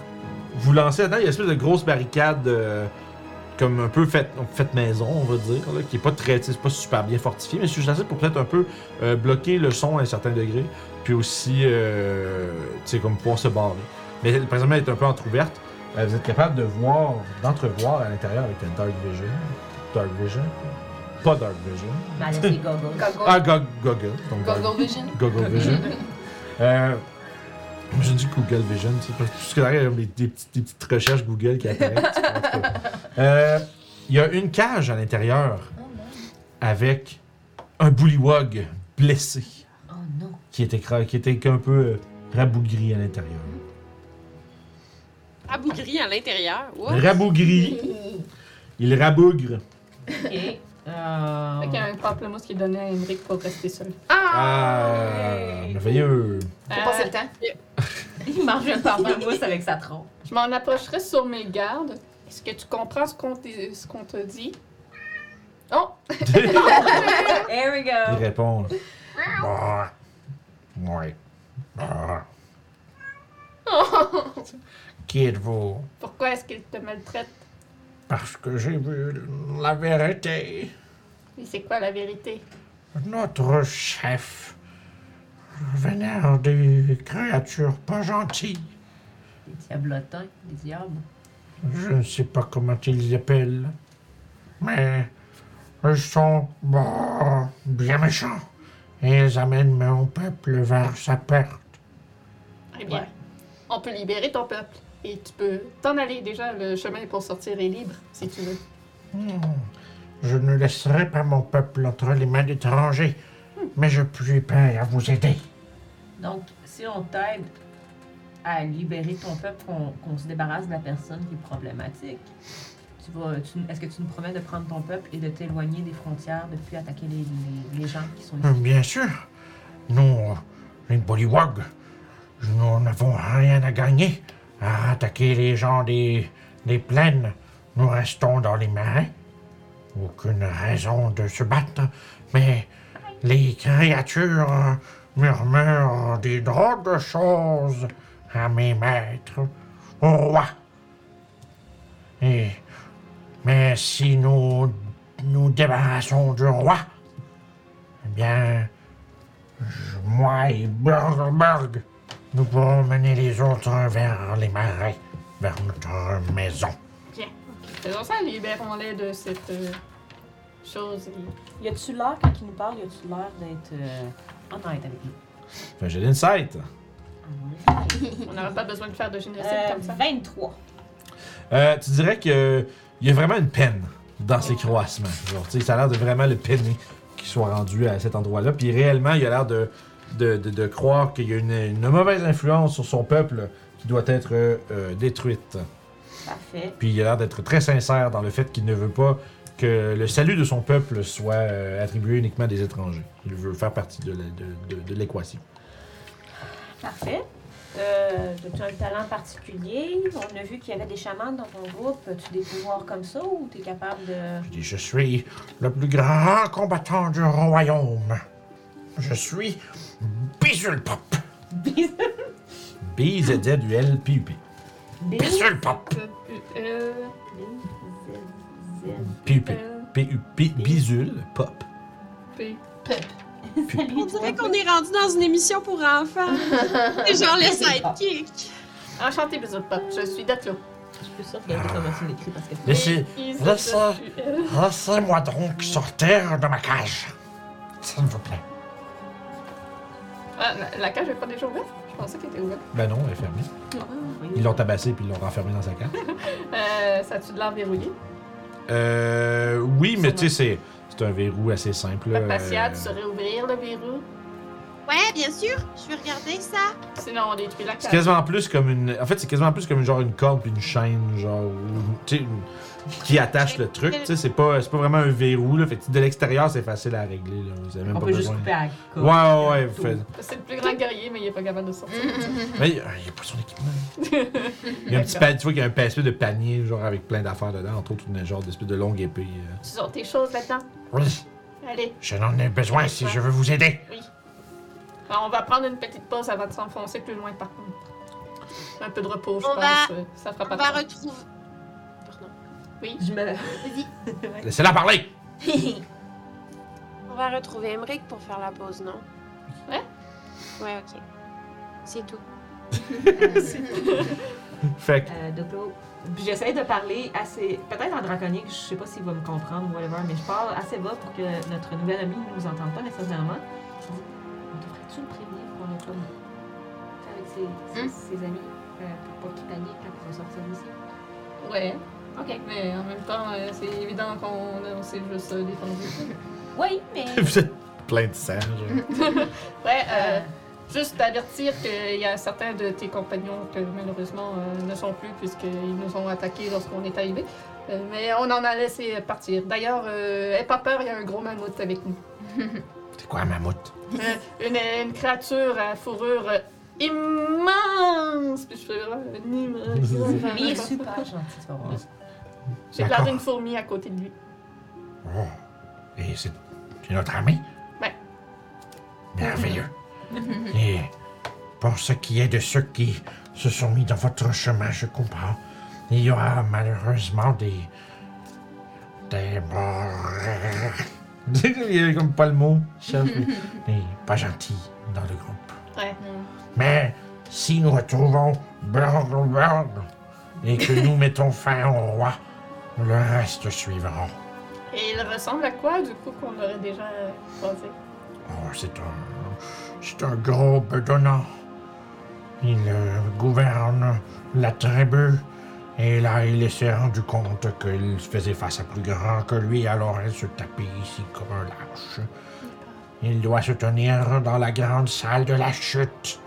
[SPEAKER 1] vous lancez là-dedans. Il y a une espèce de grosse barricade, euh, comme un peu faite faite maison, on va dire, là, qui est pas très, tu sais, c'est pas super bien fortifiée, mais c'est juste assez pour peut-être un peu euh, bloquer le son à un certain degré, puis aussi, euh, tu sais, comme pouvoir se barrer. Mais présentement, elle est un peu entrouverte. Euh, vous êtes capable de voir, d'entrevoir à l'intérieur avec le Dark Vision. Dark Vision. Pas Dark Vision.
[SPEAKER 4] [laughs] Ben, là, c'est Gogo.
[SPEAKER 3] Goggle.
[SPEAKER 1] Ah, Gog- Goggle. donc Dark-
[SPEAKER 3] Goggle Vision.
[SPEAKER 1] Google Vision. euh, je dis Google Vision, tu sais, parce que tout ce que derrière, il y a des, des petites, des petites recherches Google qui apparaissent. tu sais, en tout cas. Euh, Il y a une cage à l'intérieur avec un bullywog blessé
[SPEAKER 4] Oh non.
[SPEAKER 1] qui était, cra- qui était un peu euh, rabougri à l'intérieur.
[SPEAKER 5] Rabougri à l'intérieur. Wow.
[SPEAKER 1] Rabougri. Il rabougre.
[SPEAKER 4] Ok.
[SPEAKER 2] Fait qu'il y a
[SPEAKER 4] Euh...
[SPEAKER 2] un pamplemousse qui est donné à Henrik pour rester seul.
[SPEAKER 1] Ah, merveilleux.
[SPEAKER 3] Faut passer
[SPEAKER 2] Euh,
[SPEAKER 3] le temps.
[SPEAKER 4] Il mange un pamplemousse avec sa trompe.
[SPEAKER 2] Je m'en approcherai sur mes gardes. Est-ce que tu comprends ce qu'on t'est- ce qu'on te dit? Oh!
[SPEAKER 4] Here we
[SPEAKER 1] Il
[SPEAKER 4] go.
[SPEAKER 1] répond. là. Ouais. Qui êtes-vous?
[SPEAKER 2] Pourquoi est-ce qu'il te maltraite?
[SPEAKER 1] Parce que j'ai vu la vérité.
[SPEAKER 2] Et c'est quoi la vérité?
[SPEAKER 1] Notre chef vénère des créatures pas gentilles.
[SPEAKER 4] Des diablotins, des diables.
[SPEAKER 1] Je ne sais pas comment ils les appellent. Mais ils sont bah, bien méchants. Et ils amènent mon peuple vers sa perte.
[SPEAKER 2] Eh bien,
[SPEAKER 4] Ouais.
[SPEAKER 2] on peut libérer ton peuple. Et tu peux t'en aller déjà. Le chemin pour sortir est libre, si tu veux.
[SPEAKER 1] Je ne laisserai pas mon peuple entre les mains d'étrangers. Mais je puis prêt à vous aider.
[SPEAKER 4] Donc, si on t'aide à libérer ton peuple, qu'on qu'on se débarrasse de la personne qui est problématique, tu vas, tu- est-ce que tu nous promets de prendre ton peuple et de t'éloigner des frontières, de plus attaquer les, les- les gens qui sont
[SPEAKER 1] Euh,
[SPEAKER 4] ici?
[SPEAKER 1] Bien sûr. Nous, euh, les Bullywog, nous n'avons rien à gagner à attaquer les gens des, des plaines. Nous restons dans les marais. Aucune raison de se battre, mais les créatures euh, murmurent des drôles de choses à mes maîtres, au roi. Et, mais si nous nous débarrassons du roi, eh bien, je- moi et Burgerberg, nous pourrons mener les autres vers les marais, vers notre maison.
[SPEAKER 2] Bien. Faisons ça, libérons-les de cette euh, chose. Et-
[SPEAKER 4] Y a-tu l'air, quand il nous parle, y a-tu l'air d'être euh, honnête avec nous?
[SPEAKER 1] J'ai l'insight.
[SPEAKER 2] On n'aura pas besoin de faire de génocide
[SPEAKER 4] Euh,
[SPEAKER 2] comme ça.
[SPEAKER 4] 23.
[SPEAKER 1] Euh, tu dirais que il y a vraiment une peine dans ces croassements. Genre, tu sais, ça a l'air de vraiment le peiner qu'il soit rendu à cet endroit-là. Puis réellement, il a l'air de, de, de- de croire qu'il y a une, une mauvaise influence sur son peuple qui doit être euh, euh, détruite.
[SPEAKER 4] Parfait.
[SPEAKER 1] Puis il a l'air d'être très sincère dans le fait qu'il ne veut pas que le salut de son peuple soit euh, attribué uniquement à des étrangers. Il veut faire partie de, la- de- de- de l'équation.
[SPEAKER 4] Parfait. Euh, tu as un talent particulier. On a vu qu'il y avait des chamans dans ton groupe. As-tu des pouvoirs comme ça ou tu es capable de. [laughs]
[SPEAKER 1] Je dis, je suis le plus grand combattant du royaume. Je suis Bisulpop. B-I-Z-Z-U-L-P-U-P. Bisulpop.
[SPEAKER 2] Euh,
[SPEAKER 1] P-U-P. P-U-P. Bisulpop.
[SPEAKER 5] On dirait qu'on est rendu dans une émission pour [laughs] enfants. C'est genre les sidekicks.
[SPEAKER 2] Enchanté, Bizarre Pop. Je suis Datlo. Je suis sûre qu'il y a
[SPEAKER 1] Ah.
[SPEAKER 2] comment tu l'écris parce que.
[SPEAKER 1] Laissez- Laissez-moi donc sortir de ma cage. S'il vous plaît.
[SPEAKER 2] Ah, la, la cage n'est pas déjà ouverte? Je pensais qu'elle était ouverte.
[SPEAKER 1] Ben non, elle est fermée. Ils l'ont tabassé puis ils l'ont renfermé dans sa cage.
[SPEAKER 2] Euh, ça a-tu de l'air verrouillé?
[SPEAKER 1] Euh. Oui, mais tu sais, c'est. C'est un verrou assez simple.
[SPEAKER 2] La
[SPEAKER 1] euh,
[SPEAKER 2] patiade serait ouvrir le verrou.
[SPEAKER 5] Ouais, bien sûr. Je vais regarder ça.
[SPEAKER 2] Sinon, on détruit la
[SPEAKER 1] C'est
[SPEAKER 2] cage.
[SPEAKER 1] quasiment plus comme une. En fait, c'est quasiment plus comme une, genre une corde puis une chaîne, genre. ou- Tu sais, une- qui attache le truc. Tu sais, c'est pas, c'est pas vraiment un verrou, là. Fait que tu sais, de l'extérieur, c'est facile à régler, là. Vous avez même
[SPEAKER 4] On
[SPEAKER 1] pas
[SPEAKER 4] peut juste
[SPEAKER 1] besoin.
[SPEAKER 4] couper à la
[SPEAKER 1] Ouais,
[SPEAKER 4] corde.
[SPEAKER 1] ouais, ouais. vous faites-
[SPEAKER 2] C'est le plus grand guerrier, mais il n'est pas capable de sortir.
[SPEAKER 5] Mm.
[SPEAKER 1] Mais il n'y a pas son équipement. hein. Il y a un petit pan- tu vois qu'il y a un pa- espèce de panier, genre avec plein d'affaires dedans, entre autres une genre d'espèce de longue épée. euh.
[SPEAKER 2] Tu sors tes choses là-dedans.
[SPEAKER 1] Oui,
[SPEAKER 2] Allez,
[SPEAKER 1] je n'en ai besoin si je veux vous aider.
[SPEAKER 2] Alors, on va prendre une petite pause avant de s'enfoncer plus loin, par contre. Un peu de repos, je
[SPEAKER 5] On
[SPEAKER 2] pense.
[SPEAKER 5] va-
[SPEAKER 2] euh, Ça fera
[SPEAKER 5] On
[SPEAKER 2] pas
[SPEAKER 5] va
[SPEAKER 2] de mal.
[SPEAKER 5] retrouver. Pardon.
[SPEAKER 4] Je me.
[SPEAKER 1] Laissez-la parler!
[SPEAKER 5] On va retrouver Emmerich pour faire la pause, non?
[SPEAKER 2] Ouais.
[SPEAKER 5] Ouais, ok. C'est tout.
[SPEAKER 1] Fait que.
[SPEAKER 4] Euh, Dodo. Puis j'essaie de parler assez. Peut-être en draconique, je sais pas s'il va me comprendre ou whatever, mais je parle assez bas pour que notre nouvel ami ne nous entende pas nécessairement. On devrait-tu le prévenir qu'on l'a pas fait avec ses, ses- ses amis euh, pour pas qu'il panique quand ils vont sortir d'ici?
[SPEAKER 2] Ouais,
[SPEAKER 4] Ok.
[SPEAKER 2] mais en même temps, euh, c'est évident qu'on on s'est juste euh, défendu.
[SPEAKER 4] Oui,
[SPEAKER 1] [laughs]
[SPEAKER 4] mais.
[SPEAKER 1] [laughs] Vous êtes plein de sang, genre.
[SPEAKER 2] Ouais, euh, juste t'avertir qu'il y a certains de tes compagnons que malheureusement euh, ne sont plus puisqu'ils nous ont attaqués lorsqu'on est arrivés. Euh, mais on en a laissé partir. D'ailleurs, euh, aie pas peur, il y a un gros mammouth avec nous.
[SPEAKER 1] C'est quoi un mammouth?
[SPEAKER 2] Euh, une, une créature à fourrure euh, immense. Puis je fais vraiment une immense.
[SPEAKER 4] Mais il est super gentil, tu vas voir.
[SPEAKER 2] J'ai
[SPEAKER 1] D'accord.
[SPEAKER 2] placé une fourmi à côté de lui.
[SPEAKER 1] Oh. Et c'est c'est notre ami?
[SPEAKER 2] Ouais.
[SPEAKER 1] Merveilleux. Et pour ce qui est de ceux qui se sont mis dans votre chemin, je comprends. Il y aura malheureusement des. des morts. [laughs] Il y avait comme pas le mot, chef, mais- mais pas gentil dans le groupe.
[SPEAKER 2] Ouais.
[SPEAKER 1] Mais si nous retrouvons Burg et que nous mettons fin au roi, le reste suivra.
[SPEAKER 2] Et il ressemble à quoi du coup qu'on aurait déjà euh, croisé
[SPEAKER 1] Oh, c'est un. C'est un gros bedonnant. Il euh, gouverne la tribu. Et là, il s'est rendu compte qu'il faisait face à plus grand que lui, alors il se tapait ici comme un lâche. Il doit se tenir dans la grande salle de la chute.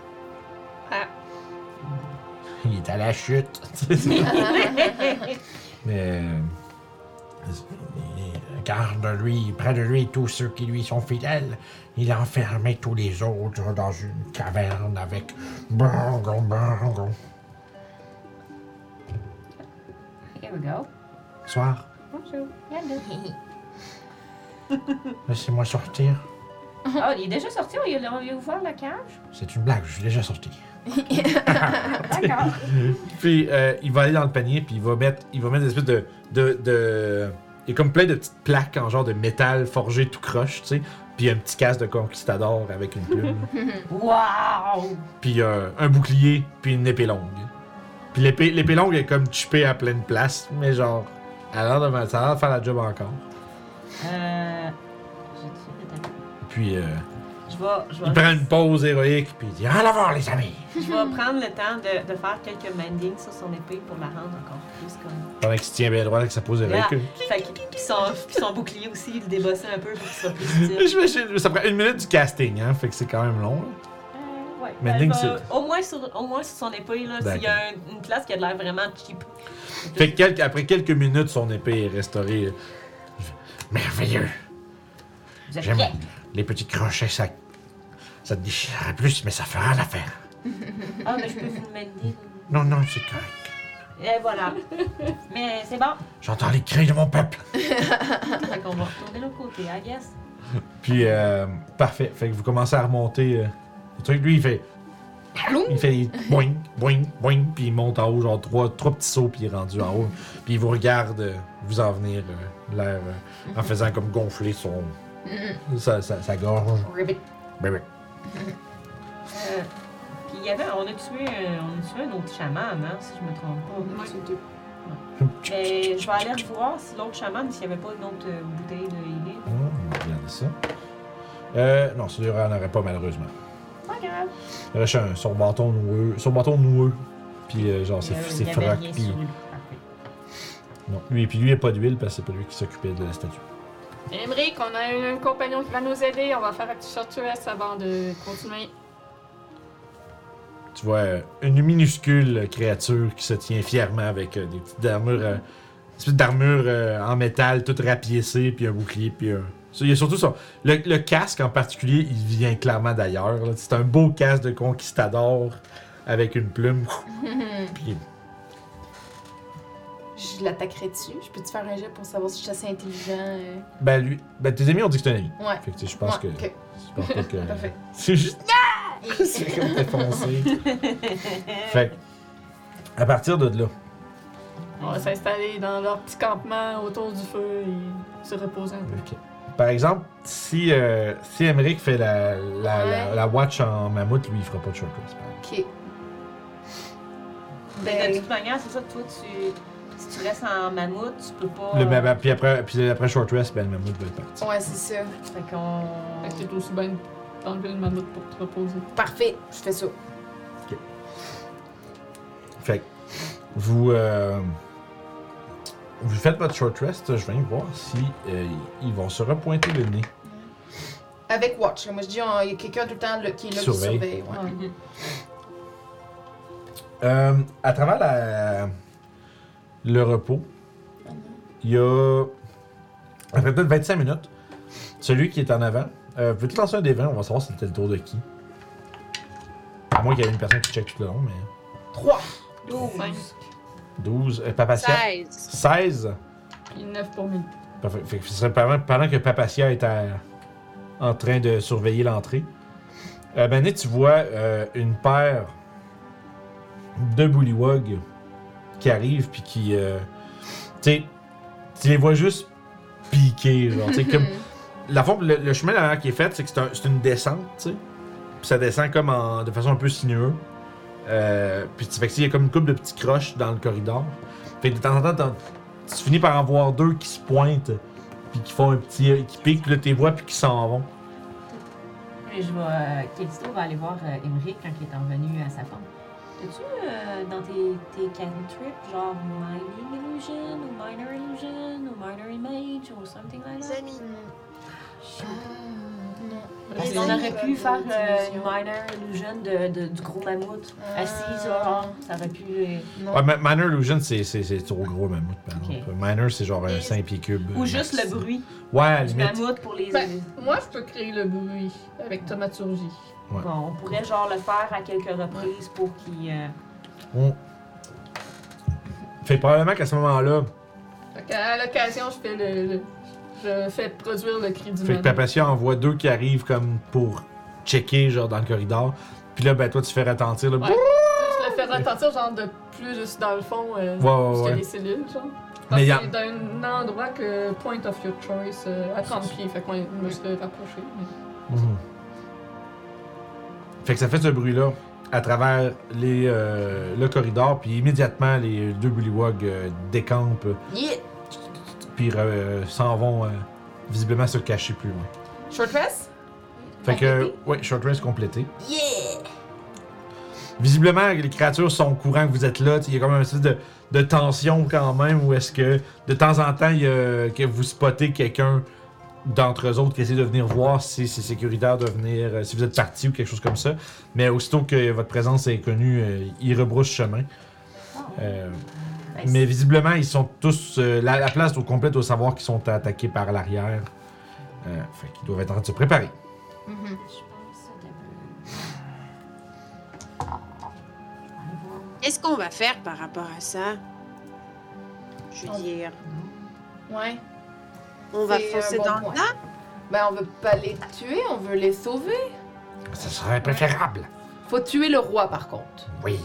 [SPEAKER 2] Ah.
[SPEAKER 1] Il est à la chute. Mais. Il garde lui, près de lui, tous ceux qui lui sont fidèles. Il a enfermé tous les autres dans une caverne avec Burgo Burgo.
[SPEAKER 4] Here we go.
[SPEAKER 1] Soir,
[SPEAKER 2] Bonjour.
[SPEAKER 4] [laughs]
[SPEAKER 1] laissez-moi sortir.
[SPEAKER 4] Oh, il est déjà sorti, on lui a on lui a ouvert la cage?
[SPEAKER 1] C'est une blague, je suis déjà sorti.
[SPEAKER 4] D'accord.
[SPEAKER 1] Puis euh, il va aller dans le panier, puis il va mettre, il va mettre des espèces de, de, de- Il y a comme plein de petites plaques en genre de métal forgé tout croche, tu sais. Puis un petit casque de conquistador avec une plume.
[SPEAKER 4] Wow!
[SPEAKER 1] puis euh, un bouclier, puis une épée longue. Puis l'épée, l'épée longue est comme chippée à pleine place, mais genre, elle a l'air de, ça a l'air de faire la job encore.
[SPEAKER 4] Euh. je te- attends.
[SPEAKER 1] Puis euh,
[SPEAKER 4] Je vais, je,
[SPEAKER 1] il
[SPEAKER 4] vais,
[SPEAKER 1] prend une pause héroïque, puis il dit À l'avant, les amis
[SPEAKER 4] je vais prendre le temps de, de faire quelques mendings sur son épée pour la rendre encore plus comme.
[SPEAKER 1] Pendant qu'il se tient bien droit avec sa pause héroïque.
[SPEAKER 4] Fait que, pis son, pis son bouclier aussi, il le débossait un peu pour qu'il soit [laughs] plus utile.
[SPEAKER 1] J'imagine, ça prend une minute du casting, hein, fait que c'est quand même long. hein. là.
[SPEAKER 4] Euh, ouais.
[SPEAKER 1] Mending,
[SPEAKER 4] Ben,
[SPEAKER 1] c'est-
[SPEAKER 4] Au moins, sur, au moins sur son épée, là, s'il y a un- une classe qui a de l'air vraiment cheap.
[SPEAKER 1] Fait que quelques- après quelques minutes, son épée est restaurée. euh, Merveilleux
[SPEAKER 4] Vous êtes
[SPEAKER 1] J'aime
[SPEAKER 4] prêts?
[SPEAKER 1] les petits crochets, ça, ça te déchirera plus, mais ça fera l'affaire.
[SPEAKER 4] Ah, mais je peux vous le mending.
[SPEAKER 1] Non, non, c'est correct.
[SPEAKER 4] Et voilà. Mais c'est bon.
[SPEAKER 1] J'entends les cris de mon peuple.
[SPEAKER 4] Fait qu'on va retourner de l'autre côté, I guess.
[SPEAKER 1] Puis, euh, parfait. Fait que vous commencez à remonter euh, le truc. Lui, il fait. Il fait boing, boing, boing, puis il monte en haut, genre trois, trois petits sauts, puis il est rendu en haut. Puis il vous regarde euh, vous en venir euh, l'air euh, en faisant comme gonfler son. sa, sa- sa gorge. Ben
[SPEAKER 4] Ribbit.
[SPEAKER 1] Bébé.
[SPEAKER 12] Euh, Puis il y avait, on a tué, euh, on a tué un autre chaman, hein, si je me trompe pas. Mais je vais aller revoir si l'autre chaman, s'il n'y avait pas une autre euh, bouteille de healing.
[SPEAKER 1] Ah, regardez ça. Euh, non, celui-là, on n'aurait pas, malheureusement.
[SPEAKER 4] Pas grave.
[SPEAKER 1] Il aurait juste un, son bâton noueux. Son bâton noueux. Puis, euh, genre, c'est
[SPEAKER 12] Il y avait-
[SPEAKER 1] c'est
[SPEAKER 12] il y avait
[SPEAKER 1] frac.
[SPEAKER 12] rien
[SPEAKER 1] Puis,
[SPEAKER 12] sur lui. Parfait.
[SPEAKER 1] non. Lui, puis lui, il n'y a pas d'huile parce que c'est pas lui qui s'occupait de la statue.
[SPEAKER 2] Émeric, on a un, un compagnon qui va nous aider. On va faire un petit short rest avant de continuer.
[SPEAKER 1] Tu vois euh, une minuscule créature qui se tient fièrement avec euh, des petites armures, euh, une espèce d'armure euh, en métal toute rapiécée, puis un bouclier, puis un... Ça, Il y a surtout ça. Le, le casque en particulier, il vient clairement d'ailleurs. là. C'est un beau casque de conquistador avec une plume. puis
[SPEAKER 3] Je l'attaquerai dessus. Je peux-tu faire un jet pour savoir si je suis assez intelligent? euh?
[SPEAKER 1] Ben lui, ben tes amis ont dit que c'est un ami.
[SPEAKER 3] Ouais.
[SPEAKER 1] Fait que tu sais, je pense
[SPEAKER 3] Ouais,
[SPEAKER 1] que.
[SPEAKER 3] ok.
[SPEAKER 1] Je pense pas que.
[SPEAKER 3] [laughs] Parfait.
[SPEAKER 1] C'est juste. [laughs] c'est comme défoncé. fait que, à partir de là,
[SPEAKER 2] On va s'installer dans leur petit campement autour du feu et se reposer un peu.
[SPEAKER 1] ok. par exemple, si euh, si Emmerich fait la, la, la,
[SPEAKER 3] Ouais.
[SPEAKER 1] la watch en mammouth, lui il fera pas de short rest, par exemple.
[SPEAKER 3] Ok.
[SPEAKER 12] Mais de
[SPEAKER 3] Ben,
[SPEAKER 12] toute manière, c'est ça, toi, tu, si tu restes en mammouth, tu peux pas.
[SPEAKER 1] Le, ben, ben, puis après, puis après short rest, ben le mammouth va être parti.
[SPEAKER 3] ouais, c'est ça.
[SPEAKER 12] Fait qu'on.
[SPEAKER 2] Fait que t'es aussi bien d'enlever une mammouth pour te reposer.
[SPEAKER 3] Parfait, je fais ça.
[SPEAKER 1] Fait que vous, euh, vous faites votre short rest, je viens voir si euh, ils vont se repointer le nez.
[SPEAKER 3] Avec Watch. là. Moi, je dis, on- il y a quelqu'un tout le temps là, qui est là,
[SPEAKER 1] Surveille.
[SPEAKER 3] qui surveille. ouais.
[SPEAKER 1] Euh, à travers la- le repos, il y a. Après peut-être 25 minutes, celui qui est en avant. Euh, Veux-tu lancer un des 20 On va savoir si c'était le tour de qui. À moins qu'il y ait une personne qui check tout le long, mais.
[SPEAKER 3] 3.
[SPEAKER 2] Oh, 12.
[SPEAKER 1] 12. euh, Papatia.
[SPEAKER 5] 16.
[SPEAKER 1] 16.
[SPEAKER 2] Puis 9 pour 1000.
[SPEAKER 1] Parfait. Fait que ce serait pendant, pendant que Papatia est à- en train de surveiller l'entrée, euh, Mané, tu vois euh, une paire de Bullywog qui arrivent, puis qui. euh, tu sais, tu les vois juste piquer, genre. tu sais, comme, la fond, le, le chemin derrière qui est fait, c'est que c'est un- c'est une descente, tu sais. Puis ça descend comme en- de façon un peu sinueuse. Euh, puis tu fait que, il y a comme une coupe de petits croches dans le corridor. Fait que de temps en temps, t'en- tu finis par en voir deux qui se pointent, puis qui font un petit. euh, qui piquent, là, tes voix, puis qui s'en vont.
[SPEAKER 12] Et je vais. euh, Kelsito va aller voir euh, Emmerich quand il est revenu à sa forme. T'as-tu euh, dans tes, tes cantrips, genre Mining Illusion, ou Minor Illusion, ou Minor Image, ou something like
[SPEAKER 5] Les
[SPEAKER 12] that?
[SPEAKER 5] amis. Ah,
[SPEAKER 12] Ah, Parce
[SPEAKER 5] Les
[SPEAKER 12] qu'on
[SPEAKER 5] amis,
[SPEAKER 12] aurait pu faire euh, une Minor Illusion de, de- du gros mammouth
[SPEAKER 3] Ah.
[SPEAKER 12] assis, genre. Ça aurait pu. euh,
[SPEAKER 3] Non.
[SPEAKER 1] Ouais, Ma- Minor Illusion, c'est- c'est c'est trop gros, mammouth, par
[SPEAKER 12] Ok.
[SPEAKER 1] exemple. Minor, c'est genre un
[SPEAKER 5] Et-
[SPEAKER 1] 5 pieds cubes.
[SPEAKER 12] Ou
[SPEAKER 1] euh,
[SPEAKER 12] juste
[SPEAKER 1] max.
[SPEAKER 12] le bruit
[SPEAKER 1] Ouais, à la
[SPEAKER 12] du
[SPEAKER 1] limite.
[SPEAKER 12] mammouth pour les.
[SPEAKER 2] Ben, Moi, je peux créer le bruit avec Tomaturgie.
[SPEAKER 12] Bon, on pourrait genre le faire à quelques reprises pour qu'il. euh,
[SPEAKER 1] Fait probablement qu'à ce moment-là,
[SPEAKER 2] Fait qu'à l'occasion, je fais le, le- Je fais produire le cri du
[SPEAKER 1] Fait que
[SPEAKER 2] mammouth.
[SPEAKER 1] Papatia envoie deux qui arrivent comme pour checker, genre dans le corridor. Puis là, ben toi, tu fais retentir le.
[SPEAKER 2] Ouais. Je le fais retentir, genre, de plus juste dans le fond. euh,
[SPEAKER 1] Ouais, ouais, ouais.
[SPEAKER 2] Parce qu'il y a des cellules, genre. Parce
[SPEAKER 1] Mais
[SPEAKER 2] qu'il
[SPEAKER 1] y a-
[SPEAKER 2] est d'un endroit que point of your choice euh, à 30 pieds, fait que moi, je me serais rapproché.
[SPEAKER 1] Mhm. Fait que ça fait ce bruit-là à travers les, euh, le corridor. Puis immédiatement, les deux bullywogs euh, décampent.
[SPEAKER 3] Yeah.
[SPEAKER 1] Puis euh, s'en vont euh, visiblement se cacher plus loin.
[SPEAKER 3] Short rest?
[SPEAKER 1] Fait que,
[SPEAKER 12] Complété.
[SPEAKER 1] ouais, short rest complété.
[SPEAKER 3] Yeah!
[SPEAKER 1] Visiblement, les créatures sont au courant que vous êtes là. Il y a comme un espèce de, de tension quand même, où est-ce que de temps en temps, il y a- que vous spottez quelqu'un d'entre eux autres qui essaie de venir voir si c'est sécuritaire de venir, euh, si vous êtes parti ou quelque chose comme ça. Mais aussitôt que votre présence est connue, euh, ils rebroussent chemin. Euh,
[SPEAKER 4] Ah, ben,
[SPEAKER 12] nice.
[SPEAKER 1] mais visiblement, ils sont tous. euh, la, la place au complet doit savoir qu'ils sont attaqués par l'arrière. Euh, fait qu'ils doivent être en train de se préparer.
[SPEAKER 3] Mhm.
[SPEAKER 4] Je pense que
[SPEAKER 5] Qu'est-ce qu'on va faire par rapport à ça? Je veux
[SPEAKER 3] On-
[SPEAKER 5] dire,
[SPEAKER 3] Ouais.
[SPEAKER 5] on va
[SPEAKER 3] C'est un
[SPEAKER 5] foncer
[SPEAKER 3] bon
[SPEAKER 5] dans Ah,
[SPEAKER 3] point.
[SPEAKER 5] le tas?
[SPEAKER 3] Ben, on veut pas les tuer, on veut les sauver.
[SPEAKER 1] Ce serait préférable.
[SPEAKER 3] Faut tuer le roi, par contre.
[SPEAKER 1] Oui.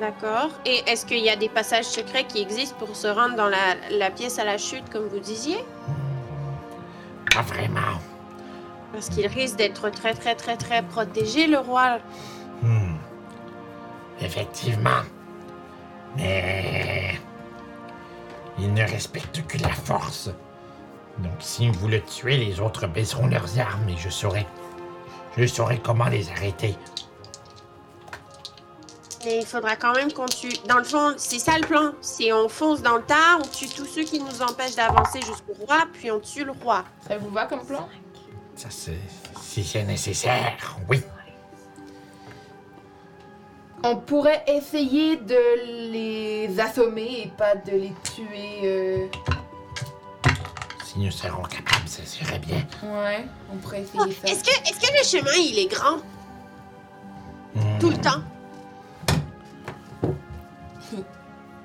[SPEAKER 5] D'accord. Et est-ce qu'il y a des passages secrets qui existent pour se rendre dans la, la pièce à la chute, comme vous disiez?
[SPEAKER 1] Pas vraiment.
[SPEAKER 5] Parce qu'il risque d'être très, très, très, très protégé, le roi.
[SPEAKER 1] Hmm. Effectivement. Mais. Il ne respecte que la force. Donc si vous le tuez, les autres baisseront leurs armes et je saurai. Je saurai comment les arrêter.
[SPEAKER 5] Mais il faudra quand même qu'on tue. Dans le fond, c'est ça le plan. C'est on fonce dans le tas, on tue tous ceux qui nous empêchent d'avancer jusqu'au roi, puis on tue le roi.
[SPEAKER 3] Ça vous va comme plan?
[SPEAKER 1] Ça c'est. Si c'est nécessaire, oui.
[SPEAKER 3] On pourrait essayer de les assommer et pas de les tuer. euh,
[SPEAKER 1] Si nous serons capables, ce serait bien.
[SPEAKER 3] Ouais, on pourrait
[SPEAKER 5] Oh,
[SPEAKER 3] essayer ça.
[SPEAKER 5] Est-ce que, est que le chemin, il est grand
[SPEAKER 1] Hmm.
[SPEAKER 5] tout le temps?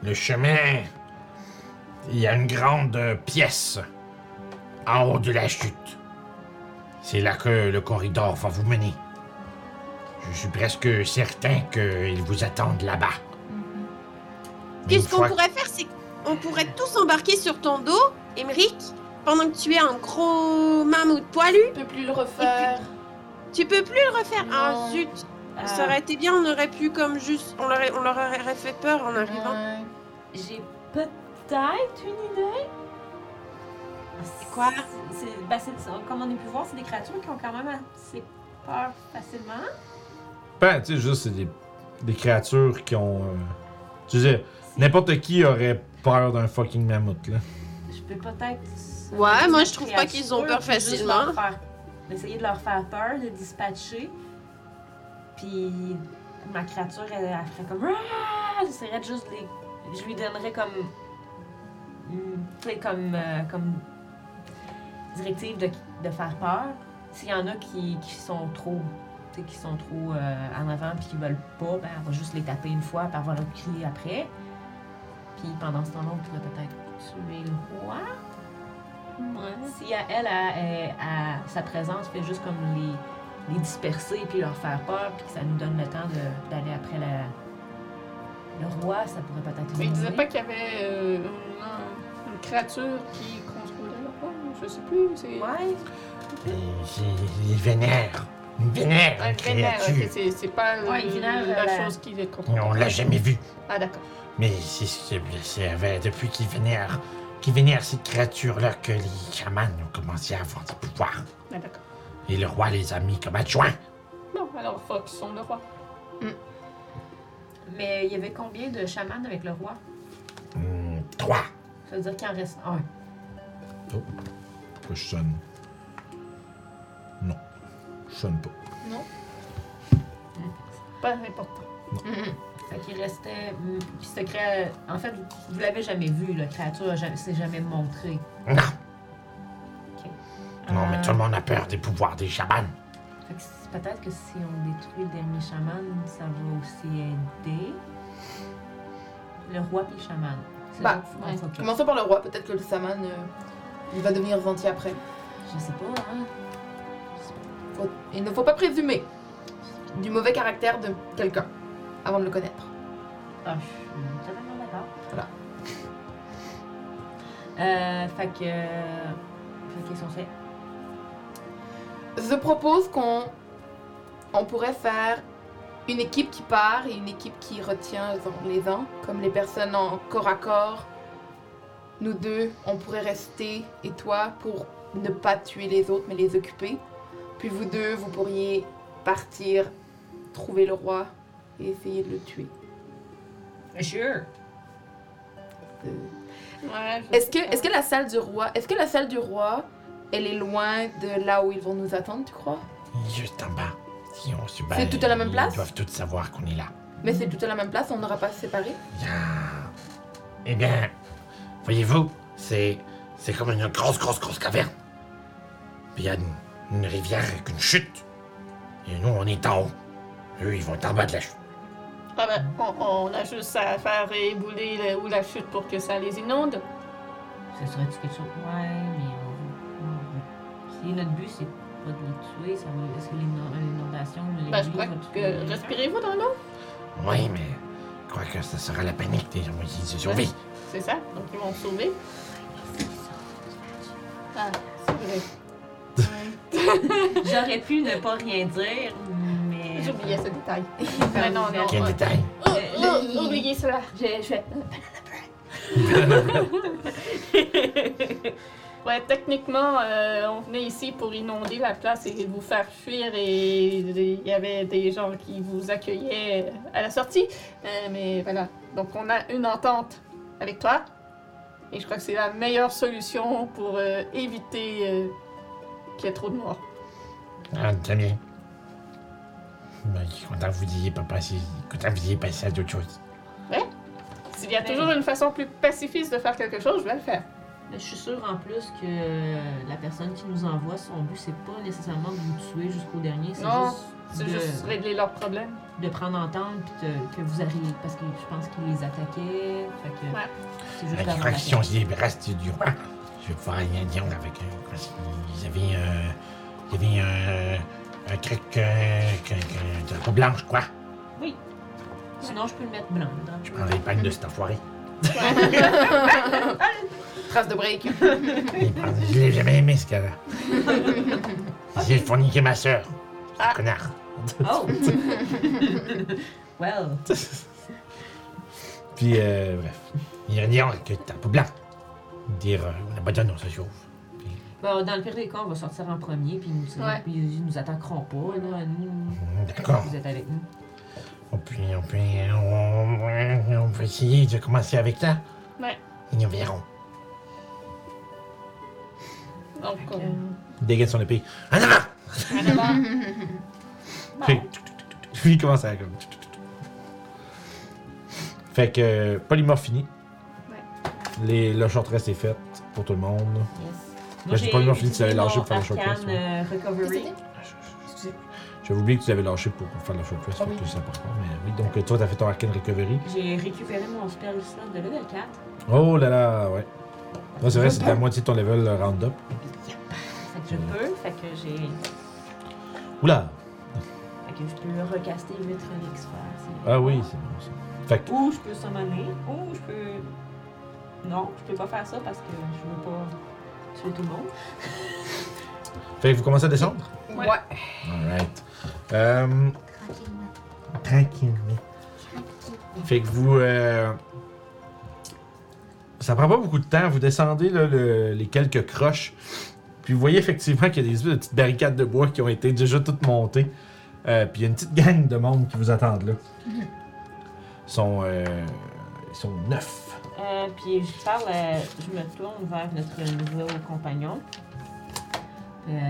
[SPEAKER 1] Le chemin. Il y a une grande euh, pièce en haut de la chute. C'est là que le corridor va vous mener. Je suis presque certain qu'ils vous attendent là-bas. Une
[SPEAKER 5] Qu'est-ce qu'on
[SPEAKER 1] fois-
[SPEAKER 5] pourrait faire, c'est qu'on pourrait tous embarquer sur ton dos, Émeric, pendant que tu es un gros mammouth poilu.
[SPEAKER 3] On peut plus le refaire.
[SPEAKER 5] Tu peux plus le refaire. Ah
[SPEAKER 3] Non.
[SPEAKER 5] zut, ça
[SPEAKER 4] Euh,
[SPEAKER 5] aurait été bien, on aurait pu comme juste... On leur, on leur aurait fait peur en arrivant.
[SPEAKER 3] Ouais.
[SPEAKER 4] Euh, J'ai peut-être une idée. Ah,
[SPEAKER 5] C'est quoi?
[SPEAKER 4] C'est- ben, c'est- c'est- comme on a pu voir, c'est des créatures qui ont quand même assez peur facilement.
[SPEAKER 10] Ben, tu sais, juste, c'est des, des créatures qui ont. euh, tu sais, n'importe qui aurait peur d'un fucking mammouth, là.
[SPEAKER 4] Je peux peut-être.
[SPEAKER 5] Ouais, moi, je trouve pas qu'ils ont peur
[SPEAKER 4] Créatures, puis juste
[SPEAKER 5] facilement.
[SPEAKER 4] leur faire- Essayer de leur faire peur, de dispatcher. Puis ma créature, elle, elle ferait comme. Ah! J'essaierais de juste les. Je lui donnerais comme. Hmm, Tu sais, comme. euh, comme directive de, de faire peur. S'il y en a qui, qui sont trop. tu sais, qui sont trop euh, en avant puis qui veulent pas, ben, elle va juste les taper une fois, puis elle va leur crier après. Puis pendant ce temps-là, on pourrait peut-être tuer le roi. Si à elle, à, à- à sa présence fait juste comme les, les disperser puis leur faire peur, puis que ça nous donne le temps de- d'aller après la, le roi, ça pourrait peut-être
[SPEAKER 2] Mais il
[SPEAKER 4] nous
[SPEAKER 2] disait
[SPEAKER 4] aider.
[SPEAKER 2] pas qu'il y avait euh, une, une créature qui contrôlait le roi, je sais plus. C'est
[SPEAKER 4] Ouais,
[SPEAKER 1] Ils, ils- ils vénèrent. Ils vénèrent
[SPEAKER 2] Ah,
[SPEAKER 1] une
[SPEAKER 2] le vénère,
[SPEAKER 1] créature.
[SPEAKER 2] ok, c'est- c'est pas le-
[SPEAKER 4] Ouais, le vénère, euh,
[SPEAKER 2] la,
[SPEAKER 4] la-
[SPEAKER 2] chose qui les contrôle.
[SPEAKER 1] On l'a jamais vue.
[SPEAKER 2] Ah d'accord.
[SPEAKER 1] Mais c'est ce que c'est avec- Eh ben, depuis qu'ils vénèrent, qu'ils vénèrent cette créature-là que les chamans ont commencé à avoir du pouvoir.
[SPEAKER 2] Ah d'accord.
[SPEAKER 1] Et le roi les a mis comme adjoints.
[SPEAKER 2] Bon, alors Fox, sont le roi.
[SPEAKER 4] mais il y avait combien de chamans avec le roi?
[SPEAKER 1] Hmm, trois.
[SPEAKER 4] Ça veut dire qu'il en reste un.
[SPEAKER 10] Pourquoi je sonne Non. Je sonne pas.
[SPEAKER 2] Pas important.
[SPEAKER 4] Fait qu'il restait... mm, Puis ce cré- En fait, vous l'avez jamais vu, la créature a jamais- s'est jamais montrée.
[SPEAKER 1] Non.
[SPEAKER 4] Ok.
[SPEAKER 1] Non, mais
[SPEAKER 4] Euh,
[SPEAKER 1] tout le monde a peur des pouvoirs des chamans.
[SPEAKER 4] Fait que c'est- peut-être que si on détruit le dernier chaman, ça va aussi aider le roi puis le chaman. Ah, C'est
[SPEAKER 3] Bah,
[SPEAKER 4] là qu'il faut qu'on s'occupe.
[SPEAKER 3] Commençons par le roi, peut-être que le saman, euh, il va devenir venti après.
[SPEAKER 4] Je sais pas, hein.
[SPEAKER 3] Faut- Il ne faut pas présumer du mauvais caractère de quelqu'un avant de le connaître.
[SPEAKER 4] Ah, je suis totalement d'accord.
[SPEAKER 3] Voilà.
[SPEAKER 4] Euh, fait que. Fait qu'est-ce qu'on fait?
[SPEAKER 3] Je propose qu'on on pourrait faire une équipe qui part et une équipe qui retient genre, les uns, comme les personnes en corps à corps. Nous deux, on pourrait rester et toi pour ne pas tuer les autres mais les occuper. Puis vous deux, vous pourriez partir, trouver le roi et essayer de le tuer.
[SPEAKER 4] Sure!
[SPEAKER 3] Euh,
[SPEAKER 2] Ouais, je
[SPEAKER 3] Est-ce que,
[SPEAKER 2] sais pas.
[SPEAKER 3] est-ce que la salle du roi, est-ce que la salle du roi, elle est loin de là où ils vont nous attendre, tu crois
[SPEAKER 1] Juste en bas. Si on se bat,
[SPEAKER 3] C'est tout à la même place?
[SPEAKER 1] Ils doivent tous savoir qu'on est là.
[SPEAKER 3] Mais c'est tout à la même place, on n'aura pas séparé.
[SPEAKER 1] Bien. Eh bien, voyez-vous, c'est c'est comme une grosse, grosse, grosse caverne. Puis il y a une, une rivière avec une chute. Et nous, on est en haut. Eux, ils vont être en bas de la chute.
[SPEAKER 2] Ah ben, on, on a juste à faire ébouler la- ou la chute pour que ça les inonde.
[SPEAKER 4] Ce serait-tu quelque chose? Ouais, mais on Et notre but, c'est pas de les tuer, ça va laisser l'inondation, les
[SPEAKER 2] Ben, je crois
[SPEAKER 4] va tout-
[SPEAKER 2] que. Respirez-vous dans l'eau?
[SPEAKER 1] Oui, mais je crois que ce sera la panique des gens qui se
[SPEAKER 2] sauvent. C'est ça? Donc, ils vont sauver. Ah, c'est vrai.
[SPEAKER 4] J'aurais pu ne pas rien dire, mais.
[SPEAKER 2] J'oubliais ce
[SPEAKER 4] [laughs]
[SPEAKER 2] détail.
[SPEAKER 13] Mais
[SPEAKER 2] Mais non, non.
[SPEAKER 1] Quel
[SPEAKER 2] euh,
[SPEAKER 1] détail!
[SPEAKER 2] oh, oh, Oubliez cela.
[SPEAKER 13] Je, je vais.
[SPEAKER 2] [laughs] Ouais, techniquement, euh, on venait ici pour inonder la place et vous faire fuir et il y avait des gens qui vous accueillaient à la sortie. Euh, mais voilà, donc on a une entente avec toi et je crois que c'est la meilleure solution pour euh, éviter euh, qu'il y ait trop de morts.
[SPEAKER 1] Ah, très bien. Ben, je suis content que vous ayez pas passé, content que vous ayez passé à d'autres choses.
[SPEAKER 2] S'il y a toujours une façon plus pacifiste de faire quelque chose, je vais le faire.
[SPEAKER 4] Mais je suis sûre en plus que la personne qui nous envoie, son but, c'est pas nécessairement de vous tuer jusqu'au dernier, c'est
[SPEAKER 2] Non,
[SPEAKER 4] juste,
[SPEAKER 2] C'est
[SPEAKER 4] de,
[SPEAKER 2] juste régler leurs problèmes.
[SPEAKER 4] de prendre entente puis de- que vous arrivez. Parce que je pense qu'il les attaquait. Fait que
[SPEAKER 2] Ouais.
[SPEAKER 4] c'est
[SPEAKER 1] Ben,
[SPEAKER 4] juste
[SPEAKER 1] je
[SPEAKER 4] avant
[SPEAKER 1] crois
[SPEAKER 4] la
[SPEAKER 1] que si on se débarrasse du roi, je vais pouvoir aller à Dion avec euh, eux. Parce qu'ils avaient, euh, ils avaient euh, un truc euh, que- que- de peau blanche, quoi.
[SPEAKER 4] Sinon, je peux le mettre blanc. dedans.
[SPEAKER 1] Je prends l'épingle de cet enfoiré.
[SPEAKER 3] Trace de break.
[SPEAKER 1] Il prend- Je l'ai jamais aimé, ce gars-là. J'ai fourniqué ma soeur.
[SPEAKER 2] Ah.
[SPEAKER 1] Connard.
[SPEAKER 2] Oh!
[SPEAKER 4] Oh! [laughs] well,
[SPEAKER 1] Puis, euh, bref. Il y a Dion que t'as peau blanche. Dire, euh, on n'a pas donné, on se chauffe.
[SPEAKER 4] bon, dans le pire des cas, on va sortir en premier, puis ils nous,
[SPEAKER 2] Ouais.
[SPEAKER 4] puis ils nous attaqueront pas. Là, nous,
[SPEAKER 1] Hum,
[SPEAKER 4] [laughs]
[SPEAKER 1] D'accord.
[SPEAKER 4] vous êtes avec nous.
[SPEAKER 1] On peut, on peut, on, on peut essayer de commencer avec ça.
[SPEAKER 2] Ouais.
[SPEAKER 1] Et nous verrons.
[SPEAKER 2] Donc,
[SPEAKER 4] Ok.
[SPEAKER 13] euh,
[SPEAKER 2] on-
[SPEAKER 1] Dégaine son épée. En avant! [laughs]
[SPEAKER 2] en avant.
[SPEAKER 1] Fait que, Puis il commence à comme. Fait que euh, polymorphe fini. Les, la shortrest est faite pour tout le monde.
[SPEAKER 4] Yes.
[SPEAKER 1] Là, j'ai pas eu envie de se
[SPEAKER 4] utilisé
[SPEAKER 1] lâcher
[SPEAKER 4] mon
[SPEAKER 1] pour faire le showcase,
[SPEAKER 4] Arcane, euh, Recovery.
[SPEAKER 1] J'avais oublié que tu l'avais lâché pour faire la short rest,
[SPEAKER 3] Ah
[SPEAKER 1] fait
[SPEAKER 3] oui.
[SPEAKER 1] que c'est important. Mais oui, donc toi, t'as fait ton arcane recovery.
[SPEAKER 4] J'ai récupéré mon spell slot de level 4.
[SPEAKER 1] Oh là là, ouais. Non, c'est vrai, c'était à moitié de ton level euh, round-up.
[SPEAKER 4] Fait que je
[SPEAKER 1] Mm.
[SPEAKER 4] peux, fait que j'ai.
[SPEAKER 1] Oula!
[SPEAKER 4] Fait que je peux recaster 8 reliques sphères. c'est-
[SPEAKER 1] Ah oui, c'est bon ça. Fait que,
[SPEAKER 4] Ou je peux summoner, ou je peux. Non, je peux pas faire ça parce que je veux pas tuer tout le monde.
[SPEAKER 1] fait que vous commencez à descendre?
[SPEAKER 3] Ouais.
[SPEAKER 1] Alright. Euh, Tranquillement. Fait que vous. euh, ça prend pas beaucoup de temps. Vous descendez là, le- les quelques croches. Puis vous voyez effectivement qu'il y a des espèces de petites barricades de bois qui ont été déjà toutes montées. Euh, puis il y a une petite gang de monde qui vous attendent là. Ils sont. euh, ils sont neuf.
[SPEAKER 4] Euh, puis je parle, euh, je me tourne vers notre nouveau compagnon. Euh,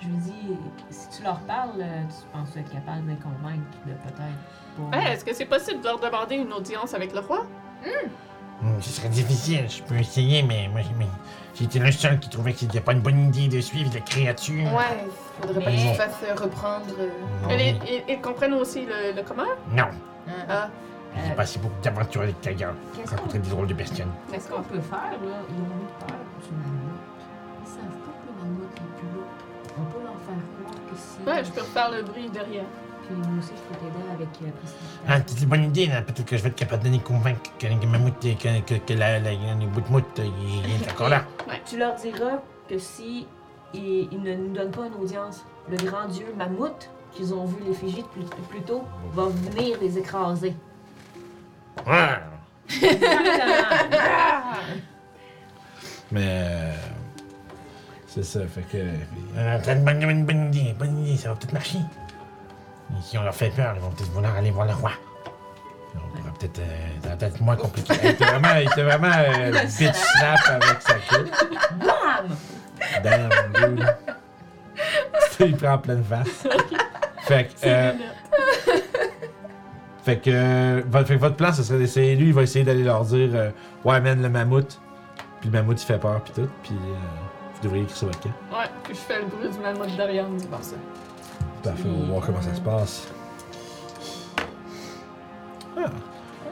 [SPEAKER 4] je lui dis, si tu leur parles, euh, tu penses être capable de les convaincre de peut-être. pas-
[SPEAKER 2] Ouais, Est-ce que c'est possible de leur demander une audience avec le roi?
[SPEAKER 1] Hum, ce serait difficile. Je peux essayer, mais moi, mais j'étais le seul qui trouvait que c'était pas une bonne idée de suivre les créatures.
[SPEAKER 3] Ouais, faudrait pas que tu fasses euh, reprendre. euh,
[SPEAKER 1] Non,
[SPEAKER 2] Mais les- ils, ils comprennent aussi le, le commun?
[SPEAKER 1] non.
[SPEAKER 3] hein.
[SPEAKER 2] Ah,
[SPEAKER 1] j'ai passé beaucoup d'aventures avec ta gueule.
[SPEAKER 4] Qu'est-ce qu'on
[SPEAKER 1] Rencontrer des drôles de personnes.
[SPEAKER 4] Qu'est-ce qu'on peut faire, là? Ils ont envie de faire du mammouth. Ils savent pas que le mammouth est plus lourd. On peut leur faire croire que si.
[SPEAKER 2] ouais, je peux refaire le bruit derrière.
[SPEAKER 4] Puis moi aussi, je peux t'aider avec euh, précipitation.
[SPEAKER 1] Ah, c'est une bonne idée, là. Peut-être que je vais être capable de les convaincre que les mammouths, que, que, que la, la, le bout de moute, il il est encore là.
[SPEAKER 4] Tu leur diras que si ils, ils ne nous donnent pas une audience, le grand dieu mammouth qu'ils ont vu l'effigie de plus, plus tôt va venir les écraser.
[SPEAKER 1] Ah.
[SPEAKER 4] Exactement.
[SPEAKER 14] Mais. euh, c'est ça, fait que.
[SPEAKER 1] Euh, C'est une bonne, une bonne idée, bonne idée, ça va peut-être marcher. Et si on leur fait peur, ils vont peut-être vouloir aller voir le roi. On pourra peut-être. euh, ça va peut-être moins compliqué.
[SPEAKER 14] Il était vraiment, il était vraiment euh, bitch snap avec sa queue.
[SPEAKER 4] Bam!
[SPEAKER 14] Damn, dude. il prend en pleine face. Fait que. euh, fait que, euh, votre, fait que votre plan, ce serait d'essayer. Lui, il va essayer d'aller leur dire euh, Ouais, man, le mammouth. Puis le mammouth, il fait peur, puis tout. Puis euh, vous devriez écrire sur votre camp.
[SPEAKER 2] Ouais, puis je fais le bruit du mammouth derrière nous. Bon, ça.
[SPEAKER 14] Parfait, on va voir comment ça se passe. Ah.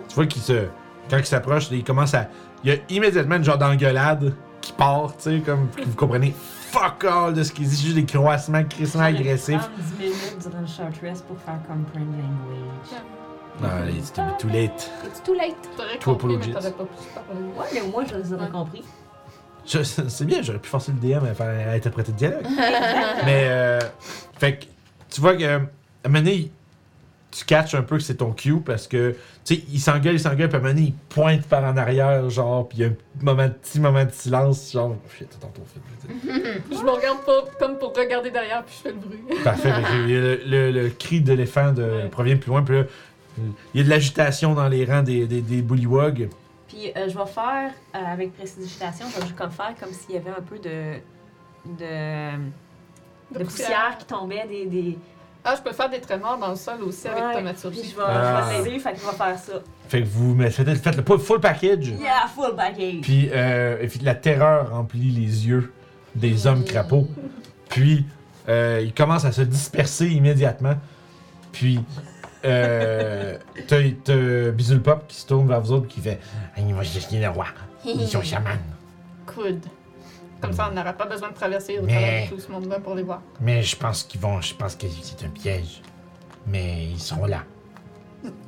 [SPEAKER 14] Tu vois qu'il se. Quand il s'approche, il commence à. Il y a immédiatement une genre d'engueulade qui part, tu sais, comme que vous comprenez. Fuck!
[SPEAKER 1] fuck all de ce qu'il dit, c'est juste des croissements crissement agressifs.
[SPEAKER 12] Prendre 10 minutes durant le short rest pour faire comprendre language.
[SPEAKER 1] Non, allez, c'était too late.
[SPEAKER 5] It's too late. T'aurais
[SPEAKER 1] Toi, Apollo
[SPEAKER 5] compris, mais
[SPEAKER 1] Jets.
[SPEAKER 5] t'aurais pas pu parler.
[SPEAKER 12] Ouais, mais moi, je les aurais
[SPEAKER 4] [laughs]
[SPEAKER 12] compris.
[SPEAKER 1] Je- C'est bien, j'aurais pu forcer le DM à, faire, à interpréter le dialogue. Mais, euh, fait que, tu vois que, à un moment donné, il- tu catches un peu que c'est ton cue parce que, tu sais, il s'engueule, il s'engueule, puis à un moment donné, il pointe par en arrière, genre, puis il y a un moment, petit moment de silence, genre, oh, shit, attends, ton film. tu sais.
[SPEAKER 5] Je me regarde pas comme pour regarder derrière, puis je fais le bruit.
[SPEAKER 1] Parfait. fait que le, le- le cri d'éléphant de,
[SPEAKER 5] Ouais.
[SPEAKER 1] provient plus loin. Puis là, il y a de l'agitation dans les rangs des, des, des bullywogs.
[SPEAKER 12] Puis euh, je vais faire, euh, avec précipitation, je vais juste comme faire comme s'il y avait un peu de. de. de poussière qui tombait des. des...
[SPEAKER 5] Ah, je peux faire des tremors dans le sol aussi
[SPEAKER 12] Ouais.
[SPEAKER 5] avec ta
[SPEAKER 12] Puis je
[SPEAKER 5] maturgie.
[SPEAKER 12] vais,
[SPEAKER 1] Ah.
[SPEAKER 12] je vais l'aider, fait qu'il va faire ça.
[SPEAKER 1] Fait que vous mettez- faites, faites le full- full package.
[SPEAKER 12] Yeah, full baggage!
[SPEAKER 1] Puis euh, et puis la terreur remplit les yeux des hommes crapauds. Puis euh, ils commencent à se disperser immédiatement. Puis euh, t'as t'as Bisul Pop qui se tourne vers vous autres qui fait Ah, Ils vont chercher le roi. Ils sont chamans.
[SPEAKER 5] Coude. Comme ça, on n'aura pas besoin de traverser au
[SPEAKER 1] Mais-
[SPEAKER 5] travers de tout ce monde-là pour les voir.
[SPEAKER 1] Mais je pense qu'ils vont. Je pense que c'est un piège. Mais ils seront là.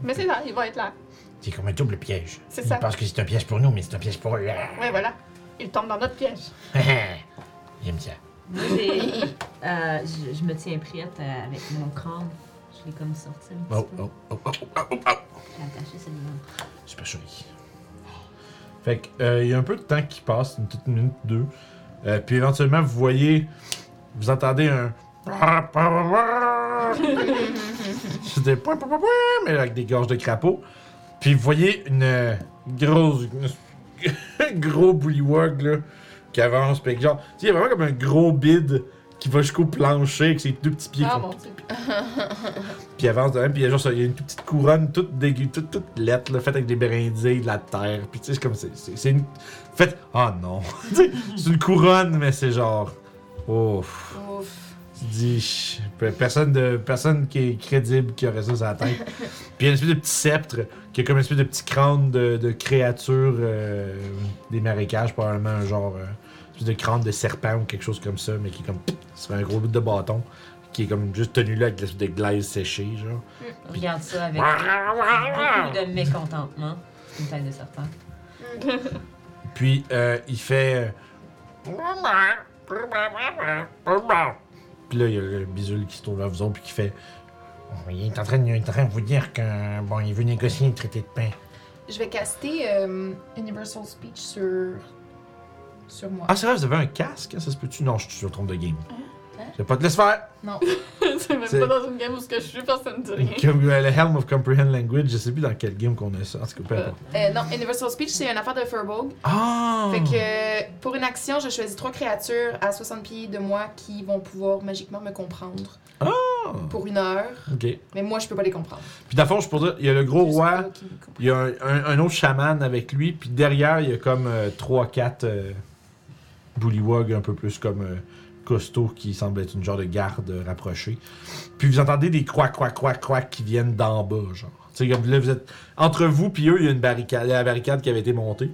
[SPEAKER 5] Mais c'est là, ils vont être là.
[SPEAKER 1] C'est comme un double piège.
[SPEAKER 5] C'est
[SPEAKER 1] Ils
[SPEAKER 5] ça.
[SPEAKER 1] pensent que c'est un piège pour nous, mais c'est un piège pour eux. [laughs]
[SPEAKER 5] Ouais, voilà. Ils tombent dans notre piège.
[SPEAKER 1] J'aime ça.
[SPEAKER 12] Moi, j'ai- euh, je, je me tiens prête euh, avec mon crâne. Je l'ai comme sorti un petit
[SPEAKER 1] Oh,
[SPEAKER 12] peu.
[SPEAKER 1] oh, oh, oh, oh, oh, oh.
[SPEAKER 12] J'ai attaché celui-là.
[SPEAKER 1] Super chéri. Fait que, euh, il y a un peu de temps qui passe, une petite minute, deux. Euh, puis éventuellement, vous voyez, vous entendez un. [laughs] C'était point, point, point, point, mais avec des gorges de crapaud. Puis vous voyez une euh, grosse. [laughs] une- gros bullywog, là, qui avance. Puis que genre, tu sais, il y a vraiment comme un gros bide qui va jusqu'au plancher avec ses deux petits pieds.
[SPEAKER 5] Ah
[SPEAKER 1] comme-
[SPEAKER 5] mon dieu. [laughs]
[SPEAKER 1] puis il avance de même, puis il y a genre ça, il y a une toute petite couronne toute dégueu, toute, toute lettre, là, faite avec des brindilles, de la terre. Puis tu sais, c'est comme c'est- c'est c'est une. Faites. Ah non! [laughs] Tu sais, c'est une couronne, mais c'est genre. Ouf.
[SPEAKER 5] Ouf.
[SPEAKER 1] Tu te dis. ch- pe- Personne, de, personne qui est crédible qui aurait ça sur la tête. puis il y a une espèce de petit sceptre, qui a comme une espèce de petit crâne de, de créature euh, des marécages, probablement un genre. euh, une espèce de crâne de serpent ou quelque chose comme ça, mais qui est comme. C'est un gros bout de bâton, qui est comme juste tenu là avec l'espèce de glaise séchée, genre.
[SPEAKER 4] Regarde ça avec beaucoup de mécontentement. Une taille de serpent.
[SPEAKER 1] Puis euh, il fait. euh, Puis là, il y a le bisul qui se tourne vers vous autres, puis qui fait. Oh, Il est, en train, de- il est en train de vous dire que bon, il veut négocier un traité de paix.
[SPEAKER 3] Je vais caster euh, Universal Speech sur. sur moi.
[SPEAKER 1] Ah, c'est vrai, vous avez un casque hein? Ça se peut-tu Non, je suis sur le trompe de game. Je vais pas te laisser faire.
[SPEAKER 5] c'est même
[SPEAKER 1] C'est-
[SPEAKER 5] pas dans une game où ce que je suis, personne ne dit rien.
[SPEAKER 1] Comme
[SPEAKER 3] [laughs]
[SPEAKER 1] euh, le Helm of Comprehend Language, je sais plus dans quel game qu'on a ça. En tout cas, peu importe.
[SPEAKER 3] Euh, non, Universal Speech, c'est une affaire de Furbolg.
[SPEAKER 1] Ah
[SPEAKER 3] Fait que pour une action, je choisis trois créatures à 60 pieds de moi qui vont pouvoir magiquement me comprendre. Pour une heure.
[SPEAKER 1] Ah! Ok.
[SPEAKER 3] Mais moi, je peux pas les comprendre.
[SPEAKER 1] Puis dans le fond, je pourrais dire, il y a le gros
[SPEAKER 3] Juste
[SPEAKER 1] roi.
[SPEAKER 3] eux qui me comprennent.
[SPEAKER 1] Il y a un, un- un autre chaman avec lui, puis derrière, il y a comme euh, 3-4 bullywogs euh, un peu plus comme euh, costauds qui semblent être une genre de garde euh, rapprochée. Puis vous entendez des croix, croix, croix, croix qui viennent d'en bas, genre. Tu sais, comme là, vous êtes entre vous, puis eux, il y a une barricade, la barricade qui avait été montée.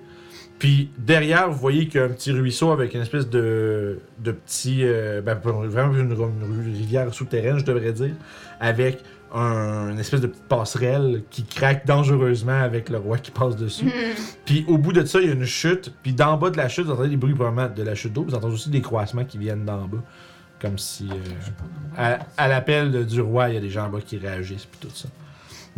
[SPEAKER 1] Puis derrière, vous voyez qu'il y a un petit ruisseau avec une espèce de, de petit. euh, ben, pas- vraiment une, une rivière souterraine, je devrais dire, avec un, une espèce de petite passerelle qui craque dangereusement avec le roi qui passe
[SPEAKER 3] Mhm.
[SPEAKER 1] dessus.
[SPEAKER 3] Hmm.
[SPEAKER 1] Puis au bout de ça, il y a une chute. Puis d'en bas de la chute, vous entendez des bruits probablement de la chute d'eau. Vous entendez aussi des croissements qui viennent d'en bas. Comme si. euh, à à l'appel de- du roi, il y a des gens en bas qui réagissent, puis tout ça.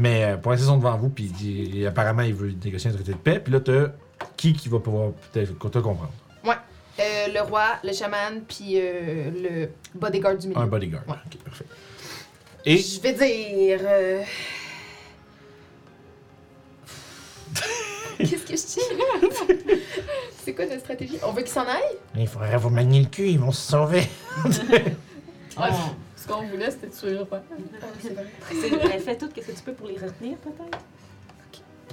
[SPEAKER 1] Mais euh, pour l'instant, ils sont devant vous, puis il- il- apparemment, il veut négocier un traité de paix. Puis là, t'as qui qui va pouvoir peut-être te comprendre
[SPEAKER 3] Euh, le roi, le chaman, puis euh, le bodyguard du milieu.
[SPEAKER 1] Un bodyguard.
[SPEAKER 3] Ouais.
[SPEAKER 1] Ok, parfait. Et.
[SPEAKER 3] Je vais dire.
[SPEAKER 1] [laughs]
[SPEAKER 3] euh, Qu'est-ce que je dis? [laughs] C'est quoi notre stratégie? On veut qu'il s'en aille?
[SPEAKER 1] Il faudrait vous manier le cul, ils vont se sauver.
[SPEAKER 5] Ouais, Ce qu'on voulait, c'était de tuer le roi.
[SPEAKER 12] Oh. C'est- elle fait tout, qu'est-ce que tu peux pour les retenir, peut-être?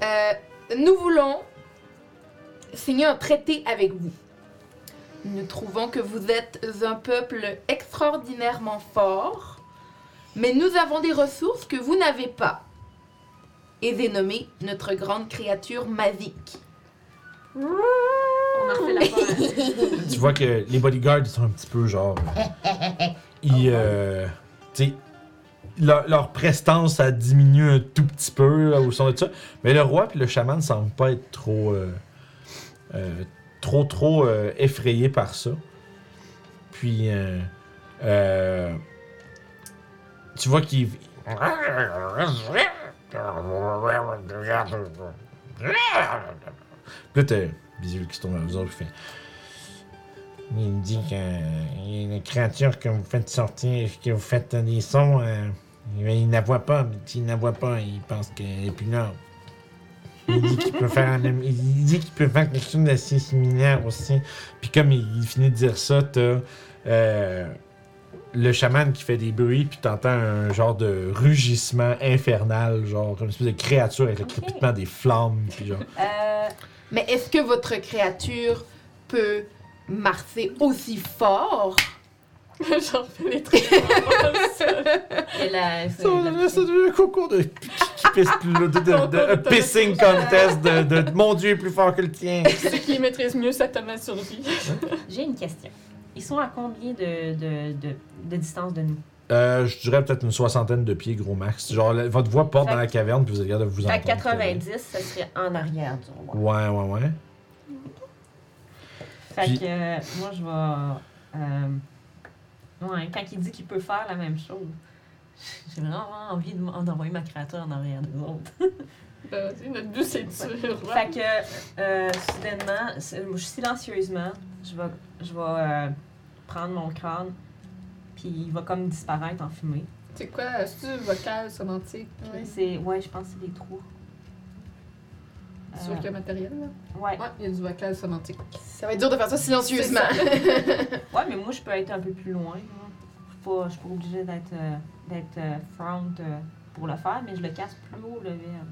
[SPEAKER 3] Euh, nous voulons signer un traité avec vous. Nous trouvons que vous êtes un peuple extraordinairement fort, mais nous avons des ressources que vous n'avez pas. Et j'ai nommé notre grande créature magique.
[SPEAKER 12] On
[SPEAKER 4] on en
[SPEAKER 12] [laughs]
[SPEAKER 4] refait la fin.
[SPEAKER 1] tu vois que les bodyguards ils sont un petit peu genre. euh, Ils. euh, tu sais, leur, leur prestance a diminué un tout petit peu là, au son de ça. Mais le roi et le chaman ne semblent pas être trop. euh, euh, trop, trop euh, effrayés par ça. Puis. euh, euh, tu vois qu'ils. Puis là, t'as Bisous qui se tombe à vous autres, puis fait. Il me dit qu'il y a une créature que vous faites sortir, que vous faites des sons, euh, mais il ne la voit pas. Mais s'il ne la voit pas, il pense qu'elle est plus là. Il dit qu'il peut faire un- il dit qu'il peut faire quelque chose d'assez similaire aussi. Puis comme il, il finit de dire ça, t'as euh, le chaman qui fait des bruits, puis t'entends un genre de rugissement infernal, genre comme une espèce de créature avec le crépitement des flammes, puis genre.
[SPEAKER 3] Euh, mais est-ce que votre créature peut marcher aussi [laughs] fort?
[SPEAKER 2] J'en refais les trucs.
[SPEAKER 4] Elle a.
[SPEAKER 1] Ça, là, ça devient un concours de qui qui pisse plus de, de- de- de- un pissing contest de, de mon dieu est plus fort que le tien.
[SPEAKER 2] Ceux qui maîtrisent mieux sa tomate sur vie.
[SPEAKER 4] J'ai une question. Ils sont à combien de, de, de, de distance de nous?
[SPEAKER 1] Euh, je dirais peut-être une soixantaine de pieds gros max. Genre la- votre voix porte
[SPEAKER 4] Fait
[SPEAKER 1] dans la caverne puis vous êtes capable de vous
[SPEAKER 4] Fait
[SPEAKER 1] entendre.
[SPEAKER 4] que 90, ça serait en arrière du roi.
[SPEAKER 1] Ouais ouais ouais.
[SPEAKER 4] Fait
[SPEAKER 1] Puis-
[SPEAKER 4] que euh, moi, je vais. euh, ouais, quand il dit qu'il peut faire la même chose, [laughs] j'ai vraiment envie de m'en- d'envoyer ma créature en arrière des autres.
[SPEAKER 2] Ben, vas-y, notre but, c'est de tuer le roi.
[SPEAKER 4] Fait que, euh, soudainement, c'est- moi, je- silencieusement, je vais, je vais euh, prendre mon crâne, puis il va comme disparaître en fumée.
[SPEAKER 2] C'est quoi? euh, C'est-tu vocal, euh, sémantique?
[SPEAKER 4] Oui. C'est, ouais, je pense que c'est des trous.
[SPEAKER 2] Sur le matériel, là?
[SPEAKER 4] Euh, ouais.
[SPEAKER 2] Ouais, il y a du vocal sémantique.
[SPEAKER 3] Ça va être dur de faire ça silencieusement. [laughs]
[SPEAKER 4] ouais, mais moi, je peux être un peu plus loin. hein. Je suis pas, je suis pas obligée d'être, euh, d'être euh, front euh, pour le faire, mais je le casse plus haut, le verbe.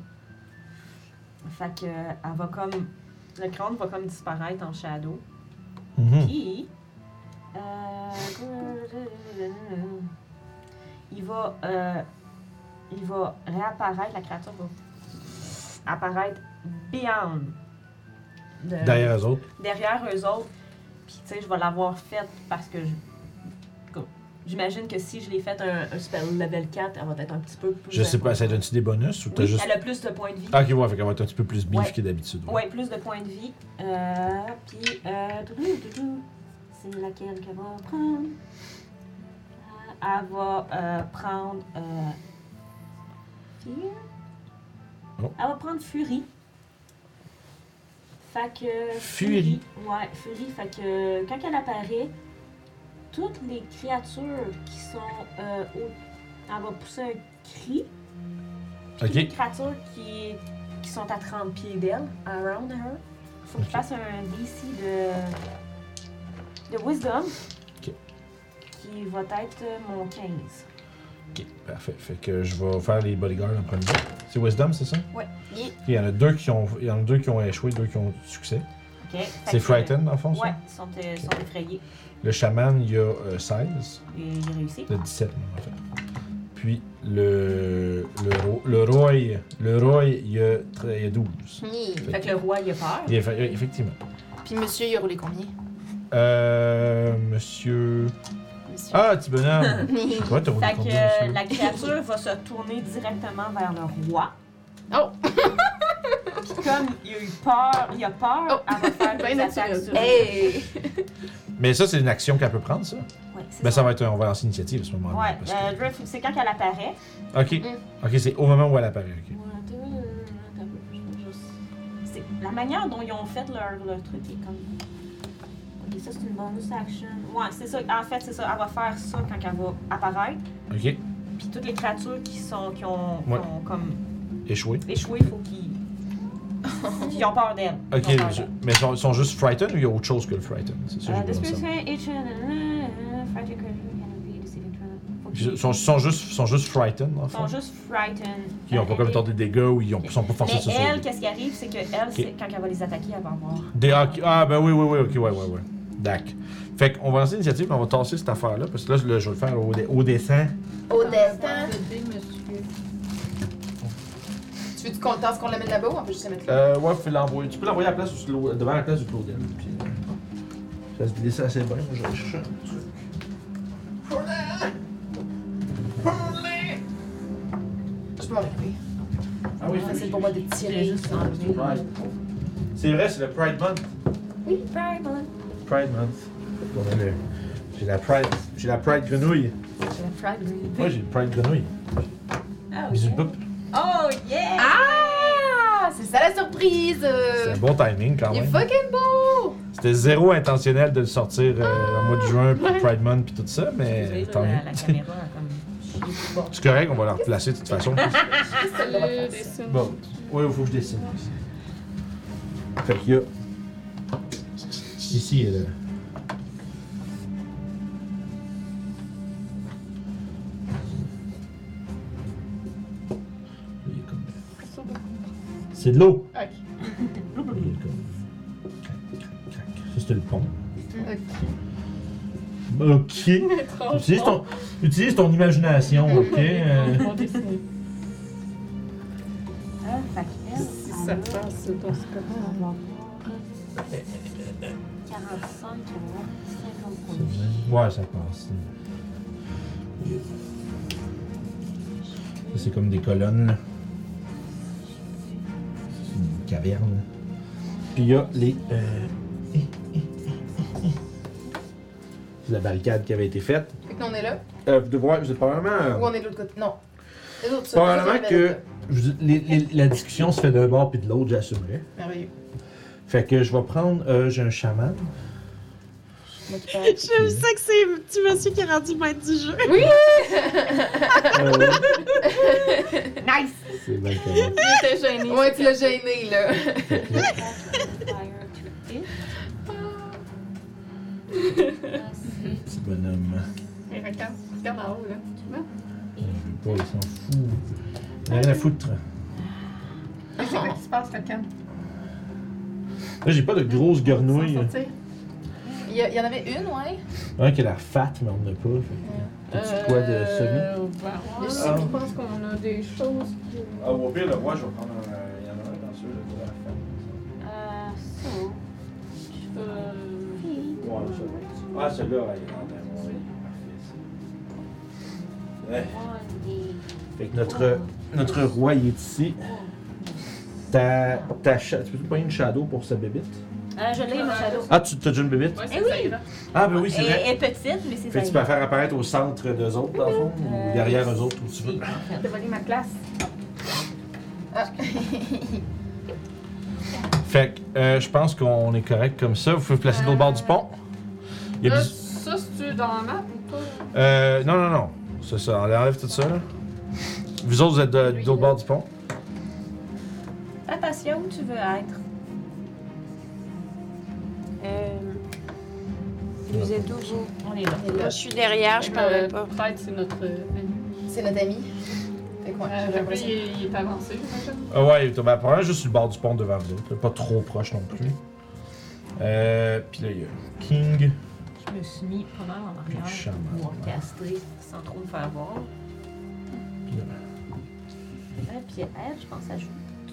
[SPEAKER 4] Fait que, euh, elle va comme. Le crâne va comme disparaître en shadow.
[SPEAKER 1] Mhm.
[SPEAKER 4] Puis. euh, il va. euh, il va réapparaître, la créature va apparaître beyond. de-
[SPEAKER 1] Derrière euh, eux autres.
[SPEAKER 4] derrière eux autres. Puis, tu sais, je vais l'avoir faite parce que je. comme- J'imagine que si je l'ai faite un, un spell level 4, elle va être un petit peu plus.
[SPEAKER 1] Je sais pas, ça donne-tu des bonus ou t'as
[SPEAKER 4] Oui,
[SPEAKER 1] juste.
[SPEAKER 4] Elle a plus de points de vie.
[SPEAKER 1] Ah, ok ouais, fait qu'elle va être un petit peu plus beef
[SPEAKER 4] Ouais.
[SPEAKER 1] que d'habitude. ouais.
[SPEAKER 4] Ouais, plus de points de vie. Euh, puis, euh, doudou, doudou. c'est laquelle qu'elle va prendre? Euh, elle va euh, prendre. Euh, Fear?
[SPEAKER 1] Oh.
[SPEAKER 4] Elle va prendre Fury. Fait que.
[SPEAKER 1] Fury.
[SPEAKER 4] Ouais, Fury. Fait que quand elle apparaît, toutes les créatures qui sont euh, au. Elle va pousser un cri. Puis
[SPEAKER 1] Ok.
[SPEAKER 4] les créatures qui, qui sont à 30 pieds d'elle, around her, faut que je
[SPEAKER 1] Ok.
[SPEAKER 4] fasse un DC de, de Wisdom.
[SPEAKER 1] Ok.
[SPEAKER 4] Qui va être euh, mon 15.
[SPEAKER 1] Ok, parfait. Fait que je vais faire les bodyguards en premier. C'est Wisdom, c'est ça?
[SPEAKER 4] Ouais.
[SPEAKER 1] Ok, Il y en a deux qui ont, il y en a deux qui ont échoué, deux qui ont eu succès.
[SPEAKER 4] Ok. Fait
[SPEAKER 1] C'est
[SPEAKER 4] que-
[SPEAKER 1] Frightened, en fond, ça?
[SPEAKER 4] Ouais, ils sont, euh, sont effrayés.
[SPEAKER 1] Le chaman, il y a euh, 16.
[SPEAKER 4] Et J'ai réussi.
[SPEAKER 1] Le 17, même, en fait. Puis le, le, ro- le Roy, le Roy, il y a, tre- il y a 12.
[SPEAKER 4] Fait que le roi, il a peur.
[SPEAKER 1] Il y a- fait- effectivement.
[SPEAKER 3] Puis monsieur, il a roulé combien?
[SPEAKER 1] Euh, monsieur...
[SPEAKER 3] Monsieur.
[SPEAKER 1] Ah, petit
[SPEAKER 4] [laughs]
[SPEAKER 1] bonhomme! Ouais, t'as roulé
[SPEAKER 4] Fait que
[SPEAKER 1] combien,
[SPEAKER 4] euh,
[SPEAKER 1] monsieur?
[SPEAKER 4] la créature va se tourner directement vers le roi.
[SPEAKER 3] Oh!
[SPEAKER 4] Puis comme il a eu peur, il a peur, elle va faire
[SPEAKER 3] [laughs]
[SPEAKER 4] des
[SPEAKER 3] Ben
[SPEAKER 4] attaques
[SPEAKER 3] naturel.
[SPEAKER 4] sur
[SPEAKER 3] Hey!
[SPEAKER 1] Mais ça, c'est une action qu'elle peut prendre, ça?
[SPEAKER 4] Ouais, c'est
[SPEAKER 1] Ben, ça va être... On va lancer l'initiative, à ce moment-là.
[SPEAKER 4] Ouais,
[SPEAKER 1] parce
[SPEAKER 4] euh, Mm. Drift, c'est quand qu'elle apparaît.
[SPEAKER 1] que- OK. OK, c'est au moment où elle apparaît, OK.
[SPEAKER 4] euh, C'est la manière dont ils ont fait leur, leur truc est comme. Ok, ça c'est une bonus action. Ouais, c'est ça. En fait, c'est ça. Elle va faire ça quand elle va apparaître.
[SPEAKER 1] OK,
[SPEAKER 4] Puis toutes les créatures qui sont qui ont, qui
[SPEAKER 1] Ouais.
[SPEAKER 4] ont comme
[SPEAKER 1] échoué.
[SPEAKER 4] échoué, il faut qu'ils. [laughs] ils ont peur d'elle. Ils
[SPEAKER 1] OK,
[SPEAKER 4] ont peur
[SPEAKER 1] je-
[SPEAKER 4] d'elle.
[SPEAKER 1] mais ils sont, ils sont juste frightened ou il y a autre chose que le frightened? C'est ça
[SPEAKER 4] Euh,
[SPEAKER 1] que je
[SPEAKER 4] this
[SPEAKER 1] veux
[SPEAKER 4] person
[SPEAKER 1] dire.
[SPEAKER 4] each and- uh, frightened creature can be deceiving to- Faut qu'ils-
[SPEAKER 1] Ils sont, sont juste, sont juste frightened, en
[SPEAKER 4] Ils sont
[SPEAKER 1] fait.
[SPEAKER 4] juste frightened.
[SPEAKER 1] Ils n'ont pas comme tant des dégâts ou ils ne sont pas forcés de se
[SPEAKER 4] Mais elle,
[SPEAKER 1] sauver.
[SPEAKER 4] qu'est-ce qui arrive, c'est que elle, c'est- quand elle va les attaquer, elle va avoir.
[SPEAKER 1] Des hockey- Ah, ben oui, oui, oui, ok, ouais, ouais, ouais. Dac. Fait qu'on va lancer l'initiative, puis on va tasser cette affaire-là, parce que là, je, le- je vais le faire au,
[SPEAKER 2] Ah,
[SPEAKER 1] dé- au dessin.
[SPEAKER 3] Au destin.
[SPEAKER 15] Dé, monsieur.
[SPEAKER 1] Tu
[SPEAKER 3] Tu veux-tu qu'on tente qu'on la mette là-bas ou on peut juste la mettre là?
[SPEAKER 1] Euh, ouais, faut l'envoyer. Tu peux l'envoyer à la place où tu l'as- devant la place du Claudel. Puis, euh, ça se glisse assez bien. Moi, je vais chercher un truc.
[SPEAKER 3] Je peux m'en occuper.
[SPEAKER 1] Ah oui,
[SPEAKER 3] C'est pour moi de tirer.
[SPEAKER 1] c'est Pride. C'est vrai, c'est le Pride Month.
[SPEAKER 4] Oui, Pride Month.
[SPEAKER 1] Pride Month. Bon, ben, le- J'ai la Pride. J'ai la Pride Grenouille.
[SPEAKER 4] J'ai la Pride Month.
[SPEAKER 1] Moi, j'ai le Pride Grenouille.
[SPEAKER 4] Ah,
[SPEAKER 1] Bisous,
[SPEAKER 4] oui.
[SPEAKER 1] pop.
[SPEAKER 4] Oh, yeah!
[SPEAKER 3] Ah! C'est ça la surprise!
[SPEAKER 1] C'est
[SPEAKER 3] euh.
[SPEAKER 1] un bon timing quand
[SPEAKER 3] Il est
[SPEAKER 1] même.
[SPEAKER 3] fucking beau!
[SPEAKER 1] C'était zéro intentionnel de le sortir euh, en mois de juin pour Pride Month puis tout ça, mais
[SPEAKER 4] Ah! Excusez,
[SPEAKER 1] Euh, tant
[SPEAKER 4] la,
[SPEAKER 1] mieux. [laughs]
[SPEAKER 4] la caméra a comme chié. Bon,
[SPEAKER 1] C'est correct, on va la replacer de toute façon.
[SPEAKER 5] Je dessine.
[SPEAKER 1] Bon, ouais, il faut que je dessine. [laughs] Fait qu'il y a. Ici, il y a le- Il est comme- C'est de l'eau!
[SPEAKER 2] Ok.
[SPEAKER 1] Il est comme- Ça, c'était le pont. Ok. Utilise ton, utilise ton imagination, ok? euh.
[SPEAKER 2] On dessine.
[SPEAKER 4] ah, fait qu'elle,
[SPEAKER 5] Si
[SPEAKER 2] Ah.
[SPEAKER 5] ça passe dans ce cas-là.
[SPEAKER 4] on va voir. 45, on va voir 50 combien.
[SPEAKER 1] Ouais, ça passe. Ça, C'est comme des colonnes. là. C'est Une caverne. Puis il y a les. euh, eh, la barricade qui avait été faite.
[SPEAKER 3] Fait que nous, on est là.
[SPEAKER 1] Euh, vous devez vous êtes euh, probablement.
[SPEAKER 3] Ou on est de l'autre côté? Non. Les autres, ça,
[SPEAKER 1] probablement
[SPEAKER 3] ça, ça,
[SPEAKER 1] que
[SPEAKER 3] ça.
[SPEAKER 1] je vous dis, les- les- la discussion se fait d'un bord puis de l'autre, j'assumerai.
[SPEAKER 3] Merveilleux.
[SPEAKER 1] Fait que je vais prendre. euh, J'ai un chaman.
[SPEAKER 5] [laughs]
[SPEAKER 16] Je sais que c'est le petit monsieur qui est rendu maître du jeu.
[SPEAKER 1] Ah ouais. C'est bien correct.
[SPEAKER 5] J'étais gênée.
[SPEAKER 3] Ouais, tu l'as gêné, là.
[SPEAKER 1] Fait que là,
[SPEAKER 4] Fire to it.
[SPEAKER 1] petit bonhomme.
[SPEAKER 5] Et regarde, regarde en haut, là. Tu vois?
[SPEAKER 1] Je veux pas, il s'en fout. Il a rien à foutre.
[SPEAKER 2] Qu'est-ce qui se passe, quelqu'un?
[SPEAKER 1] Là, j'ai pas de grosse grenouille.
[SPEAKER 3] Il y, a- il y en avait une, ouais.
[SPEAKER 1] Un qui a l'air fat, mais on en a pas. Fait que, T'as-tu quoi de euh, semi?
[SPEAKER 2] euh,
[SPEAKER 3] Le
[SPEAKER 5] Ben,
[SPEAKER 2] Ah.
[SPEAKER 5] ouais,
[SPEAKER 3] semi.
[SPEAKER 5] Je pense qu'on a des choses qui...
[SPEAKER 1] Ah, au pire, le roi, je vais prendre un. Il y en a un dans ceux-là qui a l'air fat.
[SPEAKER 4] Euh, so,
[SPEAKER 5] Euh,
[SPEAKER 1] Ouais, celui-là. Ah, celui-là, ouais, il est en amour. Parfait. c'est- Ouais.
[SPEAKER 4] one day.
[SPEAKER 1] Fait que notre, notre roi, il est ici. Ta, ta, cha- tu peux-tu prendre une shadow pour sa bébite?
[SPEAKER 4] Euh, je l'ai, mon shadow.
[SPEAKER 1] Ah, tu as déjà une bébite?
[SPEAKER 2] Ouais,
[SPEAKER 4] Eh
[SPEAKER 2] c'est
[SPEAKER 4] oui.
[SPEAKER 2] ça, il est là.
[SPEAKER 1] Ah, ben oui, c'est
[SPEAKER 4] Elle
[SPEAKER 1] vrai.
[SPEAKER 4] elle est petite, mais c'est
[SPEAKER 1] Fait que tu peux la faire apparaître au centre d'eux autres, dans le fond, ou
[SPEAKER 4] Euh,
[SPEAKER 1] derrière eux autres, où tu veux.
[SPEAKER 5] T'as volé ma classe.
[SPEAKER 1] Fait que euh, je pense qu'on est correct comme ça. Vous pouvez vous placer de l'autre bord du pont. Il y a
[SPEAKER 2] Là,
[SPEAKER 4] Euh.
[SPEAKER 1] bis-
[SPEAKER 2] ça, c'est-tu dans la map ou pas?
[SPEAKER 1] euh, non, non, non. C'est ça, on enlève tout ça. Là. Vous autres, vous êtes de, de l'autre bord du pont.
[SPEAKER 4] Papatia, où tu veux être?
[SPEAKER 16] Euh, vous êtes où, vous? Euh,
[SPEAKER 4] On est là.
[SPEAKER 16] Moi, je suis
[SPEAKER 2] Ah,
[SPEAKER 16] derrière, je parlais pas.
[SPEAKER 2] Euh, Peut-être c'est notre euh, menu.
[SPEAKER 3] C'est notre amie. Fait que ouais,
[SPEAKER 2] Euh,
[SPEAKER 3] j'ai
[SPEAKER 2] Ruby,
[SPEAKER 3] l'impression.
[SPEAKER 2] il, est- il est avancé, j'imagine.
[SPEAKER 1] Ah ouais, ben, probablement juste sur le bord du pont devant vous autres. là, Pas trop proche non plus. Euh, Puis là, il y a King.
[SPEAKER 4] Je me suis mis pas mal en
[SPEAKER 1] Puis le
[SPEAKER 4] arrière
[SPEAKER 1] chaman.
[SPEAKER 4] pour encastrer sans trop me faire voir.
[SPEAKER 1] Puis là,
[SPEAKER 4] Euh, puis elle, je pense à jouer.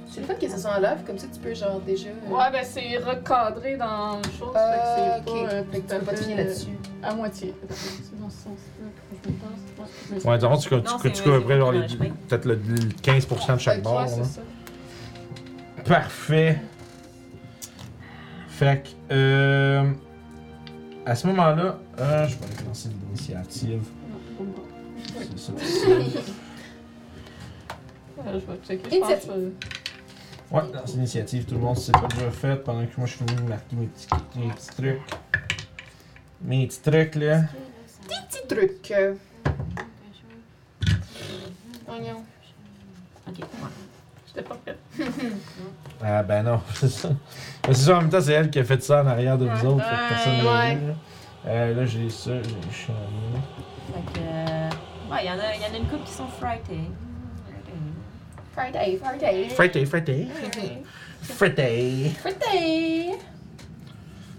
[SPEAKER 3] C'est le fait que ce soit en live, comme ça tu peux genre déjà. euh,
[SPEAKER 2] Ouais, ben c'est recadré dans une chose,
[SPEAKER 3] Euh,
[SPEAKER 2] fait que c'est
[SPEAKER 3] ok.
[SPEAKER 2] pas euh,
[SPEAKER 3] Fait que tu peux pas te fier
[SPEAKER 2] euh,
[SPEAKER 3] là-dessus.
[SPEAKER 2] À moitié. C'est dans ce sens-là que je me pense. Ouais, je me-
[SPEAKER 1] Ouais, disons, tu, tu,
[SPEAKER 4] Non,
[SPEAKER 1] tu,
[SPEAKER 4] c'est
[SPEAKER 1] tu
[SPEAKER 4] vrai,
[SPEAKER 1] coupes à peu
[SPEAKER 4] c'est
[SPEAKER 1] près genre
[SPEAKER 4] vrai,
[SPEAKER 1] les-
[SPEAKER 4] je vais.
[SPEAKER 1] peut-être le, le 15% de chaque
[SPEAKER 3] Ok,
[SPEAKER 1] bord. hein.
[SPEAKER 2] Ouais, c'est
[SPEAKER 1] là.
[SPEAKER 2] ça.
[SPEAKER 1] Parfait. Fait que, euh, à ce moment-là, euh, je vais aller lancer l'initiative. C'est ça.
[SPEAKER 2] Euh, Je vais checker. Je pense euh,
[SPEAKER 3] Initiative.
[SPEAKER 2] que
[SPEAKER 1] Ouais, lancer l'initiative, tout le monde s'est pas déjà fait pendant que moi je finis de marquer mes petits, mes petits trucs. Mes petits trucs là.
[SPEAKER 3] Petit truc. euh. Oignon.
[SPEAKER 4] Ok, ouais.
[SPEAKER 2] j'étais pas prête.
[SPEAKER 1] Ah ben non, [laughs] c'est ça. Mais C'est ça, en même temps, c'est elle qui a fait ça en arrière de vous autres, fait que personne ne l'a
[SPEAKER 3] Ouais.
[SPEAKER 1] vu, là. Euh, là, j'ai ça, j'ai Shaman.
[SPEAKER 4] Fait que. euh, Ouais, il y, en a- il y en a une couple qui sont frightenés.
[SPEAKER 3] Friday, Friday.
[SPEAKER 1] Friday, Friday. Friday.
[SPEAKER 3] Friday.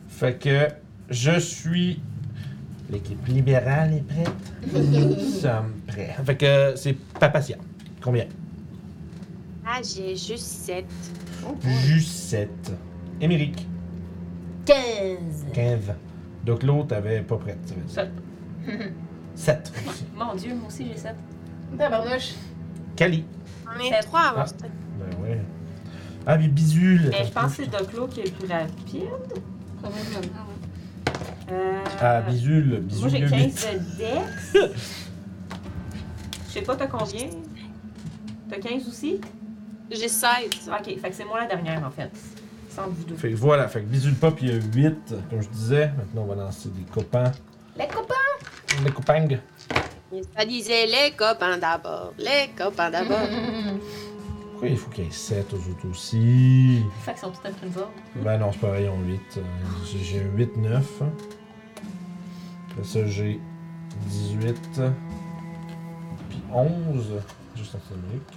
[SPEAKER 1] Fait que je suis. L'équipe libérale est prête. [laughs] Nous sommes prêts. Fait que c'est Papatia. Combien?
[SPEAKER 5] Ah, j'ai juste 7.
[SPEAKER 1] Juste 7. Émeric,
[SPEAKER 5] 15.
[SPEAKER 1] 15. Donc l'autre avait pas prête. Ça veut dire. [laughs] 7.
[SPEAKER 17] Mon Dieu, moi aussi j'ai 7.
[SPEAKER 3] Tabarnouche.
[SPEAKER 1] Cali.
[SPEAKER 5] On est 3 avant.
[SPEAKER 1] Ah. Ben ouais. Ah, mais bisule.
[SPEAKER 4] Mais Eh, je pense que c'est Doclo qui est le plus rapide.
[SPEAKER 3] [laughs]
[SPEAKER 2] Probablement, ouais.
[SPEAKER 4] Euh,
[SPEAKER 1] Ah, bisule. Bisule.
[SPEAKER 4] moi, j'ai
[SPEAKER 1] le
[SPEAKER 4] 15
[SPEAKER 1] huit.
[SPEAKER 4] de Dex. Je sais pas, t'as combien? T'as 15 aussi?
[SPEAKER 5] J'ai 16.
[SPEAKER 4] Ok, fait que c'est moi la dernière, en fait. Sans vous deux.
[SPEAKER 1] Fait que voilà, fait que bisule pas, puis il y a 8, comme je disais. Maintenant, on va lancer des copains.
[SPEAKER 4] Les copains!
[SPEAKER 1] Les copangs.
[SPEAKER 5] Ça disait les copains d'abord. Les copains d'abord.
[SPEAKER 2] Mm-hmm.
[SPEAKER 1] Pourquoi il faut qu'il y ait 7 aux autres aussi?
[SPEAKER 4] Fait qu'ils sont tout à fait bizarres.
[SPEAKER 1] Ben non, c'est pareil, on 8. Euh, J'ai 8, 9. Après ça, j'ai 18. Puis 11. Juste en Amérique.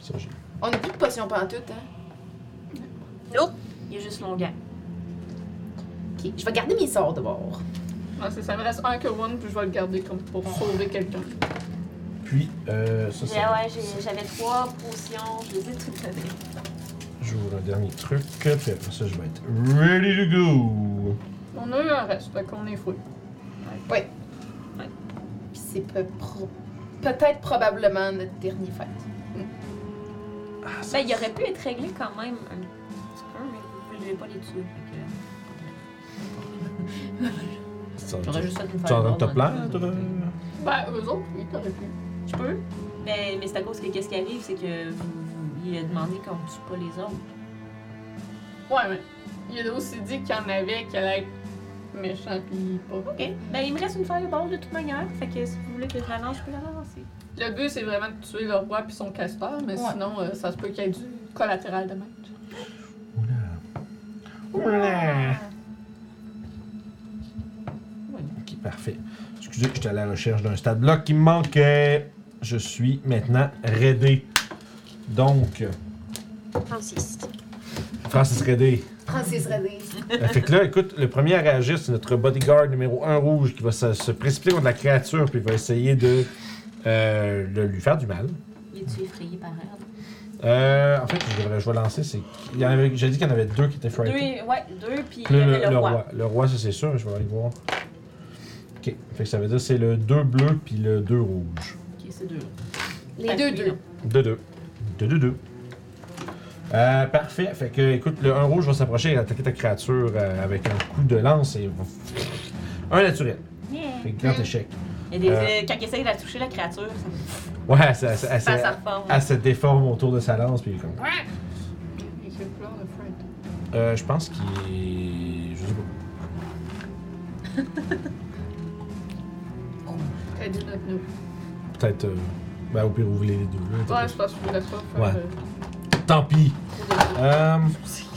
[SPEAKER 1] Ça, j'ai.
[SPEAKER 3] On n'a plus de potions pantoute, hein?
[SPEAKER 4] Il y a juste longueur.
[SPEAKER 3] Ok, je vais garder mes sorts de bord.
[SPEAKER 2] Ouais, c'est ça. Il me reste un que one, puis je vais le garder comme pour sauver quelqu'un.
[SPEAKER 1] Puis, euh, ça, c'est.
[SPEAKER 4] Ouais, Ah ouais, j'ai- j'avais trois potions, je les ai toutes données.
[SPEAKER 1] J'ouvre un dernier truc. Puis après ça, je vais être ready to go.
[SPEAKER 2] On a eu un reste, fait qu'on est fou.
[SPEAKER 3] Puis c'est peu- pro- peut-être probablement notre dernier fight.
[SPEAKER 1] Ah,
[SPEAKER 4] Ben, il aurait pu être réglé quand même un petit peu, mais vous ne voulez pas les tuer. fait
[SPEAKER 1] Ça,
[SPEAKER 4] que J'aurais juste fait une
[SPEAKER 1] Tu es en train
[SPEAKER 4] fireball hein.
[SPEAKER 1] de te
[SPEAKER 4] dans
[SPEAKER 1] plaindre?
[SPEAKER 4] le feu.
[SPEAKER 2] Ben, eux autres, oui, t'aurais pu.
[SPEAKER 4] Je peux, Ben, mais, mais c'est à cause que qu'est-ce qui arrive, c'est que vous, vous- il a demandé qu'on ne tue pas les autres.
[SPEAKER 2] Ouais, mais il a aussi dit qu'il y en avait qui allaient être méchants, puis pas.
[SPEAKER 4] Ok, ben il me reste une fireball de toute manière, fait que si vous voulez que je la lance, je peux la lancer.
[SPEAKER 2] Le but, c'est vraiment de tuer le roi puis son castor, mais
[SPEAKER 3] Ouais.
[SPEAKER 2] sinon, euh, ça se peut qu'il y ait du collatéral de match.
[SPEAKER 1] Oula.
[SPEAKER 4] Oui.
[SPEAKER 1] Ok, parfait. Excusez, j'étais à la recherche d'un stade bloc qui me manquait. Je suis maintenant raidé. Donc,
[SPEAKER 5] 36.
[SPEAKER 1] Francis raidé.
[SPEAKER 3] Francis Redé.
[SPEAKER 1] Euh, fait que là, écoute, le premier à réagir, c'est notre bodyguard numéro 1 rouge qui va se, se précipiter contre la créature puis va essayer de, euh, de lui faire du mal.
[SPEAKER 4] Il est-tu effrayé par elle?
[SPEAKER 1] Euh, en fait, je devrais je vais lancer. c'est- il y en avait- J'ai dit qu'il y en avait deux qui étaient frightened.
[SPEAKER 4] Deux, ouais, deux, puis il
[SPEAKER 1] Le,
[SPEAKER 4] y avait
[SPEAKER 1] le- le roi.
[SPEAKER 4] roi.
[SPEAKER 1] Le roi, ça c'est sûr, je vais aller voir. Ok, fait que ça veut dire c'est le 2 bleu puis le 2 rouge.
[SPEAKER 4] Ok, c'est deux.
[SPEAKER 3] Les deux, deux.
[SPEAKER 1] 2-2. 2-2-2. Euh, parfait. Fait que, écoute, le 1 rouge va s'approcher et attaquer ta créature euh, avec un coup de lance et va. Un naturel. Fait que grand échec.
[SPEAKER 4] Il y a des,
[SPEAKER 1] Euh.
[SPEAKER 4] euh, quand il essaye de la toucher, la créature, ça,
[SPEAKER 1] Ouais, elle, se- elle se- elle se-
[SPEAKER 4] ça, ça reforme.
[SPEAKER 1] elle se déforme autour de sa lance puis il est comme.
[SPEAKER 2] Et j'ai peur de Fred.
[SPEAKER 1] Euh, je pense qu'il. est- Je sais pas.
[SPEAKER 2] T'as dit 9 9.
[SPEAKER 1] Peut-être. euh, Ben, au pire, vous voulez les deux. là,
[SPEAKER 2] Ouais, je pense que je voulais pas faire.
[SPEAKER 1] Ouais.
[SPEAKER 2] euh,
[SPEAKER 1] Tant pis.
[SPEAKER 2] trop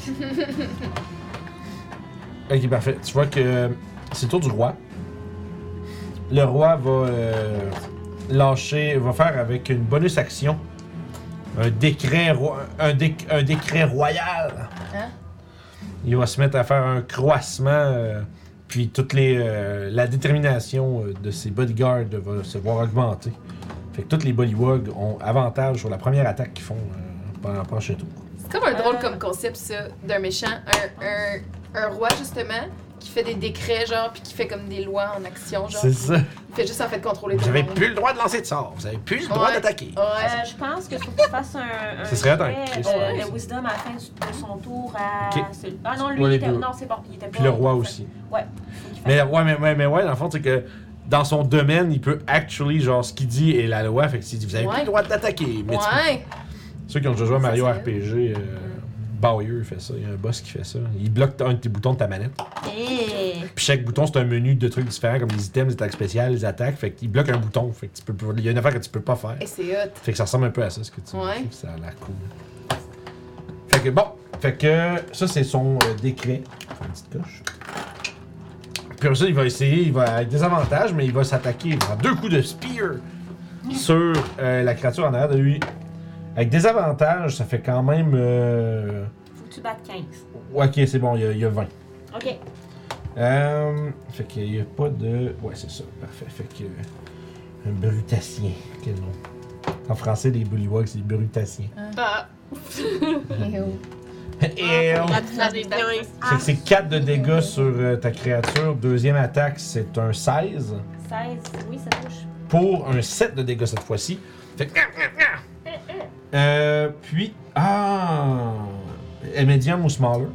[SPEAKER 2] de-
[SPEAKER 1] Euh... ok, parfait. Tu vois que c'est le tour du roi. Le roi va euh, lâcher, va faire avec une bonus action un décret, roi- un déc- un décret royal.
[SPEAKER 3] Hein?
[SPEAKER 1] Il va se mettre à faire un croissement, euh, puis toutes les, euh, la détermination euh, de ses bodyguards va se voir augmenter. Fait que tous les bodywogs ont avantage sur la première attaque qu'ils font euh, pendant le prochain tour.
[SPEAKER 3] C'est comme un drôle
[SPEAKER 4] Euh.
[SPEAKER 3] comme concept, ça, d'un méchant. Un, un, un roi, justement, qui fait des décrets, genre, puis qui fait comme des lois en action, genre.
[SPEAKER 1] C'est ça.
[SPEAKER 3] Il fait juste, en fait, contrôler
[SPEAKER 1] Vous
[SPEAKER 3] tout le
[SPEAKER 1] avez
[SPEAKER 3] monde.
[SPEAKER 1] plus le droit de lancer de sort. Vous avez plus le droit
[SPEAKER 3] Ouais. Ah,
[SPEAKER 1] d'attaquer.
[SPEAKER 3] Ouais.
[SPEAKER 4] Euh, je pense que faut qu'il fasse un, un
[SPEAKER 1] Ce serait
[SPEAKER 4] jet,
[SPEAKER 1] dingue, Chris,
[SPEAKER 4] euh,
[SPEAKER 1] ouais.
[SPEAKER 4] de wisdom à la fin du- de son tour à
[SPEAKER 1] Ok.
[SPEAKER 4] celui- Ah non, lui,
[SPEAKER 1] Ouais,
[SPEAKER 4] il
[SPEAKER 1] les
[SPEAKER 4] était...
[SPEAKER 1] deux.
[SPEAKER 4] non, c'est bon, il était pas...
[SPEAKER 1] Puis le roi aussi.
[SPEAKER 4] Ouais.
[SPEAKER 1] Mais ouais, mais, mais, mais ouais, dans le fond, c'est que dans son domaine, il peut actually, genre, ce qu'il dit est la loi. Fait que s'il dit, vous avez plus
[SPEAKER 3] Ouais.
[SPEAKER 1] le droit d'attaquer. Mais tu
[SPEAKER 3] Ouais.
[SPEAKER 1] peux- ceux qui ont déjà joué à
[SPEAKER 3] Ça,
[SPEAKER 1] Mario
[SPEAKER 3] c'est Mm.
[SPEAKER 1] RPG, euh, Bowyer fait ça. Il y a un boss qui fait ça. Il bloque un de tes boutons de ta manette.
[SPEAKER 4] Eh,
[SPEAKER 1] Puis chaque bouton, c'est un menu de trucs différents, comme les items, les attaques spéciales, les attaques. Fait qu'il bloque un bouton. Fait que tu peux pas- Il y a une affaire que tu peux pas faire.
[SPEAKER 3] Et c'est hot.
[SPEAKER 1] Fait que ça ressemble un peu à ça, ce que tu
[SPEAKER 3] Ouais.
[SPEAKER 1] dis. Ça a l'air cool. Fait que bon, fait que ça, c'est son euh, décret. Une petite coche. Puis après ça, il va essayer, il va avec des avantages, mais il va s'attaquer en deux coups de spear sur euh, la créature en arrière de lui. Avec des avantages, ça fait quand même. euh,
[SPEAKER 4] faut que tu battes 15.
[SPEAKER 1] ouais, Ok, c'est bon, il y a, il y a 20.
[SPEAKER 4] Ok.
[SPEAKER 1] Euh, fait qu'il n'y a pas de. Ouais, c'est ça. Parfait. Fait que. Un brutacien. Quel nom. En français, les bullywogs, c'est les brutassiens.
[SPEAKER 3] Bah,
[SPEAKER 5] Ah,
[SPEAKER 1] Et on-
[SPEAKER 5] la des bâtisses.
[SPEAKER 1] C'est que c'est 4 de dégâts sur euh, ta créature. Deuxième attaque, c'est un 16
[SPEAKER 4] 16, Ah, oui, ça touche.
[SPEAKER 1] pour un 7 de dégâts cette fois-ci. Fait que- Euh, puis. Ah! Est médium ou smaller?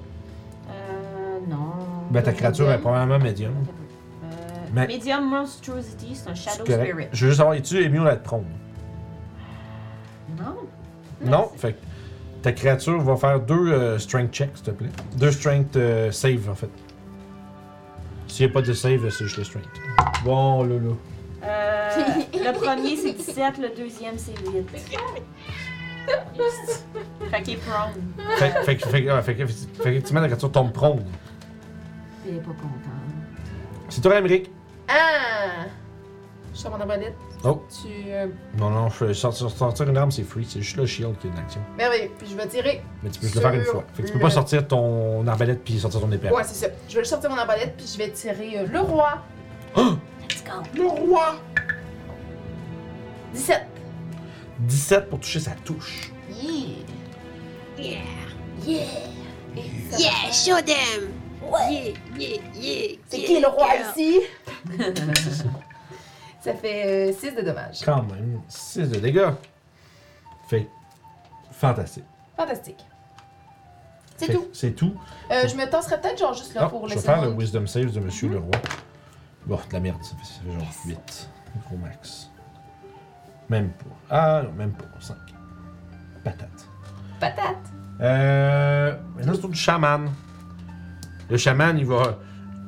[SPEAKER 4] Euh, non.
[SPEAKER 1] Ben, ta créature est probablement médium.
[SPEAKER 4] Euh,
[SPEAKER 1] Mais-
[SPEAKER 4] Medium Monstrosity, c'est un Shadow
[SPEAKER 1] C'est correct.
[SPEAKER 4] Spirit.
[SPEAKER 1] Je veux juste savoir, es-tu mieux à être prone?
[SPEAKER 4] Non.
[SPEAKER 1] Non? Fait que ta créature va faire deux euh, strength checks, s'il te plaît. Deux strength euh, save, en fait. S'il n'y a pas de save, c'est juste le strength. Bon, là, là.
[SPEAKER 4] Euh, le premier, c'est 17, le deuxième, c'est 8. Juste. Fait qu'il est prone.
[SPEAKER 1] Fait, fait, que- fait, que- ouais, fait, que- fait qu'effectivement, la créature tombe prone.
[SPEAKER 4] Il est pas content.
[SPEAKER 1] C'est toi, Emmerich.
[SPEAKER 3] Ah!
[SPEAKER 5] Je sors mon abonnette.
[SPEAKER 1] Oh.
[SPEAKER 5] Tu. euh,
[SPEAKER 1] Non, non, je- sortir, sortir une arme, c'est free. C'est juste le shield qui est une action.
[SPEAKER 3] Merveilleux. Puis je vais tirer.
[SPEAKER 1] Mais tu peux juste le faire une
[SPEAKER 3] Sur
[SPEAKER 1] fois. Fait que tu peux
[SPEAKER 3] le-
[SPEAKER 1] pas sortir ton arbalète puis sortir ton épée.
[SPEAKER 3] Ouais, c'est ça. Je vais sortir mon arbalète, puis je vais tirer euh, le roi.
[SPEAKER 1] [gasps]
[SPEAKER 4] Let's go.
[SPEAKER 3] Le roi! 17.
[SPEAKER 1] 17 pour toucher, ça touche.
[SPEAKER 3] Yeah!
[SPEAKER 16] Yeah! Yeah! Show them! Yeah! Yeah! Yeah!
[SPEAKER 3] C'est
[SPEAKER 16] yeah,
[SPEAKER 3] qui le roi
[SPEAKER 16] girl.
[SPEAKER 3] ici? [laughs] ça fait 6 de dommages.
[SPEAKER 1] Quand même. 6 de dégâts. Fait. Fantastique.
[SPEAKER 3] Fantastique. C'est
[SPEAKER 1] Fait-
[SPEAKER 3] tout.
[SPEAKER 1] C'est tout.
[SPEAKER 3] Euh, je me tasserais peut-être genre juste là
[SPEAKER 1] Non,
[SPEAKER 3] pour
[SPEAKER 1] Ah, je vais
[SPEAKER 3] laisser
[SPEAKER 1] faire
[SPEAKER 3] le
[SPEAKER 1] le
[SPEAKER 3] monde. Mm-hmm.
[SPEAKER 1] Wisdom Save de Monsieur Leroy. Bon, de la merde, ça fait, ça fait genre 8. Gros max. Même pas. Ah non, même pas. 5. Patate.
[SPEAKER 3] Patate.
[SPEAKER 1] Euh. Maintenant, c'est tout le chaman. Le chaman, il va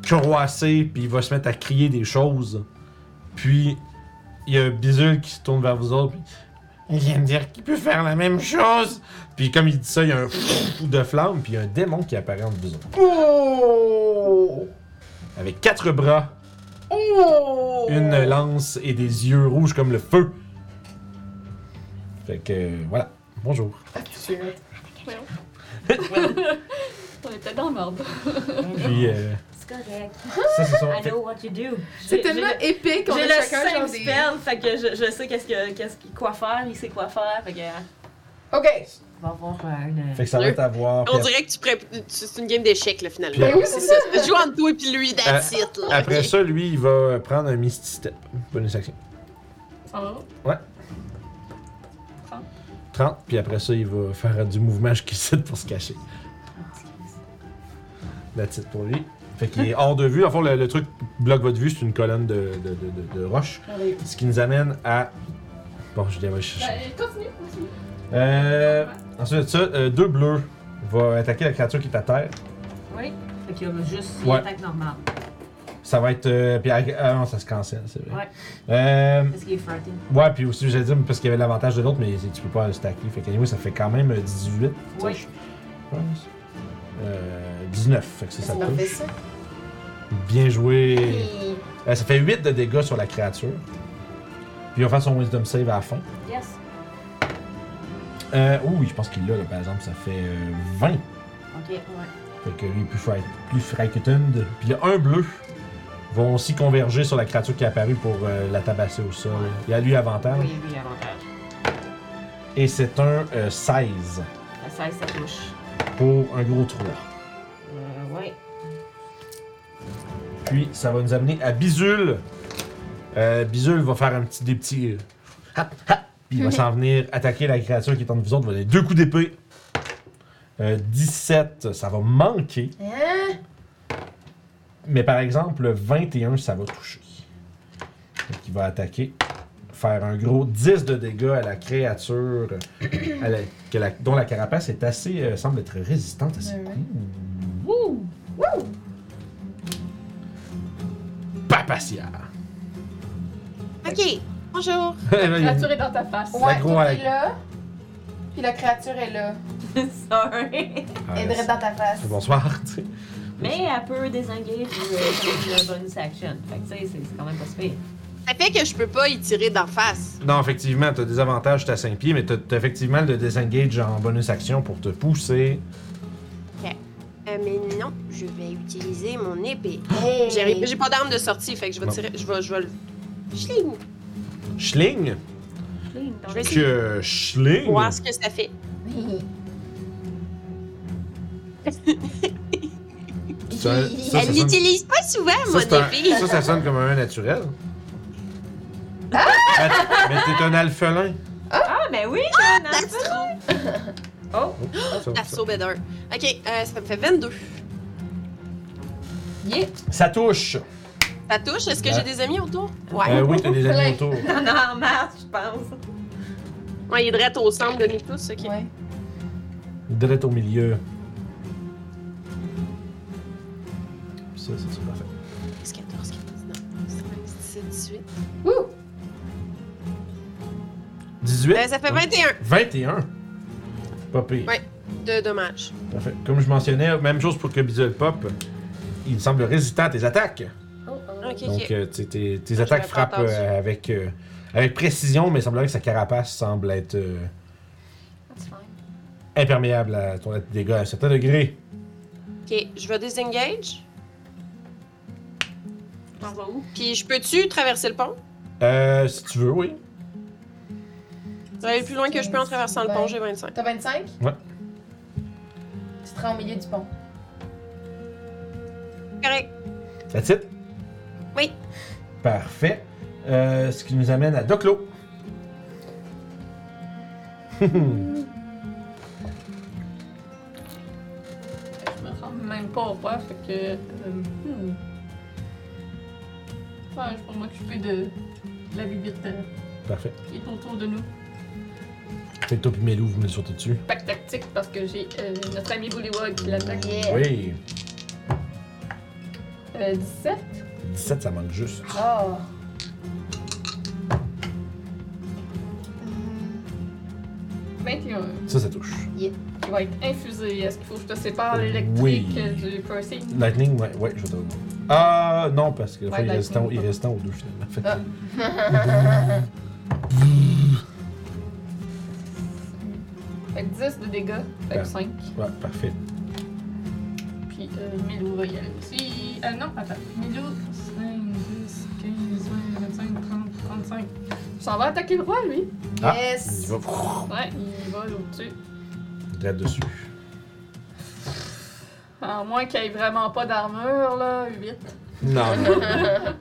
[SPEAKER 1] croasser, puis il va se mettre à crier des choses. Puis, il y a Bisul qui se tourne vers vous autres, puis. Il vient de dire qu'il peut faire la même chose! Puis, comme il dit ça, il y a un [laughs] de flamme, puis il y a un démon qui apparaît entre vous autres.
[SPEAKER 3] Oh!
[SPEAKER 1] Avec quatre bras,
[SPEAKER 3] Oh!
[SPEAKER 1] une lance et des yeux rouges comme le feu. Fait que, euh, voilà. Bonjour.
[SPEAKER 5] On est peut-être dans le marbre.
[SPEAKER 1] Puis, euh,
[SPEAKER 4] C'est correct.
[SPEAKER 1] ça, c'est ça.
[SPEAKER 4] I
[SPEAKER 1] Fait-
[SPEAKER 4] know what you do.
[SPEAKER 3] C'est
[SPEAKER 4] J'ai-
[SPEAKER 3] tellement épique, on
[SPEAKER 4] J'ai
[SPEAKER 3] a
[SPEAKER 4] le
[SPEAKER 3] chacun genre
[SPEAKER 4] same
[SPEAKER 3] des-
[SPEAKER 4] spell, fait que je, je sais qu'est-ce que, qu'est-ce qu'il- quoi faire, il sait quoi faire, fait que... euh,
[SPEAKER 3] Ok.
[SPEAKER 4] On va avoir euh, une...
[SPEAKER 1] fait que ça va être à voir.
[SPEAKER 16] On
[SPEAKER 1] Puis
[SPEAKER 16] dirait que tu pré- tu- c'est une game d'échecs, là, finalement.
[SPEAKER 1] Puis-
[SPEAKER 3] Ben oui, c'est ça.
[SPEAKER 16] Je joue entre toi et puis lui, that's
[SPEAKER 1] Euh,
[SPEAKER 16] it, là.
[SPEAKER 1] Après ça, lui, il va prendre un Misty Step. Bonus action.
[SPEAKER 5] Ça va?
[SPEAKER 1] 30, puis après ça, il va faire du mouvement jusqu'ici pour se cacher. That's it pour lui. Fait qu'il est hors de vue. En fond, le, le truc qui bloque votre vue, c'est une colonne de, de, de- de- de roches.
[SPEAKER 5] Bah,
[SPEAKER 1] Ce qui nous amène à. Bon, je vais chercher.
[SPEAKER 5] Ben, continue, continue.
[SPEAKER 1] Euh, ensuite de ça, euh, deux bleus va attaquer la créature qui est à terre.
[SPEAKER 4] Oui. Fait qu'il y a juste une
[SPEAKER 1] Ouais.
[SPEAKER 4] attaque normale,
[SPEAKER 1] Ça va être. euh, puis, ah ah non, ça se cancelle, c'est vrai.
[SPEAKER 4] Ouais.
[SPEAKER 1] Euh,
[SPEAKER 4] parce qu'il est flirting.
[SPEAKER 1] Ouais, puis aussi, j'allais dire, parce qu'il y avait l'avantage de l'autre, mais tu peux pas le stacker. Fait que, anyway, ça fait quand même 18, tu
[SPEAKER 4] Oui.
[SPEAKER 1] sais, je pense. Euh, 19, fait que ça, ça
[SPEAKER 3] C'est parfait
[SPEAKER 1] touche.
[SPEAKER 3] ça.
[SPEAKER 1] Bien joué. Euh, ça fait 8 de dégâts sur la créature. Puis il va faire son Wisdom Save à la fin.
[SPEAKER 4] Yes.
[SPEAKER 1] Euh, oui, je pense qu'il l'a, là, par exemple, ça fait euh, 20.
[SPEAKER 4] Ok, ouais.
[SPEAKER 1] Fait que lui, il est plus, fright, plus frightened. Puis le 1 bleu vont aussi converger sur la créature qui est apparue pour euh, la tabasser au sol. Il y a lui avantage.
[SPEAKER 4] Oui, oui, avantage.
[SPEAKER 1] Et c'est un euh, 16
[SPEAKER 4] La 16, ça touche.
[SPEAKER 1] pour un gros 3.
[SPEAKER 4] Euh, ouais.
[SPEAKER 1] Puis ça va nous amener à Bizul. Euh, Bizul va faire un petit des petits. euh, hap, hap. Puis il va s'en venir attaquer la créature qui est entre vous autres. Il va donner deux coups d'épée. Euh, 17, ça va manquer.
[SPEAKER 3] Hein?
[SPEAKER 1] Mais par exemple, le 21, ça va toucher. Donc il va attaquer. Faire un gros 10 de dégâts à la créature à la- que la- dont la carapace est assez. euh, semble être résistante à ses
[SPEAKER 3] Ouais, ouais.
[SPEAKER 1] coups.
[SPEAKER 5] [laughs]
[SPEAKER 1] Papacia!
[SPEAKER 16] Ok, bonjour.
[SPEAKER 1] Là, il y a-
[SPEAKER 5] Nature est dans ta face.
[SPEAKER 3] Ouais,
[SPEAKER 1] gros
[SPEAKER 3] toi,
[SPEAKER 1] avec-
[SPEAKER 3] t'es là. Puis la créature est là.
[SPEAKER 4] [laughs] Sorry.
[SPEAKER 1] Ah,
[SPEAKER 3] Elle est droite dans ta face.
[SPEAKER 1] c'est- Bonsoir, tu sais.
[SPEAKER 4] Mais elle peut désengager le euh, bonus action. Fait que tu sais, c'est c'est quand même pas super.
[SPEAKER 16] Ça fait que je peux pas y tirer d'en face.
[SPEAKER 1] Non, effectivement, t'as des avantages, t'as 5 pieds, mais t'as t'as effectivement le disengage en bonus action pour te pousser.
[SPEAKER 16] Euh, mais non, je vais utiliser mon épée.
[SPEAKER 3] Hey.
[SPEAKER 16] J'ai j'ai pas d'arme de sortie, fait que je vais
[SPEAKER 1] Bon.
[SPEAKER 16] tirer. Je vais. Je vais le. Je l'ai où?
[SPEAKER 1] Schling,
[SPEAKER 18] Schling dans
[SPEAKER 5] Je vais
[SPEAKER 18] le-
[SPEAKER 5] essayer
[SPEAKER 1] Que Schling.
[SPEAKER 5] de voir ce que ça fait.
[SPEAKER 1] Ça, ça, ça
[SPEAKER 5] Elle
[SPEAKER 1] sonne-
[SPEAKER 5] l'utilise pas souvent,
[SPEAKER 1] ça,
[SPEAKER 5] mon
[SPEAKER 1] c'est un-
[SPEAKER 5] épée.
[SPEAKER 1] ça, ça sonne comme un E naturel.
[SPEAKER 5] Ah!
[SPEAKER 1] Mais t- mais t'es un alphelin.
[SPEAKER 18] Ah,
[SPEAKER 4] ben
[SPEAKER 18] mais oui, j'ai un
[SPEAKER 5] That's
[SPEAKER 18] alpha.
[SPEAKER 5] true.
[SPEAKER 4] [laughs]
[SPEAKER 18] Oh,
[SPEAKER 1] Ça-
[SPEAKER 5] That's so better. Ok, euh, ça me fait 22.
[SPEAKER 1] Ça touche.
[SPEAKER 5] Ça touche? Est-ce que
[SPEAKER 1] Ouais.
[SPEAKER 5] j'ai des amis autour? Ouais.
[SPEAKER 1] Euh, oui, t'as des amis
[SPEAKER 19] Ouais.
[SPEAKER 1] autour.
[SPEAKER 18] t'en as en masse, je pense.
[SPEAKER 5] Ouais, il est direct au centre de nous tous. Ok.
[SPEAKER 3] Ouais.
[SPEAKER 1] Direct au milieu. Ça, c'est tout parfait.
[SPEAKER 5] 12, 14, 15, 19, 16, 17, 18.
[SPEAKER 1] 18.
[SPEAKER 5] Euh, ça fait 21
[SPEAKER 1] 21. Pas pire.
[SPEAKER 5] Ouais. de dommages.
[SPEAKER 1] Parfait. Comme je mentionnais, même chose pour que Bizzle Pop. Il semble résistant à tes attaques.
[SPEAKER 5] Ok,
[SPEAKER 1] Donc,
[SPEAKER 5] ok.
[SPEAKER 1] euh, tu sais, tes, tes
[SPEAKER 5] je
[SPEAKER 1] attaques
[SPEAKER 5] vais
[SPEAKER 1] frappent
[SPEAKER 5] prendre
[SPEAKER 1] euh,
[SPEAKER 5] attention.
[SPEAKER 1] avec, euh, avec précision, mais il semblerait que sa carapace semble être euh,
[SPEAKER 18] That's fine.
[SPEAKER 1] imperméable à ton dégât à un certain degré.
[SPEAKER 5] Ok, je vais désengage.
[SPEAKER 18] T'en vas où?
[SPEAKER 5] Puis je peux-tu traverser le pont?
[SPEAKER 1] Euh, si tu veux, oui.
[SPEAKER 5] Je vais aller le plus loin que je peux en traversant le pont, j'ai 25.
[SPEAKER 3] T'as 25?
[SPEAKER 1] Ouais.
[SPEAKER 3] Tu seras au milieu du pont.
[SPEAKER 5] Correct.
[SPEAKER 1] That's it?
[SPEAKER 5] Oui.
[SPEAKER 1] Parfait. Euh, ce qui nous amène à Doclo.
[SPEAKER 2] Je me rends même pas au pas, fait que. euh, hmm.
[SPEAKER 19] Enfin, je pourrais m'occuper de la bibite euh,
[SPEAKER 1] Parfait.
[SPEAKER 19] qui est autour de nous.
[SPEAKER 1] Fait que toi et Melou, vous me sautez dessus.
[SPEAKER 2] Pack tactique parce que j'ai euh, notre ami Bullywog qui l'attaque.
[SPEAKER 1] Oui.
[SPEAKER 2] Euh, 17.
[SPEAKER 1] 17, ça manque juste.
[SPEAKER 3] Oh!
[SPEAKER 2] euh, 21.
[SPEAKER 1] Ça, ça touche.
[SPEAKER 2] Il va être infusé. Est-ce qu'il faut que je te sépare l'électrique
[SPEAKER 1] Oui.
[SPEAKER 2] euh, du piercing?
[SPEAKER 1] Lightning, ouais, ouais, je vais te le dire. Ah, non, parce que la
[SPEAKER 2] Ouais,
[SPEAKER 1] fois, il est
[SPEAKER 2] Lightning,
[SPEAKER 1] résistant,
[SPEAKER 2] Ah.
[SPEAKER 1] il est
[SPEAKER 2] pas.
[SPEAKER 1] résistant aux deux, finalement. Fait que-
[SPEAKER 2] Fait que 10 de dégâts. Fait
[SPEAKER 1] Ah.
[SPEAKER 2] que 5.
[SPEAKER 1] Ouais, parfait.
[SPEAKER 2] Puis euh, Milou va y aller aussi. Euh, non, attends. Milou, 5, 10, 15, 20, 25, 30, 35. Il s'en va attaquer le roi, lui.
[SPEAKER 1] Ah, Il
[SPEAKER 3] yes!
[SPEAKER 1] va pfff,
[SPEAKER 2] Ouais, il va au-dessus.
[SPEAKER 1] direct dessus.
[SPEAKER 2] À moins qu'il ait vraiment pas d'armure, là. 8.
[SPEAKER 1] Non, non.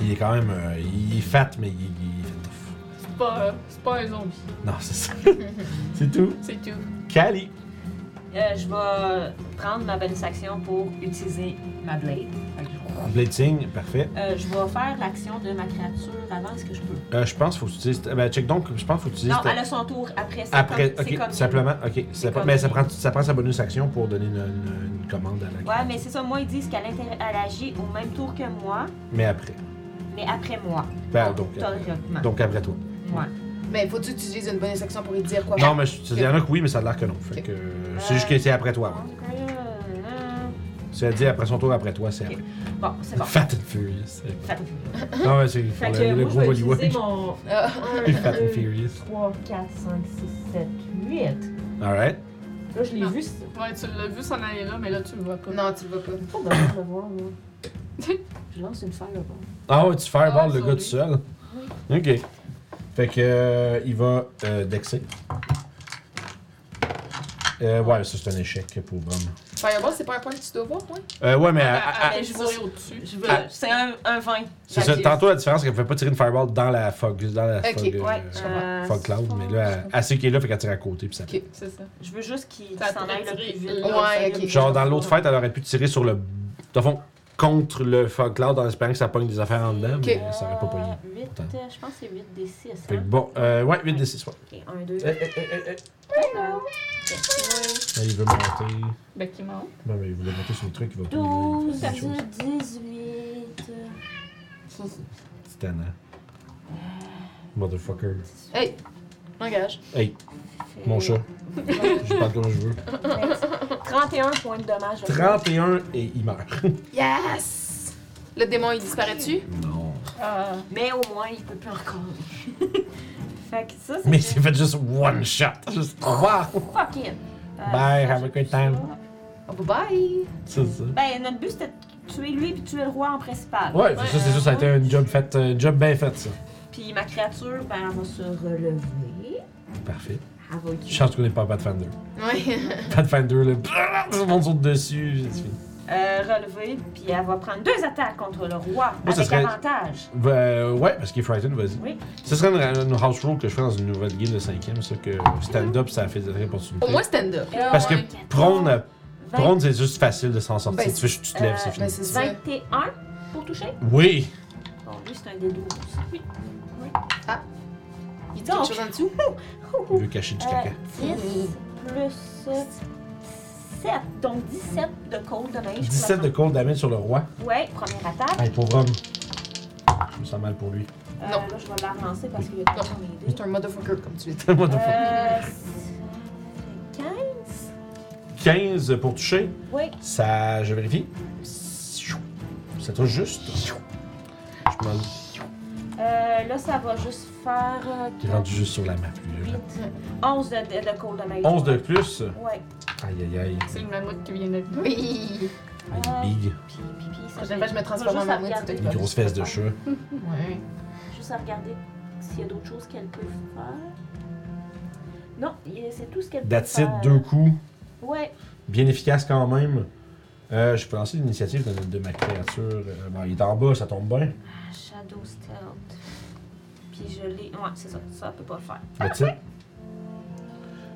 [SPEAKER 1] il est quand même. euh, il est fat, mais il, il est fait tough.
[SPEAKER 2] C'est pas, euh, c'est pas un zombie.
[SPEAKER 1] Non, c'est ça. [laughs] c'est tout.
[SPEAKER 2] C'est tout.
[SPEAKER 1] Cali.
[SPEAKER 4] Euh, je vais prendre ma bonus action pour utiliser ma blade. Fait que je-
[SPEAKER 1] Blading, parfait.
[SPEAKER 4] Euh, je vais faire l'action de ma créature avant, est-ce que je peux?
[SPEAKER 1] Euh, je pense qu'il faut que tu utilises. Ben, check donc, je pense qu'il faut que tu utilises.
[SPEAKER 4] Non,
[SPEAKER 1] ta-
[SPEAKER 4] elle a son tour après. c'est
[SPEAKER 1] Après,
[SPEAKER 4] comme- c'est
[SPEAKER 1] ok,
[SPEAKER 4] comme-
[SPEAKER 1] simplement, ok. Ça prend-
[SPEAKER 4] comme-
[SPEAKER 1] mais ça prend, ça prend sa bonus action pour donner une, une- une commande à la
[SPEAKER 4] Ouais, mais c'est ça, moi, ils disent qu'elle inter- elle agit au même tour que moi,
[SPEAKER 1] Mais après.
[SPEAKER 4] mais après moi.
[SPEAKER 1] Ben, donc, après,
[SPEAKER 4] Théoriquement.
[SPEAKER 1] donc après toi.
[SPEAKER 4] Ouais.
[SPEAKER 3] Mais Hmm. Ben, faut-tu utiliser une bonne section pour lui dire quoi?
[SPEAKER 1] Non, mais je- il y en a que oui, mais ça a l'air que non. Fait que euh, c'est juste que c'est après toi.
[SPEAKER 4] Donc, euh,
[SPEAKER 1] Si elle dit après son tour, après toi, c'est après.
[SPEAKER 4] Bon, c'est bon.
[SPEAKER 1] Fat and Furious.
[SPEAKER 4] [laughs] Fait-
[SPEAKER 1] Non, mais c'est pour
[SPEAKER 4] Fait
[SPEAKER 1] le,
[SPEAKER 4] que
[SPEAKER 1] le
[SPEAKER 4] moi, je
[SPEAKER 1] gros
[SPEAKER 4] vais
[SPEAKER 1] Hollywood.
[SPEAKER 4] utiliser mon euh, 1,
[SPEAKER 3] Ah!
[SPEAKER 1] [laughs] Fat and
[SPEAKER 4] 2,
[SPEAKER 1] Furious.
[SPEAKER 4] 3, 4, 5, 6, 7, 8.
[SPEAKER 1] Alright.
[SPEAKER 4] Là, je l'ai
[SPEAKER 2] Non.
[SPEAKER 4] vu, c'est
[SPEAKER 2] Ouais, tu l'as vu s'en aller là, mais là, tu le vois pas.
[SPEAKER 3] Non, tu le vas pas.
[SPEAKER 4] pas bon de le voir, moi. Je lance une fireball.
[SPEAKER 1] Ah ouais, tu fireball
[SPEAKER 2] Ah,
[SPEAKER 1] le
[SPEAKER 2] sur
[SPEAKER 1] gars
[SPEAKER 2] lui.
[SPEAKER 1] tout seul.
[SPEAKER 4] Ah,
[SPEAKER 1] Ok. Fait que euh, il va euh, dexer. Euh, ouais, ça c'est un échec pour Brom.
[SPEAKER 3] Fireball, c'est pas un point que tu dois voir, ouais?
[SPEAKER 1] Euh, ouais, mais
[SPEAKER 2] Elle-
[SPEAKER 1] à- à-
[SPEAKER 2] Elle
[SPEAKER 4] ah,
[SPEAKER 2] est bourrée au-dessus.
[SPEAKER 4] Je veux.
[SPEAKER 1] Ah.
[SPEAKER 4] C'est un, un 20.
[SPEAKER 1] c'est ça.
[SPEAKER 4] Fait que-
[SPEAKER 1] Tantôt la différence, c'est qu'elle ne pouvait pas tirer une fireball dans la fog, dans la
[SPEAKER 3] Ok,
[SPEAKER 1] fog, euh,
[SPEAKER 4] Ouais, euh,
[SPEAKER 1] fog cloud, mais là, elle, elle sait qu'il est là, fait qu'elle tire à côté puis ça.
[SPEAKER 3] Ok.
[SPEAKER 2] C'est ça.
[SPEAKER 4] Je veux juste qu'il qu'il
[SPEAKER 2] Ça
[SPEAKER 4] s'en aille le
[SPEAKER 2] pourrait
[SPEAKER 4] plus
[SPEAKER 2] tirer
[SPEAKER 4] vite.
[SPEAKER 2] là,
[SPEAKER 3] Ouais,
[SPEAKER 2] ça
[SPEAKER 3] ok.
[SPEAKER 2] vient.
[SPEAKER 1] Genre dans l'autre fête, elle aurait pu tirer sur le, dans le fond, contre le fog cloud en espérant que ça pogne des affaires en dedans,
[SPEAKER 3] Ok.
[SPEAKER 1] mais ça aurait pas pogné.
[SPEAKER 4] 8,
[SPEAKER 1] Attends.
[SPEAKER 4] euh, je pense que c'est 8 des 6.
[SPEAKER 1] Fait que bon, euh, ouais, 8 d 6, ouais.
[SPEAKER 4] Ok, 1, 2,
[SPEAKER 1] Eh, eh, eh, eh, eh.
[SPEAKER 2] Ouais.
[SPEAKER 1] Là, il veut monter.
[SPEAKER 2] Ben, qui monte.
[SPEAKER 1] Non, mais il voulait monter sur le truc, il va pas
[SPEAKER 4] 12,
[SPEAKER 1] il va faire quelque chose.
[SPEAKER 4] 18.
[SPEAKER 1] C'est tannant.
[SPEAKER 3] Euh.
[SPEAKER 1] Motherfucker.
[SPEAKER 3] Hey! Engage.
[SPEAKER 1] Hey, mon
[SPEAKER 3] [laughs]
[SPEAKER 1] chat. je parle comme je veux.
[SPEAKER 4] 31 points de dommage.
[SPEAKER 1] 31 et il meurt.
[SPEAKER 3] Yes! Le démon, il disparaît-tu?
[SPEAKER 1] [laughs] Non.
[SPEAKER 2] Ah,
[SPEAKER 4] Mais au moins, il peut plus encore. [laughs] fait que ça,
[SPEAKER 1] Mais
[SPEAKER 4] c'est
[SPEAKER 1] c'est fait juste one shot. Juste au revoir.
[SPEAKER 4] fucking.
[SPEAKER 1] Bye, have a great time.
[SPEAKER 3] Oh, bye bye!
[SPEAKER 1] C'est ça.
[SPEAKER 4] Ben, notre but c'était de tuer lui puis tuer le roi en principal.
[SPEAKER 1] Ouais, c'est ça, c'est ça, ça a été un euh, job fait, un job bien fait, ça.
[SPEAKER 4] Puis ma créature, ben, elle va se relever.
[SPEAKER 1] Parfait.
[SPEAKER 4] Elle va utiliser-
[SPEAKER 1] Chance qu'on n'est pas à Pathfinder.
[SPEAKER 3] Ouais.
[SPEAKER 1] Pathfinder, là, [laughs] brrr, tout le monde saute dessus. c'est fini.
[SPEAKER 4] Euh, relever, puis elle va prendre deux attaques contre le roi
[SPEAKER 1] Moi, ça
[SPEAKER 4] avec
[SPEAKER 1] serait-
[SPEAKER 4] avantage.
[SPEAKER 1] Ben, ouais, parce qu'il est frightened, vas-y.
[SPEAKER 4] Oui.
[SPEAKER 1] Ce serait une, une house rule que je ferais dans une nouvelle game de cinquième, ça que stand-up, ça fait des vraies opportunités.
[SPEAKER 3] [laughs] Au moins, stand-up.
[SPEAKER 4] Euh,
[SPEAKER 1] Parce que prône,
[SPEAKER 4] Vingt-
[SPEAKER 1] prône c'est juste facile de s'en sortir.
[SPEAKER 3] Ben,
[SPEAKER 1] tu, fais- tu te lèves,
[SPEAKER 4] euh,
[SPEAKER 1] c'est fini.
[SPEAKER 3] Ben, c'est ça.
[SPEAKER 4] 21 pour toucher.
[SPEAKER 1] Oui!
[SPEAKER 4] Bon, lui, c'est un des 12. Oui.
[SPEAKER 3] Il dit quelque chose en dessous.
[SPEAKER 1] Il veut cacher
[SPEAKER 3] Euh,
[SPEAKER 1] du caca.
[SPEAKER 4] 10 Euh, plus 7, donc 17 de cold damage.
[SPEAKER 1] 17 de cold damage sur le roi.
[SPEAKER 4] Ouais, première attaque.
[SPEAKER 1] Hey, pauvre homme. Je me sens mal pour lui. [laughs]
[SPEAKER 4] Euh,
[SPEAKER 3] Non.
[SPEAKER 4] Là, je vais la relancer parce qu'il y a quelqu'un qui m'a aidé.
[SPEAKER 3] C'est un motherfucker, comme tu l'as dit.
[SPEAKER 1] What the fuck?
[SPEAKER 4] Euh, c'est 15?
[SPEAKER 1] 15 pour toucher.
[SPEAKER 4] Oui.
[SPEAKER 1] Ça, je vérifie. Ça touche juste. Je m'en
[SPEAKER 4] Euh, là, ça va juste faire euh,
[SPEAKER 1] T'es rendu juste sur la map. lui,
[SPEAKER 4] 8,
[SPEAKER 1] là.
[SPEAKER 4] 11 de, de, de cold damage.
[SPEAKER 1] 11 de plus.
[SPEAKER 4] Ouais.
[SPEAKER 1] Aïe, aïe, aïe.
[SPEAKER 2] C'est le mammouth qui vient de venir.
[SPEAKER 3] Oui.
[SPEAKER 1] Aïe,
[SPEAKER 3] Ah.
[SPEAKER 1] big.
[SPEAKER 4] Puis, puis, puis, ça
[SPEAKER 3] Prochaine fois, je me transforme en
[SPEAKER 4] Juste à
[SPEAKER 3] mammouth,
[SPEAKER 4] regarder.
[SPEAKER 3] s'il te
[SPEAKER 1] Une
[SPEAKER 3] plaît.
[SPEAKER 1] grosse fesse de chat.
[SPEAKER 3] Ouais.
[SPEAKER 4] Juste à regarder s'il y a d'autres choses qu'elle peut faire. Non, il- c'est tout ce qu'elle peut
[SPEAKER 1] That's it,
[SPEAKER 4] faire.
[SPEAKER 1] deux coups.
[SPEAKER 4] Ouais.
[SPEAKER 1] Bien efficace quand même. Euh, je peux lancer l'initiative de, de ma créature. Euh, bon, il est en bas, ça tombe bien.
[SPEAKER 4] Shadow Stealth. Puis je l'ai. Ouais, c'est ça. Ça, elle peut pas le faire.
[SPEAKER 1] That's it.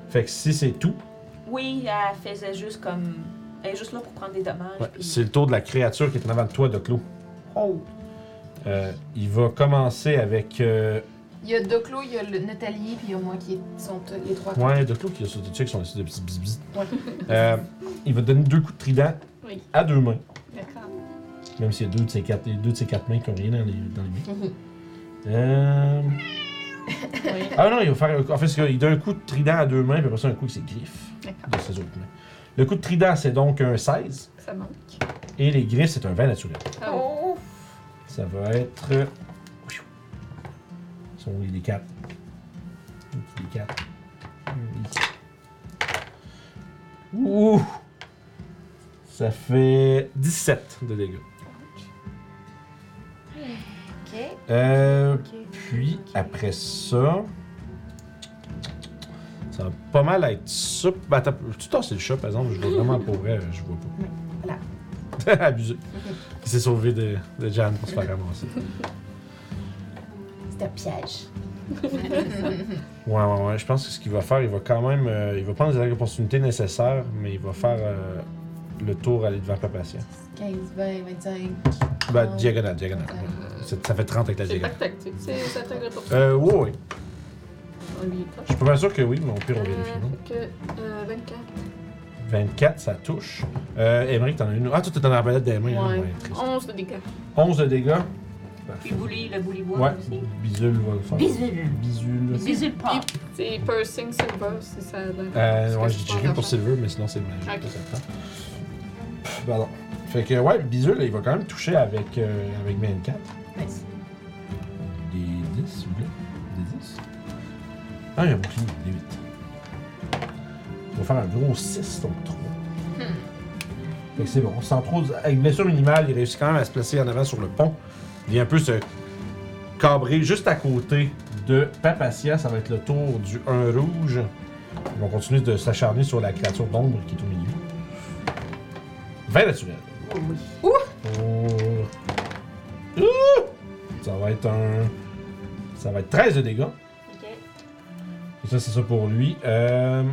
[SPEAKER 1] Fait que si c'est tout,
[SPEAKER 4] Oui, elle faisait juste comme. Elle est juste là pour prendre des dommages.
[SPEAKER 1] ouais,
[SPEAKER 4] puis-
[SPEAKER 1] c'est le tour de la créature qui est en avant de toi, de Clos.
[SPEAKER 4] Oh!
[SPEAKER 1] Euh, il va commencer avec. euh,
[SPEAKER 3] Il y a Doclo, il y a le Nathalie, puis il y a moi qui sont euh, les trois.
[SPEAKER 1] Ouais, de Clos qui a sauté dessus avec son espèce de petit bis bis.
[SPEAKER 3] Ouais.
[SPEAKER 1] Euh, il va te donner deux coups de trident
[SPEAKER 2] Oui.
[SPEAKER 1] à deux mains,
[SPEAKER 2] D'accord.
[SPEAKER 1] même s'il y a deux de ses quatre, deux de ses quatre mains qui ont rien dans les, dans les mains. Euh...
[SPEAKER 2] Oui.
[SPEAKER 1] Ah non, il va faire. En fait, c'est qu'il donne un coup de trident à deux mains, puis après ça, un coup avec ses griffes de ses autres mains. Le coup de trident, c'est donc un 16,
[SPEAKER 2] Ça manque.
[SPEAKER 1] et les griffes, c'est un 20 naturel.
[SPEAKER 2] Ah oui.
[SPEAKER 1] Ça va être. euh, Ils sont où, les D4 Les D4. Ouh Ça fait 17 de dégâts.
[SPEAKER 3] Ok.
[SPEAKER 1] Euh, Puis après ça. Ça va pas mal être ça. Ben, attends, tu tasses le chat, par exemple. Je vois vraiment pour vrai, je vois pas. Voilà. [laughs] Abusé. Il s'est sauvé de, de Jan pour se faire ramasser.
[SPEAKER 3] C'est un [laughs] piège.
[SPEAKER 1] Ouais, ouais, ouais. Je pense que ce qu'il va faire, il va quand même. euh, il va prendre les attaques d'opportunité nécessaires, mais il va faire euh, le tour aller devant Papatia.
[SPEAKER 3] 15, 20, 25.
[SPEAKER 1] Bah,
[SPEAKER 3] Oh.
[SPEAKER 1] diagonale, diagonale. C'est- Ça fait 30 avec la
[SPEAKER 2] Ah. Euh, C'est pas que
[SPEAKER 1] diagonale.
[SPEAKER 2] tactique. C'est ça t'agrée pour
[SPEAKER 1] Euh, ouais, ouais.
[SPEAKER 2] On lui est pas.
[SPEAKER 1] Je suis pas mal sûr que oui, mais au pire, on
[SPEAKER 2] Euh,
[SPEAKER 1] vérifie. non?
[SPEAKER 2] fait que, euh, 24.
[SPEAKER 1] 24, ça touche. Euh, Emmerich, t'en as une. Ah, toi, t'es dans la palette des mains. là.
[SPEAKER 2] Ouais.
[SPEAKER 1] Ouais, triste.
[SPEAKER 2] 11 de dégâts.
[SPEAKER 1] 11 de dégâts.
[SPEAKER 4] Puis Bouli, le Bouli-Bois
[SPEAKER 1] Ouais,
[SPEAKER 4] aussi.
[SPEAKER 1] Bisule va le faire.
[SPEAKER 4] Bisule.
[SPEAKER 1] Bisule.
[SPEAKER 20] Bisous, pas.
[SPEAKER 2] C'est Pursing Silver, c'est ça. là.
[SPEAKER 1] Euh,
[SPEAKER 2] Parce
[SPEAKER 1] ouais,
[SPEAKER 2] que
[SPEAKER 1] j'ai
[SPEAKER 2] c'est pas
[SPEAKER 1] checké pour
[SPEAKER 2] grave.
[SPEAKER 1] Silver, mais sinon c'est magique.
[SPEAKER 2] Ok.
[SPEAKER 1] pas certain. Pff, Pardon. Fait que, ouais, Bisule, il va quand même toucher avec, euh, avec 24.
[SPEAKER 3] Nice.
[SPEAKER 1] Des 10, s'il vous plaît. Des 10. Ah, il y a beaucoup de des 8. Il va faire un gros 6, donc 3. Fait que c'est bon. Sans trop. Avec blessure minimale, il réussit quand même à se placer en avant sur le pont. Il vient un peu se cabrer juste à côté de Papacia. Ça va être le tour du 1 rouge. Ils vont continuer de s'acharner sur la créature d'ombre qui est au milieu. 20 naturel. Ouh! Ça va être un. Ça va être 13 de dégâts.
[SPEAKER 4] Ok.
[SPEAKER 1] Et ça, c'est ça pour lui. Euh,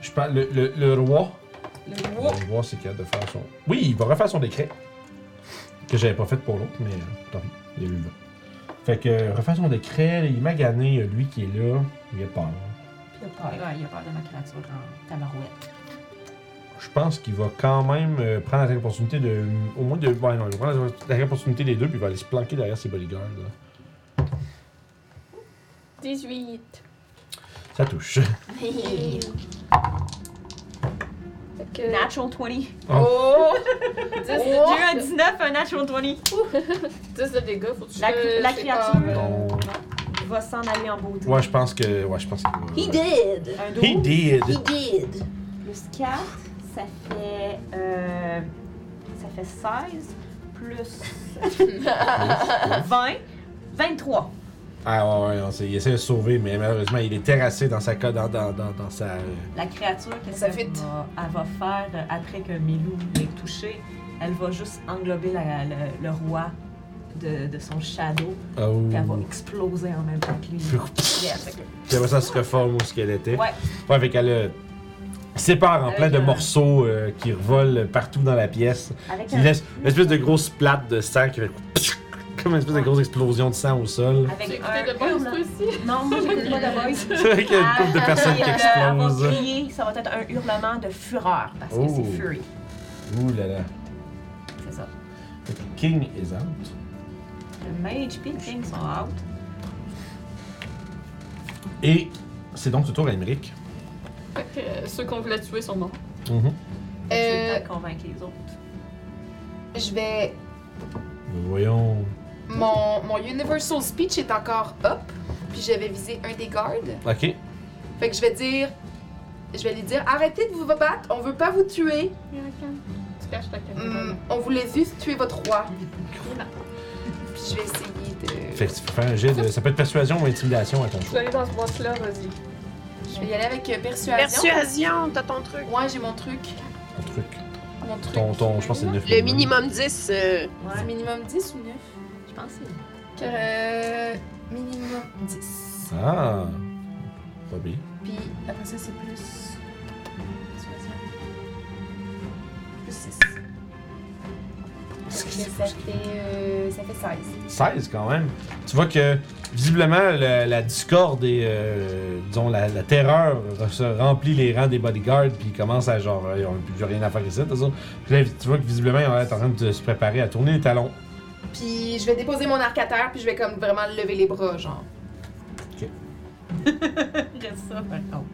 [SPEAKER 1] Je parle. Le, le- le roi.
[SPEAKER 3] Le
[SPEAKER 1] On
[SPEAKER 3] wow.
[SPEAKER 1] va voir c'est capable de faire son. Oui, il va refaire son décret. Que j'avais pas fait pour l'autre, mais euh, tant pis. Il y a eu le vent. Fait que euh, refaire son décret, il m'a gagné, euh, lui qui est là. Il a peur.
[SPEAKER 3] Le
[SPEAKER 4] Ouais, ouais, il a peur de ma créature en tabarouette.
[SPEAKER 1] Je pense qu'il va quand même euh, prendre la opportunité de. Au moins de. Ouais, non, il va prendre la opportunité des deux, puis il va aller se planquer derrière ses bodyguards. là.
[SPEAKER 2] 18.
[SPEAKER 1] Ça touche.
[SPEAKER 2] Fait que-
[SPEAKER 4] Natural 20.
[SPEAKER 3] Oh!
[SPEAKER 2] 10,
[SPEAKER 4] J'ai eu un 19, un natural 20.
[SPEAKER 2] 10 de dégâts, faut que
[SPEAKER 4] La-
[SPEAKER 2] tu
[SPEAKER 4] la
[SPEAKER 2] sépares,
[SPEAKER 4] créature.
[SPEAKER 2] euh,
[SPEAKER 1] Non.
[SPEAKER 4] Il va s'en aller en beauté.
[SPEAKER 1] Ouais, je pense que. Ouais, je pense qu'il
[SPEAKER 21] He
[SPEAKER 1] va.
[SPEAKER 21] did!
[SPEAKER 4] Un
[SPEAKER 1] He
[SPEAKER 4] 12
[SPEAKER 1] did!
[SPEAKER 21] He did!
[SPEAKER 4] plus 4, ça fait. Euh, ça fait 16 plus 20
[SPEAKER 22] 23.
[SPEAKER 1] Ah ouais, ouais, on s'est- il essaie de se sauver, mais malheureusement, il est terrassé dans sa... co- Dans, dans, dans, dans sa euh,
[SPEAKER 4] La créature, qu'est-ce
[SPEAKER 3] Ça
[SPEAKER 4] qu'elle
[SPEAKER 3] fit.
[SPEAKER 4] va, elle va faire euh, après que Milou l'ait touché? Elle va juste englober la- le, le roi de, de son shadow,
[SPEAKER 1] oh.
[SPEAKER 4] puis elle va exploser en même temps que lui.
[SPEAKER 1] Puis après ça, elle se reforme où ce qu'elle était.
[SPEAKER 4] Ouais.
[SPEAKER 1] Ouais, fait qu'elle euh, sépare en
[SPEAKER 4] Avec
[SPEAKER 1] plein de
[SPEAKER 4] un-
[SPEAKER 1] morceaux euh, qui revolent partout dans la pièce.
[SPEAKER 4] Avec
[SPEAKER 1] Il
[SPEAKER 4] un,
[SPEAKER 1] laisse une espèce de grosse plate de sang qui fait comme une espèce de grosse explosion de sang au sol. [laughs]
[SPEAKER 23] J'ai
[SPEAKER 4] avec
[SPEAKER 23] écouté
[SPEAKER 4] un
[SPEAKER 23] de bons
[SPEAKER 4] hurlement.
[SPEAKER 23] toi aussi.
[SPEAKER 22] Non, moi, j'écoute pas de boys.
[SPEAKER 1] C'est vrai qu'il y a une couple de personnes qui
[SPEAKER 4] Ah, euh, elle va
[SPEAKER 1] explosent.
[SPEAKER 4] crier, ça va être un hurlement de fureur, parce que
[SPEAKER 1] Oh.
[SPEAKER 4] c'est Fury.
[SPEAKER 1] Ouh là là.
[SPEAKER 4] C'est ça.
[SPEAKER 1] Fait que King is out.
[SPEAKER 4] Le mage puis le king sont out.
[SPEAKER 3] Euh,
[SPEAKER 1] Et c'est donc le tour à Emmerich.
[SPEAKER 2] Fait que euh, ceux qu'on voulait tuer sont morts.
[SPEAKER 4] C'est
[SPEAKER 3] Euh,
[SPEAKER 4] le temps de convaincre les autres.
[SPEAKER 3] je vais.
[SPEAKER 1] Voyons.
[SPEAKER 3] Mon, mon Universal Speech est encore up, puis je vais viser un des gardes.
[SPEAKER 1] Ok.
[SPEAKER 3] Fait que je vais dire. Je vais lui dire arrêtez de vous battre, on veut pas vous tuer.
[SPEAKER 2] Tu caches ta caméra.
[SPEAKER 3] Hum, on voulait juste tuer votre roi. Puis je vais essayer de.
[SPEAKER 1] Fait que tu peux faire un jet de. Ça peut être persuasion ou intimidation à ton
[SPEAKER 2] Je vais
[SPEAKER 1] choix.
[SPEAKER 2] aller dans ce boîte-là, vas-y.
[SPEAKER 3] Je vais y aller avec euh, persuasion.
[SPEAKER 5] Persuasion, t'as ton truc.
[SPEAKER 3] Ouais, j'ai mon truc.
[SPEAKER 1] Ton truc.
[SPEAKER 3] Mon truc.
[SPEAKER 1] Ton, ton, je pense que c'est 9
[SPEAKER 5] Le minimum 10, euh,
[SPEAKER 3] C'est minimum 10 ou 9
[SPEAKER 22] Je pense que c'est-
[SPEAKER 3] Euh. Minimum 10.
[SPEAKER 1] Ah. Pas bien.
[SPEAKER 3] Puis après ça, c'est plus. Persuasion. Plus 6. ça fait, euh, ça fait 16.
[SPEAKER 1] 16 quand même. Tu vois que visiblement le- la discorde et euh, disons la, la terreur se remplit les rangs des bodyguards puis ils commencent à genre euh, ils ont plus rien à faire ici. t'as ça. Puis là, tu vois que visiblement ils ont l'air en train de se préparer à tourner les talons.
[SPEAKER 3] Puis je vais déposer mon arc à terre, puis je vais comme vraiment lever les bras, genre.
[SPEAKER 4] Reste ça, par contre.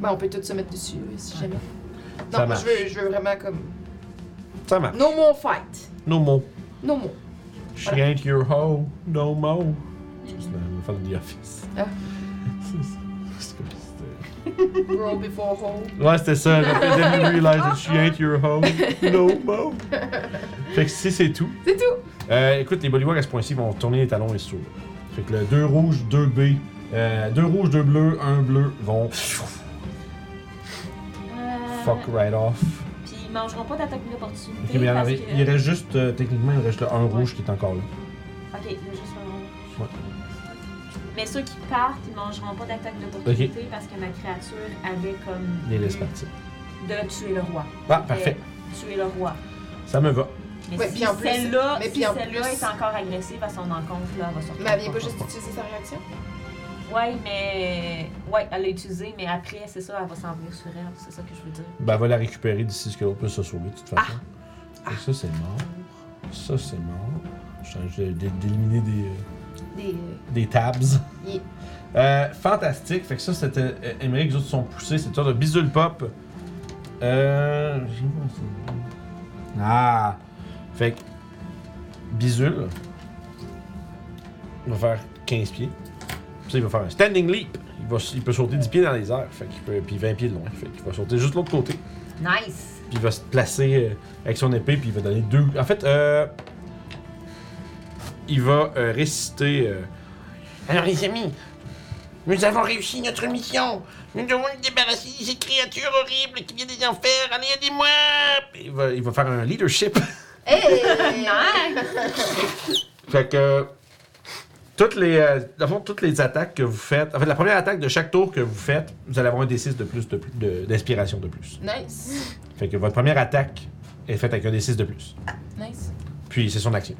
[SPEAKER 3] Ben, on peut tous se mettre dessus euh, si jamais.
[SPEAKER 1] Ça
[SPEAKER 3] Non,
[SPEAKER 1] marche.
[SPEAKER 3] je veux, je veux vraiment comme.
[SPEAKER 1] Ça marche.
[SPEAKER 3] No more fight.
[SPEAKER 1] No more.
[SPEAKER 3] No more.
[SPEAKER 1] She ain't your hoe. No more. euh, C'est la fin de The Office.
[SPEAKER 3] Ah.
[SPEAKER 1] [laughs] C'est- c'est comme si c'était-
[SPEAKER 3] Grow before home.
[SPEAKER 1] Ouais, c'était ça. là. Then you realize that she ain't your hoe. No more. Fait que si c'est tout.
[SPEAKER 3] C'est tout.
[SPEAKER 1] Euh, écoute, les Bolivoires à ce point-ci vont tourner les talons et se sauver. Fait que le 2 rouges, 2 B. Euh, 2 rouges, 2 bleus, 1 bleu vont
[SPEAKER 22] Euh,
[SPEAKER 1] fuck right off.
[SPEAKER 4] Puis ils mangeront pas d'attaque d'opportunité.
[SPEAKER 1] Ok, mais il, y en
[SPEAKER 4] parce
[SPEAKER 1] avait-
[SPEAKER 4] que-
[SPEAKER 1] il reste juste, euh, techniquement, il reste le 1 rouge qui est encore là.
[SPEAKER 4] Ok, il y a juste un
[SPEAKER 1] Ouais.
[SPEAKER 4] Mais ceux qui partent, ils mangeront pas d'attaque d'opportunité parce que ma créature avait comme.
[SPEAKER 1] Il les laisse partir.
[SPEAKER 4] De tuer le roi. Euh,
[SPEAKER 1] Ah, parfait.
[SPEAKER 4] Tuer le roi.
[SPEAKER 1] Ça me va.
[SPEAKER 4] Mais
[SPEAKER 3] Ouais,
[SPEAKER 4] si
[SPEAKER 3] puis en plus-
[SPEAKER 4] celle-là
[SPEAKER 3] mais
[SPEAKER 4] si
[SPEAKER 3] puis en
[SPEAKER 4] celle-là
[SPEAKER 3] plus-
[SPEAKER 4] est encore agressive à son encontre, là, elle va sortir.
[SPEAKER 3] Mais elle vient pas juste utiliser sa réaction?
[SPEAKER 4] Ouais, mais. Ouais, elle l'a utilisée, mais après, c'est ça, elle va s'en venir sur elle. C'est ça que je veux dire.
[SPEAKER 1] Ben, elle va la récupérer d'ici ce que l'autre peut se sauver, de toute façon.
[SPEAKER 4] Ah.
[SPEAKER 1] Fait que Ça, c'est mort. Ça, c'est mort. Je suis en train de- d'éliminer des. euh,
[SPEAKER 3] Des.
[SPEAKER 1] des tabs.
[SPEAKER 3] Yeah.
[SPEAKER 1] Euh, fantastique. Fait que ça, c'était euh, Emmerich, les autres sont poussés. C'est une sorte de bisul pop. Euh. j'ai pas ça. Ah! Fait que. Bisul. Il va faire 15 pieds. Puis ça, il va faire un standing leap. Il, va, il peut sauter 10 pieds dans les airs. Fait qu'il peut, puis 20 pieds de loin. Fait qu'il va sauter juste de l'autre côté.
[SPEAKER 4] Nice!
[SPEAKER 1] Puis il va se placer euh, avec son épée, puis il va donner deux. En fait, euh, il va euh, réciter. euh, Alors, les amis, nous avons réussi notre mission. Nous devons nous débarrasser de cette créature horrible qui vient des enfers. Allez, aidez-moi! Puis Il va, il va faire un leadership. [laughs]
[SPEAKER 3] Hey!
[SPEAKER 1] Fait que. euh, Toutes les, euh, dans le fond, toutes les attaques que vous faites, en fait, la première attaque de chaque tour que vous faites, vous allez avoir un D6 de plus, de plus- de- d'inspiration de, plus.
[SPEAKER 3] nice.
[SPEAKER 1] Fait que votre première attaque est faite avec un D6 de plus.
[SPEAKER 3] Nice.
[SPEAKER 1] Puis c'est son action.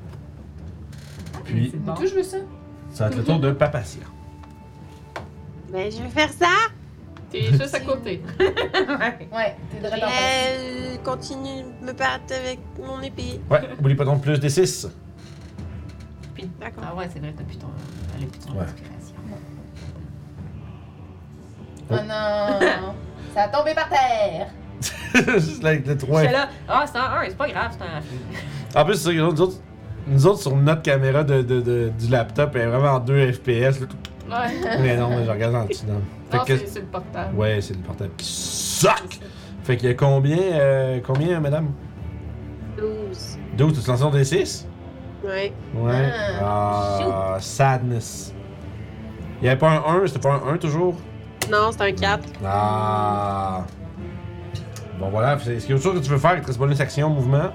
[SPEAKER 1] Puis
[SPEAKER 3] Bon. Tout, je veux ça.
[SPEAKER 1] ça va être le tour de Papacia.
[SPEAKER 5] ben je vais faire ça.
[SPEAKER 1] [laughs]
[SPEAKER 2] T'es juste à côté.
[SPEAKER 3] Ouais, t'es droit dans le
[SPEAKER 5] Elle continue de me battre avec mon épée.
[SPEAKER 1] Ouais, oublie pas ton plus des 6.
[SPEAKER 5] D'accord.
[SPEAKER 22] Ah ouais, c'est vrai, t'as plus ton. Elle a plus ton
[SPEAKER 1] Ouais.
[SPEAKER 22] inspiration.
[SPEAKER 3] Oh non! Ça a tombé par terre!
[SPEAKER 1] [laughs] Juste avec le 3.
[SPEAKER 22] J'étais là, ah, c'est un 1, c'est pas grave, c'est un.
[SPEAKER 1] En plus, c'est ça que nous autres, nous autres, sur notre caméra de, de- de- du laptop, elle est vraiment en 2 FPS. là.
[SPEAKER 2] Ouais.
[SPEAKER 1] Mais non, mais je regarde en dessous. non. Fait
[SPEAKER 2] Non,
[SPEAKER 1] que-
[SPEAKER 2] Oh, c'est c'est le portable.
[SPEAKER 1] ouais, c'est le portable qui suck! Fait qu'il y a
[SPEAKER 3] Ah,
[SPEAKER 1] combien, euh, combien, madame?
[SPEAKER 5] 12.
[SPEAKER 1] 12, tu te lances en D6?
[SPEAKER 5] Ouais.
[SPEAKER 1] Ouais. Ah, sadness. Il n'y avait pas un 1, c'était pas un 1 toujours?
[SPEAKER 5] Non, c'est un 4.
[SPEAKER 1] Ah. Bon, voilà. Est-ce qu'il y a autre chose que tu veux faire? Il te reste bonus action, mouvement?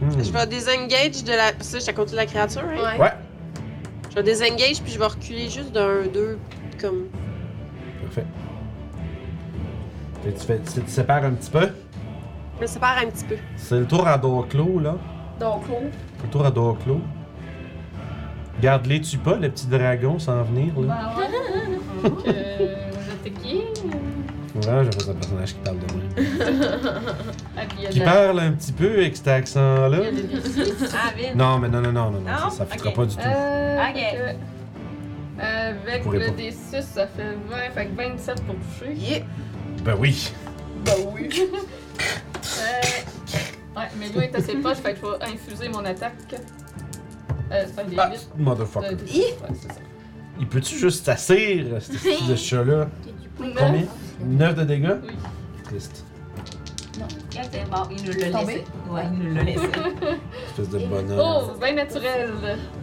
[SPEAKER 1] Hmm.
[SPEAKER 5] Je vais désengage de la. Ça, je te compte la créature, hein?
[SPEAKER 3] Ouais.
[SPEAKER 1] Ouais,
[SPEAKER 5] Je vais désengage puis je vais reculer juste d'un, deux, comme.
[SPEAKER 1] parfait. Fait que Tu, fais, tu te sépares un petit peu.
[SPEAKER 5] Je me sépare un petit peu.
[SPEAKER 1] C'est le tour à dos clos, là.
[SPEAKER 24] Donc, on-
[SPEAKER 1] Le tour à dos clos. Garde-les, tu pas, les petits dragons, sans venir, là.
[SPEAKER 2] Ben ouais. [laughs] Donc, euh, vous attaquez.
[SPEAKER 1] Ouais, j'ai fait un personnage qui parle de moi.
[SPEAKER 2] Ah, puis il y a de
[SPEAKER 1] Qui
[SPEAKER 2] la-
[SPEAKER 1] parle un petit peu avec cet accent-là.
[SPEAKER 2] il y a de l'essai.
[SPEAKER 4] Ah, vite.
[SPEAKER 1] Non, mais non, non, non, non, non,
[SPEAKER 4] Non?
[SPEAKER 1] ça, ça fitera
[SPEAKER 4] Ok.
[SPEAKER 1] pas du tout.
[SPEAKER 2] Euh,
[SPEAKER 4] Ok.
[SPEAKER 2] fait que, euh, Avec
[SPEAKER 1] Pourrait
[SPEAKER 2] le
[SPEAKER 1] pas.
[SPEAKER 2] D6, ça fait 20, fait que 27 pour toucher.
[SPEAKER 1] Ben oui.
[SPEAKER 2] Bah oui. [laughs] euh, ouais, mais lui est assez proche, fait que je vais infuser mon attaque. Euh, c'est un des
[SPEAKER 1] Ah,
[SPEAKER 2] 8.
[SPEAKER 1] motherfucker.
[SPEAKER 2] Euh, Ouais, c'est ça.
[SPEAKER 1] Il peut-tu juste t'assir, ce petit de chat-là? Combien? 9 de dégâts?
[SPEAKER 2] Oui.
[SPEAKER 1] Triste.
[SPEAKER 4] Quand c'est mort, il nous
[SPEAKER 3] C'est
[SPEAKER 4] l'a
[SPEAKER 3] tombé?
[SPEAKER 4] laissé. Ouais, il nous l'a laissé.
[SPEAKER 1] Espèce de bonhomme.
[SPEAKER 2] Oh, bien naturel.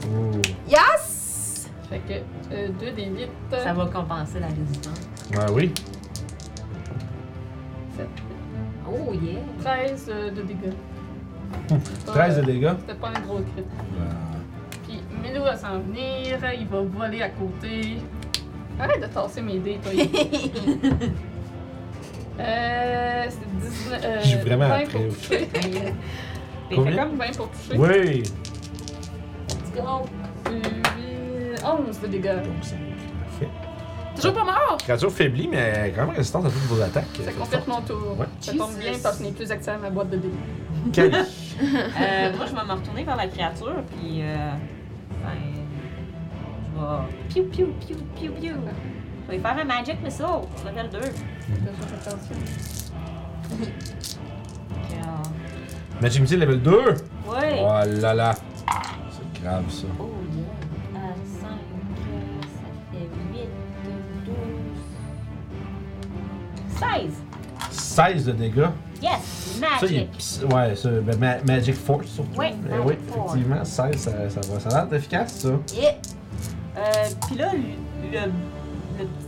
[SPEAKER 1] Ouh.
[SPEAKER 2] Fait que euh, 2 des 8.
[SPEAKER 4] [laughs] Ça va compenser la résistance.
[SPEAKER 1] Ah oui.
[SPEAKER 4] Oh yeah!
[SPEAKER 2] 13 euh, de dégâts.
[SPEAKER 1] 13 de dégâts.
[SPEAKER 2] C'était pas un gros crit. Puis Milo va s'en venir, il va voler à côté. Arrête de tasser mes dés,
[SPEAKER 4] [laughs]
[SPEAKER 2] toi. euh, c'est 19. Euh,
[SPEAKER 1] J'ai vraiment
[SPEAKER 2] 20
[SPEAKER 1] appris.
[SPEAKER 2] pour toucher. [laughs]
[SPEAKER 4] Fait
[SPEAKER 1] Combien?
[SPEAKER 2] Comme 20 pour toucher.
[SPEAKER 1] Oui.
[SPEAKER 2] Petit grand. Euh, 11 de dégâts.
[SPEAKER 1] Donc, ça Parfait.
[SPEAKER 2] Toujours pas mort!
[SPEAKER 1] Créature faiblie, mais quand même résistante à toutes vos attaques. euh,
[SPEAKER 2] Ça
[SPEAKER 1] Fait
[SPEAKER 2] complète mon tour.
[SPEAKER 1] Ouais.
[SPEAKER 2] Ça tombe bien parce que je n'ai plus accès à ma boîte de dés.
[SPEAKER 1] fort. Cali.
[SPEAKER 4] Euh, moi, je vais me retourner vers la créature, puis. Euh, ben. Je vais. Piou, piou, piou, piou, piou. Je vais faire un Magic Missile, level 2. Euh,
[SPEAKER 1] Magic Missile level 2.
[SPEAKER 4] ouais!
[SPEAKER 1] Oh là là. C'est grave ça.
[SPEAKER 4] Oh yeah! Euh, 5, ça fait 8, 12. 16!
[SPEAKER 1] 16 de dégâts.
[SPEAKER 4] Yes!
[SPEAKER 1] Ça, il est
[SPEAKER 4] Magic!
[SPEAKER 1] pis- Ouais, ça, ben, ma- Magic Force surtout.
[SPEAKER 4] Ouais,
[SPEAKER 1] Eh
[SPEAKER 4] Magic
[SPEAKER 1] oui,
[SPEAKER 4] Force.
[SPEAKER 1] effectivement, 16, ça, ça va. Ça a l'air efficace, ça.
[SPEAKER 4] Yeah. Euh, puis là, le, le, le-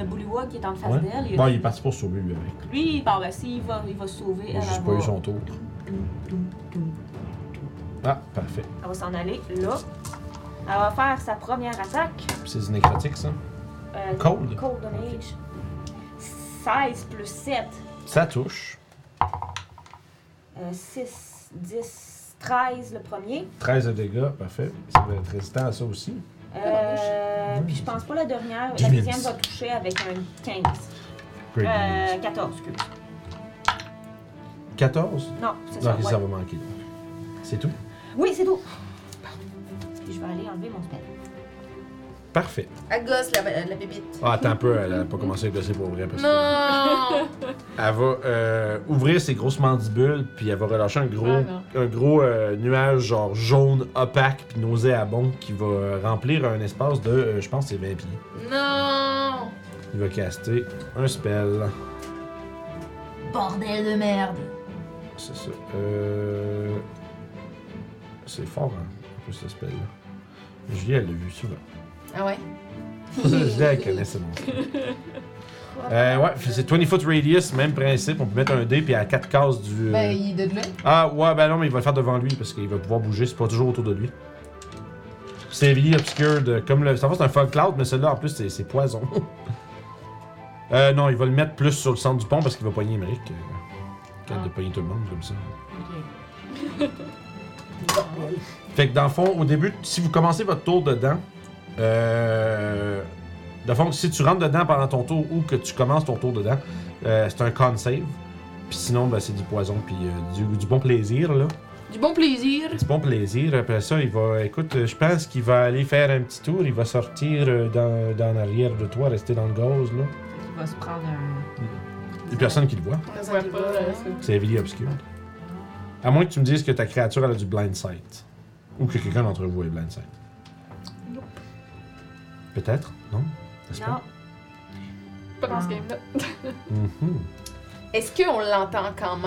[SPEAKER 4] le bouliois qui est en face
[SPEAKER 1] Ouais.
[SPEAKER 4] d'elle, il-
[SPEAKER 1] Bon, il est parti pour sauver lui avec.
[SPEAKER 4] lui, bon, ben, s'il va, il va se sauver,
[SPEAKER 1] J'ai
[SPEAKER 4] elle,
[SPEAKER 1] juste
[SPEAKER 4] elle
[SPEAKER 1] pas eu
[SPEAKER 4] va,
[SPEAKER 1] son tour. Ah, parfait.
[SPEAKER 4] elle va s'en aller là. Elle va faire sa première attaque.
[SPEAKER 1] Puis C'est du nécrotique, ça.
[SPEAKER 4] Euh,
[SPEAKER 1] Cold.
[SPEAKER 4] Cold Damage. 16 plus 7,
[SPEAKER 1] Ça touche.
[SPEAKER 4] euh, 6, 10, 13 le premier.
[SPEAKER 1] 13 de dégâts, parfait. Ça va être résistant à ça aussi.
[SPEAKER 4] Euh, puis je pense pas la dernière. La
[SPEAKER 1] Dix minutes.
[SPEAKER 4] deuxième va toucher avec un 15.
[SPEAKER 1] Great damage.
[SPEAKER 4] Euh, 14, excuse.
[SPEAKER 1] 14.
[SPEAKER 4] Non, c'est
[SPEAKER 1] Non,
[SPEAKER 4] ça. ouais.
[SPEAKER 1] ça va manquer. C'est tout.
[SPEAKER 4] Oui, c'est tout. Puis je vais aller enlever mon spell.
[SPEAKER 1] Parfait.
[SPEAKER 3] Elle gosse la, la bébite.
[SPEAKER 1] Ah, attends un peu, elle a pas commencé à gosser pour vrai. Parce que
[SPEAKER 3] Non!
[SPEAKER 1] Elle va euh, ouvrir ses grosses mandibules, puis elle va relâcher un gros,
[SPEAKER 2] Ah, non.
[SPEAKER 1] un gros euh, nuage genre jaune, opaque, puis nauséabond qui va remplir un espace de, euh, je pense, que c'est 20 pieds.
[SPEAKER 3] non!
[SPEAKER 1] Il va caster un spell.
[SPEAKER 25] Bordel de merde.
[SPEAKER 1] C'est ça. Euh... C'est fort, hein, un peu, ce spell-là. Julie, elle l'a vu souvent. [laughs]
[SPEAKER 3] Ah ouais?
[SPEAKER 1] Julie, elle connaît ce monstre. Euh, ouais, c'est 20 foot radius, même principe. On peut mettre un dé, puis à 4 cases du. euh,
[SPEAKER 3] Ben, il est de là.
[SPEAKER 1] Ah, ouais, ben non, mais il va le faire devant lui parce qu'il va pouvoir bouger, c'est pas toujours autour de lui. C'est Heavily Obscured, comme le. Ça fait, c'est un Fog Cloud, mais celui-là en plus, c'est, c'est poison. [laughs] euh, non, il va le mettre plus sur le centre du pont parce qu'il va pogner Émeric. Euh, quand de pogner tout le monde comme ça. fait que dans le fond, au début, si vous commencez votre tour dedans, euh. Dans le fond, si tu rentres dedans pendant ton tour ou que tu commences ton tour dedans, euh, c'est un con save. Puis sinon, ben, c'est du poison, puis euh, du, du bon plaisir, là.
[SPEAKER 3] Du bon plaisir.
[SPEAKER 1] Du bon plaisir. Après ça, il va. Écoute, euh, je pense qu'il va aller faire un petit tour. Il va sortir euh, dans, dans l'arrière de toi, rester dans le gauze, là.
[SPEAKER 4] Il va se prendre un.
[SPEAKER 1] Il y a personne qui le voit.
[SPEAKER 2] On ne voit pas. euh, c'est-
[SPEAKER 1] C'est Heavily Obscure. À moins que tu me dises que ta créature, elle a du blind sight. Ou que quelqu'un d'entre vous ait blind sight. Peut-être, non? N'est-ce
[SPEAKER 4] Non.
[SPEAKER 1] pas?
[SPEAKER 2] Pas dans ce game-là.
[SPEAKER 1] Mhm.
[SPEAKER 3] Est-ce qu'on l'entend quand même?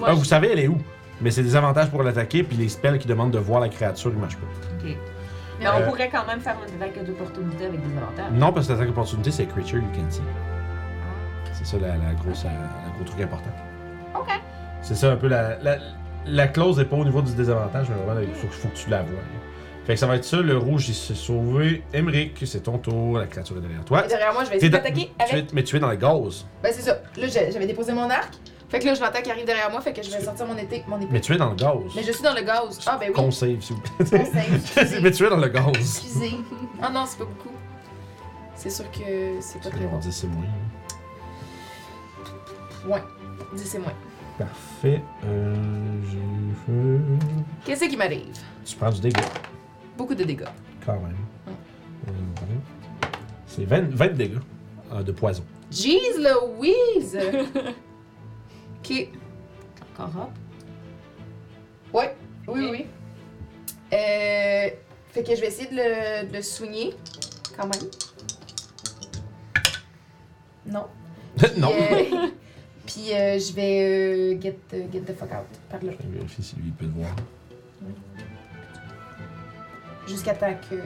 [SPEAKER 26] Ouais.
[SPEAKER 1] Ah, vous savez, elle est où? Mais c'est des avantages pour l'attaquer, puis les spells qui demandent de voir la créature, ils marchent pas.
[SPEAKER 4] Mais
[SPEAKER 1] Euh,
[SPEAKER 4] on pourrait quand même faire une attaque d'opportunité avec des avantages.
[SPEAKER 1] Non, parce que l'attaque opportunité, c'est creature you can see. C'est ça la, la grosse, la, la gros truc important.
[SPEAKER 4] Ok.
[SPEAKER 1] C'est ça un peu la. La, la clause n'est pas au niveau du désavantage, mais vraiment, il faut, faut que tu la vois. Fait que ça va être ça, le rouge, il s'est sauvé. Emmerich, c'est ton tour, la créature est derrière toi.
[SPEAKER 3] Et derrière moi, je vais
[SPEAKER 1] Ah, T'es
[SPEAKER 3] essayer
[SPEAKER 1] dans-
[SPEAKER 3] d'attaquer
[SPEAKER 1] tu
[SPEAKER 3] avec.
[SPEAKER 1] es- mais tu es dans le gaz.
[SPEAKER 3] Ben, c'est ça. Là, j'ai- j'avais déposé mon arc. Fait que là, je l'entends qui arrive derrière moi. Fait que je vais sortir mon, été, mon
[SPEAKER 1] Mais
[SPEAKER 3] épée.
[SPEAKER 1] tu es dans le
[SPEAKER 3] Mais
[SPEAKER 1] gaz.
[SPEAKER 3] je suis dans le gaz. Ah, ben oui.
[SPEAKER 1] Qu'on save, s'il vous plaît. [laughs]
[SPEAKER 3] Conseil.
[SPEAKER 1] mais
[SPEAKER 3] Excusez.
[SPEAKER 1] tu es dans le gaz.
[SPEAKER 3] Excusez. Ah non, c'est pas beaucoup. C'est sûr que c'est pas très
[SPEAKER 1] On
[SPEAKER 3] bon.
[SPEAKER 1] dit c'est hein. moins.
[SPEAKER 3] Ouais. Dis, c'est moins.
[SPEAKER 1] Parfait. Euh, j'ai eu-
[SPEAKER 3] Qu'est-ce qui m'arrive?
[SPEAKER 1] Tu prends du dégât,
[SPEAKER 3] Beaucoup de dégâts.
[SPEAKER 1] quand même. Euh, C'est 20, 20 dégâts euh, de poison. [laughs]
[SPEAKER 3] Jeez [laughs] Louise! ok.
[SPEAKER 4] Cora,
[SPEAKER 3] Ouais. Oui, oui. Euh, fait que je vais essayer de le, de le soigner, quand même. Non.
[SPEAKER 1] non. [laughs]
[SPEAKER 3] Puis, euh, Puis euh, je vais euh, get, the- get the fuck out par là.
[SPEAKER 1] Je vais vérifier si lui il peut te voir.
[SPEAKER 3] Jusqu'à temps que.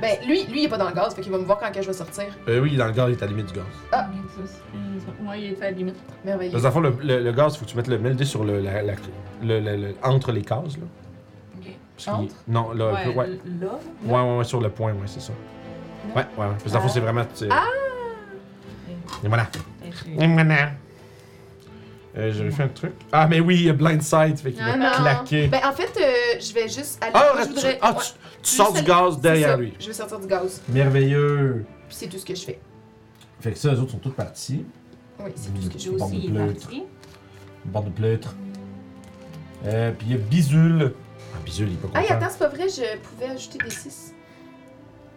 [SPEAKER 3] Ben, lui, lui, il est pas dans le gaz, fait qu'il va me voir quand que je vais sortir.
[SPEAKER 1] Euh, oui, dans le gaz, il est à la limite du gaz.
[SPEAKER 2] Moi, Ah. Mm, il est à la limite.
[SPEAKER 3] Merveilleux.
[SPEAKER 1] Parce que dans le, fond, le, le- le gaz, il faut que tu mettes le melde sur le, la- la- le- le- le- entre les cases. Là. Parce qu'il-
[SPEAKER 3] Entre?
[SPEAKER 1] Non, là, un peu, ouais.
[SPEAKER 4] l- là,
[SPEAKER 1] Ouais, ouais, ouais, sur le point, ouais, c'est ça. Ouais, ouais, ouais. Parce que dans le fond,
[SPEAKER 3] Ah.
[SPEAKER 1] c'est vraiment. tu sais- Et voilà. Et voilà. Euh, J'avais fait un truc. Ah, mais oui, il y a Blindside, fait qu'il va
[SPEAKER 3] Ah, non.
[SPEAKER 1] claquer.
[SPEAKER 3] Ben, en fait, euh, je vais juste aller.
[SPEAKER 1] Ah,
[SPEAKER 3] moi, je
[SPEAKER 1] tu,
[SPEAKER 3] voudrais-
[SPEAKER 1] ah,
[SPEAKER 3] Ouais,
[SPEAKER 1] tu, tu sors du
[SPEAKER 3] Juste
[SPEAKER 1] gaz
[SPEAKER 3] c'est
[SPEAKER 1] derrière
[SPEAKER 3] ça.
[SPEAKER 1] lui.
[SPEAKER 3] Je vais sortir du gaz,
[SPEAKER 1] Merveilleux.
[SPEAKER 3] puis c'est tout ce que je fais.
[SPEAKER 1] Fait que ça, les autres sont tous partis.
[SPEAKER 3] Oui, c'est tout ce que je
[SPEAKER 4] j'ai
[SPEAKER 3] fais.
[SPEAKER 4] aussi il est parti.
[SPEAKER 1] Bande de pleutre. Euh, puis il y a Bizule. Ah, Bizule, il est pas content.
[SPEAKER 3] Ah, et attends, c'est pas vrai, je pouvais ajouter des 6.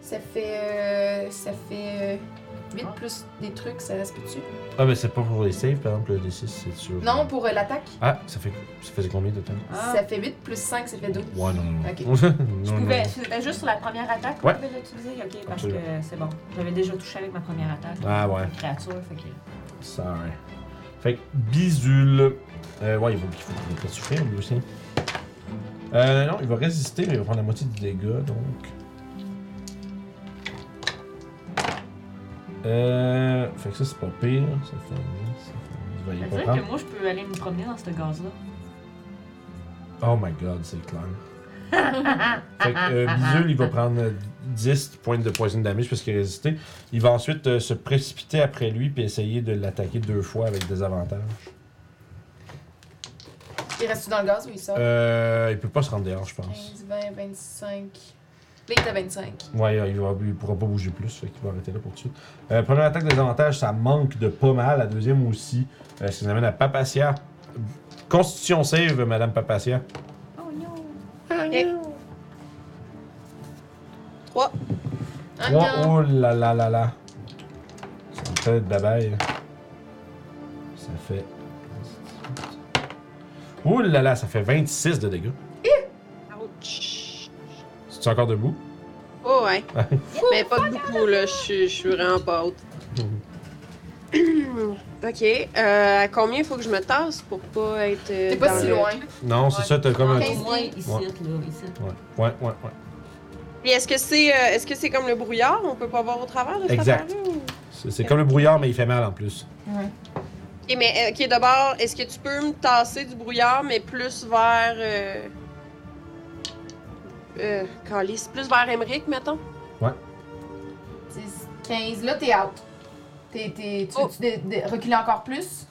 [SPEAKER 3] Ça fait. euh, ça fait. 8 plus des trucs, ça reste plus dessus.
[SPEAKER 1] Ah, mais c'est pas pour les saves, par exemple, le D6, c'est sûr.
[SPEAKER 3] Non, pour euh, l'attaque,
[SPEAKER 1] Ah, ça, fait, ça faisait combien de temps?
[SPEAKER 4] Ah.
[SPEAKER 3] ça fait 8 plus 5, ça fait 12.
[SPEAKER 1] Ouais, non, non. [laughs]
[SPEAKER 3] Ok.
[SPEAKER 4] Tu
[SPEAKER 1] non, non.
[SPEAKER 4] pouvais, c'était juste sur la première attaque,
[SPEAKER 1] Ouais.
[SPEAKER 4] tu pouvais l'utiliser, ok, parce
[SPEAKER 1] Absolument.
[SPEAKER 4] que c'est bon. J'avais déjà touché avec ma première attaque.
[SPEAKER 1] Ah, ouais.
[SPEAKER 4] Une créature, fait que.
[SPEAKER 1] Sorry. Fait que Bizule. Euh, ouais, il va, il faut qu'il va souffrir lui aussi. Euh, non, il va résister, mais il va prendre la moitié du dégât, donc. Euh, fait que ça, c'est pas pire. Ça fait un, ça fait un. Il va
[SPEAKER 4] Ça
[SPEAKER 1] y
[SPEAKER 4] veut
[SPEAKER 1] pas
[SPEAKER 4] dire que
[SPEAKER 1] prendre.
[SPEAKER 4] moi, je peux aller me promener dans ce gaz-là.
[SPEAKER 1] Oh my god, c'est clair. fait que euh, Bizule, il va prendre euh, 10 points de poison damage parce qu'il a résisté. Il va ensuite euh, se précipiter après lui puis essayer de l'attaquer deux fois avec des avantages.
[SPEAKER 3] Il reste dans le gaz ou il sort
[SPEAKER 1] Euh, il peut pas se rendre dehors, je pense.
[SPEAKER 3] 15, 20, 25. Là, il est à 25.
[SPEAKER 1] Ouais, il, va, il pourra pas bouger plus, fait qu'il va arrêter là pour tout de suite. Euh, première attaque des avantages, ça manque de pas mal. La deuxième aussi, euh, ça nous amène à Papacia. Constitution save, Madame Papacia.
[SPEAKER 4] Oh non!
[SPEAKER 3] 3. Ah
[SPEAKER 1] Trois,
[SPEAKER 3] non.
[SPEAKER 1] oh là là là là. Ça me fait de la baille. Ça fait. Oh là là, ça fait 26 de dégâts.
[SPEAKER 5] Ouch.
[SPEAKER 1] C'est encore debout?
[SPEAKER 5] Oh ouais. Mais pas de beaucoup, là. Je suis- je suis vraiment pas haute.
[SPEAKER 3] Hmm.
[SPEAKER 5] [clears throat] ok. Euh, à combien faut que je me tasse pour pas être. euh,
[SPEAKER 3] T'es pas
[SPEAKER 5] dans
[SPEAKER 3] si
[SPEAKER 5] le-
[SPEAKER 3] loin.
[SPEAKER 1] Non, c'est ça, t'as comme un.
[SPEAKER 4] Au
[SPEAKER 1] Ouais,
[SPEAKER 3] 15
[SPEAKER 4] moins,
[SPEAKER 3] pieds.
[SPEAKER 4] ici,
[SPEAKER 1] Ouais.
[SPEAKER 4] là, ici.
[SPEAKER 1] ouais, ouais. ouais.
[SPEAKER 5] Puis est-ce que c'est euh, est-ce que c'est comme le brouillard? On peut pas voir au travers de cette
[SPEAKER 1] Exact.
[SPEAKER 5] affaire-là, ou-
[SPEAKER 1] C'est c'est comme le brouillard, mais il fait mal en plus.
[SPEAKER 5] Ok, mais euh, ok, d'abord, est-ce que tu peux me tasser du brouillard, mais plus vers. Euh... Euh, Calice, plus vers Emmerich, mettons?
[SPEAKER 3] 10, 15. Là, t'es out. T'es, t'es, tu
[SPEAKER 5] Oh.
[SPEAKER 3] veux-tu dé- dé- reculer encore plus?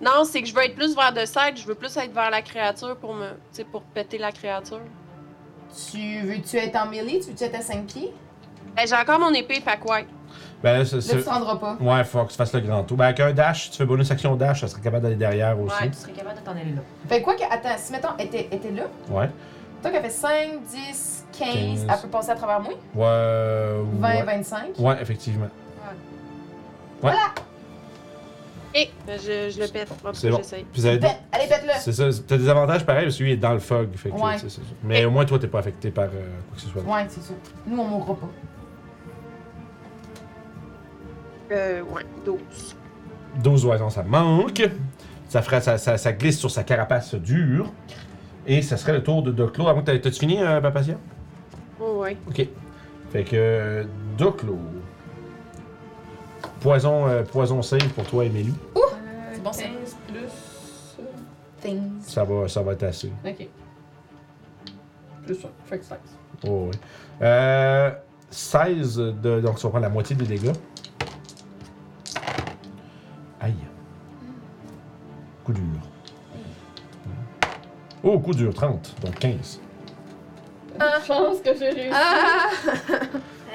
[SPEAKER 5] Non, c'est que je veux être plus vers de side, je veux plus être vers la créature pour me. Tu sais, pour péter la créature.
[SPEAKER 3] Tu veux-tu être en melee? Tu veux-tu être à 5 pieds?
[SPEAKER 5] Ben, j'ai encore mon épée, fait quoi?
[SPEAKER 1] Ben là, c'est-
[SPEAKER 3] Là, tu
[SPEAKER 1] c'est-
[SPEAKER 3] te rendras pas.
[SPEAKER 1] Ouais, faut que tu fasses le grand tour. Ben, avec un dash, tu fais bonus action dash, ça serait capable d'aller derrière aussi.
[SPEAKER 4] Ouais, tu serais capable de t'en aller là.
[SPEAKER 3] Fait quoi que, attends, si mettons, elle était, elle était là,
[SPEAKER 1] Ouais.
[SPEAKER 3] toi qu'elle fait 5, 10, 15,
[SPEAKER 1] 15.
[SPEAKER 3] elle peut passer à travers moi.
[SPEAKER 1] Ouais. euh,
[SPEAKER 3] 20,
[SPEAKER 1] ouais.
[SPEAKER 3] 25.
[SPEAKER 1] Ouais, effectivement.
[SPEAKER 5] Et je, je le pète, En tout
[SPEAKER 1] C'est
[SPEAKER 5] cas,
[SPEAKER 1] bon.
[SPEAKER 5] j'essaye.
[SPEAKER 1] Puis ça aide-
[SPEAKER 3] Pète, allez, pète-le!
[SPEAKER 1] C'est ça, c'est- t'as des avantages pareils parce que lui il est dans le fog. Fait que,
[SPEAKER 3] Ouais.
[SPEAKER 1] tu sais, c'est ça. Mais au moins, toi, t'es pas affecté par euh, quoi que ce soit.
[SPEAKER 3] Ouais, c'est sûr. Nous, on mourra pas.
[SPEAKER 5] Euh, ouais, 12.
[SPEAKER 1] 12 oiseaux, ça manque. Ça, ferait, ça, ça- ça glisse sur sa carapace dure. Et ça serait le tour de Doclo. Avant que t'a- t'as-tu fini, euh, Papatia?
[SPEAKER 16] Oh, ouais.
[SPEAKER 1] Ok. Fait que euh, Doclo. Poison, euh, poison save pour toi, Émilie.
[SPEAKER 3] C'est bon, c'est-
[SPEAKER 2] 15 plus. euh,
[SPEAKER 3] Things.
[SPEAKER 1] Ça va, ça va être assez.
[SPEAKER 2] Ok. Plus ça. Fait que 16.
[SPEAKER 1] Oh, ouais. Euh, 16, de, donc tu vas prendre la moitié des dégâts. Aïe. Coup dur. Oh, coup dur, 30, donc 15.
[SPEAKER 2] Je pense que j'ai réussi.
[SPEAKER 16] Ah!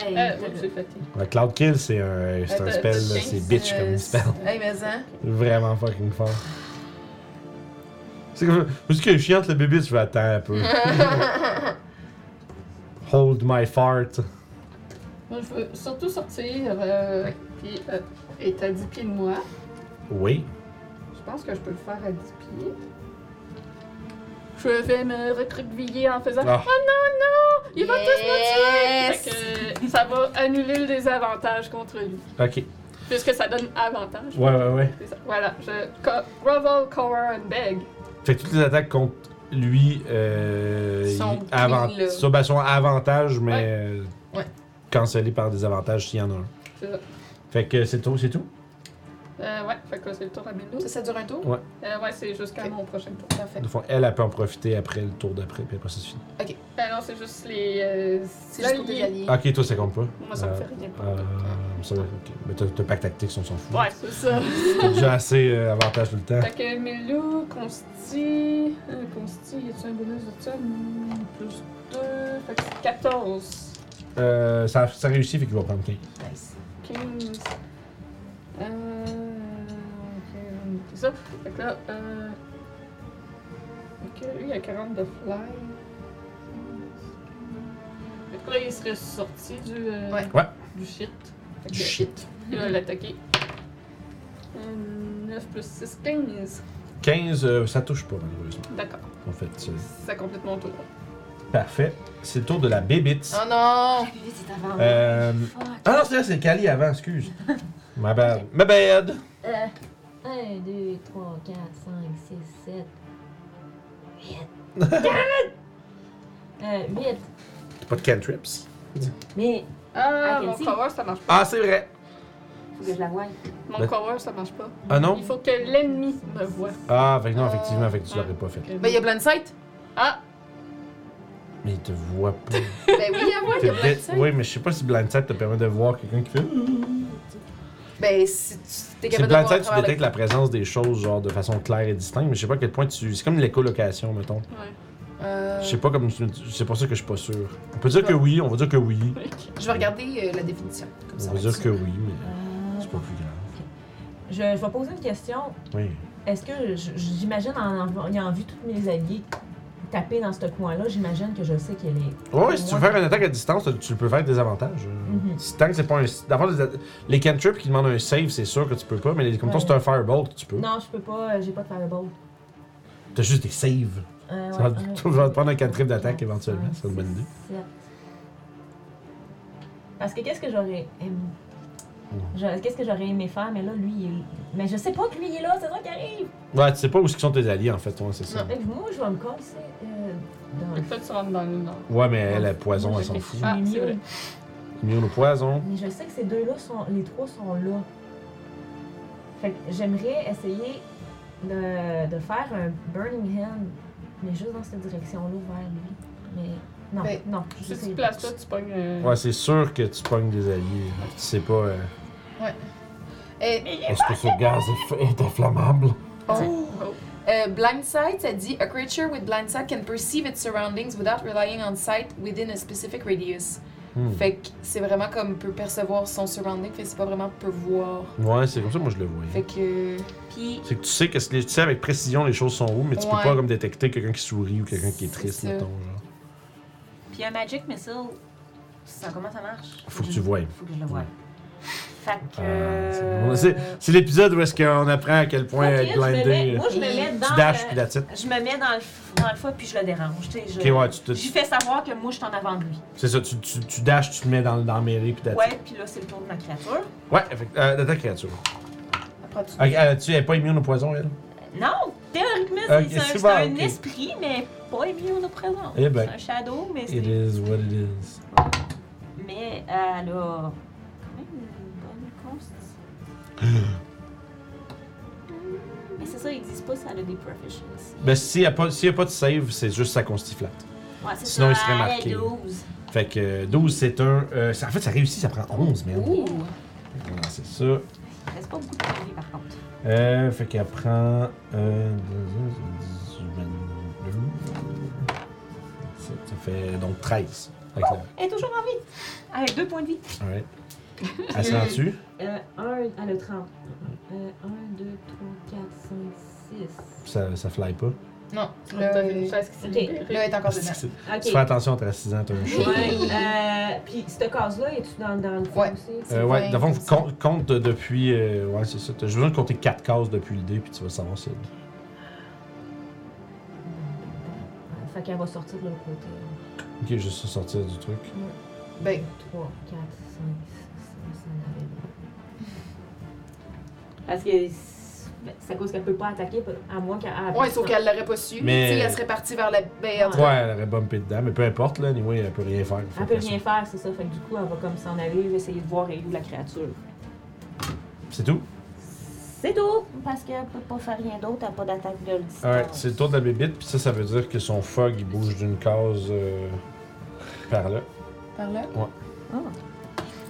[SPEAKER 4] Hey,
[SPEAKER 2] Euh, oups, j'ai fatigué.
[SPEAKER 1] Ouais, Cloud Kill, c'est un, c'est un
[SPEAKER 2] Euh,
[SPEAKER 1] spell,
[SPEAKER 2] t'as-
[SPEAKER 1] c'est bitch comme spell.
[SPEAKER 3] Hey, mais hein?
[SPEAKER 1] Vraiment fucking fort. C'est comme. Parce que chiante le bébé, tu vas attendre un peu. [laughs] Hold my fart.
[SPEAKER 2] Moi, je veux surtout sortir. Euh, Puis euh, est à 10 pieds de moi.
[SPEAKER 1] Oui.
[SPEAKER 2] Je pense que je peux le faire à 10 pieds. Je vais me recroqueviller en faisant
[SPEAKER 1] Ah.
[SPEAKER 2] Oh non, non Il va
[SPEAKER 16] Yes!
[SPEAKER 2] tous me tuer! Fait que, ça va annuler le désavantage contre lui.
[SPEAKER 1] Ok.
[SPEAKER 2] Puisque ça donne avantage.
[SPEAKER 1] Ouais, ouais, ouais.
[SPEAKER 2] C'est ça. Voilà, je co- grovel, cower and beg.
[SPEAKER 1] Fait que toutes les attaques contre lui. Euh,
[SPEAKER 3] Sont
[SPEAKER 1] il- avant-
[SPEAKER 3] clean, là.
[SPEAKER 1] ça, ben, sont avantages, mais.
[SPEAKER 2] Ouais.
[SPEAKER 1] euh,
[SPEAKER 3] Ouais.
[SPEAKER 1] cancellés par des avantages s'il y en a un.
[SPEAKER 2] C'est ça.
[SPEAKER 1] Fait que c'est tout, c'est tout.
[SPEAKER 2] Euh, ouais, fait que c'est le tour à Minou.
[SPEAKER 3] Ça, ça dure un tour?
[SPEAKER 2] Euh, ouais, c'est jusqu'à
[SPEAKER 3] Ok.
[SPEAKER 2] mon prochain tour.
[SPEAKER 3] Parfait.
[SPEAKER 1] Au fond, elle, elle peut en profiter après le tour d'après, puis après c'est fini.
[SPEAKER 2] Ah non, c'est juste les. Euh,
[SPEAKER 3] C'est juste pour tes
[SPEAKER 2] alliés.
[SPEAKER 3] alliés.
[SPEAKER 1] Ok, toi, ça compte pas.
[SPEAKER 2] Moi, ça me
[SPEAKER 1] Euh,
[SPEAKER 2] fait rien.
[SPEAKER 1] Euh, ça va, ok. Mais t'as t'as pack tactique, on s'en fout.
[SPEAKER 2] Ouais, c'est ça.
[SPEAKER 1] T'as déjà assez euh, avantage tout le temps.
[SPEAKER 2] Fait que Melou, Consti. euh, Consti, y a-tu un bonus de ça Hmm, Plus 2. Fait que c'est 14.
[SPEAKER 1] Euh, ça, ça réussit, fait qu'il va prendre 15.
[SPEAKER 3] Nice.
[SPEAKER 2] 15. Euh. ok, C'est ça. Fait que là. Euh... Ok, lui, il a 40 de fly. Fait que là, il serait sorti du. euh,
[SPEAKER 3] Ouais.
[SPEAKER 1] Ouais.
[SPEAKER 2] Du shit. Fait que-
[SPEAKER 1] Shit.
[SPEAKER 2] Il va l'attaquer. Euh, 9 plus 6, 15.
[SPEAKER 1] 15, euh, ça touche pas, malheureusement.
[SPEAKER 2] D'accord.
[SPEAKER 1] En fait, c'est-
[SPEAKER 2] Ça complète mon tour.
[SPEAKER 1] parfait. C'est le tour de la bébite.
[SPEAKER 3] Oh non!
[SPEAKER 4] c'est avant.
[SPEAKER 1] Euh,
[SPEAKER 4] Fuck.
[SPEAKER 1] Ah non, c'est là, c'est Cali avant, excuse. My bad. My bad.
[SPEAKER 4] Euh, 1, 2, 3, 4, 5, 6, 7, [laughs] 8. 8.
[SPEAKER 1] T'as pas de cantrips.
[SPEAKER 4] Euh, Mais,
[SPEAKER 2] Ah,
[SPEAKER 4] Ah,
[SPEAKER 2] mon
[SPEAKER 4] Kenzie.
[SPEAKER 2] cover, ça marche pas.
[SPEAKER 1] Ah, c'est vrai.
[SPEAKER 4] faut que je la voie.
[SPEAKER 2] Mon
[SPEAKER 1] Ben-
[SPEAKER 2] cover, ça marche pas.
[SPEAKER 1] Ah non?
[SPEAKER 2] Il faut que l'ennemi me Euh, voie.
[SPEAKER 1] Ah, fait que non, effectivement, fait que tu l'aurais pas fait.
[SPEAKER 3] Ben, il y a blind sight!
[SPEAKER 2] Ah!
[SPEAKER 1] Mais il te voit
[SPEAKER 3] [laughs]
[SPEAKER 1] pas.
[SPEAKER 3] Ben oui,
[SPEAKER 1] [laughs]
[SPEAKER 3] il y a moi, il y a
[SPEAKER 1] T'es
[SPEAKER 3] blind
[SPEAKER 1] bête.
[SPEAKER 3] sight!
[SPEAKER 1] Oui, mais je sais pas si Blind Sight te permet de voir quelqu'un qui fait.
[SPEAKER 3] Ben, si tu t'es
[SPEAKER 1] C'est Blind
[SPEAKER 3] capable de voir à
[SPEAKER 1] Sight, tu
[SPEAKER 3] travers le-
[SPEAKER 1] détectes la présence des choses, genre, de façon claire et distincte, mais je sais pas à quel point tu. C'est comme l'écolocation, mettons.
[SPEAKER 2] Ouais.
[SPEAKER 3] Euh,
[SPEAKER 1] Je sais pas comme. tu- C'est pour ça que je suis pas sûr. On peut dire que oui, on va dire que oui.
[SPEAKER 3] Je vais regarder euh, la définition. Comme ça,
[SPEAKER 1] On va
[SPEAKER 3] va
[SPEAKER 1] dire
[SPEAKER 3] être
[SPEAKER 1] que
[SPEAKER 3] sûr.
[SPEAKER 1] oui, mais
[SPEAKER 4] Euh,
[SPEAKER 1] c'est pas plus grave.
[SPEAKER 4] je, je vais poser une question.
[SPEAKER 1] Oui.
[SPEAKER 4] Est-ce que je- j'imagine, en, en ayant vu tous mes alliés taper dans ce coin-là, j'imagine que je sais qu'elle est.
[SPEAKER 1] Ouais, ouais, si tu veux faire une attaque à distance, tu peux faire avec des avantages. hein.
[SPEAKER 4] Mhm.
[SPEAKER 1] Si Tant que c'est pas un. D'avoir des... Les cantrips qui demandent un save, c'est sûr que tu peux pas, mais les... comme toi,
[SPEAKER 4] Ouais.
[SPEAKER 1] c'est un firebolt, tu peux.
[SPEAKER 4] Non, je peux pas, euh, j'ai pas de fireball.
[SPEAKER 1] T'as juste des saves. [laughs]
[SPEAKER 4] Euh,
[SPEAKER 1] Ça va- tu vas te prendre un cantrip d'attaque éventuellement, c'est une bonne idée.
[SPEAKER 4] Sept. Parce que qu'est-ce que j'aurais aimé. je- Qu'est-ce que j'aurais aimé faire, mais là, lui, il est. Mais je sais pas que lui, il est là, c'est ça qui arrive!
[SPEAKER 1] Ouais, tu sais pas où sont tes alliés en fait, ouais, c'est ça.
[SPEAKER 4] Fait que moi, je vais me casser. euh, dans
[SPEAKER 2] Fait que toi, tu rentres dans le nord.
[SPEAKER 1] Ouais, mais elle, elle Eh, poison, elle s'en fout.
[SPEAKER 2] Ah,
[SPEAKER 4] les
[SPEAKER 2] c'est vrai.
[SPEAKER 4] murs.
[SPEAKER 1] Mieux le poison.
[SPEAKER 4] Mais je sais que ces deux-là sont. Les trois sont là. Fait que j'aimerais essayer de, de faire un Burning Hand, mais juste dans cette direction-là vers lui. Mais. Non,
[SPEAKER 3] Ben,
[SPEAKER 4] non, je
[SPEAKER 2] Si tu
[SPEAKER 4] sais
[SPEAKER 2] te places là, tu pognes. euh,
[SPEAKER 1] Ouais, c'est sûr que tu pognes des alliés. Tu sais pas. euh,
[SPEAKER 3] Eh,
[SPEAKER 1] Est-ce que ce gaz est, f- est inflammable?
[SPEAKER 3] oh. Euh, blind sight, ça dit A creature with blind sight can perceive its surroundings without relying on sight within a specific radius.
[SPEAKER 1] Hmm.
[SPEAKER 3] Fait que c'est vraiment comme peut percevoir son surrounding, fait que c'est pas vraiment peut voir.
[SPEAKER 1] Hmm. Ouais, c'est comme ça, moi je le voyais.
[SPEAKER 3] Fait que.
[SPEAKER 4] Puis,
[SPEAKER 1] C'est que tu sais que c'est- tu sais avec précision les choses sont où, mais tu peux
[SPEAKER 3] Ouais.
[SPEAKER 1] pas comme détecter quelqu'un qui sourit ou quelqu'un qui est triste,
[SPEAKER 3] C'est ça.
[SPEAKER 1] mettons. Genre.
[SPEAKER 12] Puis un Magic Missile, ça, comment ça marche?
[SPEAKER 1] Faut que
[SPEAKER 12] Je-
[SPEAKER 1] tu voyes.
[SPEAKER 12] Faut que je le voie.
[SPEAKER 1] Ouais.
[SPEAKER 12] Fait que.
[SPEAKER 1] Ah, c'est
[SPEAKER 12] euh,
[SPEAKER 1] bon. C'est c'est l'épisode où est-ce qu'on apprend à quel point
[SPEAKER 12] Ok,
[SPEAKER 1] être
[SPEAKER 12] je me mets-
[SPEAKER 1] blindé. euh,
[SPEAKER 12] Moi, je me mets dans.
[SPEAKER 1] Tu dashes
[SPEAKER 12] le-
[SPEAKER 1] puis la titre.
[SPEAKER 12] Je me mets dans le, f- dans le foie puis je le dérange. tu sais, je-
[SPEAKER 1] Ok, ouais, tu te-
[SPEAKER 12] J'y fais savoir que moi, je suis en avant de lui.
[SPEAKER 1] C'est ça, tu, tu, tu dashes, tu te mets dans, dans la mêlée puis la
[SPEAKER 12] Ouais, puis là, c'est le tour de ma créature.
[SPEAKER 1] Ouais, fait que, euh, de ta créature.
[SPEAKER 3] Après, tu.
[SPEAKER 1] Ok, euh, tu es pas immune au poison, elle?
[SPEAKER 12] Euh,
[SPEAKER 4] Non, théoriquement,
[SPEAKER 1] Ok,
[SPEAKER 4] c'est un-
[SPEAKER 1] Euh, c'est
[SPEAKER 4] c'est
[SPEAKER 1] bon,
[SPEAKER 4] un,
[SPEAKER 1] ok.
[SPEAKER 4] esprit, mais pas émis au présent.
[SPEAKER 1] Eh ben.
[SPEAKER 4] C'est un shadow, mais
[SPEAKER 1] It
[SPEAKER 4] c'est.
[SPEAKER 1] is what it is.
[SPEAKER 4] Mais elle a quand même une bonne constitution. [gasps] mais c'est ça, ils disent pas ça elle a des proficiencies.
[SPEAKER 1] Ben, s'il n'y a, pas- s'il y a pas de save, c'est juste sa consti flat.
[SPEAKER 4] Ouais, c'est
[SPEAKER 1] Sinon, il
[SPEAKER 4] ça,
[SPEAKER 1] serait
[SPEAKER 4] elle a
[SPEAKER 1] marqué.
[SPEAKER 4] 12.
[SPEAKER 1] Fait que euh, 12, c'est un. euh, ça- en fait, ça réussit, ça prend 11, merde.
[SPEAKER 4] Ouh!
[SPEAKER 1] Fait qu'on va lancer ça.
[SPEAKER 4] Il reste pas beaucoup de temps, par contre.
[SPEAKER 1] Euh, fait qu'elle prend. Euh, 22. Ça fait donc 13. Avec la-
[SPEAKER 4] Elle est toujours en vie! Avec deux points de vie.
[SPEAKER 1] ouais. Elle se rend dessus.
[SPEAKER 4] Euh, un, elle a 30. Euh, 1, 2, 3, 4, 5,
[SPEAKER 1] Ça, ça fly pas.
[SPEAKER 3] Non,
[SPEAKER 2] T'as fait une
[SPEAKER 3] là,
[SPEAKER 2] chaise qui s'est
[SPEAKER 4] Ok.
[SPEAKER 2] libérée.
[SPEAKER 3] là est encore dedans.
[SPEAKER 1] Tu
[SPEAKER 4] 6.
[SPEAKER 1] fais attention, t'as 6 ans, t'as un chat.
[SPEAKER 4] Ouais. euh, puis cette case-là, es-tu dans, dans le fond
[SPEAKER 3] Ouais.
[SPEAKER 4] aussi?
[SPEAKER 1] Euh, ouais, dans le fond, vous
[SPEAKER 3] Vingt-cinq.
[SPEAKER 1] compte, compte depuis. euh, ouais, c'est ça. T'as juste besoin de compter 4 cases depuis le dé, puis tu vas savoir si.
[SPEAKER 4] Ouais, Fait qu'elle va sortir de l'autre côté.
[SPEAKER 1] Ok, juste sortir du truc.
[SPEAKER 3] Ben,
[SPEAKER 4] 3, 4, 5, 6, 7, 8, 9. Parce que c'est ben, c'est à cause qu'elle peut pas attaquer, ben, à moins qu'elle. elle-
[SPEAKER 3] ouais, sauf qu'elle l'aurait pas su.
[SPEAKER 1] Mais-
[SPEAKER 3] Tu sais, elle serait partie vers la. Ben, en tout
[SPEAKER 1] Ouais, elle aurait bumpé dedans, mais peu importe, là, anyway, elle peut rien faire.
[SPEAKER 4] Elle peut rien faire, c'est ça. Fait que du coup, elle va comme s'en aller, essayer de voir est où la créature.
[SPEAKER 1] C'est tout?
[SPEAKER 4] C'est tout! Parce qu'elle peut pas faire rien d'autre, elle a pas d'attaque de distance.
[SPEAKER 1] Ouais, c'est le tour de la bébite, puis ça, ça veut dire que son fog, il bouge d'une case euh, par là.
[SPEAKER 3] par là.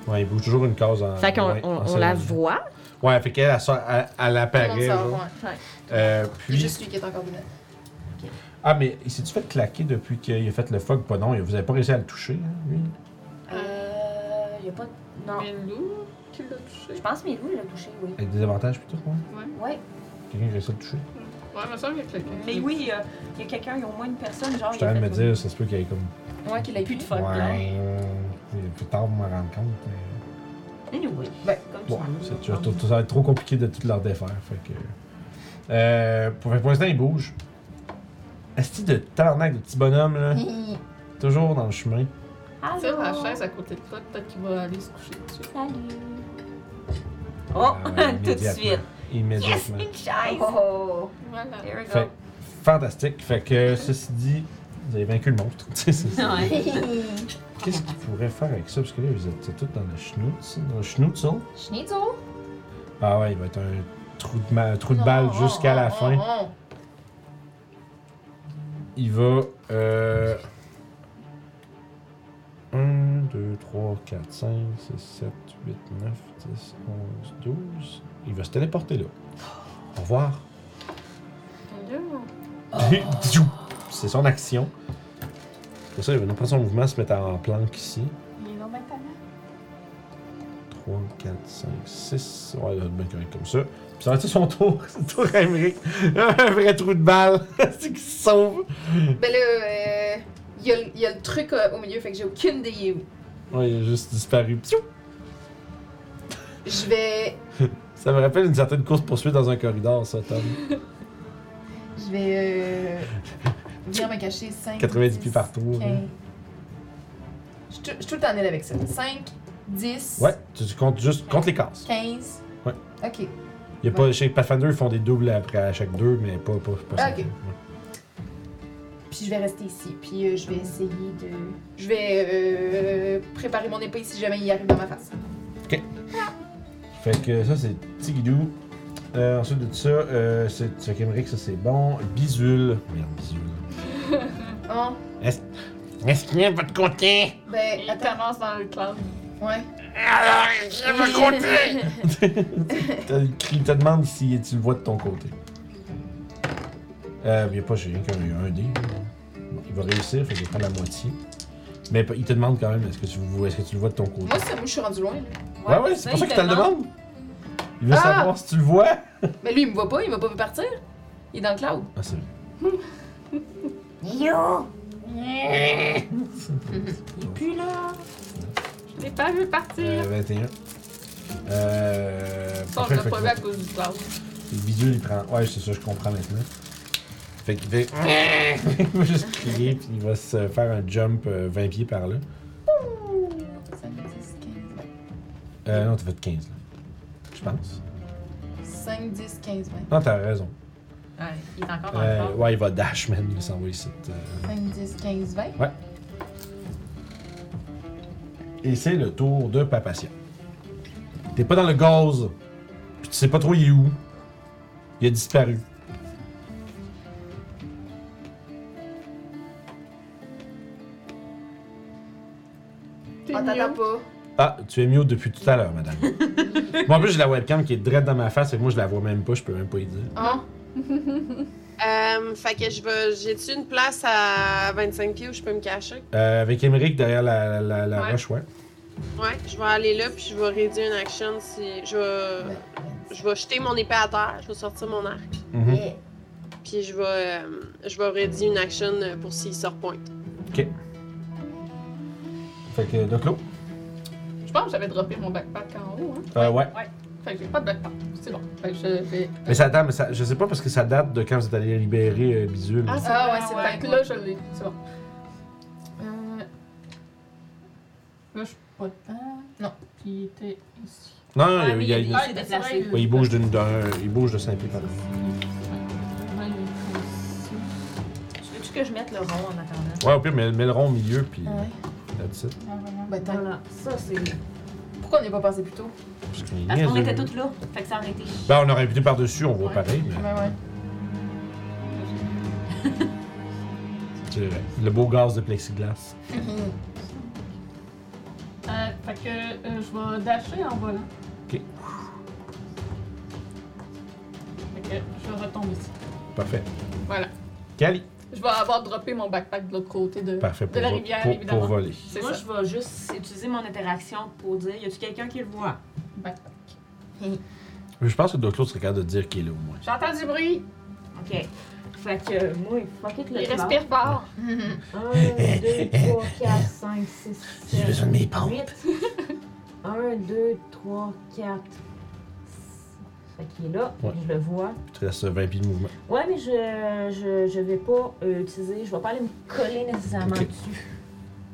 [SPEAKER 1] Ouais, il bouge toujours une case en.
[SPEAKER 27] Fait qu'on
[SPEAKER 1] ouais,
[SPEAKER 27] on-
[SPEAKER 1] en
[SPEAKER 27] on
[SPEAKER 1] cinq
[SPEAKER 27] la
[SPEAKER 1] minutes.
[SPEAKER 27] voit.
[SPEAKER 1] Ouais, fait qu'elle, elle, sort- elle, elle
[SPEAKER 3] Non,
[SPEAKER 1] apparaît.
[SPEAKER 3] ça,
[SPEAKER 1] genre.
[SPEAKER 3] ouais.
[SPEAKER 1] Euh,
[SPEAKER 3] C'est
[SPEAKER 1] puis.
[SPEAKER 3] juste lui qui est encore dedans.
[SPEAKER 1] Ah, mais il s'est-tu fait claquer depuis qu'il a fait le fog? Pas non, vous avez pas réussi à le toucher, hein, lui?
[SPEAKER 4] Euh. Y'a pas. de- Non.
[SPEAKER 2] Mais Lou, qui l'a touché?
[SPEAKER 4] Je pense que Milou l'a touché, oui.
[SPEAKER 1] Avec des avantages plutôt, ouais.
[SPEAKER 4] Ouais. Oh,
[SPEAKER 1] Quelqu'un qui a réussi à le toucher.
[SPEAKER 2] Ouais, il me semble qu'il y a quelqu'un.
[SPEAKER 4] Mais oui, il y a, il y a quelqu'un, il y a au moins une personne, genre.
[SPEAKER 1] Je
[SPEAKER 4] il
[SPEAKER 1] suis en
[SPEAKER 4] a
[SPEAKER 1] train de me
[SPEAKER 4] fait
[SPEAKER 1] dire, ça se peut qu'il y ait comme.
[SPEAKER 3] Moi qui l'ai plus de
[SPEAKER 1] Ouais. euh, plus tard, vous m'en rendre compte. mais-
[SPEAKER 4] comme- Anyway,
[SPEAKER 3] Ben,
[SPEAKER 4] comme
[SPEAKER 1] Bon,
[SPEAKER 4] tu
[SPEAKER 1] c'est- ça, ça va être trop compliqué de tout leur défaire. Fait que. Euh, pour, pour l'instant, ils bougent. Asti de tabarnak de petit bonhomme,
[SPEAKER 4] [laughs]
[SPEAKER 1] là. Toujours dans le chemin.
[SPEAKER 4] Allô?
[SPEAKER 2] Tire la chaise à côté de toi, peut-être qu'il va aller se coucher dessus.
[SPEAKER 4] Salut. Oh,
[SPEAKER 1] Euh,
[SPEAKER 4] [laughs] [laughs] tout de
[SPEAKER 1] immédiatement.
[SPEAKER 4] suite. Yes,
[SPEAKER 1] Immédiatement.
[SPEAKER 4] une chaise.
[SPEAKER 3] Oh.
[SPEAKER 2] Voilà.
[SPEAKER 4] There we
[SPEAKER 1] [laughs]
[SPEAKER 4] go.
[SPEAKER 1] Fait, fantastique. Fait que, ceci dit, vous avez vaincu le monstre. [laughs] Tu sais, c'est ça.
[SPEAKER 4] Ouais.
[SPEAKER 1] Qu'est-ce qu'ils pourraient faire avec ça? Parce que là, vous êtes c'est tout dans le schnutz. Dans le schnutzel.
[SPEAKER 3] Schnitzel.
[SPEAKER 1] Ah ouais, il va être un trou de, ma- un trou de balle jusqu'à la fin. Il va. Euh... 1, 2, 3, 4, 5, 6, 7, 8, 9, 10, 11, 12. Il va se téléporter là. Au revoir. Tchou! [laughs] C'est son action. Pour ça, il va nous prendre son mouvement, se mettre en planque ici.
[SPEAKER 3] Il est là maintenant.
[SPEAKER 1] 3, 4, 5, 6. Ouais, il va être bien correct comme ça. Puis ça va être son tour. [laughs] C'est le tour à Aymeric. Un vrai trou de balle. [laughs] C'est qui se sauve.
[SPEAKER 3] Ben là, euh, il y, a le- il y a le truc euh, au milieu, fait que j'ai aucune idée où.
[SPEAKER 1] Ouais, il a juste disparu. Tchou!
[SPEAKER 3] Je vais.
[SPEAKER 1] Ça me rappelle une certaine course-poursuite dans un corridor, ça, Tom.
[SPEAKER 3] Je vais. Euh, venir me cacher 5.
[SPEAKER 1] 90 pieds par tour, hein.
[SPEAKER 3] Je suis tout- je suis tout le temps nul avec ça. 5, 10,
[SPEAKER 1] Ouais, tu, tu comptes juste compte les cases.
[SPEAKER 3] 15.
[SPEAKER 1] Ouais.
[SPEAKER 3] Ok.
[SPEAKER 1] Il y a pas, chez Pathfinder, ils font des doubles après à chaque deux, mais pas pas, pas ça.
[SPEAKER 3] Ok.
[SPEAKER 1] Ouais.
[SPEAKER 3] Puis je vais rester ici. Puis euh, je vais essayer de. Je vais euh, préparer mon épée si jamais il arrive dans ma face.
[SPEAKER 1] Fait que ça, c'est Tigidou. Euh, ensuite de ça, euh, c'est c'est Kenrick, ça c'est bon. Bisule. Merde, [laughs] bisule.
[SPEAKER 3] Hein?
[SPEAKER 1] Est-ce qu'il y a pas de côté?
[SPEAKER 3] Ben,
[SPEAKER 2] Il
[SPEAKER 3] attends.
[SPEAKER 2] commence dans le cloud.
[SPEAKER 3] Ouais.
[SPEAKER 1] Alors, je vais compter! Il te demande si tu le vois de ton côté. Euh, il n'y a pas, j'ai rien qu'un un dé. Bon, il va réussir, fait qu'il prend la moitié. Mais il te demande quand même, est-ce que, est que tu le vois de ton côté?
[SPEAKER 3] Moi, c'est moi, je suis rendu loin. là.
[SPEAKER 1] Ouais, ouais, c'est pour ça que tu le demandes. Il veut
[SPEAKER 3] Ah!
[SPEAKER 1] savoir si tu le vois.
[SPEAKER 3] Mais lui, il me voit pas, il m'a pas vu partir. Il est dans le cloud.
[SPEAKER 1] Ah, c'est vrai.
[SPEAKER 2] Je l'ai pas vu partir.
[SPEAKER 1] Euh, 21. Euh.
[SPEAKER 2] Ça,
[SPEAKER 1] parfait,
[SPEAKER 2] on l'a
[SPEAKER 1] fait
[SPEAKER 2] pas
[SPEAKER 1] que
[SPEAKER 2] vu à cause du cloud.
[SPEAKER 1] Le visuel, il prend. Ouais, c'est ça, je comprends maintenant. Fait qu'il fait. [laughs] il va juste crier, puis il va se faire un jump euh, 20 pieds par là.
[SPEAKER 3] 5, 10,
[SPEAKER 1] Euh, non, t'as fait 15, là. Je pense.
[SPEAKER 3] 15. 5, 10, 15, 20.
[SPEAKER 1] Non, t'as raison.
[SPEAKER 4] Ouais, il est encore
[SPEAKER 2] Ah,
[SPEAKER 4] dans le
[SPEAKER 1] Euh,
[SPEAKER 4] fort.
[SPEAKER 1] ouais, il va dash, man. Il s'en va ici. euh.
[SPEAKER 3] 5, 10, 15, 20.
[SPEAKER 1] Et c'est le tour de Papatia. T'es pas dans le gaz. Puis tu sais pas trop il est où. Il a disparu.
[SPEAKER 3] On t'attend Oh, pas.
[SPEAKER 1] Ah, tu es mieux depuis tout à l'heure, madame. Moi, en plus, j'ai la webcam qui est direct dans ma face et moi, je la vois même pas, je peux même pas y dire.
[SPEAKER 3] Hein?
[SPEAKER 5] Euh, fait que je vais. J'ai-tu une place à 25 pieds où je peux me cacher?
[SPEAKER 1] Euh, avec Émeric derrière la, la, la
[SPEAKER 5] Ouais.
[SPEAKER 1] roche, ouais.
[SPEAKER 5] Ouais, je vais aller là, puis je vais réduire une action si. Je vais. Je vais jeter mon épée à terre, je vais sortir mon arc.
[SPEAKER 1] Mhm.
[SPEAKER 5] Puis je vais. euh, je vais réduire une action pour s'il se repointe.
[SPEAKER 1] Fait que, de clos.
[SPEAKER 2] Je pense que j'avais droppé mon backpack en haut. Hein.
[SPEAKER 1] Euh, ouais.
[SPEAKER 2] Fait que j'ai pas de backpack. C'est bon. Fait que je vais.
[SPEAKER 1] Mais ça date, mais ça, je sais pas parce que ça date de quand vous êtes allé libérer euh, Bidule.
[SPEAKER 2] Ah, c'est
[SPEAKER 3] Ah,
[SPEAKER 2] vrai,
[SPEAKER 3] ouais, c'est
[SPEAKER 2] ouais.
[SPEAKER 3] vrai.
[SPEAKER 2] Fait que là, je l'ai. C'est bon. Euh... Là, je suis pas dedans. Non. Puis il était ici. Ah,
[SPEAKER 1] non, non,
[SPEAKER 4] Ouais,
[SPEAKER 1] il,
[SPEAKER 4] mais
[SPEAKER 1] il, y a-
[SPEAKER 4] il y a
[SPEAKER 1] il-
[SPEAKER 4] des- s'est
[SPEAKER 2] c'est
[SPEAKER 4] déplacé.
[SPEAKER 2] vrai,
[SPEAKER 1] ouais, il bouge d'une d'un, il bouge de 5 pieds par an.
[SPEAKER 2] Ouais, il était ici.
[SPEAKER 4] Tu veux-tu que je mette le rond en attendant?
[SPEAKER 1] Ouais, au pire, mets, mets le rond au milieu puis
[SPEAKER 3] Ouais.
[SPEAKER 1] that's it.
[SPEAKER 2] Ah, voilà.
[SPEAKER 3] Ben, tant-
[SPEAKER 4] Voilà, ça c'est.
[SPEAKER 3] Pourquoi on n'y a pas passé plus tôt?
[SPEAKER 1] Parce qu'on est
[SPEAKER 4] Parce qu'on
[SPEAKER 1] niaiseux.
[SPEAKER 4] était toutes là, fait que ça aurait été chiant.
[SPEAKER 1] Ben, on aurait pu par-dessus, on voit
[SPEAKER 2] Ouais.
[SPEAKER 1] pareil, mais
[SPEAKER 3] Ouais, ouais.
[SPEAKER 1] c'est vrai. Le beau gaz de plexiglas.
[SPEAKER 2] Euh, fait que euh, je vais dasher en volant.
[SPEAKER 1] Ok.
[SPEAKER 2] Fait que je retombe ici.
[SPEAKER 1] Parfait.
[SPEAKER 2] Voilà.
[SPEAKER 1] Cali.
[SPEAKER 2] Je vais avoir droppé mon backpack de l'autre côté de,
[SPEAKER 1] Parfait
[SPEAKER 2] de
[SPEAKER 1] pour,
[SPEAKER 2] la
[SPEAKER 1] vo-
[SPEAKER 2] rivière,
[SPEAKER 1] pour,
[SPEAKER 2] évidemment.
[SPEAKER 1] pour voler.
[SPEAKER 2] C'est
[SPEAKER 4] Moi,
[SPEAKER 2] ça.
[SPEAKER 4] je vais juste utiliser mon interaction pour dire y a-tu quelqu'un qui le voit?
[SPEAKER 2] Backpack.
[SPEAKER 1] Je pense que Doclo serait capable de dire qu'il est là au moins.
[SPEAKER 2] J'entends du bruit.
[SPEAKER 4] Ok. Fait que euh, moi, fuck it, le
[SPEAKER 2] Il
[SPEAKER 4] tueur.
[SPEAKER 2] respire fort.
[SPEAKER 4] 1, 2, 3, 4, 5, 6,
[SPEAKER 1] [laughs]
[SPEAKER 4] 7,
[SPEAKER 1] de mes
[SPEAKER 4] 8. 1, 2, 3, 4. Fait qu'il est là,
[SPEAKER 1] Ouais.
[SPEAKER 4] je le vois.
[SPEAKER 1] Il te reste 20 pieds de mouvement.
[SPEAKER 4] Ouais, mais je, je, je vais pas euh, utiliser, je vais pas aller me coller nécessairement
[SPEAKER 1] Ok.
[SPEAKER 4] dessus.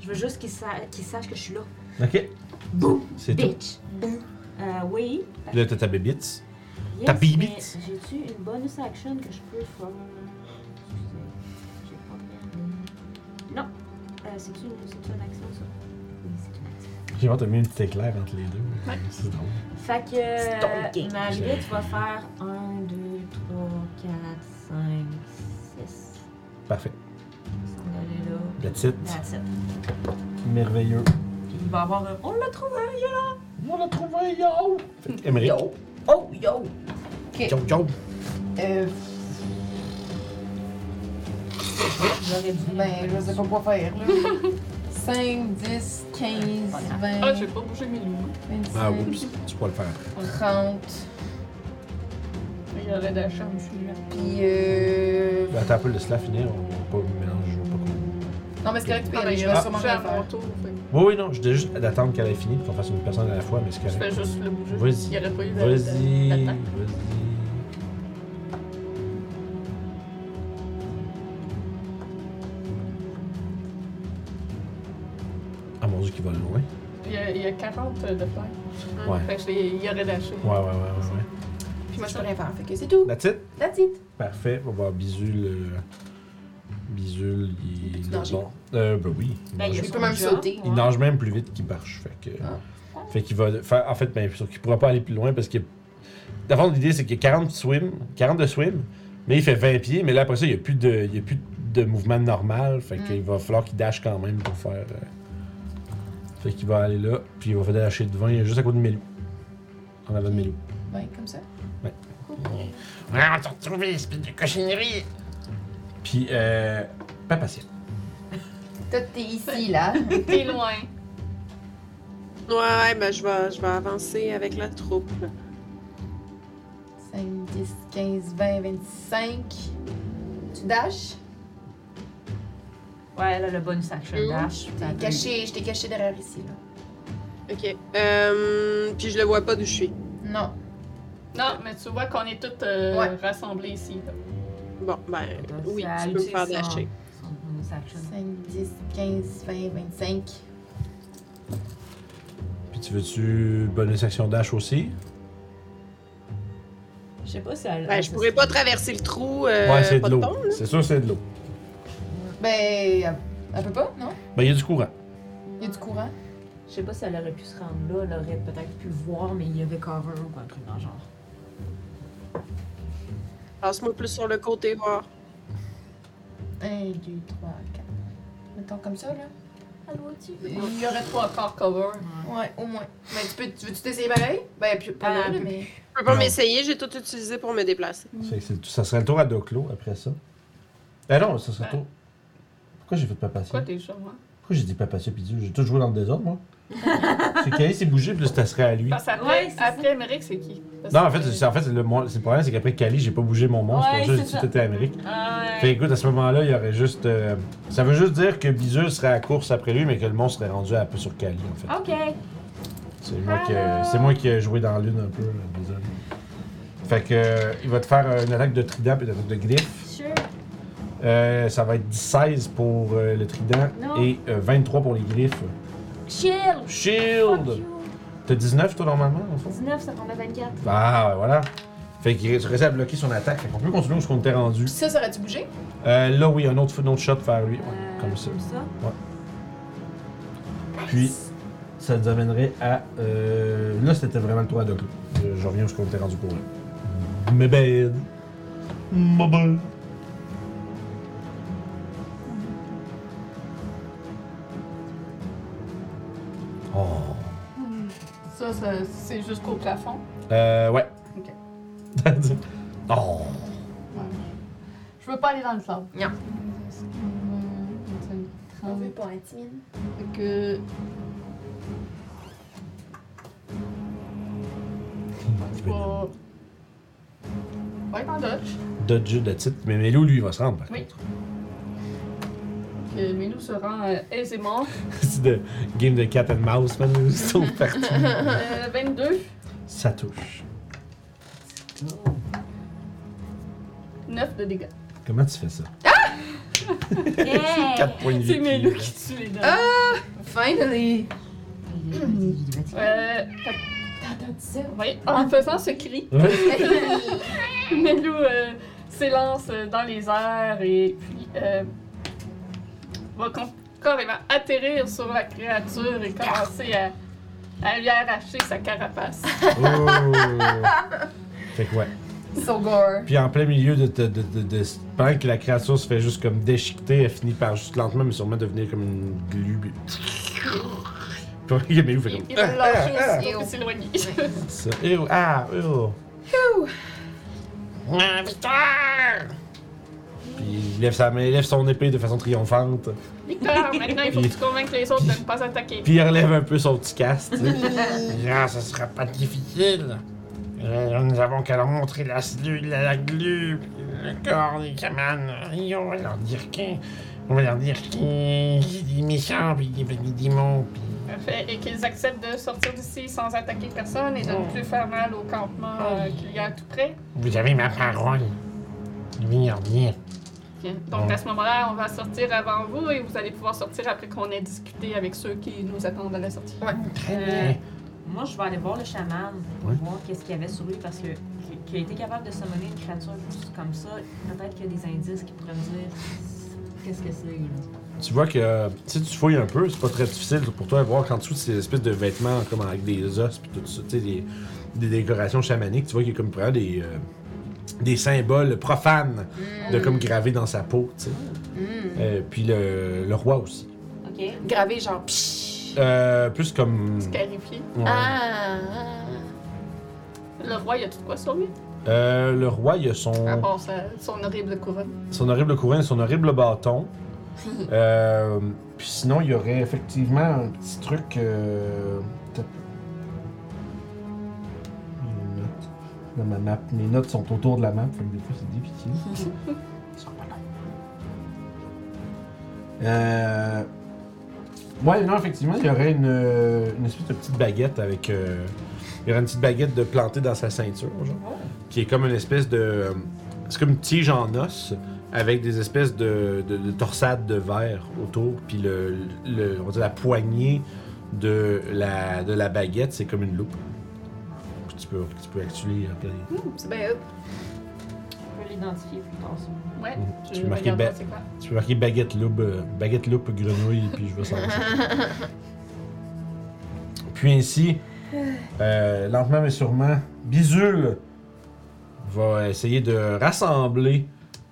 [SPEAKER 4] Je veux juste qu'il sa qu'il sache que je suis là.
[SPEAKER 1] Ok.
[SPEAKER 4] Boum!
[SPEAKER 1] C'est tout.
[SPEAKER 4] Bitch! Euh, oui.
[SPEAKER 1] Puis Là, t'as ta bébite.
[SPEAKER 4] Yes,
[SPEAKER 1] Ta bibi.
[SPEAKER 4] mais J'ai-tu une bonus action que je peux faire? J'ai pas regardé. Non. Euh, C'est-tu une, c'est-tu une action, ça? Oui, c'est une action.
[SPEAKER 1] J'ai vraiment mis une petite éclair entre les deux.
[SPEAKER 2] Ouais.
[SPEAKER 1] C'est drôle.
[SPEAKER 4] Fait que
[SPEAKER 28] C'est ton game.
[SPEAKER 4] euh, ma limite va faire 1, 2, 3, 4, 5, 6.
[SPEAKER 1] Parfait.
[SPEAKER 4] On va aller là.
[SPEAKER 1] That's it.
[SPEAKER 4] That's it.
[SPEAKER 1] Merveilleux.
[SPEAKER 4] Puis il va avoir un. On l'a trouvé, il est là!
[SPEAKER 1] On l'a trouvé, yo! Émeric.
[SPEAKER 4] Yo! Oh, yo!
[SPEAKER 1] Yo, yo.
[SPEAKER 3] Euh,
[SPEAKER 4] J'aurais dû.
[SPEAKER 3] ben, je sais pas quoi faire,
[SPEAKER 4] [laughs]
[SPEAKER 3] là. 5, 10, 15, 20,
[SPEAKER 2] Ah, j'ai pas bougé mes loups.
[SPEAKER 3] 25,
[SPEAKER 1] Ah, oups. Tu pourras le faire après.
[SPEAKER 3] 30,
[SPEAKER 2] Il aurait dasher en me suivant.
[SPEAKER 3] puis euh...
[SPEAKER 1] Ben, Attends un peu, laisse-la finir. On va pas mélanger, je veux pas qu'on.
[SPEAKER 3] Non, mais c'est correct, tu peux y
[SPEAKER 2] Ah, ben,
[SPEAKER 3] aller, je
[SPEAKER 2] il
[SPEAKER 3] vais
[SPEAKER 2] va
[SPEAKER 3] sûrement
[SPEAKER 2] faire
[SPEAKER 3] rien
[SPEAKER 2] à mon
[SPEAKER 3] faire.
[SPEAKER 2] tour. fait que
[SPEAKER 1] Oui, oui, non. Je voulais juste d'attendre qu'elle ait fini, qu'on fasse une personne à la fois, mais c'est
[SPEAKER 2] Je fais
[SPEAKER 1] correct.
[SPEAKER 2] juste le bouger.
[SPEAKER 1] Vas-y.
[SPEAKER 2] Il y aurait pas eu de-
[SPEAKER 1] Vas-y.
[SPEAKER 2] de-
[SPEAKER 1] Vas-y.
[SPEAKER 2] d'attaque.
[SPEAKER 1] Ah mon dieu, qu'il va loin.
[SPEAKER 2] Il y a- il y a 40 de flair.
[SPEAKER 1] Ouais.
[SPEAKER 2] Fait que je l'ai- il aurait dasher.
[SPEAKER 1] Ouais, ouais, ouais, ouais.
[SPEAKER 3] Puis moi, je peux rien faire, fait que c'est tout.
[SPEAKER 1] ouais. That's it?
[SPEAKER 3] That's it.
[SPEAKER 1] Parfait. On va voir Bisule. euh, Bisule, il.
[SPEAKER 3] Il peut-tu nager?
[SPEAKER 1] Bon. Euh, ben oui. il
[SPEAKER 4] Ben,
[SPEAKER 1] nage.
[SPEAKER 4] il a
[SPEAKER 3] Il
[SPEAKER 4] son
[SPEAKER 3] peut même
[SPEAKER 4] job,
[SPEAKER 3] sauter.
[SPEAKER 1] Il
[SPEAKER 4] ouais.
[SPEAKER 1] nage même plus vite qu'il marche. Fait que.
[SPEAKER 3] Ah.
[SPEAKER 1] Fait qu'il va. faire- en fait, ben, sûr qu'il pourra pas aller plus loin parce que. D'abord, l'idée, c'est qu'il y a 40 de swim, 40 de swim, mais il fait 20 pieds, mais là, après ça, il n'y a plus de, il y a plus de mouvement normal. Fait
[SPEAKER 3] Mm.
[SPEAKER 1] qu'il va falloir qu'il dash quand même pour faire. euh, Fait qu'il va aller là, puis il va faire dasher de 20 juste à côté de Melou. En avant de Melou.
[SPEAKER 3] Ouais, comme ça.
[SPEAKER 1] Ah, on t'a retrouvé, espèce de cochonnerie! Puis, euh. Pas patient.
[SPEAKER 3] Toi, t'es ici, là.
[SPEAKER 2] T'es loin.
[SPEAKER 5] Ouais, ben je vais, je vais avancer avec la troupe.
[SPEAKER 3] 5, 10, 15, 20, 25. Tu dashes?
[SPEAKER 4] Ouais, elle a le bonus action
[SPEAKER 5] Ouh.
[SPEAKER 4] dash.
[SPEAKER 3] T'es caché, je t'ai caché derrière ici, là.
[SPEAKER 5] Ok. Euh, puis je le vois pas d'où je suis.
[SPEAKER 3] Non.
[SPEAKER 2] Non, mais tu vois qu'on est toutes euh,
[SPEAKER 3] Ouais.
[SPEAKER 2] rassemblées ici. là.
[SPEAKER 5] Bon, ben
[SPEAKER 4] Fait que
[SPEAKER 5] oui,
[SPEAKER 4] ça
[SPEAKER 5] tu peux me faire
[SPEAKER 4] utilise son-
[SPEAKER 5] dasher.
[SPEAKER 4] son bonus action.
[SPEAKER 3] 5, 10, 15, 20, 25.
[SPEAKER 1] Puis, tu veux-tu bonus action dash aussi?
[SPEAKER 4] Je sais pas si elle.
[SPEAKER 16] Ben, je pourrais pas traverser le trou. euh,
[SPEAKER 1] ouais, c'est
[SPEAKER 16] pas
[SPEAKER 1] de
[SPEAKER 16] de
[SPEAKER 1] l'eau.
[SPEAKER 16] pont.
[SPEAKER 1] C'est sûr, c'est de l'eau.
[SPEAKER 3] Ben, elle- elle peut pas, non?
[SPEAKER 1] Ben, il y a du courant.
[SPEAKER 3] Il y a du courant.
[SPEAKER 4] Je sais pas si elle aurait pu se rendre là, elle aurait peut-être pu voir, mais il y avait cover ou un truc dans le genre.
[SPEAKER 16] Passe-moi plus sur le côté, voir.
[SPEAKER 3] 1, 2, 3, 4. Mettons comme ça, là.
[SPEAKER 2] Il y aurait trois corps cover.
[SPEAKER 3] Ouais, au moins. Mais tu peux, tu veux-tu t'essayer pareil? Ben, puis- pas là,
[SPEAKER 4] Ah,
[SPEAKER 3] là,
[SPEAKER 4] un peu.
[SPEAKER 3] mais.
[SPEAKER 16] Je peux pas
[SPEAKER 1] Non.
[SPEAKER 16] m'essayer, j'ai tout utilisé pour me déplacer.
[SPEAKER 1] Fait que c'est- Ça serait le tour à Doclo après ça. Ben non, ça serait le
[SPEAKER 2] Ben.
[SPEAKER 1] tour. Pourquoi j'ai fait papassier?
[SPEAKER 2] Pourquoi t'es chaud, hein?
[SPEAKER 1] Pourquoi j'ai dit papassier puis Dieu? J'ai tout joué dans le désordre, moi. c'est qu'elle s'est bougée, puis là, ça serait à lui.
[SPEAKER 2] Parce qu'après,
[SPEAKER 4] Ouais, c'est ça.
[SPEAKER 2] après Amérique, c'est qui? Parce
[SPEAKER 1] Non, en fait,
[SPEAKER 2] que-
[SPEAKER 1] c'est en fait, le, mon- c'est le problème, c'est qu'après Cali, j'ai pas bougé mon monstre.
[SPEAKER 4] Ouais,
[SPEAKER 1] pour ça, j'ai
[SPEAKER 4] c'est
[SPEAKER 1] dit
[SPEAKER 4] ça.
[SPEAKER 1] que t'étais Amérique.
[SPEAKER 4] Ouais.
[SPEAKER 1] Fait écoute, à ce moment-là, il y aurait juste. euh, ça veut juste dire que Bizu serait à la course après lui, mais que le monstre serait rendu un peu sur Cali, en fait.
[SPEAKER 4] Ok.
[SPEAKER 1] C'est moi, qui, c'est moi qui ai joué dans la l'une un peu, euh, désolé. Fait que, euh, il va te faire euh, une attaque de trident et une attaque de griffe.
[SPEAKER 4] Sure.
[SPEAKER 1] Euh, ça va être 16 pour euh, le trident
[SPEAKER 4] Non.
[SPEAKER 1] et euh, 23 pour les griffes.
[SPEAKER 4] Chill. Fuck
[SPEAKER 1] Shield!
[SPEAKER 4] you.
[SPEAKER 1] T'as 19 toi normalement, en fait?
[SPEAKER 4] 19, ça tombe à 24.
[SPEAKER 1] Ah, ouais, voilà. Fait qu'il reste- restait à bloquer son attaque. Fait qu'on peut continuer où ce qu'on était rendu.
[SPEAKER 3] Puis ça, ça aurait-tu bougé?
[SPEAKER 1] Euh, là, oui, un autre, un autre shot vers lui. Ouais,
[SPEAKER 4] Euh,
[SPEAKER 1] comme ça.
[SPEAKER 4] Comme ça.
[SPEAKER 1] Puis, ça nous amènerait à. euh, là, c'était vraiment le tour à Doc. Euh, Je reviens où ce qu'on était rendu pour là. Mais ben. Ma belle. Oh.
[SPEAKER 2] Ça, ça- c'est jusqu'au plafond.
[SPEAKER 1] Euh, ouais.
[SPEAKER 2] Ok.
[SPEAKER 1] [laughs] oh.
[SPEAKER 2] Je veux pas aller dans le sable.
[SPEAKER 4] Non.
[SPEAKER 2] On veut pas intimide. Que...
[SPEAKER 1] Tu peux
[SPEAKER 2] Pas... Ouais, dans Dodge.
[SPEAKER 1] dodger de titre. Mais Mélou, lui, il va se rendre. par
[SPEAKER 2] Oui. Que Milou se rend euh, aisément.
[SPEAKER 1] [laughs] C'est de game de cat and mouse, man. [laughs] nous sommes
[SPEAKER 2] [laughs]
[SPEAKER 1] partout.
[SPEAKER 2] Euh, 22,
[SPEAKER 1] Ça touche.
[SPEAKER 2] 9 de dégâts.
[SPEAKER 1] Comment tu fais ça?
[SPEAKER 2] [laughs]
[SPEAKER 4] Yeah.
[SPEAKER 1] 4 Ah! points de vie.
[SPEAKER 2] C'est Milou
[SPEAKER 1] puis-
[SPEAKER 2] qui tue les deux.
[SPEAKER 1] Ah!
[SPEAKER 3] Finally!
[SPEAKER 2] Euh, fait que,
[SPEAKER 3] T'entends ça?
[SPEAKER 2] oui, en faisant ce cri, [laughs] Melou euh, s'élance euh, dans les airs et puis euh, va com- carrément atterrir sur la créature et commencer à, à lui arracher sa
[SPEAKER 1] Ah!
[SPEAKER 2] carapace.
[SPEAKER 1] Oh. fait que ouais.
[SPEAKER 3] So gore.
[SPEAKER 1] Puis en plein milieu de, de, de, de, de- Pendant que la créature se fait juste comme déchiqueter, elle finit par juste lentement, mais sûrement devenir comme une glu. puis- Puis Mélou fait
[SPEAKER 2] Il
[SPEAKER 1] comme
[SPEAKER 2] il va le lâcher
[SPEAKER 1] ah,
[SPEAKER 2] aussi pour s'éloigner.
[SPEAKER 1] ça. Ew, ah, ew.
[SPEAKER 16] Ah, Victoire!
[SPEAKER 1] Puis il lève, sa main, il lève son épée de façon triomphante.
[SPEAKER 2] [laughs] Victor, maintenant il faut que
[SPEAKER 1] Puis-
[SPEAKER 2] tu convainques les autres de ne pas attaquer.
[SPEAKER 1] Puis il relève un peu son petit casque. tu sais. Ah, ça sera pas difficile. Euh, Nous avons qu'à leur montrer la cellule à la glu, puis le corps des camanes. Et on va leur dire que. On va leur dire que c'est des méchants, puis des, des démons, puis.
[SPEAKER 2] Parfait. Et qu'ils acceptent de sortir d'ici sans attaquer personne et de
[SPEAKER 1] Oh.
[SPEAKER 2] ne plus faire mal au campement euh, qu'il y a tout près.
[SPEAKER 1] Vous avez ma parole. Je vais leur dire.
[SPEAKER 2] Donc à ce moment-là, on va sortir avant vous et vous allez pouvoir sortir après qu'on ait discuté avec ceux qui nous attendent à la sortie.
[SPEAKER 4] Euh, moi, je vais aller voir le chaman pour voir qu'est-ce qu'il y avait sur lui parce que qui- qui a été capable de summoner une créature juste comme ça, peut-être qu'il y a des indices qui pourraient me dire qu'est-ce que c'est. là.
[SPEAKER 1] Tu vois que si tu fouilles un peu, c'est pas très difficile pour toi de voir qu'en dessous de ces espèces de vêtements comme avec des os puis tout ça, tu sais, des, des décorations chamaniques, tu vois qu'il y a comme vraiment des, euh, des symboles profanes
[SPEAKER 3] Mm.
[SPEAKER 1] de comme gravés dans sa peau, tu sais. Euh, puis le, le roi aussi.
[SPEAKER 4] Ok.
[SPEAKER 3] Gravé, genre. pshhh.
[SPEAKER 1] Euh, plus comme.
[SPEAKER 2] Scarifié.
[SPEAKER 1] ouais.
[SPEAKER 3] Ah!
[SPEAKER 2] Le roi, il y a tout quoi sur lui?
[SPEAKER 1] Euh, le roi, il a son.
[SPEAKER 2] À part sa- son horrible couronne.
[SPEAKER 1] son horrible couronne, son horrible bâton. Euh, puis sinon, il y aurait effectivement un petit truc. euh, t'as- Mes notes. Dans ma map. Mes notes sont autour de la map, fait que des fois c'est difficile. Ils sont pas longs. Euh, Ouais, non, effectivement, il y aurait une, une espèce de petite baguette avec. euh, Il y aurait une petite baguette de plantée dans sa ceinture, genre. Qui est comme une espèce de. euh, C'est comme une tige en os avec des espèces de, de- de torsades de verre autour, puis le, le- on va dire la poignée de la, de la baguette, c'est comme une loupe. tu peux, que tu peux actuer. euh, puis-
[SPEAKER 2] C'est bien hop.
[SPEAKER 4] On peut l'identifier plus tard. ça.
[SPEAKER 2] Ouais.
[SPEAKER 1] Mhm.
[SPEAKER 2] je
[SPEAKER 1] Tu peux marquer
[SPEAKER 2] regarderai
[SPEAKER 1] ba-
[SPEAKER 2] c'est quoi.
[SPEAKER 1] Tu peux marquer baguette loupe, euh, baguette loupe grenouille, puis je vais savoir ça. Puis ainsi, euh, lentement mais sûrement, Bisul va essayer de rassembler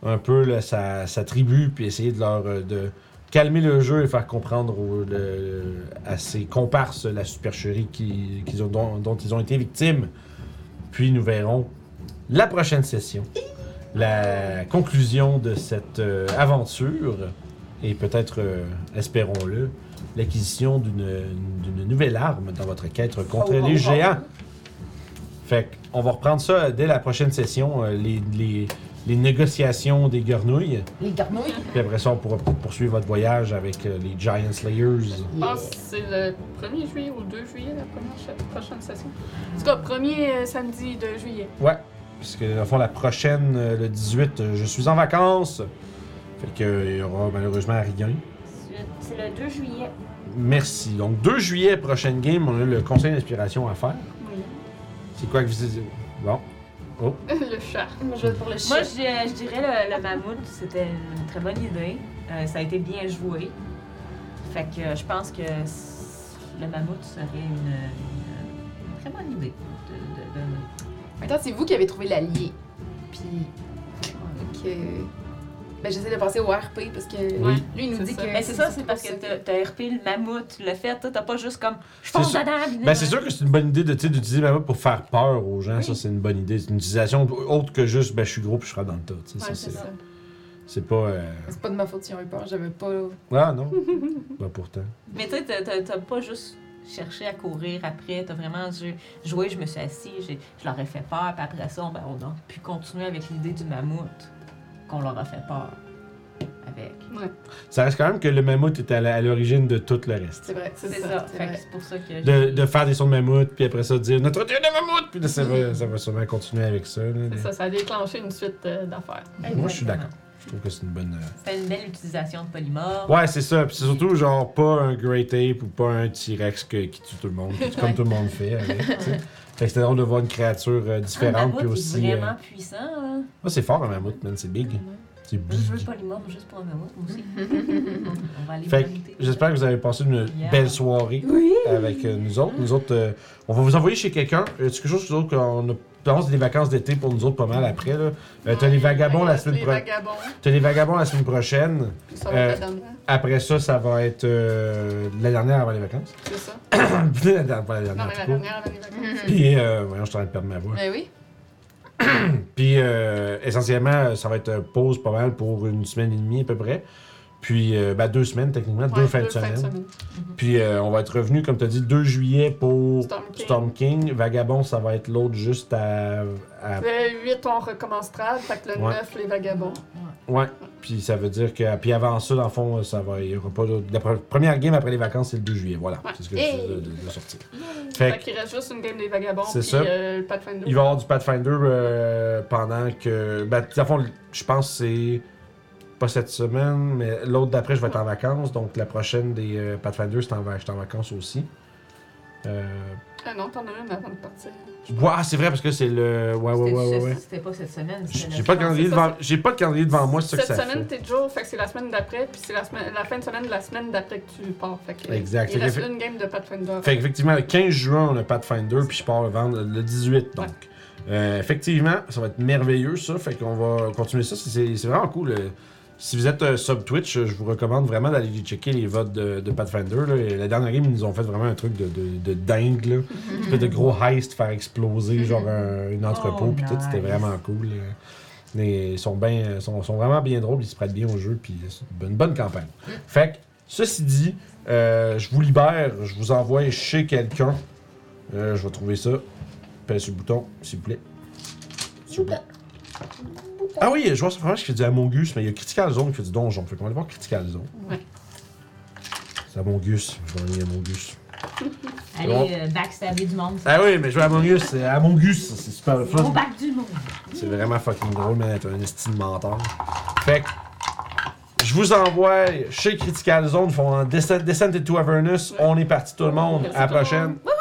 [SPEAKER 1] un peu là, sa, sa tribu, puis essayer de leur euh, de calmer le jeu et faire comprendre aux- le- à ses comparses la supercherie qui- qu'ils ont, dont, dont ils ont été victimes. Puis nous verrons la prochaine session la conclusion de cette euh, aventure et peut-être, euh, espérons-le, l'acquisition d'une d'une nouvelle arme dans votre quête contre les géants. Fait qu'on va reprendre ça dès la prochaine session, euh, les, les- les négociations des grenouilles.
[SPEAKER 3] Les garnouilles.
[SPEAKER 1] Puis après ça, on pourra peut-être poursuivre votre voyage avec euh, les Giant Slayers.
[SPEAKER 2] Je pense que c'est le 1er juillet ou 2 juillet, la première cha- prochaine session. En tout cas, premier euh, samedi de juillet.
[SPEAKER 1] Ouais, puisque dans le fond, la prochaine, euh, le 18, euh, je suis en vacances. Fait qu'il y aura malheureusement rien.
[SPEAKER 29] C'est le 2 juillet.
[SPEAKER 1] Merci. Donc, 2 juillet, prochaine game, on a le conseil d'inspiration à faire.
[SPEAKER 2] Oui. [laughs]
[SPEAKER 1] C'est quoi que vous dites? Bon.
[SPEAKER 2] le chat.
[SPEAKER 29] Je vais pour le
[SPEAKER 4] Moi,
[SPEAKER 29] chien.
[SPEAKER 4] je, je dirais le, le mammouth, c'était une très bonne idée. Euh, ça a été bien joué. Fait que euh, je pense que s- le mammouth serait une, une- une très bonne idée. De, de- de-
[SPEAKER 3] Maintenant, c'est vous qui avez trouvé l'allié. Puis. Que. Ben, j'essaie de passer au RP parce que.
[SPEAKER 1] Oui.
[SPEAKER 3] Lui, il nous
[SPEAKER 2] C'est
[SPEAKER 3] dit
[SPEAKER 2] ça.
[SPEAKER 3] que.
[SPEAKER 4] Mais Ben, c'est ça, c'est parce que
[SPEAKER 3] trop
[SPEAKER 4] t'as t'as RP le mammouth, tu l'as fait, toi, t'as pas juste comme je
[SPEAKER 1] C'est
[SPEAKER 4] fonce
[SPEAKER 1] sûr-
[SPEAKER 4] dedans. puis-
[SPEAKER 1] Ben, c'est sûr que c'est une bonne idée de, tu sais, d'utiliser ma main pour faire peur aux gens. Ça, c'est une bonne idée. C'est une utilisation autre que juste, ben, je suis gros puis je serai dans le tas. tu sais, ça,
[SPEAKER 2] Ouais,
[SPEAKER 1] c'est-
[SPEAKER 2] c'est ça.
[SPEAKER 1] C'est pas. euh,
[SPEAKER 3] C'est pas de ma faute si on a eu peur, j'avais pas.
[SPEAKER 1] Ah,
[SPEAKER 2] [laughs]
[SPEAKER 1] non. ben, pourtant.
[SPEAKER 4] Mais tu sais, t'as- t'as t'as pas juste cherché à courir après, t'as vraiment ju- joué, je me suis assis, j'ai- je leur ai fait peur, puis après ça, on- ben, on a pu continuer avec l'idée du mammouth qu'on leur a fait peur avec.
[SPEAKER 1] Ça reste quand même que le mammouth est à la- à l'origine de tout le reste.
[SPEAKER 3] C'est vrai, c'est
[SPEAKER 4] C'est
[SPEAKER 3] ça.
[SPEAKER 4] ça.
[SPEAKER 3] c'est
[SPEAKER 4] Fait que
[SPEAKER 3] vrai.
[SPEAKER 4] c'est pour ça que. j'ai-
[SPEAKER 1] De, de faire des sons de mammouth, puis après ça, de dire notre dieu de mammouth! Puis là, ça va, ça va sûrement continuer avec ça. là.
[SPEAKER 2] Mm. C'est ça, ça a déclenché une suite euh, d'affaires.
[SPEAKER 1] Moi, je suis
[SPEAKER 4] Exactement.
[SPEAKER 1] d'accord. Je trouve que c'est une bonne. euh,
[SPEAKER 4] C'était une belle utilisation de polymorphe.
[SPEAKER 1] Ouais, c'est ça. Puis c'est surtout genre pas un Great Ape ou pas un T-Rex que- qui tue tout le monde, qui- comme tout le monde fait. Avec, tu sais. fait que c'était drôle de voir une créature euh,
[SPEAKER 4] le
[SPEAKER 1] différente
[SPEAKER 4] mammouth
[SPEAKER 1] puis
[SPEAKER 4] est
[SPEAKER 1] aussi. euh,
[SPEAKER 4] vraiment puissant. hein.
[SPEAKER 1] Ouais, c'est fort un mammouth, man. C'est big.
[SPEAKER 2] Mm-hmm.
[SPEAKER 1] C'est
[SPEAKER 4] Moi, je veux
[SPEAKER 1] big.
[SPEAKER 4] le polymorphe juste pour un mammouth, moi
[SPEAKER 3] Mhm.
[SPEAKER 4] aussi. On va aller
[SPEAKER 1] Fait que
[SPEAKER 4] m'inviter.
[SPEAKER 1] j'espère que vous avez passé une
[SPEAKER 4] Yeah.
[SPEAKER 1] belle soirée avec euh, nous autres. Nous autres, euh, on va vous envoyer chez quelqu'un. Euh, C'est quelque chose d'autre qu'on a. pense des vacances d'été pour nous autres pas mal après. là. Euh, T'as les vagabonds la semaine
[SPEAKER 2] Les
[SPEAKER 1] pro-
[SPEAKER 2] vagabonds.
[SPEAKER 1] T'as les vagabonds la semaine prochaine.
[SPEAKER 2] puis Ça va être
[SPEAKER 1] Euh,
[SPEAKER 2] la dernière,
[SPEAKER 1] Après ça, ça va être euh, la dernière avant les vacances. [coughs]
[SPEAKER 2] c'est ça.
[SPEAKER 1] Ah, la dernière, pas la dernière, en
[SPEAKER 2] Non,
[SPEAKER 1] tout
[SPEAKER 2] mais la
[SPEAKER 1] cas.
[SPEAKER 2] dernière avant les vacances.
[SPEAKER 1] Puis, euh, voyons, je suis en train de perdre ma voix.
[SPEAKER 3] Mais Ben oui.
[SPEAKER 1] Puis, euh, essentiellement, euh, ça va être euh, pause pas mal pour une semaine et demie à peu près. Puis, euh, ben, deux semaines techniquement, deux
[SPEAKER 2] Ouais,
[SPEAKER 1] fins de
[SPEAKER 2] deux
[SPEAKER 1] semaine. Puis, euh, on va être revenu, comme tu as dit, 2 juillet pour
[SPEAKER 2] Storm King.
[SPEAKER 1] Storm King. Vagabond, ça va être l'autre juste à. à-
[SPEAKER 2] Le 8, Euh, on recommence Trad, fait que le
[SPEAKER 1] Ouais.
[SPEAKER 2] 9, les vagabonds.
[SPEAKER 1] Ouais. Puis, ça veut dire que. Puis, avant ça, dans le fond, ça va. Il y aura pas d'autre- La pre- première game après les vacances, c'est le 2 juillet. Voilà.
[SPEAKER 2] Ouais.
[SPEAKER 1] C'est ce que je dis de, de- de sortir. Fait
[SPEAKER 2] Fait qu'il reste juste une game des vagabonds,
[SPEAKER 1] C'est
[SPEAKER 2] puis
[SPEAKER 1] ça.
[SPEAKER 2] euh, le Pathfinder.
[SPEAKER 1] Il va y avoir du Pathfinder euh, pendant que. Ben, à fond, je pense que c'est. Pas cette semaine, mais l'autre d'après, je vais être en vacances. Donc la prochaine des euh, Pathfinder, c'est en, va- je suis en vacances aussi. Euh...
[SPEAKER 2] Ah non, t'en as une avant de partir.
[SPEAKER 1] ouais, ah, c'est vrai, parce que c'est le. Ouais, ouais, ouais,
[SPEAKER 4] C'était-
[SPEAKER 1] ouais.
[SPEAKER 4] c'était-
[SPEAKER 1] ouais.
[SPEAKER 4] C'était pas cette semaine. c'était
[SPEAKER 1] J'ai
[SPEAKER 4] la-
[SPEAKER 1] pas, de calendrier
[SPEAKER 2] c'est ça,
[SPEAKER 1] devant... j'ai pas de calendrier devant moi, c'est ça que
[SPEAKER 2] Cette
[SPEAKER 1] ça
[SPEAKER 2] semaine,
[SPEAKER 1] fait.
[SPEAKER 2] t'es de jour, fait que c'est la semaine d'après, puis c'est la, semaine, la fin de semaine de la semaine d'après que tu pars. Fait que,
[SPEAKER 1] Exact.
[SPEAKER 2] Il
[SPEAKER 1] Fait
[SPEAKER 2] reste
[SPEAKER 1] que-
[SPEAKER 2] une game de Pathfinder.
[SPEAKER 1] Fait qu'effectivement, le 15 juin, on a Pathfinder, puis je pars le vendre le 18, donc.
[SPEAKER 2] Ouais.
[SPEAKER 1] Euh, effectivement, ça va être merveilleux, ça. Fait qu'on va continuer ça. C'est- C'est c'est vraiment cool. euh. Si vous êtes euh, sub Twitch, euh, je vous recommande vraiment d'aller checker les votes de, de Pathfinder. là. Et La dernière game, ils nous ont fait vraiment un truc de, de, de dingue,
[SPEAKER 4] Mhm.
[SPEAKER 1] là. Une espèce de gros heist, faire exploser, genre un, une entrepôt,
[SPEAKER 4] Oh,
[SPEAKER 1] puis tout. C'était
[SPEAKER 4] nice.
[SPEAKER 1] vraiment cool. là. Mais ils sont, bien, sont, sont vraiment bien drôles, ils se prêtent bien au jeu, puis c'est une bonne- bonne campagne. Fait que, ceci dit, euh, je vous libère, je vous envoie chez quelqu'un. Euh, je vais trouver ça. Pèse sur le bouton, s'il vous plaît. S'il vous plaît. Ah oui, je vois ça fromage qui fait du Amongus, mais il y a Critical Zone qui fait du donjon. Fait qu'on va aller voir Critical Zone.
[SPEAKER 2] Ouais.
[SPEAKER 1] C'est Amongus. Je vais aller Amongus.
[SPEAKER 4] Allez, euh, backstabber du monde.
[SPEAKER 1] Ah oui, mais jouer à Amongus, c'est Amongus, c'est super le fun.
[SPEAKER 2] bah.
[SPEAKER 4] Au bac du monde.
[SPEAKER 1] C'est vraiment fucking drôle, mais être un estime menteur. Fait que, je vous envoie chez Critical Zone, ils font un Descent, Descent into Avernus. On est parti tout le monde.
[SPEAKER 2] Merci
[SPEAKER 1] à la
[SPEAKER 2] tout le monde.
[SPEAKER 1] prochaine.